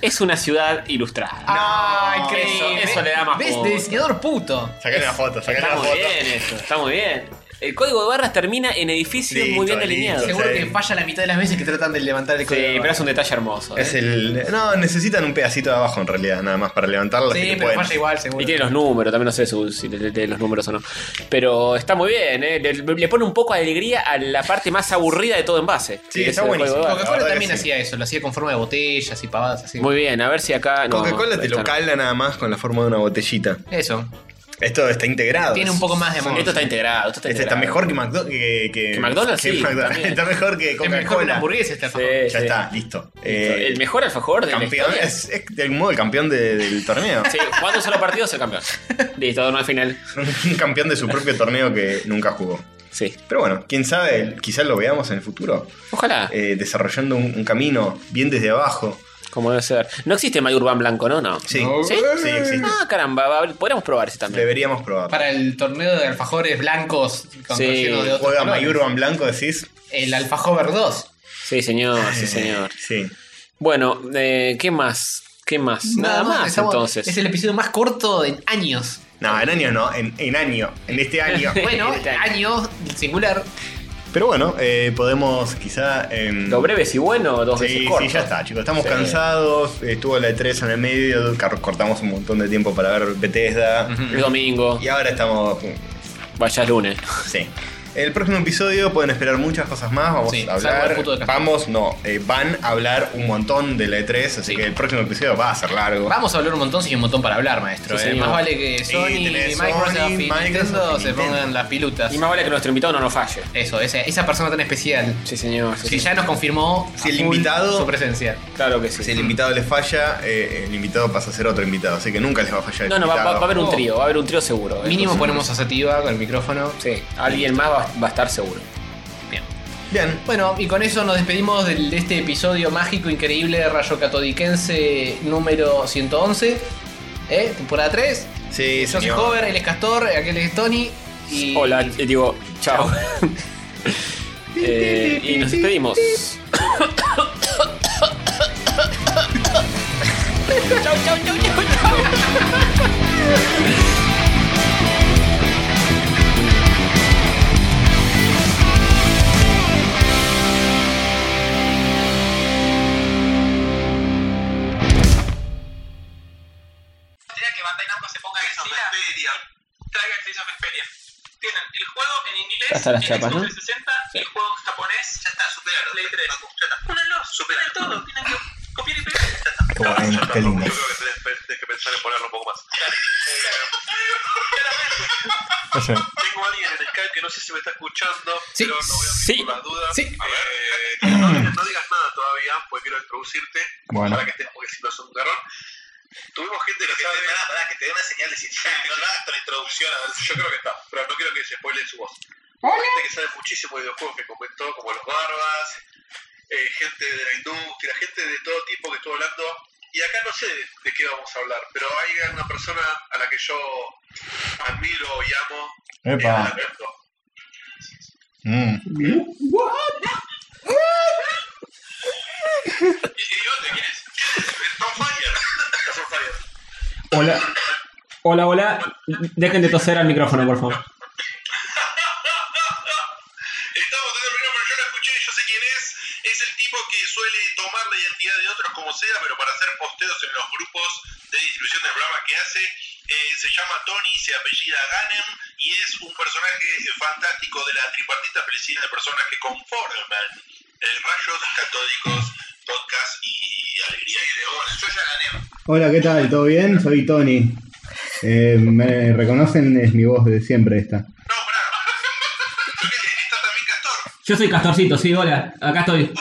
Speaker 3: es una ciudad ilustrada.
Speaker 4: Ah,
Speaker 3: increíble. Eso le da más
Speaker 4: ¿Ves?
Speaker 3: punto.
Speaker 4: De diseñador puto.
Speaker 2: Sacale una foto, sacale
Speaker 3: Está
Speaker 2: una
Speaker 3: muy
Speaker 2: foto.
Speaker 4: ¿eh?
Speaker 3: bien esto, está muy bien. El código de barras termina en edificios
Speaker 2: Listo,
Speaker 3: muy bien
Speaker 2: listo.
Speaker 3: delineados. Sí,
Speaker 4: Seguro
Speaker 2: Sí.
Speaker 4: que falla la mitad de las veces que tratan de levantar el código.
Speaker 3: pero es un detalle hermoso. ¿eh?
Speaker 2: Es el. No, necesitan un pedacito de abajo en realidad, nada más para levantarlo. así
Speaker 4: Sí,
Speaker 2: que
Speaker 4: pero
Speaker 2: pueden.
Speaker 4: falla igual, seguro.
Speaker 3: Y tiene los números, también no sé su- si le, le- le- los números o no. Pero está muy bien, ¿eh? le, le pone un poco de alegría a la parte más aburrida de todo envase.
Speaker 2: Sí,
Speaker 3: que
Speaker 2: está
Speaker 3: es el
Speaker 2: buenísimo.
Speaker 3: código de barras.
Speaker 2: la
Speaker 4: Coca-Cola
Speaker 2: verdad
Speaker 4: también
Speaker 2: que sí.
Speaker 4: hacía eso, lo hacía con forma de botellas y pavadas así.
Speaker 3: Muy bien, a ver si acá. no,
Speaker 2: Coca-Cola te
Speaker 3: esta
Speaker 2: lo
Speaker 3: no.
Speaker 2: cala nada más con la forma de una botellita.
Speaker 4: Eso.
Speaker 2: Esto está integrado.
Speaker 4: Tiene un poco más de amor.
Speaker 3: Esto está integrado. Esto está,
Speaker 2: Este está
Speaker 3: integrado.
Speaker 2: mejor que, McDo- que, que-
Speaker 3: Que McDonald's,
Speaker 2: que
Speaker 3: sí,
Speaker 2: McDonald's.
Speaker 3: también.
Speaker 2: Está mejor que
Speaker 4: Es mejor que una
Speaker 2: Coca-Cola.
Speaker 4: hamburguesa este esta
Speaker 3: Sí,
Speaker 4: fama.
Speaker 3: sí.
Speaker 2: Ya está, listo. Eh,
Speaker 3: El mejor alfajor de la
Speaker 2: campeón.
Speaker 3: historia.
Speaker 2: Es, es de algún modo el campeón de- del torneo.
Speaker 3: Sí, jugando un solo partido es el campeón. Listo, no al final.
Speaker 2: un campeón de su propio torneo que nunca jugó.
Speaker 3: Sí.
Speaker 2: Pero bueno, quién sabe, quizás lo veamos en el futuro.
Speaker 3: Ojalá.
Speaker 2: eh, desarrollando un, un camino bien desde abajo.
Speaker 3: Como debe ser. No existe Mayurban blanco, ¿no? No.
Speaker 2: Sí,
Speaker 3: ¿Sí?
Speaker 2: sí existe.
Speaker 3: Ah, caramba, va- podríamos probar ese también.
Speaker 2: Deberíamos probar.
Speaker 4: Para el torneo de alfajores blancos con
Speaker 3: Sí,
Speaker 4: relleno de otros
Speaker 2: Juega
Speaker 4: colores.
Speaker 2: Mayurban Blanco, decís.
Speaker 4: El alfajor 2.
Speaker 3: Sí, señor,
Speaker 2: Eh.
Speaker 3: sí, señor.
Speaker 2: Sí.
Speaker 3: Bueno, eh, ¿qué más? ¿Qué más? Nada, más,
Speaker 4: estamos-
Speaker 3: entonces.
Speaker 4: Es el episodio más corto en años.
Speaker 2: No, en año no, en, en año, en este año.
Speaker 4: Bueno,
Speaker 3: Este año.
Speaker 4: años singular.
Speaker 2: Pero bueno, eh, podemos quizá. em,
Speaker 3: Lo breve si bueno, dos
Speaker 2: Sí,
Speaker 3: veces
Speaker 2: sí,
Speaker 3: corto.
Speaker 2: ya está, chicos. Estamos
Speaker 3: Sí.
Speaker 2: cansados. Estuvo la E3 en el medio. car- Cortamos un montón de tiempo para ver Bethesda.
Speaker 3: El domingo,
Speaker 2: Y ahora estamos.
Speaker 3: vaya es lunes.
Speaker 2: Sí. El próximo episodio pueden esperar muchas cosas más. Vamos
Speaker 4: Sí,
Speaker 2: a
Speaker 4: salgo del
Speaker 2: hablar.
Speaker 4: puto de café.
Speaker 2: Vamos, no. eh, van a hablar un montón de la E3. Así
Speaker 4: Sí.
Speaker 2: que el próximo episodio va a ser largo.
Speaker 4: Vamos a hablar un montón, si hay un montón para hablar, maestro.
Speaker 3: Sí,
Speaker 4: eh.
Speaker 3: señor.
Speaker 4: Más vale que
Speaker 2: Sí,
Speaker 4: Sony,
Speaker 2: tenés
Speaker 4: Microsoft
Speaker 2: Sony,
Speaker 4: y Nintendo,
Speaker 2: Microsoft y
Speaker 4: se
Speaker 2: Nintendo.
Speaker 4: pongan las pilutas.
Speaker 3: Y más vale que nuestro invitado no nos falle.
Speaker 4: Eso, esa, esa persona tan especial
Speaker 3: Sí, señor. sí,
Speaker 4: que
Speaker 3: sí.
Speaker 4: ya nos confirmó
Speaker 2: Si
Speaker 4: a
Speaker 2: el
Speaker 4: full
Speaker 2: invitado-
Speaker 4: su presencia.
Speaker 3: Claro que sí.
Speaker 2: Si el invitado les falla, eh, el invitado pasa a ser otro invitado. Así que nunca les va a fallar. el
Speaker 3: No, no, va, va- va
Speaker 2: invitado.
Speaker 3: a haber un trío, va a haber un trío seguro. ¿eh?
Speaker 4: Mínimo ponemos a Sativa con el micrófono.
Speaker 3: Sí, alguien más va, va a estar seguro.
Speaker 4: Bien.
Speaker 2: Bien.
Speaker 4: Bueno, y con eso nos despedimos del- de este episodio mágico, increíble de Rayo Catodiquense número 111. ¿Eh? Temporada 3.
Speaker 2: Sí,
Speaker 4: Yo soy
Speaker 2: señor.
Speaker 4: Hover, él es Castor, aquel es Tony. Y
Speaker 3: Hola, eh, digo, chao. Eh, y nos despedimos.
Speaker 12: Idea que Bandai Namco se ponga Xenoferia. Traiga Xenoferia. Tienen el juego en inglés
Speaker 5: 3,
Speaker 3: Hasta las
Speaker 5: en
Speaker 3: chapas,
Speaker 5: Xbox
Speaker 3: ¿no?
Speaker 5: 360, el juego japonés, ya está, superalo. Play 3, ya está. Pónganlo, superen todo, tienen que copiar y pegar, ya está.
Speaker 13: Qué bueno, qué lindo.
Speaker 5: Tienes que pensar en ponerlo un poco más. Dale. Claramente, tengo a alguien en el Skype que no sé si me está escuchando,
Speaker 4: Sí.
Speaker 5: pero no voy a
Speaker 3: Sí.
Speaker 5: abrir por las dudas.
Speaker 4: Sí.
Speaker 5: A ver, eh, no, digas- no digas nada todavía, porque quiero introducirte
Speaker 13: Bueno.
Speaker 5: para que estés, porque si no es un garrón. Tuvimos gente que sabe... Pará, que te dé una señal de si hasta la introducción, a ver, yo creo que está, pero no quiero que se spoile su voz. Gente que sabe muchísimo de videojuegos que comentó, como los barbas, eh, gente de la industria, gente de todo tipo que estuvo hablando. Y acá no sé de qué vamos a hablar, pero hay una persona a la que yo admiro y amo, que es
Speaker 13: Epa.
Speaker 5: Alberto.
Speaker 13: Mm.
Speaker 5: ¿Y, y dónde quién es? ¿Quién es? Está on fire. Está on fire.
Speaker 3: Hola. Hola, hola. Dejen de toser al micrófono, por favor.
Speaker 5: Estamos en el primero, pero yo lo escuché y yo sé quién es. Es el tipo que suele tomar la identidad de otros como sea, pero para hacer posteos en los grupos de distribución del programa que hace. Eh, se llama Tony, se apellida Ganem y es un personaje eh, fantástico de la tripartita felicidad de personas que conforman el Rayos Catódicos, Podcast y Alegría y Leones. Yo ya gané.
Speaker 2: Hola, ¿qué tal? ¿Todo bien? Soy Tony. Eh, me reconocen, es mi voz de siempre esta.
Speaker 3: Yo soy Castorcito, sí, hola. Acá estoy.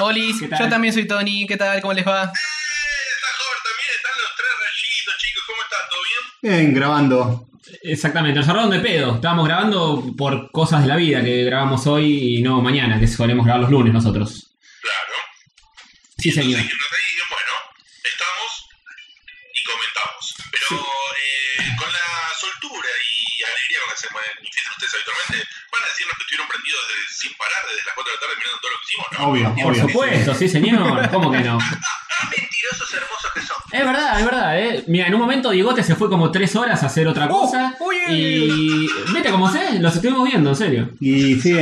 Speaker 4: Olis,
Speaker 3: ¿Qué tal?
Speaker 4: yo también soy Tony, ¿qué tal? ¿Cómo les va?
Speaker 5: Eh, Está Jorge también, están los tres rayitos, chicos. ¿Cómo están? ¿Todo bien?
Speaker 2: Bien, grabando.
Speaker 3: Exactamente, nos agarraron de pedo. Estábamos grabando por cosas de la vida que grabamos hoy y no mañana, que solemos grabar los lunes nosotros.
Speaker 5: Claro.
Speaker 3: Sí, señor.
Speaker 5: Entonces, nos reímos, bueno, estamos y comentamos. Pero eh, con la soltura y alegría con la que se manifiestan ustedes habitualmente, van a decirnos que estuvieron prendidos de- sin parar desde las 4 de la tarde mirando todo lo que hicimos, ¿no?
Speaker 2: Obvio,
Speaker 3: Por
Speaker 2: obvio.
Speaker 3: supuesto, sí, señor. ¿Cómo que no?
Speaker 5: Qué mentirosos hermosos que son.
Speaker 3: Es verdad, es verdad, eh. Mira, en un momento Diegote se fue como tres horas a hacer otra cosa. y. Vete como sé, los estuvimos viendo, en serio.
Speaker 2: Y sí,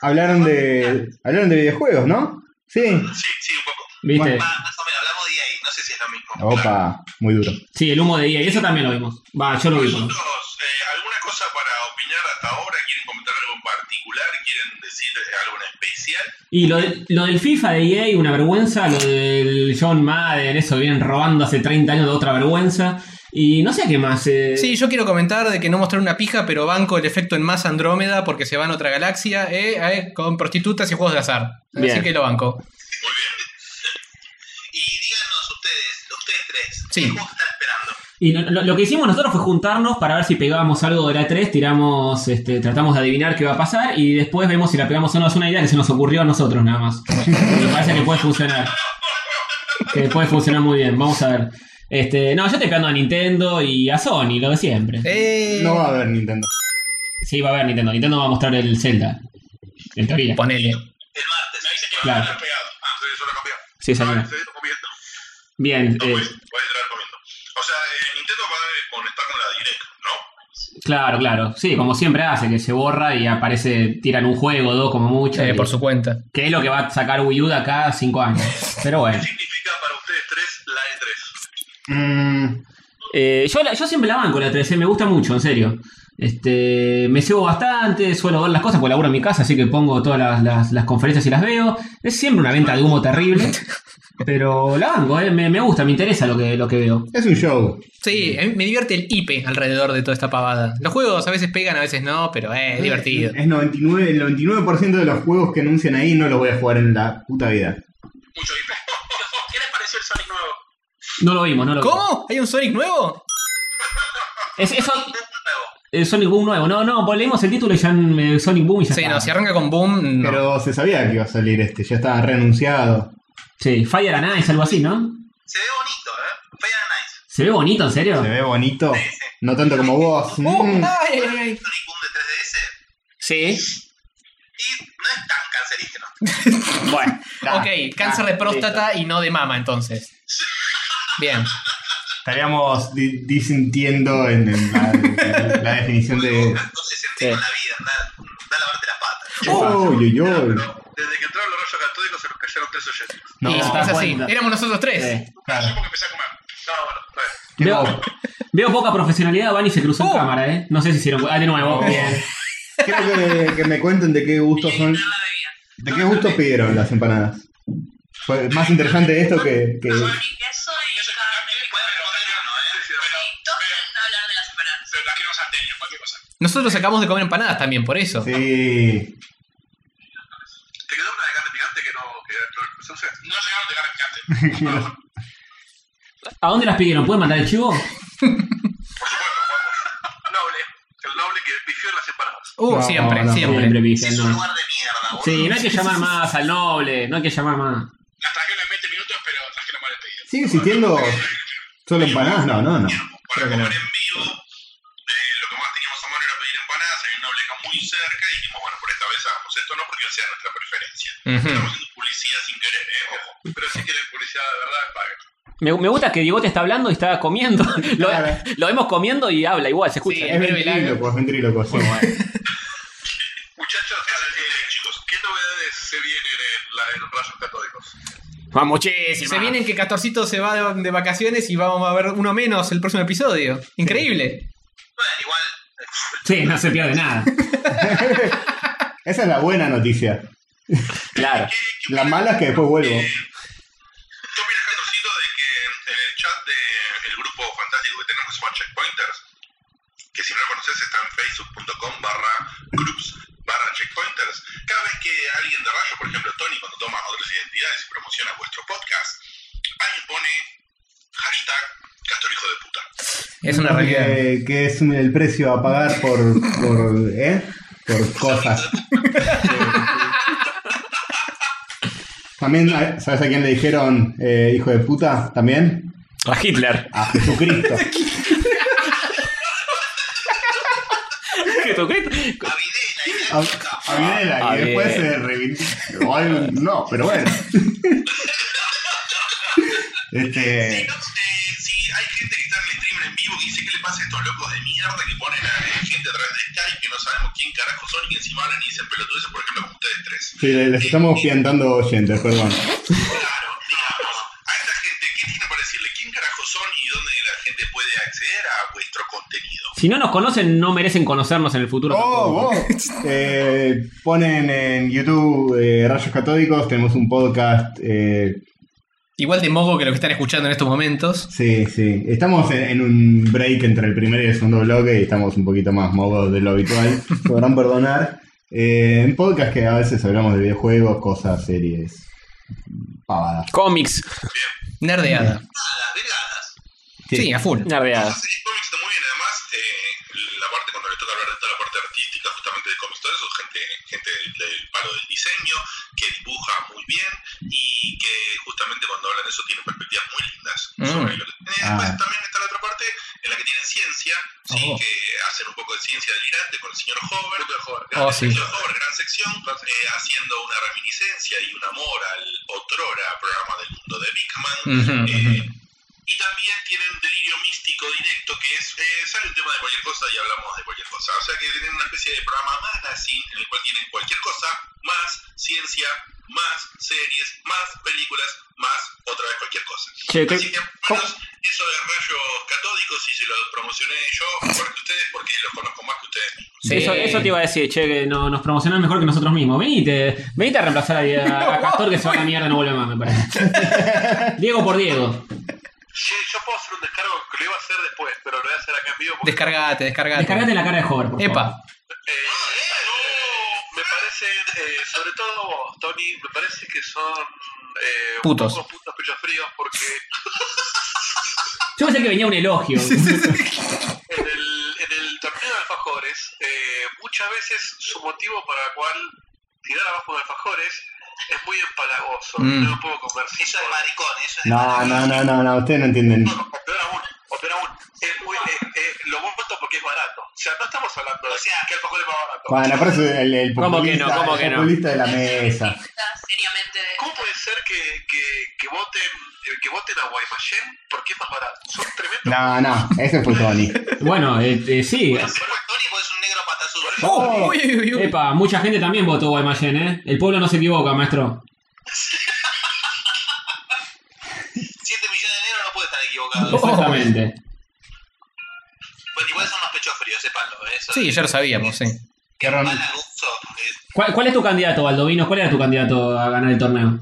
Speaker 2: hablaron de. Hablaron de videojuegos, ¿no? Sí.
Speaker 5: Sí, sí, un poco.
Speaker 3: ¿Viste?
Speaker 5: Más, más o menos, hablamos de ahí, no sé si es lo mismo. Claro.
Speaker 2: Opa, muy duro.
Speaker 3: Sí, el humo de día. Y eso también lo vimos. Va, yo lo vi. ¿no?
Speaker 5: Nosotros, eh, ¿alguna cosa para opinar hasta ahora? ¿Quieren comentar algo en particular? ¿Quieren decir algo en especial?
Speaker 3: Y lo, de- lo del FIFA de EA, una vergüenza. Lo del John Madden, eso que vienen robando hace 30 años de otra vergüenza. Y no sé qué más. eh.
Speaker 4: Sí, yo quiero comentar de que no mostré una pija, pero banco el efecto en masa Andrómeda porque se van a otra galaxia eh, eh, con prostitutas y juegos de azar.
Speaker 3: Bien.
Speaker 4: Así que lo banco.
Speaker 5: Muy bien. Y díganos ustedes, ustedes tres,
Speaker 4: Sí.
Speaker 5: ¿qué juego están esperando?
Speaker 3: Y lo, lo- lo que hicimos nosotros fue juntarnos para ver si pegábamos algo de la 3, tiramos, este, tratamos de adivinar qué va a pasar y después vemos si la pegamos o no. Es una idea que se nos ocurrió a nosotros nada más. Me parece que puede funcionar. Que puede funcionar muy bien, vamos a ver. Este, no, yo estoy pegando a Nintendo y a Sony, lo de siempre.
Speaker 4: Eh,
Speaker 2: No va a haber Nintendo.
Speaker 3: Sí, va a haber Nintendo. Nintendo va a mostrar el Zelda. En teoría.
Speaker 4: ponele.
Speaker 5: El martes. Me dice que
Speaker 3: Claro.
Speaker 5: no lo han pegado. Ah, estoy solo comiendo.
Speaker 3: Sí, señor.
Speaker 5: Estoy comiendo.
Speaker 3: Bien,
Speaker 5: No,
Speaker 3: eh,
Speaker 5: voy, voy a entrar comiendo. O sea, eh, Nintendo va a conectar con la Direct, ¿no?
Speaker 3: claro, claro. Sí, como siempre hace, que se borra y aparece, tiran un juego, dos como mucho.
Speaker 4: Eh,
Speaker 3: y-
Speaker 4: por su cuenta.
Speaker 3: Que es lo que va a sacar Wii U de acá a cinco años. Pero bueno.
Speaker 5: ¿Qué significa para ustedes tres la E3?
Speaker 2: Mm,
Speaker 3: Eh, yo, la- yo siempre la banco la 3, me gusta mucho, en serio. Este, me cebo bastante, suelo ver las cosas, porque laburo en mi casa, así que pongo todas las, las- las conferencias y las veo. Es siempre una venta de humo terrible, pero la banco, eh, me, me gusta, me interesa lo que, lo que veo.
Speaker 2: es un show.
Speaker 4: Sí, a mí me divierte el IP alrededor de toda esta pavada. Los juegos a veces pegan, a veces no, pero eh, es divertido.
Speaker 2: Es 99, el 99% de los juegos que anuncian ahí no los voy a jugar en la puta vida.
Speaker 5: Mucho IP. ¿Qué les pareció el Sonic nuevo?
Speaker 3: No lo vimos, no lo vimos.
Speaker 4: ¿Cómo? ¿Hay un Sonic nuevo?
Speaker 3: Es, es Son-
Speaker 5: Nuevo.
Speaker 3: eh, Sonic Boom nuevo, no, no, pues leímos el título y ya eh, Sonic Boom y ya
Speaker 4: Sí,
Speaker 3: está.
Speaker 4: no, si arranca con Boom, no.
Speaker 2: Pero se sabía que iba a salir este, ya estaba reanunciado.
Speaker 3: Sí, Fire and Ice, algo así, ¿no?
Speaker 5: Se ve bonito, ¿eh? Fire and Nice.
Speaker 3: ¿Se ve bonito, en serio?
Speaker 2: Se ve bonito. No tanto como vos.
Speaker 4: Oh,
Speaker 2: Mm.
Speaker 4: ay, ay, ay.
Speaker 5: Sonic Boom de 3DS.
Speaker 3: Sí.
Speaker 5: Y no es tan cancerígeno.
Speaker 3: Bueno.
Speaker 4: Ok, cáncer de próstata y no de mama entonces. Bien.
Speaker 2: Estaríamos di- disintiendo en, en la, en la definición de.
Speaker 5: No se sentido en la vida, anda, anda a lavarte las patas.
Speaker 2: Oh, uy, uy, uy.
Speaker 5: Pero desde que entraron los rayos catódicos se nos cayeron tres oyentes.
Speaker 2: No,
Speaker 4: y es
Speaker 2: no,
Speaker 4: así.
Speaker 3: cuenta.
Speaker 4: Éramos nosotros tres.
Speaker 3: Sí.
Speaker 2: Claro.
Speaker 5: Yo porque empecé a comer. No, bueno, está bien.
Speaker 2: Qué Uh.
Speaker 3: Veo,
Speaker 2: bobo.
Speaker 3: veo poca profesionalidad, van y se cruzó en
Speaker 4: Oh.
Speaker 2: Oh,
Speaker 3: cámara, ¿eh? No sé si hicieron. Ah, de nuevo, bien.
Speaker 2: Quiero que, que me cuenten de qué gusto son. ¿De qué gusto pidieron las empanadas? Fue más interesante esto que. que-
Speaker 4: Nosotros acabamos de comer empanadas también, por eso.
Speaker 2: Sí.
Speaker 3: ¿A dónde las pidieron? ¿Pueden mandar el chivo?
Speaker 4: Uh, siempre, siempre.
Speaker 3: piden, no. Sí, no hay que llamar más al noble, no hay que llamar más.
Speaker 2: ¿Sigue existiendo solo empanadas? No, no, no. Creo que no.
Speaker 5: eh, ¿eh?
Speaker 3: Me, me gusta que Diego te está hablando y está comiendo. Lo, lo vemos comiendo y habla igual, se escucha.
Speaker 2: Es ventríloco, es ventríloco. sí.
Speaker 5: eh,
Speaker 14: Vamos, che,
Speaker 4: Eh, Se vienen que Castorcito se va de, de vacaciones y vamos a ver uno menos el próximo episodio. Increíble.
Speaker 3: Sí, no se pierde nada.
Speaker 2: Esa es la buena noticia.
Speaker 14: Claro.
Speaker 2: La mala es que después vuelvo.
Speaker 5: eh, que si no lo conoces está en facebook.com barra groups barra checkpointers. Cada vez que alguien de Rayo, por ejemplo Tony, cuando toma otras identidades y promociona vuestro podcast, alguien pone hashtag Castor hijo de puta.
Speaker 4: Es una realidad.
Speaker 2: Que, Eh, que es un- el precio a pagar por, por, ¿eh? por cosas. También, ¿sabes a quién le dijeron eh, hijo de puta? También
Speaker 14: A Hitler.
Speaker 2: a Jesucristo. A, a Videla,
Speaker 3: Ah,
Speaker 14: A
Speaker 2: y después
Speaker 3: eh,
Speaker 14: Videla.
Speaker 2: se reivindicó. o algo- No, pero bueno. Este,
Speaker 5: eh,
Speaker 2: sí, les
Speaker 5: Eh,
Speaker 2: les estamos piantando oyentes, perdón.
Speaker 3: Si no nos conocen, no merecen conocernos en el futuro.
Speaker 2: Oh,
Speaker 3: tampoco.
Speaker 2: vos. Eh, ponen en YouTube eh, Rayos Catódicos, tenemos un podcast. eh,
Speaker 4: Igual de mogo que lo que están escuchando en estos momentos.
Speaker 2: sí, sí. Estamos en, en un break entre el primer y el segundo bloque y estamos un poquito más mogos de lo habitual. Podrán perdonar. Eh, un podcast que a veces hablamos de videojuegos, cosas, series.
Speaker 3: Oh.
Speaker 2: Pavadas.
Speaker 14: Cómics.
Speaker 4: Nerdeada.
Speaker 2: Sí.
Speaker 4: Sí, a full.
Speaker 14: Nerdeadas.
Speaker 5: eh,
Speaker 2: Ah.
Speaker 4: Mm. Oh.
Speaker 5: Sí, que hacen un poco de ciencia delirante con el señor Hover, el Hover, gran,
Speaker 4: Oh, sí.
Speaker 5: el señor Hover, gran sección, eh, haciendo una reminiscencia y un amor al otrora programa del mundo de Big Man.
Speaker 4: Ujú,
Speaker 5: Eh,
Speaker 4: ujú.
Speaker 5: Y también tienen delirio místico directo, que es, eh, sale un tema de cualquier cosa y hablamos de cualquier cosa. O sea que tienen una especie de programa magazine en el cual tienen cualquier cosa, más ciencia, más series, más películas, más otra vez cualquier cosa.
Speaker 3: Che, que-
Speaker 5: Así que, bueno, eso de rayos catódicos, y se lo promocioné yo, mejor que ustedes, porque los conozco más que ustedes.
Speaker 4: Sí.
Speaker 3: Eso, eso te iba a decir, che, que no- nos promocionan mejor que nosotros mismos. Venite, venite a reemplazar a, a Castor que se va a la mierda y no vuelve más, me parece. Diego por Diego.
Speaker 5: Che, yo puedo hacer un descargo que lo iba a hacer después, pero lo voy a hacer acá en vivo. porque-
Speaker 4: Descargate, descargate.
Speaker 3: Descargate la cara de Hover, por favor.
Speaker 4: Epa.
Speaker 5: Eh, Me parece, eh, sobre todo vos, Tony, me parece que son eh,
Speaker 4: Putos.
Speaker 5: unos putos pechos fríos porque
Speaker 3: Yo pensé que venía un elogio.
Speaker 5: en el, en el torneo de alfajores, eh, muchas veces su motivo para el cual tirar abajo de alfajores es muy empalagoso.
Speaker 4: Mm.
Speaker 5: No puedo comer Eso es maricón, eso
Speaker 2: No, no, no, no, no, ustedes no entienden.
Speaker 5: O peor aún, o peor aún, es muy, eh, eh, lo monto porque es barato. O sea, no estamos hablando de que el alfajor es más barato.
Speaker 2: Bueno, por eso el, el
Speaker 14: ¿Cómo
Speaker 2: populista,
Speaker 14: que no? ¿Cómo
Speaker 2: el
Speaker 14: que no?
Speaker 2: populista de la mesa.
Speaker 5: ¿Cómo puede ser que, que, que voten, eh, que voten a Guaymallén porque es más barato? Son tremendos.
Speaker 2: No, no, ese fue Tony.
Speaker 3: Bueno, eh, eh, sí.
Speaker 5: pues,
Speaker 2: Oh,
Speaker 4: ¡Uh! Uy, uy, uy, uy.
Speaker 3: Epa, mucha gente también votó Guaymallén, ¿eh? El pueblo no se equivoca, maestro.
Speaker 5: 7 millones de euros no puede estar equivocado. Pues,
Speaker 3: Exactamente.
Speaker 5: Bueno, igual son los pechos fríos, sepanlo. Eso.
Speaker 4: Sí, ya lo sabíamos, sí.
Speaker 2: Perdón.
Speaker 15: ¿Cuál, cuál es tu candidato, Baldovino? ¿Cuál era tu candidato a ganar el torneo?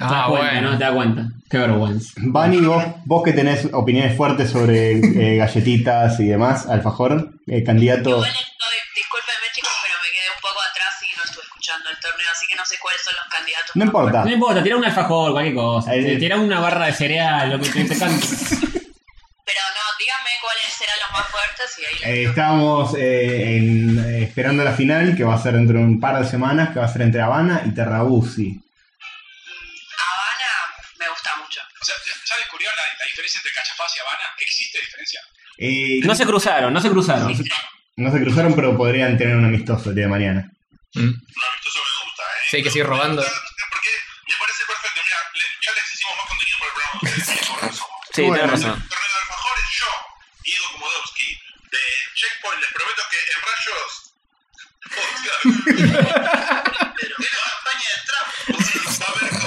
Speaker 4: Ah,
Speaker 15: te das cuenta,
Speaker 2: bueno.
Speaker 15: ¿no? Te das cuenta. Qué vergüenza.
Speaker 2: Bani, vos, vos que tenés opiniones fuertes sobre eh, galletitas y demás, alfajor, eh, candidato. No importa.
Speaker 15: No importa, tira un alfajor, cualquier cosa.
Speaker 2: Ahí-
Speaker 15: Tira una barra de cereal, lo que te, te cante.
Speaker 2: Eh, estamos eh, en- eh, esperando la final, que va a ser dentro de un par de semanas, que va a ser entre Habana y Terrabuzzi.
Speaker 5: ¿Sabes, Curión, la, la diferencia entre Cachafaz y Habana? ¿Existe diferencia?
Speaker 2: Eh,
Speaker 15: No se cruzaron, no se cruzaron.
Speaker 2: No se cruzaron, pero podrían tener un amistoso el día de mañana.
Speaker 4: Mm.
Speaker 5: ¿eh?
Speaker 4: Sí, hay que seguir robando.
Speaker 3: Sí,
Speaker 2: Bueno.
Speaker 3: tenés razón.
Speaker 5: Checkpoint, les prometo que en rayos. Pero es la campaña de Trump. O sea, va a haber, va a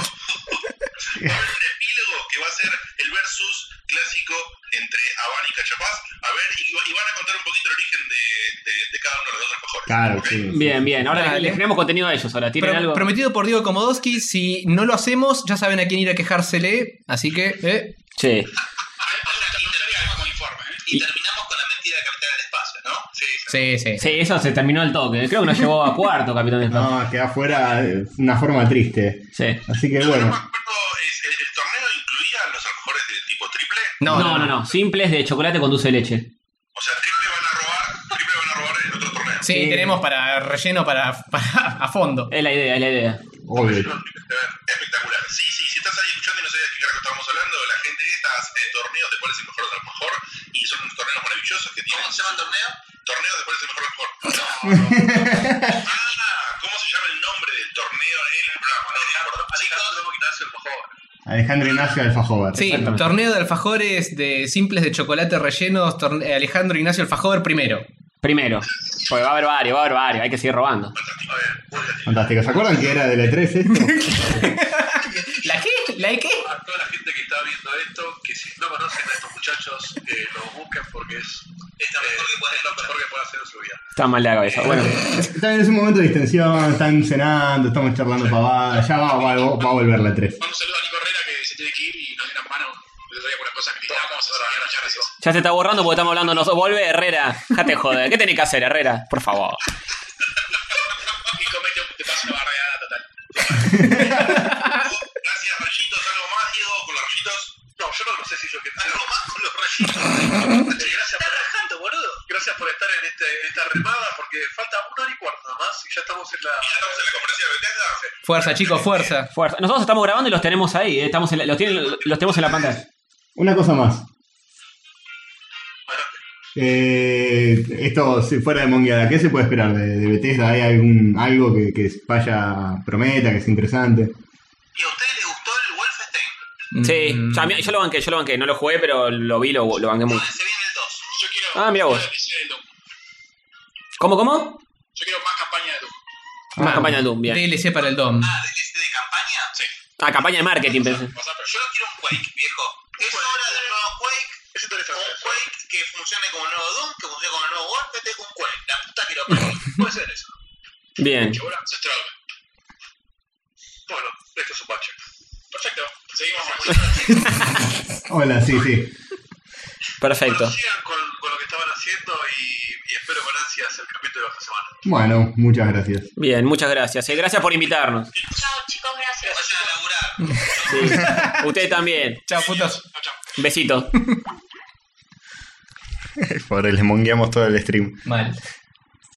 Speaker 5: haber un epílogo que va a ser el versus clásico entre Habana y Cachapaz. A ver, y, y van a contar un poquito el origen de, de- de cada uno de los dos alfajores.
Speaker 2: Claro,
Speaker 3: Bien, bien. Ahora
Speaker 4: Dale.
Speaker 3: les, les creamos contenido a ellos. Ahora tienen
Speaker 4: Pro-
Speaker 3: algo.
Speaker 4: Prometido por Diego Komodowski, si no lo hacemos, ya saben a quién ir a quejársele, así que... eh,
Speaker 3: Sí.
Speaker 5: Y terminamos con la mentira de Capitán del Espacio, ¿no? Sí,
Speaker 4: Sí, sí.
Speaker 15: Sí, eso se terminó el toque. Creo que nos llevó a cuarto, Capitán del Espacio.
Speaker 2: No, queda fuera de una forma triste.
Speaker 15: Sí.
Speaker 2: Así que bueno.
Speaker 15: No, no, no, Simples de chocolate con dulce de leche.
Speaker 4: Sí, tenemos para relleno para, para- a fondo.
Speaker 15: Es la idea, es la idea.
Speaker 5: eh, Ah,
Speaker 2: Alejandro Ignacio Alfajover.
Speaker 4: Sí, torneo de alfajores de simples de chocolate rellenos, torne- Alejandro Ignacio Alfajor primero.
Speaker 3: Primero. Porque va a haber varios, va a haber varios. Hay que seguir robando.
Speaker 2: Fantástico. ¿Se acuerdan que era de la 3 esto?
Speaker 4: ¿La qué? ¿La qué?
Speaker 5: A toda la gente que está viendo esto, que si no conocen a estos muchachos, que los busquen porque es, eh, es lo mejor que pueden hacer en su vida.
Speaker 3: Está mal de la cabeza. Bueno.
Speaker 2: También es un momento de distensión, están cenando, estamos charlando pavadas, ya va, va- va a volver la E 3.
Speaker 5: Un saludo a Nico Herrera que se tiene que ir y no tiene mano. Le doy algunas cosas que necesitamos, así que ahora ya regresó.
Speaker 3: Ya se está borrando porque estamos hablando nosotros. Vuelve, Herrera. Déjate joder. ¿Qué tenés que hacer, Herrera? Por favor.
Speaker 5: Y comete un te pasa una barreada total. Gracias, rayitos. ¿Algo más, Diego, con los rayitos? No, yo no lo sé si yo que. ¿Algo más con los rayitos? Che, gracias por bajando, boludo. Gracias por estar en, este, en esta remada porque falta una hora y cuarto nada más y ya estamos en la. Ya estamos en la conferencia de Bethesda.
Speaker 4: Fuerza, chicos, fuerza.
Speaker 3: Fuerza. Nosotros estamos grabando y los tenemos ahí. eh. Estamos en la- los, tienen- los tenemos en la pantalla.
Speaker 2: Una cosa más. Eh, esto, si fuera de Mongueada, ¿qué se puede esperar de, de Bethesda? ¿Hay algún, algo que, que vaya prometa, que es interesante?
Speaker 3: Sí.
Speaker 4: Mm.
Speaker 3: O sea, a mí- yo lo banqué, yo lo banqué. No lo jugué, pero lo vi, lo, lo banqué mucho. Ah, mira vos. ¿Cómo, cómo?
Speaker 5: Yo quiero más campaña de tu.
Speaker 3: Más campaña del Doom, bien.
Speaker 4: DLC para el Dom.
Speaker 5: este
Speaker 3: Ah, campaña de marketing, pensé.
Speaker 5: Yo no quiero un Quake, viejo. Es hora del nuevo Quake. Es interesante. Un Quake que funcione como el nuevo Doom, que funcione como el nuevo Warfare, un Quake. La puta que lo parió. Puede ser eso.
Speaker 3: Bien.
Speaker 5: Yo, bueno, ancestral. Bueno, esto es un bache. Perfecto. Seguimos
Speaker 2: Hola, sí, sí.
Speaker 3: Perfecto.
Speaker 5: con lo que estaban haciendo y, y espero con ansias el capítulo de esta semana.
Speaker 2: Bueno, muchas gracias.
Speaker 3: Bien, muchas gracias. eh. Gracias por invitarnos. Sí. Usted también.
Speaker 4: Chao, putos.
Speaker 3: Besito.
Speaker 16: Pobre, les mongueamos todo el stream.
Speaker 4: Mal.